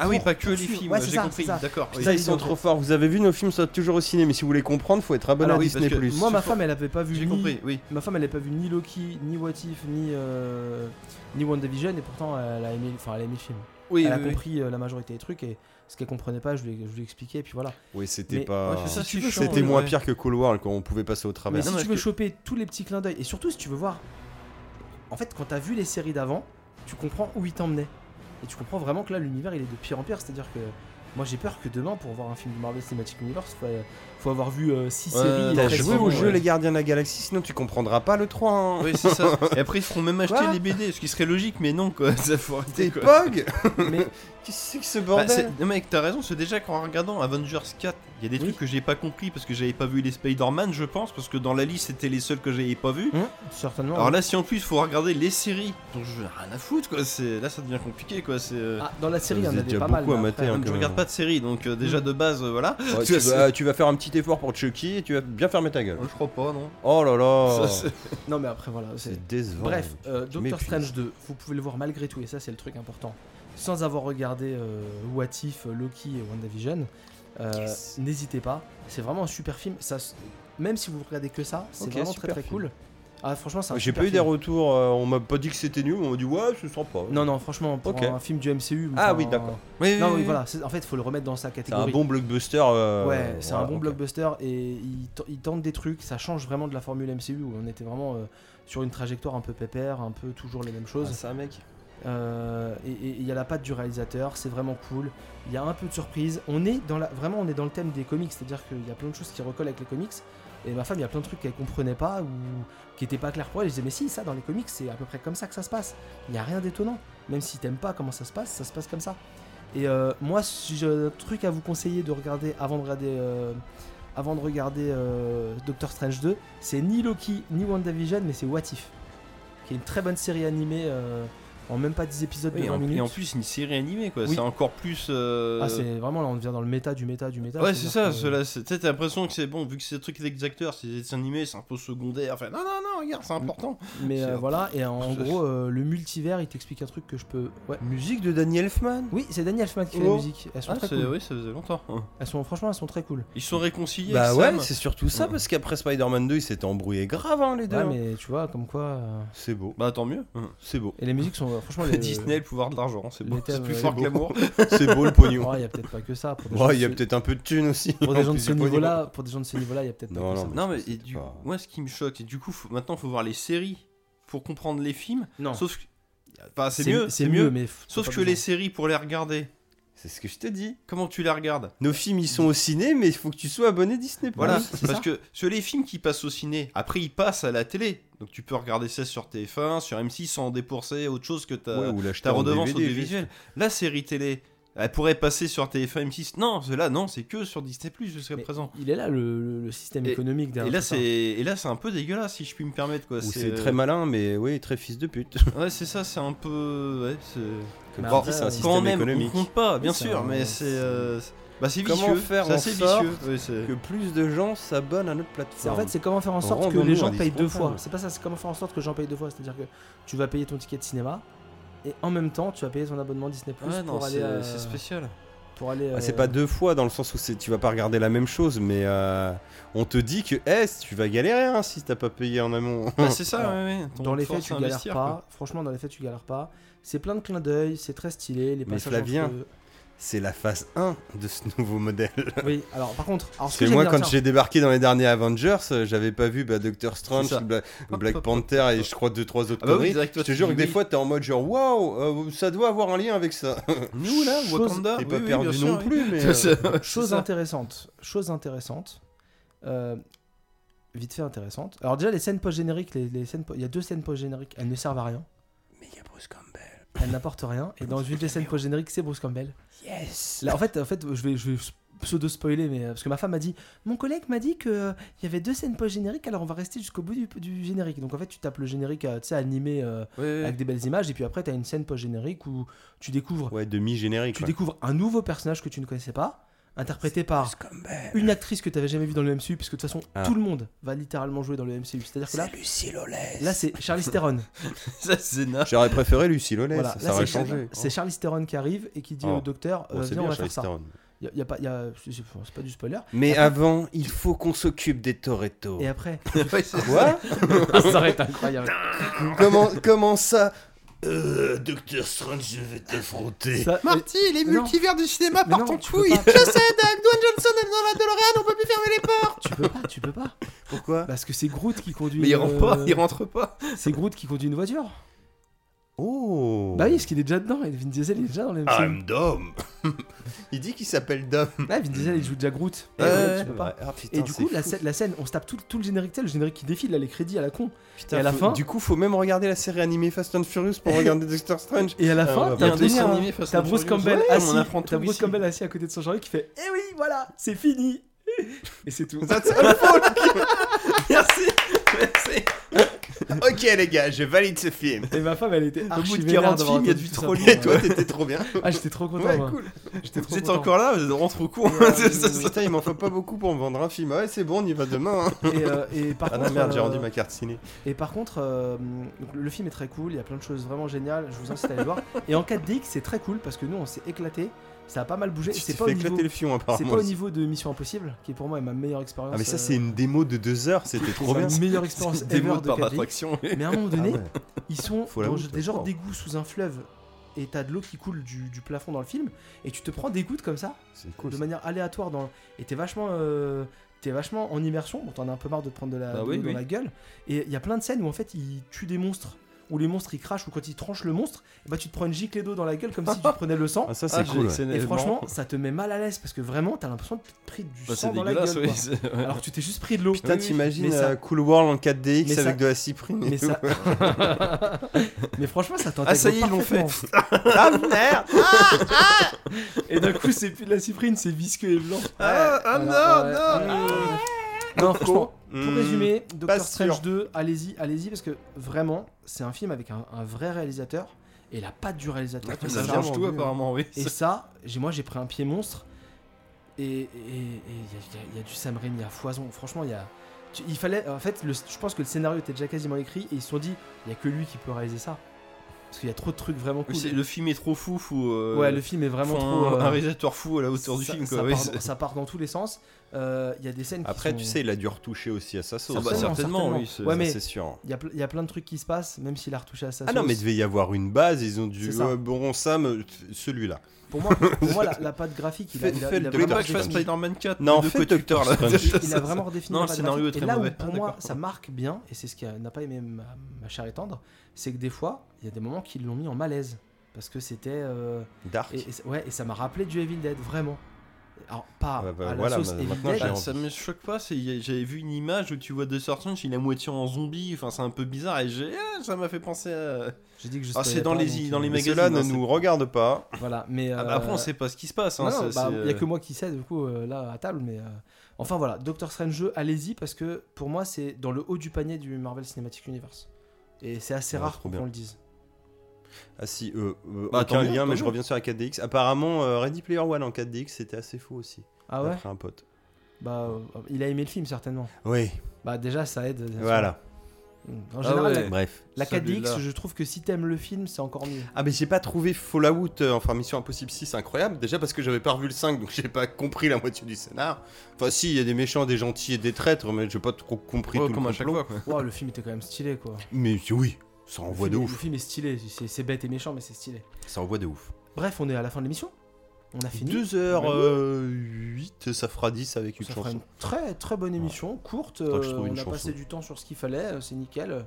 S3: Ah oui,
S2: pour-
S3: pas que
S2: pour
S3: les
S2: suivre.
S3: films,
S2: Ouais, c'est
S3: j'ai
S2: ça,
S3: compris,
S2: c'est ça.
S3: d'accord. oui.
S1: Ça, Oh, ils sont trop forts. Vous avez vu, nos films sortent toujours au ciné, mais si vous voulez comprendre, faut être abonné
S3: Alors
S1: à
S3: oui,
S1: Disney+.
S3: parce que
S2: Moi, ma
S3: Super-
S2: femme, elle avait pas vu.
S3: J'ai
S2: ni-
S3: compris, oui.
S2: Ma femme, elle avait pas vu ni Loki, ni What If, ni euh, ni WandaVision, et pourtant, elle a aimé, enfin, elle a aimé le film.
S3: Oui,
S2: elle a
S3: oui, oui.
S2: compris euh, la majorité des trucs et ce qu'elle comprenait pas, je lui, ai- je lui ai expliqué, et puis voilà.
S1: Oui, c'était
S2: Mais-
S1: pas.
S3: Ouais, c'est ça,
S2: Si tu
S3: c'est
S2: veux,
S3: chiant,
S1: c'était
S3: ouais.
S1: moins pire que Cold War quand on pouvait passer au
S2: Mais
S1: travers.
S2: si
S3: non,
S2: tu
S3: parce
S2: veux
S3: que-
S2: choper tous les petits clins d'œil, et surtout si tu veux voir. En fait, quand t'as vu les séries d'avant, tu comprends où ils t'emmenaient. Et tu comprends vraiment que là, l'univers, il est de pire en pire. C'est-à-dire que moi, j'ai peur que demain, pour voir un film de Marvel Cinematic Universe, faut, euh, faut avoir vu 6
S3: Ouais,
S2: séries. et
S1: T'as
S3: T'as
S2: 13
S1: joué
S3: joué
S1: au
S2: films,
S1: jeu
S2: ouais.
S1: Les Gardiens de la Galaxie, sinon tu comprendras pas le 3. Hein.
S3: Oui, c'est ça. Et après, ils se feront même acheter
S1: Quoi
S3: les BD, ce qui serait logique, mais non, quoi. Ça faut arrêter,
S1: T'es
S3: quoi.
S1: Pog
S2: Mais-
S1: Qu'est-ce que c'est que ce
S3: Bah,
S1: bordel
S3: c'est- non, mec, t'as raison, c'est déjà qu'en regardant Avengers 4, il y a des
S2: Oui.
S3: trucs que j'ai pas compris parce que j'avais pas vu les Spider-Man, je pense, parce que dans la liste c'était les seuls que j'avais pas vu.
S2: Hum, certainement.
S3: Alors là, si en plus faut regarder les séries, donc je rien à foutre quoi, c'est là ça devient compliqué quoi. C'est euh,
S2: Ah, dans la série, il y
S1: Vous
S2: en
S1: êtes
S2: avait
S1: déjà
S2: pas mal.
S1: beaucoup à
S2: mais
S1: mater, hein.
S2: après-
S3: je
S1: quand
S3: regarde
S1: même.
S3: pas de séries, donc euh,
S2: Mm.
S3: déjà de base, euh, voilà.
S1: Ouais, tu,
S3: tu vois,
S1: vas, tu vas faire un petit effort pour Chucky et tu vas bien fermer ta gueule.
S3: Euh, je crois pas, non.
S1: Oh là là
S3: Ça, c'est-
S2: Non, mais après, voilà. c'est-
S1: hein. C'est décevant.
S2: Bref, euh,
S1: Tu
S2: Doctor
S1: m'épuises.
S2: Strange 2, vous pouvez le voir malgré tout, et ça, c'est le truc important. Sans avoir regardé euh, What If, Loki et WandaVision, euh,
S1: Yes.
S2: n'hésitez pas. C'est vraiment un super film. Ça, s- même si vous regardez que ça, c'est
S1: Ok,
S2: vraiment
S1: super
S2: très très
S1: film.
S2: cool. Ah, franchement, c'est un
S1: J'ai
S2: super
S1: pas eu des
S2: film.
S1: retours, euh, on m'a pas dit que c'était nul, on m'a dit ouais, ce sera pas.
S2: Non, non, franchement, pour
S1: Ok.
S2: un film du MCU.
S1: Ah
S2: enfin,
S1: oui, d'accord.
S3: Oui, oui,
S2: Non,
S3: oui.
S2: oui, voilà. c'est- En fait, faut le remettre dans sa
S1: C'est un
S2: catégorie.
S1: bon blockbuster. euh,
S2: Ouais, c'est
S1: voilà,
S2: un bon
S1: ok.
S2: blockbuster et il, t- il tente des trucs, ça change vraiment de la formule MCU où on était vraiment euh, sur une trajectoire un peu pépère, un peu toujours les mêmes choses.
S3: c'est un mec.
S2: Euh, et- et il y a la patte du réalisateur, c'est vraiment cool. Il y a un peu de surprise. On est dans la, vraiment on est dans le thème des comics, c'est-à-dire qu'il y a plein de choses qui recollent avec les comics. Et ma femme, il y a plein de trucs qu'elle comprenait pas ou qui étaient pas clairs pour elle. Je disais mais si ça dans les comics c'est à peu près comme ça que ça se passe. Il y a rien d'étonnant. Même si t'aimes pas comment ça se passe, ça se passe comme ça. Et euh, moi, si j'ai un truc à vous conseiller de regarder avant de regarder, euh, avant de regarder euh, Doctor Strange 2, c'est ni Loki ni WandaVision, mais c'est What If, qui est une très bonne série animée euh, en même pas 10 épisodes
S3: Oui,
S2: de
S3: et
S2: 20
S3: en, et
S2: minutes.
S3: en plus, une série animée quoi,
S2: Oui.
S3: c'est encore plus. euh,
S2: Ah, c'est vraiment là, on devient dans le méta du méta du méta.
S3: Ouais, c'est ça,
S2: c'est-à-dire que-
S3: cela, c'est- tu sais, t'as l'impression que c'est bon, vu que c'est des trucs avec des acteurs, c'est des dessins animés, c'est un peu secondaire. Enfin, non, non, non, regarde, c'est important.
S2: Mais euh,
S3: C'est-
S2: voilà, et en gros, euh, le multivers, il t'explique un truc que je peux. Ouais.
S1: Musique de Danny Elfman
S2: Oui, c'est Daniel Elfman qui fait
S1: Oh.
S2: la musique. Elles sont
S3: Ah,
S2: très
S3: c'est-
S2: cool.
S3: oui, ça faisait longtemps.
S2: Elles sont franchement, elles sont très cool.
S3: Ils sont réconciliés.
S1: Bah
S3: avec
S1: ouais,
S3: Sam.
S1: c'est surtout ça,
S3: Mm.
S1: parce qu'après Spider-Man 2, ils s'étaient embrouillés grave, hein, les deux.
S2: Ouais,
S1: hein.
S2: mais tu vois, comme quoi. euh,
S1: C'est beau,
S3: Bah tant mieux.
S1: c'est beau.
S2: Et les musiques sont Hum. euh, franchement les
S3: Disney, le pouvoir de l'argent, c'est
S2: les
S3: bon,
S2: thèmes,
S3: c'est plus
S2: euh,
S3: fort
S1: les
S3: que l'amour.
S1: C'est beau le
S2: Il
S1: pognon.
S2: y a peut-être pas que ça. Pour des
S1: Ouais,
S2: gens de
S1: il y a
S2: ce-
S1: peut-être un peu de thunes aussi.
S2: pour des gens
S1: en
S2: de
S1: plus
S2: ce
S1: du pognon.
S2: niveau-là, pour des gens de ce niveau-là, il y a peut-être
S1: Non,
S2: pas que
S1: non,
S2: ça.
S1: mais-
S3: Non mais
S1: c'était
S3: et du...
S1: pas-
S3: moi ce qui me choque, c'est du coup faut- maintenant faut voir les séries pour comprendre les films.
S2: Non.
S3: Sauf que... Enfin c'est mieux, c'est mieux.
S2: mais
S3: Sauf que les séries pour les regarder,
S1: C'est ce que je t'ai dit.
S3: comment tu les regardes
S1: Nos films, ils sont au ciné, mais il faut que tu sois abonné Disney.
S3: Voilà,
S2: Bah oui, c'est
S3: parce
S2: ça.
S3: que sur les films qui passent au ciné, après ils passent à la télé. Donc tu peux regarder ça sur TF1, sur M6 sans dépenser autre chose que ta,
S1: Ouais, ou
S3: ta
S1: l'acheter en
S3: redevance
S1: DVD,
S3: audiovisuelle. La série télé, Elle pourrait passer sur TF1 M6. Non, cela, non, c'est que sur Disney Plus jusqu'à
S2: Mais
S3: présent.
S2: Il est là le, le- le système
S3: Et-
S2: économique
S3: Et
S2: derrière.
S3: là,
S2: tout ça.
S3: c'est et là, c'est un peu dégueulasse si je puis me permettre quoi. euh,
S1: Ou c'est très malin, mais oui, très fils de pute.
S3: Ouais, c'est ça, c'est un peu. Ouais, c'est.
S1: Comme tu
S2: Bah,
S1: dis,
S2: après,
S1: c'est
S2: euh,
S1: un
S3: Quand
S1: système
S3: même,
S1: économique.
S3: on compte pas, bien
S2: Oui, c'est
S3: sûr,
S2: un-
S3: mais c'est. euh, c'est- Bah, c'est
S1: Comment
S3: vicieux.
S1: faire
S3: C'est
S1: en
S3: assez
S1: sorte
S3: vicieux. ouais, c'est-
S1: Que plus de gens s'abonnent à notre
S2: C'est-
S1: plateforme.
S2: en fait, c'est comment faire en sorte que
S1: Rendons-nous
S2: les gens
S1: un
S2: payent deux
S1: indispensable.
S2: fois. C'est pas ça, c'est comment faire en sorte que les gens payent deux fois. C'est-à-dire que tu vas payer ton ticket de cinéma et en même temps tu vas payer ton abonnement Disney Plus
S3: Ouais, non,
S2: pour, aller,
S3: c'est
S2: euh,
S3: c'est spécial.
S2: pour aller.
S1: Ah, c'est
S2: euh,
S1: pas deux fois dans le sens où c'est- tu vas pas regarder la même chose, mais euh, on te dit que hey, tu vas galérer hein, si t'as pas payé en amont.
S3: Bah, c'est ça,
S2: Alors,
S3: ouais, ouais.
S2: Dans les
S3: force
S2: faits, tu
S3: à
S2: galères
S3: investir,
S2: pas.
S3: quoi.
S2: Franchement, dans les faits, tu galères pas. C'est plein de clins d'œil, c'est très stylé. Les
S1: Mais
S2: passages
S1: Flavien,
S2: entre-
S1: C'est la phase 1 de ce nouveau modèle.
S2: Oui, alors par contre, alors, ce
S1: Parce que
S2: j'aime
S1: moi,
S2: bien,
S1: quand
S2: tiens,
S1: j'ai débarqué dans les derniers Avengers, euh, j'avais pas vu bah, Doctor
S3: C'est ça.
S1: Strange, Bla-
S3: hop,
S1: Black
S3: hop,
S1: Panther et je crois deux trois autres
S3: Ah bah oui,
S1: conneries.
S3: direct, toi,
S1: je te
S3: tu
S1: jure
S3: dis
S1: que des
S3: oui.
S1: fois t'es en mode genre waouh, euh, ça doit avoir un lien avec ça.
S3: Nous là,
S2: Chose-
S3: Wakanda,
S1: T'es
S3: Ah, oui,
S1: pas
S3: oui,
S1: perdu
S3: bien
S1: non
S3: sûr,
S1: plus, mais.
S3: oui.
S1: euh,
S2: chose
S3: c'est ça.
S2: intéressante, chose intéressante, euh, vite fait intéressante. Alors déjà les scènes post génériques, les, les scènes, po- il y a deux scènes post génériques, elles ne servent à rien,
S1: Mais y a Bruce Campbell.
S2: elles n'apportent rien. Et dans une des scènes post génériques, c'est Bruce Campbell.
S1: Yes.
S2: Là, en fait, en fait, je vais, je vais pseudo spoiler, mais euh, parce que ma femme m'a dit, mon collègue m'a dit que euh, il y avait deux scènes post génériques, alors on va rester jusqu'au bout du, du générique. Donc en fait, tu tapes le générique, euh, tu sais, animé euh,
S3: Ouais, ouais.
S2: avec des belles images, et puis après, t'as une scène post générique où tu découvres,
S1: Ouais, demi générique.
S2: tu découvres un nouveau personnage que tu ne connaissais pas, interprété par
S1: Campbell.
S2: une actrice que tu n'avais jamais vue dans le MCU, puisque de toute façon,
S1: Ah.
S2: tout le monde va littéralement jouer dans le MCU. C'est-à-dire que là,
S1: Lucie Lolès.
S2: là c'est Charlize Theron.
S3: Ça, c'est naze.
S1: J'aurais préféré Lucie Lolès.
S2: Voilà,
S1: ça
S2: là,
S1: aurait
S2: c'est-
S1: changé.
S2: C'est Charlize Theron qui arrive et qui dit
S1: Oh.
S2: au docteur,
S1: Bon,
S2: euh,
S1: c'est
S2: viens, on
S1: bien,
S2: va faire
S1: Charlize
S2: ça.
S1: Theron.
S2: Y a- y a pas, y a- c'est c'est- c'est pas du spoiler.
S1: Mais avant, il faut qu'on s'occupe des Toretto.
S2: Et après,
S3: Ouais, c'est-
S1: Quoi
S2: Ah, ça aurait été incroyable.
S1: comment, comment ça euh, Docteur Strange, je vais t'affronter.
S2: Ça, mais-
S3: Marty, les
S2: Mais non.
S3: multivers du cinéma
S2: Mais
S3: partent
S2: non,
S3: en
S2: tu peux
S3: couille.
S2: pas.
S3: Je sais, Doug, Dwayne Johnson est dans la DeLorean, on peut plus fermer les portes.
S2: tu peux pas, tu peux pas.
S1: Pourquoi
S2: Parce que c'est Groot qui conduit.
S3: Mais il
S2: une- euh,
S3: rentre pas, il rentre pas.
S2: C'est Groot qui conduit une voiture.
S1: Oh
S2: Bah oui, parce qu'il est déjà dedans. Et Vin Diesel il est déjà dans le MCU.
S1: I'm Dom Il dit qu'il s'appelle Dom.
S2: Ah, Vin Diesel il joue déjà Groot. Et ouais, tu peux pas.
S1: Ah, putain,
S2: Et du
S1: c'est
S2: coup, la,
S1: fou.
S2: scè- la scène, on se tape tout, tout le générique, tu sais, le générique qui défile, là, les crédits à la con.
S1: Putain,
S2: et à la
S1: faut-
S2: fin-
S1: Du coup, faut même regarder la série animée Fast and Furious pour regarder Doctor Strange.
S2: Et à la
S1: Ah,
S2: fin,
S1: ouais,
S3: Il y a
S2: t'as
S3: un
S1: Devenir
S3: bah, dessin
S2: Bruce-
S3: animé façon.
S2: T'as Bruce Campbell assis,
S3: on apprend
S2: t'as
S3: tout
S2: Bruce
S3: ici.
S2: Campbell assis à côté de son gendarme qui fait "Eh oui, voilà, c'est fini." Et c'est tout.
S1: Ça, c'est-
S3: Merci, merci.
S1: ok, les gars, je valide ce film.
S2: Et ma femme, elle était
S3: Au bout
S2: archi
S3: de
S2: vénère
S3: 40
S2: d'avoir
S3: films, il y a
S2: entendu
S3: du
S2: tout ça.
S3: trolling,
S1: Et toi, t'étais trop bien.
S2: Ah, j'étais trop content.
S1: Ouais,
S2: moi.
S1: cool.
S2: J'étais trop
S3: Vous êtes
S2: content.
S3: encore là, vous rentre au con. C'est ça, c'est-
S1: Putain, il m'en faut pas beaucoup pour me vendre un film. Ouais, c'est bon, on y va demain. hein.
S2: Et, euh, et par
S1: Ah
S2: contre,
S1: non, merde, j'ai
S2: euh,
S1: rendu ma carte ciné.
S2: Et par contre, euh, donc le film est très cool, il y a plein de choses vraiment géniales, je vous incite à aller le voir. Et en 4DX, c'est très cool parce que nous, on s'est éclaté, ça a pas mal bougé.
S1: Tu
S2: C'est
S1: t'es
S2: pas,
S1: fait
S2: au niveau,
S1: éclater le fion,
S2: c'est
S1: apparemment.
S2: pas au niveau de Mission Impossible, qui pour moi est ma meilleure expérience.
S1: Ah, mais ça, c'est
S2: euh,
S1: une démo de deux heures, c'était trop
S2: c'est
S1: bien.
S2: ma meilleure expérience
S3: Des
S2: ever
S3: mots de
S2: de
S3: par
S2: 4DX.
S3: d'attraction.
S2: Mais à un moment
S1: Ah
S2: donné,
S1: ouais.
S2: ils sont
S1: Faut la
S2: dans
S1: honte, oh.
S2: des genres
S1: fort.
S2: d'égouts sous un fleuve et t'as de l'eau qui coule du, du plafond dans le film et tu te prends des gouttes comme ça
S1: C'est cool.
S2: de manière aléatoire dans et t'es vachement euh, t'es vachement en immersion bon t'en as un peu marre de te prendre de la
S3: Bah
S2: de
S3: oui,
S2: l'eau dans
S3: oui.
S2: la gueule et il y a plein de scènes où en fait ils tuent des monstres où les monstres ils crachent ou quand ils tranchent le monstre bah tu te prends une giclée d'eau dans la gueule comme si tu te prenais le sang
S1: Ah, ça, c'est cool. ouais.
S2: et franchement ça te met mal à l'aise parce que vraiment t'as l'impression de te pris du
S3: Bah,
S2: sang
S3: c'est
S2: dans la gueule
S3: dégueulasse, oui.
S2: quoi.
S3: c'est- ouais.
S2: alors que tu t'es juste pris de l'eau
S1: Putain,
S2: Oui, oui,
S1: t'imagines
S2: mais ça-
S1: euh, Cool World en 4DX
S2: Mais ça-
S1: avec de la cyprine et
S2: mais
S1: tout.
S2: ça mais franchement ça t'intègre
S3: Ah, ça y est, ils l'ont fait.
S2: parfaitement.
S1: Ah, merde
S2: et d'un coup c'est plus de la cyprine c'est visqueux et blanc
S3: Ah, ah,
S2: Voilà,
S3: non, non.
S2: ouais. non franchement Ah. Pour
S1: Hmm.
S2: résumer, Doctor
S1: sûr.
S2: Strange 2, allez-y, allez-y, parce que vraiment, c'est un film avec un, un vrai réalisateur et la patte du réalisateur.
S3: Ah,
S2: qui
S3: Ça
S2: m'a
S3: change
S2: vraiment
S3: tout,
S2: vu.
S3: apparemment, oui.
S2: Et ça, j'ai- moi j'ai pris un pied monstre et il et, et y, a- y a- y a du Sam Raimi à foison. Franchement, il y a. tu- Il fallait, en fait, le- je pense que le scénario était déjà quasiment écrit et ils se sont dit, il y a que lui qui peut réaliser ça. Parce qu'il y a trop de trucs vraiment cool.
S3: Oui, c'est- Le film est trop fou, faut. euh,
S2: Ouais, le film est
S3: faut
S2: vraiment
S3: un-
S2: trop. euh,
S3: Un réalisateur fou à la hauteur du
S2: ça-
S3: film,
S2: ça
S3: quoi. oui,
S2: part
S3: c'est-
S2: dans- ça part dans tous les sens. Euh, Il y a des scènes. qui
S1: Après, tu
S2: sont-
S1: sais, il a dû retoucher aussi à sa sauce.
S3: Ah bah,
S1: hein.
S2: Certainement,
S3: certainement, oui.
S2: Ouais, mais-
S1: c'est sûr.
S2: Il y, a ple- il y a plein de trucs qui se passent, même s'il a retouché à sa
S1: Ah non,
S2: sauce.
S1: mais il devait y avoir une base. Ils ont dû.
S2: C'est ça.
S1: Ouais, bon, Sam, euh, celui-là.
S2: Pour moi, pour moi, la, la patte graphique, il a,
S1: Fais-
S2: il a-
S1: fais
S2: il a
S1: le
S3: Tu
S1: Doctor
S3: veux
S2: vraiment
S3: pas que je fasse
S1: Strange.
S2: redéfini,
S3: Spider-Man 4
S1: Non,
S3: de
S1: fais
S3: quoi
S2: euh,
S3: tu
S1: Doctor
S3: parles, là.
S1: Strange.
S2: il a vraiment redéfini
S3: Non,
S2: la
S3: le
S2: patte
S3: scénario
S2: graphique.
S3: est très
S2: Et là
S3: mauvais.
S2: où, pour
S3: Ah,
S2: moi,
S3: d'accord.
S2: ça marque bien, et c'est ce qui a- n'a pas aimé ma, ma chère et tendre, c'est que des fois, il y a des moments qui l'ont mis en malaise. Parce que c'était. euh,
S1: Dark.
S2: et, et- ouais, et ça m'a rappelé du Evil Dead, vraiment. Alors, pas
S1: Ah bah, bah,
S2: à la
S1: voilà,
S2: sauce
S1: ma-
S2: Evil
S1: maintenant,
S2: Dead.
S1: j'ai
S3: Bah, ça me choque pas, c'est- y a- j'avais vu une image où tu vois Dustin Strange, il est à moitié en zombie, enfin c'est un peu bizarre et j'ai- ah, ça m'a fait penser à...
S2: J'ai dit que je
S3: Ah c'est
S2: spoilais
S3: dans
S2: pas,
S3: les,
S2: donc,
S3: dans les
S2: euh,
S1: Mais
S3: magazines.
S1: cela ne
S3: hein, c'est-
S1: nous regarde pas.
S2: Voilà, mais.
S3: Ah bah, après
S2: euh,
S3: on sait pas ce qui se passe.
S2: Il
S3: Hein,
S2: n'y
S3: ça, c'est,
S2: bah, a
S3: euh,
S2: que moi qui sais, du coup, euh, là, à table. Mais euh, enfin, voilà, Doctor Strange 2, allez-y, parce que pour moi, c'est dans le haut du panier du Marvel Cinematic Universe. Et c'est assez
S1: Ouais,
S2: rare
S1: trop
S2: qu'on
S1: bien.
S2: le dise.
S1: Ah si, euh, euh,
S3: Bah,
S1: aucun
S3: tant mieux,
S1: lien,
S3: tant
S1: mais je
S3: mieux.
S1: reviens sur la 4DX. Apparemment, euh, Ready Player One en 4DX, c'était assez faux aussi.
S2: Ah ouais
S1: Après un pote.
S2: Bah, euh, il a aimé le film, certainement.
S1: Oui,
S2: Bah, déjà, ça aide. euh,
S1: voilà.
S2: En général,
S3: ouais.
S1: Bref.
S2: la, la 4DX,
S3: Celui-là.
S2: je trouve que si t'aimes le film, c'est encore mieux.
S1: Ah mais j'ai pas trouvé Fallout, euh, enfin Mission Impossible 6 incroyable, déjà parce que j'avais pas revu le 5 donc j'ai pas compris la moitié du scénar. Enfin si, il y a des méchants, des gentils et des traîtres, mais j'ai pas trop compris
S3: oh,
S1: tout
S3: comme
S1: le
S3: à chaque
S1: complot.
S3: fois quoi.
S2: Wow, le film était quand même stylé, quoi.
S1: Mais oui, ça
S2: Le
S1: envoie de
S2: film- Le
S1: ouf.
S2: film est stylé, c'est- c'est bête et méchant, mais c'est stylé.
S1: Ça envoie de ouf.
S2: Bref, on est à la fin de l'émission. On a fini.
S1: 2h08, euh, ça fera 10 avec une
S2: Ça fera
S1: chanson.
S2: une très très bonne émission, courte.
S1: Faudra que je
S2: euh,
S1: trouve
S2: on
S1: une
S2: a
S1: chanson.
S2: passé du temps sur ce qu'il fallait, euh, c'est nickel. euh,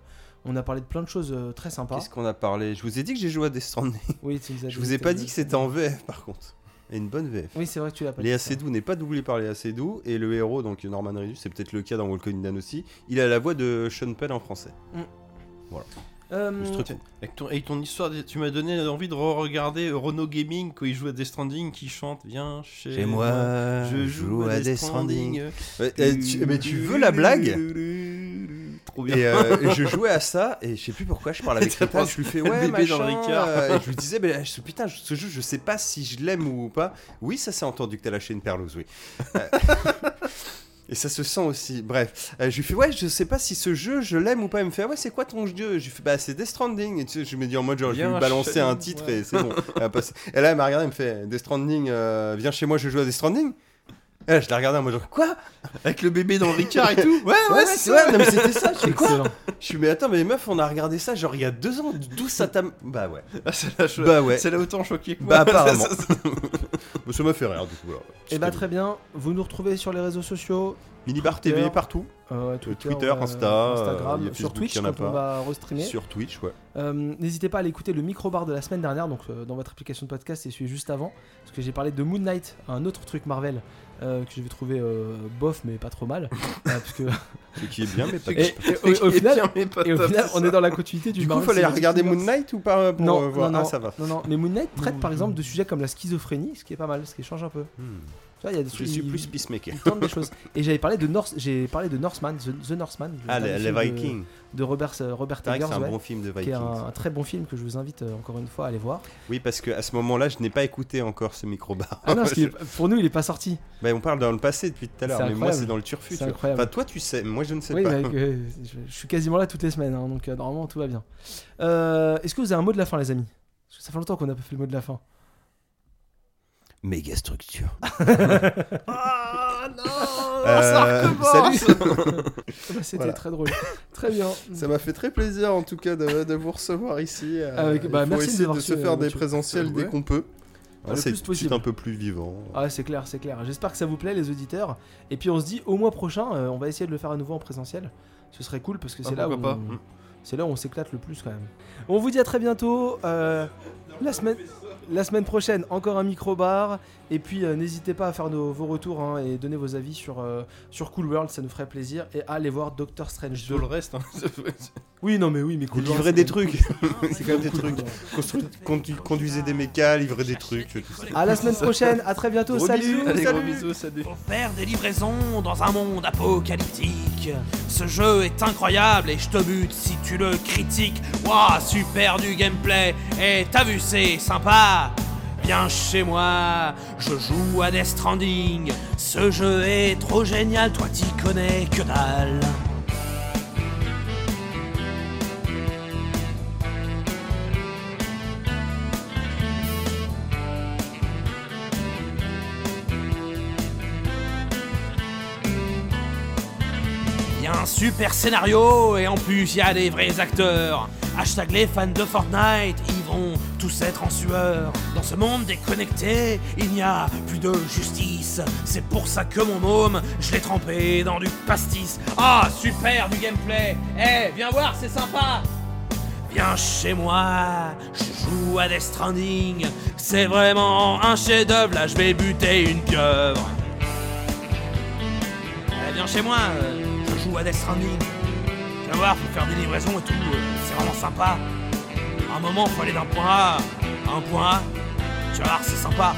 S2: On a parlé de plein de choses euh, très sympas.
S1: Qu'est-ce qu'on a parlé Je vous ai dit que j'ai joué à Death Stranding.
S2: Oui, tu nous as
S1: Je vous ai
S2: t'as
S1: pas dit que c'était en VF par contre. Et une bonne VF.
S2: Oui, c'est vrai que tu l'as pas
S1: Léa
S2: dit, ça.
S1: Seydoux n'est pas doublé par Léa Seydoux et le héros, donc Norman Reedus, c'est peut-être le cas dans Walking Dead aussi, il a la voix de Sean Penn en français.
S2: Euh,
S1: Juste
S3: Tiens, Avec ton, avec ton histoire, tu m'as donné envie de re-regarder Renault Gaming quand il joue à Death Stranding qui chante Viens chez, je joue à Death Stranding.
S1: Ouais, euh, tu- mais tu veux la blague
S3: Trop bien.
S1: et, euh, et je jouais à ça et je sais plus pourquoi je parle avec
S3: Ça
S1: Rita
S3: prend
S1: je lui fais
S3: le
S1: ouais
S3: bébé
S1: machin
S3: dans le Ricard.
S1: euh, et je lui disais mais je- putain je- ce jeu je sais pas si je l'aime ou pas oui ça s'est entendu que t'as lâché une perlouse oui Euh, et ça se sent aussi bref Euh, je lui fais ouais je sais pas si ce jeu je l'aime ou pas elle me fait Ah ouais c'est quoi ton jeu je lui fais bah c'est Death Stranding et tu sais, je me dis en mode genre je vais
S3: Viens
S1: lui balancer
S3: chez-
S1: un titre
S3: ouais.
S1: et c'est bon Elle va passer. et là elle m'a regardé elle me fait Death Stranding euh, viens chez moi je joue à Death Stranding et là, je la regardais en mode genre quoi
S3: Avec le bébé dans le Ricard et tout. Ouais,
S1: ouais, c'est ouais, non, mais c'était ça je fais quoi
S2: excellent.
S1: je suis mais attends mais meuf on a regardé ça genre il y a deux ans d'où ça t'a bah ouais
S3: Ah, ça l'a cho-
S1: Bah ouais.
S3: Ça l'a autant choqué que moi.
S1: bah apparemment Bon, ça m'a fait rire du coup alors.
S2: Eh bah, très bien. Vous nous retrouvez sur les réseaux sociaux.
S1: Mini Bar TV
S2: Twitter.
S1: partout
S2: euh, Twitter,
S1: Twitter,
S2: euh,
S1: Insta,
S2: Instagram,
S1: euh, il y a
S2: sur
S1: Facebook,
S2: Twitch
S1: il y en a
S2: quand
S1: pas.
S2: on va restreamer.
S1: sur Twitch ouais
S2: Euh, N'hésitez pas à aller écouter le micro-bar de la semaine dernière, donc euh, dans votre application de podcast et celui juste avant, parce que j'ai parlé de Moon Knight, un autre truc Marvel euh, que je vais trouver euh, bof mais pas trop mal, euh, parce que
S1: ce qui est bien mais pas
S2: Et,
S1: du
S2: et au, au final, et au
S3: Ah,
S2: final, on est dans la continuité du
S1: coup
S2: Marvel
S1: fallait
S2: Cinematic
S1: regarder Moon
S2: Universe.
S1: Knight ou pas euh, pour
S2: non,
S1: euh,
S2: non,
S1: voir
S2: non,
S1: ah ça va Mm-hmm.
S2: non, non, mais Moon Knight traite par exemple de sujets comme la schizophrénie, ce qui est pas mal, ce qui change un peu. Tu vois, il y a des
S1: je
S2: trucs-
S1: suis
S2: il-
S1: plus peacemaker
S2: il tente des choses. Et j'avais parlé de North, j'ai parlé de Northman, The, The Northman, le
S1: ah
S2: dernier
S1: les, les
S2: film de-
S1: Vikings
S2: de, Robert euh, Robert
S1: c'est vrai que c'est
S2: Eggers,
S1: un
S2: ouais,
S1: bon film de
S2: qui est
S1: Vikings
S2: un, un très bon film que je vous invite euh, encore une fois à aller voir.
S1: oui parce que à ce moment là je n'ai pas écouté encore ce micro bar
S2: Ah non, parce qu'il est- pour nous, il est pas sorti.
S1: bah, on parle dans le passé depuis tout à l'heure
S2: C'est
S1: mais moi
S2: incroyable.
S1: c'est dans le turfu
S2: C'est
S1: tu vois.
S2: incroyable.
S1: enfin toi tu sais moi je ne sais
S2: Oui,
S1: pas
S2: mais, euh, je, je suis quasiment là toutes les semaines, hein, donc euh, normalement tout va bien. Euh, Est-ce que vous avez un mot de la fin, les amis Parce que ça fait longtemps qu'on n'a pas fait le mot de la fin.
S1: méga structure
S3: Ah non
S1: Euh, salut
S2: Ah bah, C'était
S1: Voilà.
S2: très drôle. très bien.
S3: Ça m'a fait très plaisir en tout cas de, de vous recevoir ici. euh,
S2: Avec- bah,
S3: il faut
S2: merci de
S3: essayer de,
S2: m'avoir
S3: se
S2: reçu,
S3: faire
S2: euh,
S3: des
S2: Mathieu.
S3: présentiels
S2: Ouais.
S3: dès qu'on peut.
S2: le
S1: c'est
S2: plus
S1: tout de suite
S2: possible.
S1: un peu plus vivant
S2: Ah, c'est clair, c'est clair. J'espère que ça vous plaît, les auditeurs. Et puis on se dit au mois prochain, euh, on va essayer de le faire à nouveau en présentiel. Ce serait cool parce que
S3: Ah,
S2: c'est là où
S3: pourquoi pas.
S2: on- c'est là où on s'éclate le plus quand même. On vous dit à très bientôt. euh, la semaine la semaine prochaine, encore un micro bar. Et puis euh, n'hésitez pas à faire nos- vos retours hein, et donner vos avis sur euh, sur Cool World, ça nous ferait plaisir. Et à aller voir Doctor Strange
S3: Sur
S2: 2.
S3: le reste, hein.
S2: Oui, non mais oui, mais Cool World,
S1: livrer
S2: c'est
S1: des
S2: quand
S1: trucs c'est quand même des
S2: même
S1: trucs
S2: cool.
S1: Constru- condu- conduisez des mécas, livrez des trucs, tout ça.
S2: À la semaine prochaine, à très bientôt.
S3: Gros
S2: salut,
S3: bisous, allez,
S2: salut.
S3: gros bisous, salut.
S6: Pour faire des livraisons dans un monde apocalyptique. Ce jeu est incroyable et je te bute si tu le critiques. Ouah, super du gameplay. Et t'as vu, c'est sympa. Viens chez moi, je joue à Death Stranding. Ce jeu est trop génial, toi t'y connais que dalle. Il y a un super scénario et en plus il y a des vrais acteurs. Hashtag les fans de Fortnite, ils vont tous être en sueur. Dans ce monde déconnecté, il n'y a plus de justice. C'est pour ça que mon môme, je l'ai trempé dans du pastis. Ah, super du gameplay. Eh, viens voir, c'est sympa. Viens chez moi, je joue à Death Stranding. C'est vraiment un chef-d'œuvre, là je vais buter une pieuvre. Allez, viens chez moi, euh, je joue à Death Stranding. Tu vas voir, faut faire des livraisons et tout, euh, c'est vraiment sympa. À un moment, faut aller d'un point A à un point A. Tu vas voir, c'est sympa.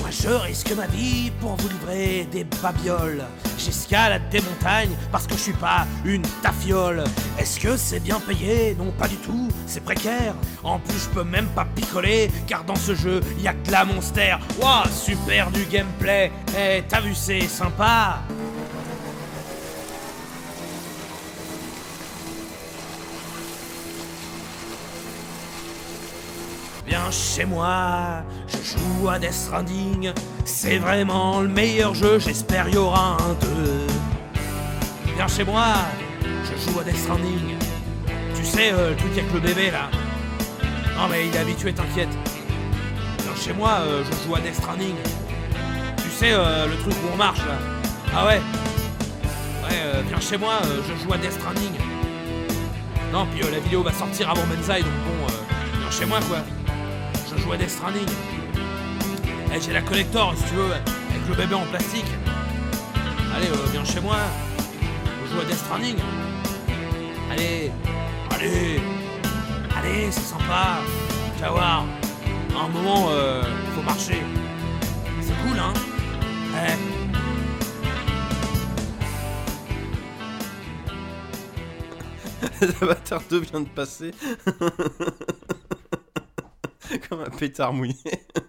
S6: Moi je risque ma vie pour vous livrer des babioles. J'escalade des montagnes parce que je suis pas une tafiole. Est-ce que c'est bien payé Non, pas du tout, c'est précaire. En plus, je peux même pas picoler car dans ce jeu, y a que la monster. Waouh, super du gameplay. Eh, t'as vu, c'est sympa. Viens chez moi, je joue à Death Stranding. C'est vraiment le meilleur jeu, j'espère y aura un 2. Viens chez moi, je joue à Death Stranding. Tu sais, euh, le truc avec le bébé là. Non mais il est habitué, t'inquiète. Viens chez moi, euh, je joue à Death Stranding. Tu sais, euh, le truc où on marche là. Ah ouais Ouais, euh, viens chez moi, euh, je joue à Death Stranding. Non, puis euh, la vidéo va sortir avant Benzaï, donc bon, euh, viens chez moi quoi. Je joue à Death Stranding. Eh, j'ai la collector, si tu veux, avec le bébé en plastique. Allez, euh, viens chez moi. On joue à Death Stranding. Allez, allez, allez, c'est sympa. Tu vas voir. À un moment, euh, faut marcher. C'est cool, hein Eh.
S3: Avatar 2 vient de passer. Comme un pétard mouillé.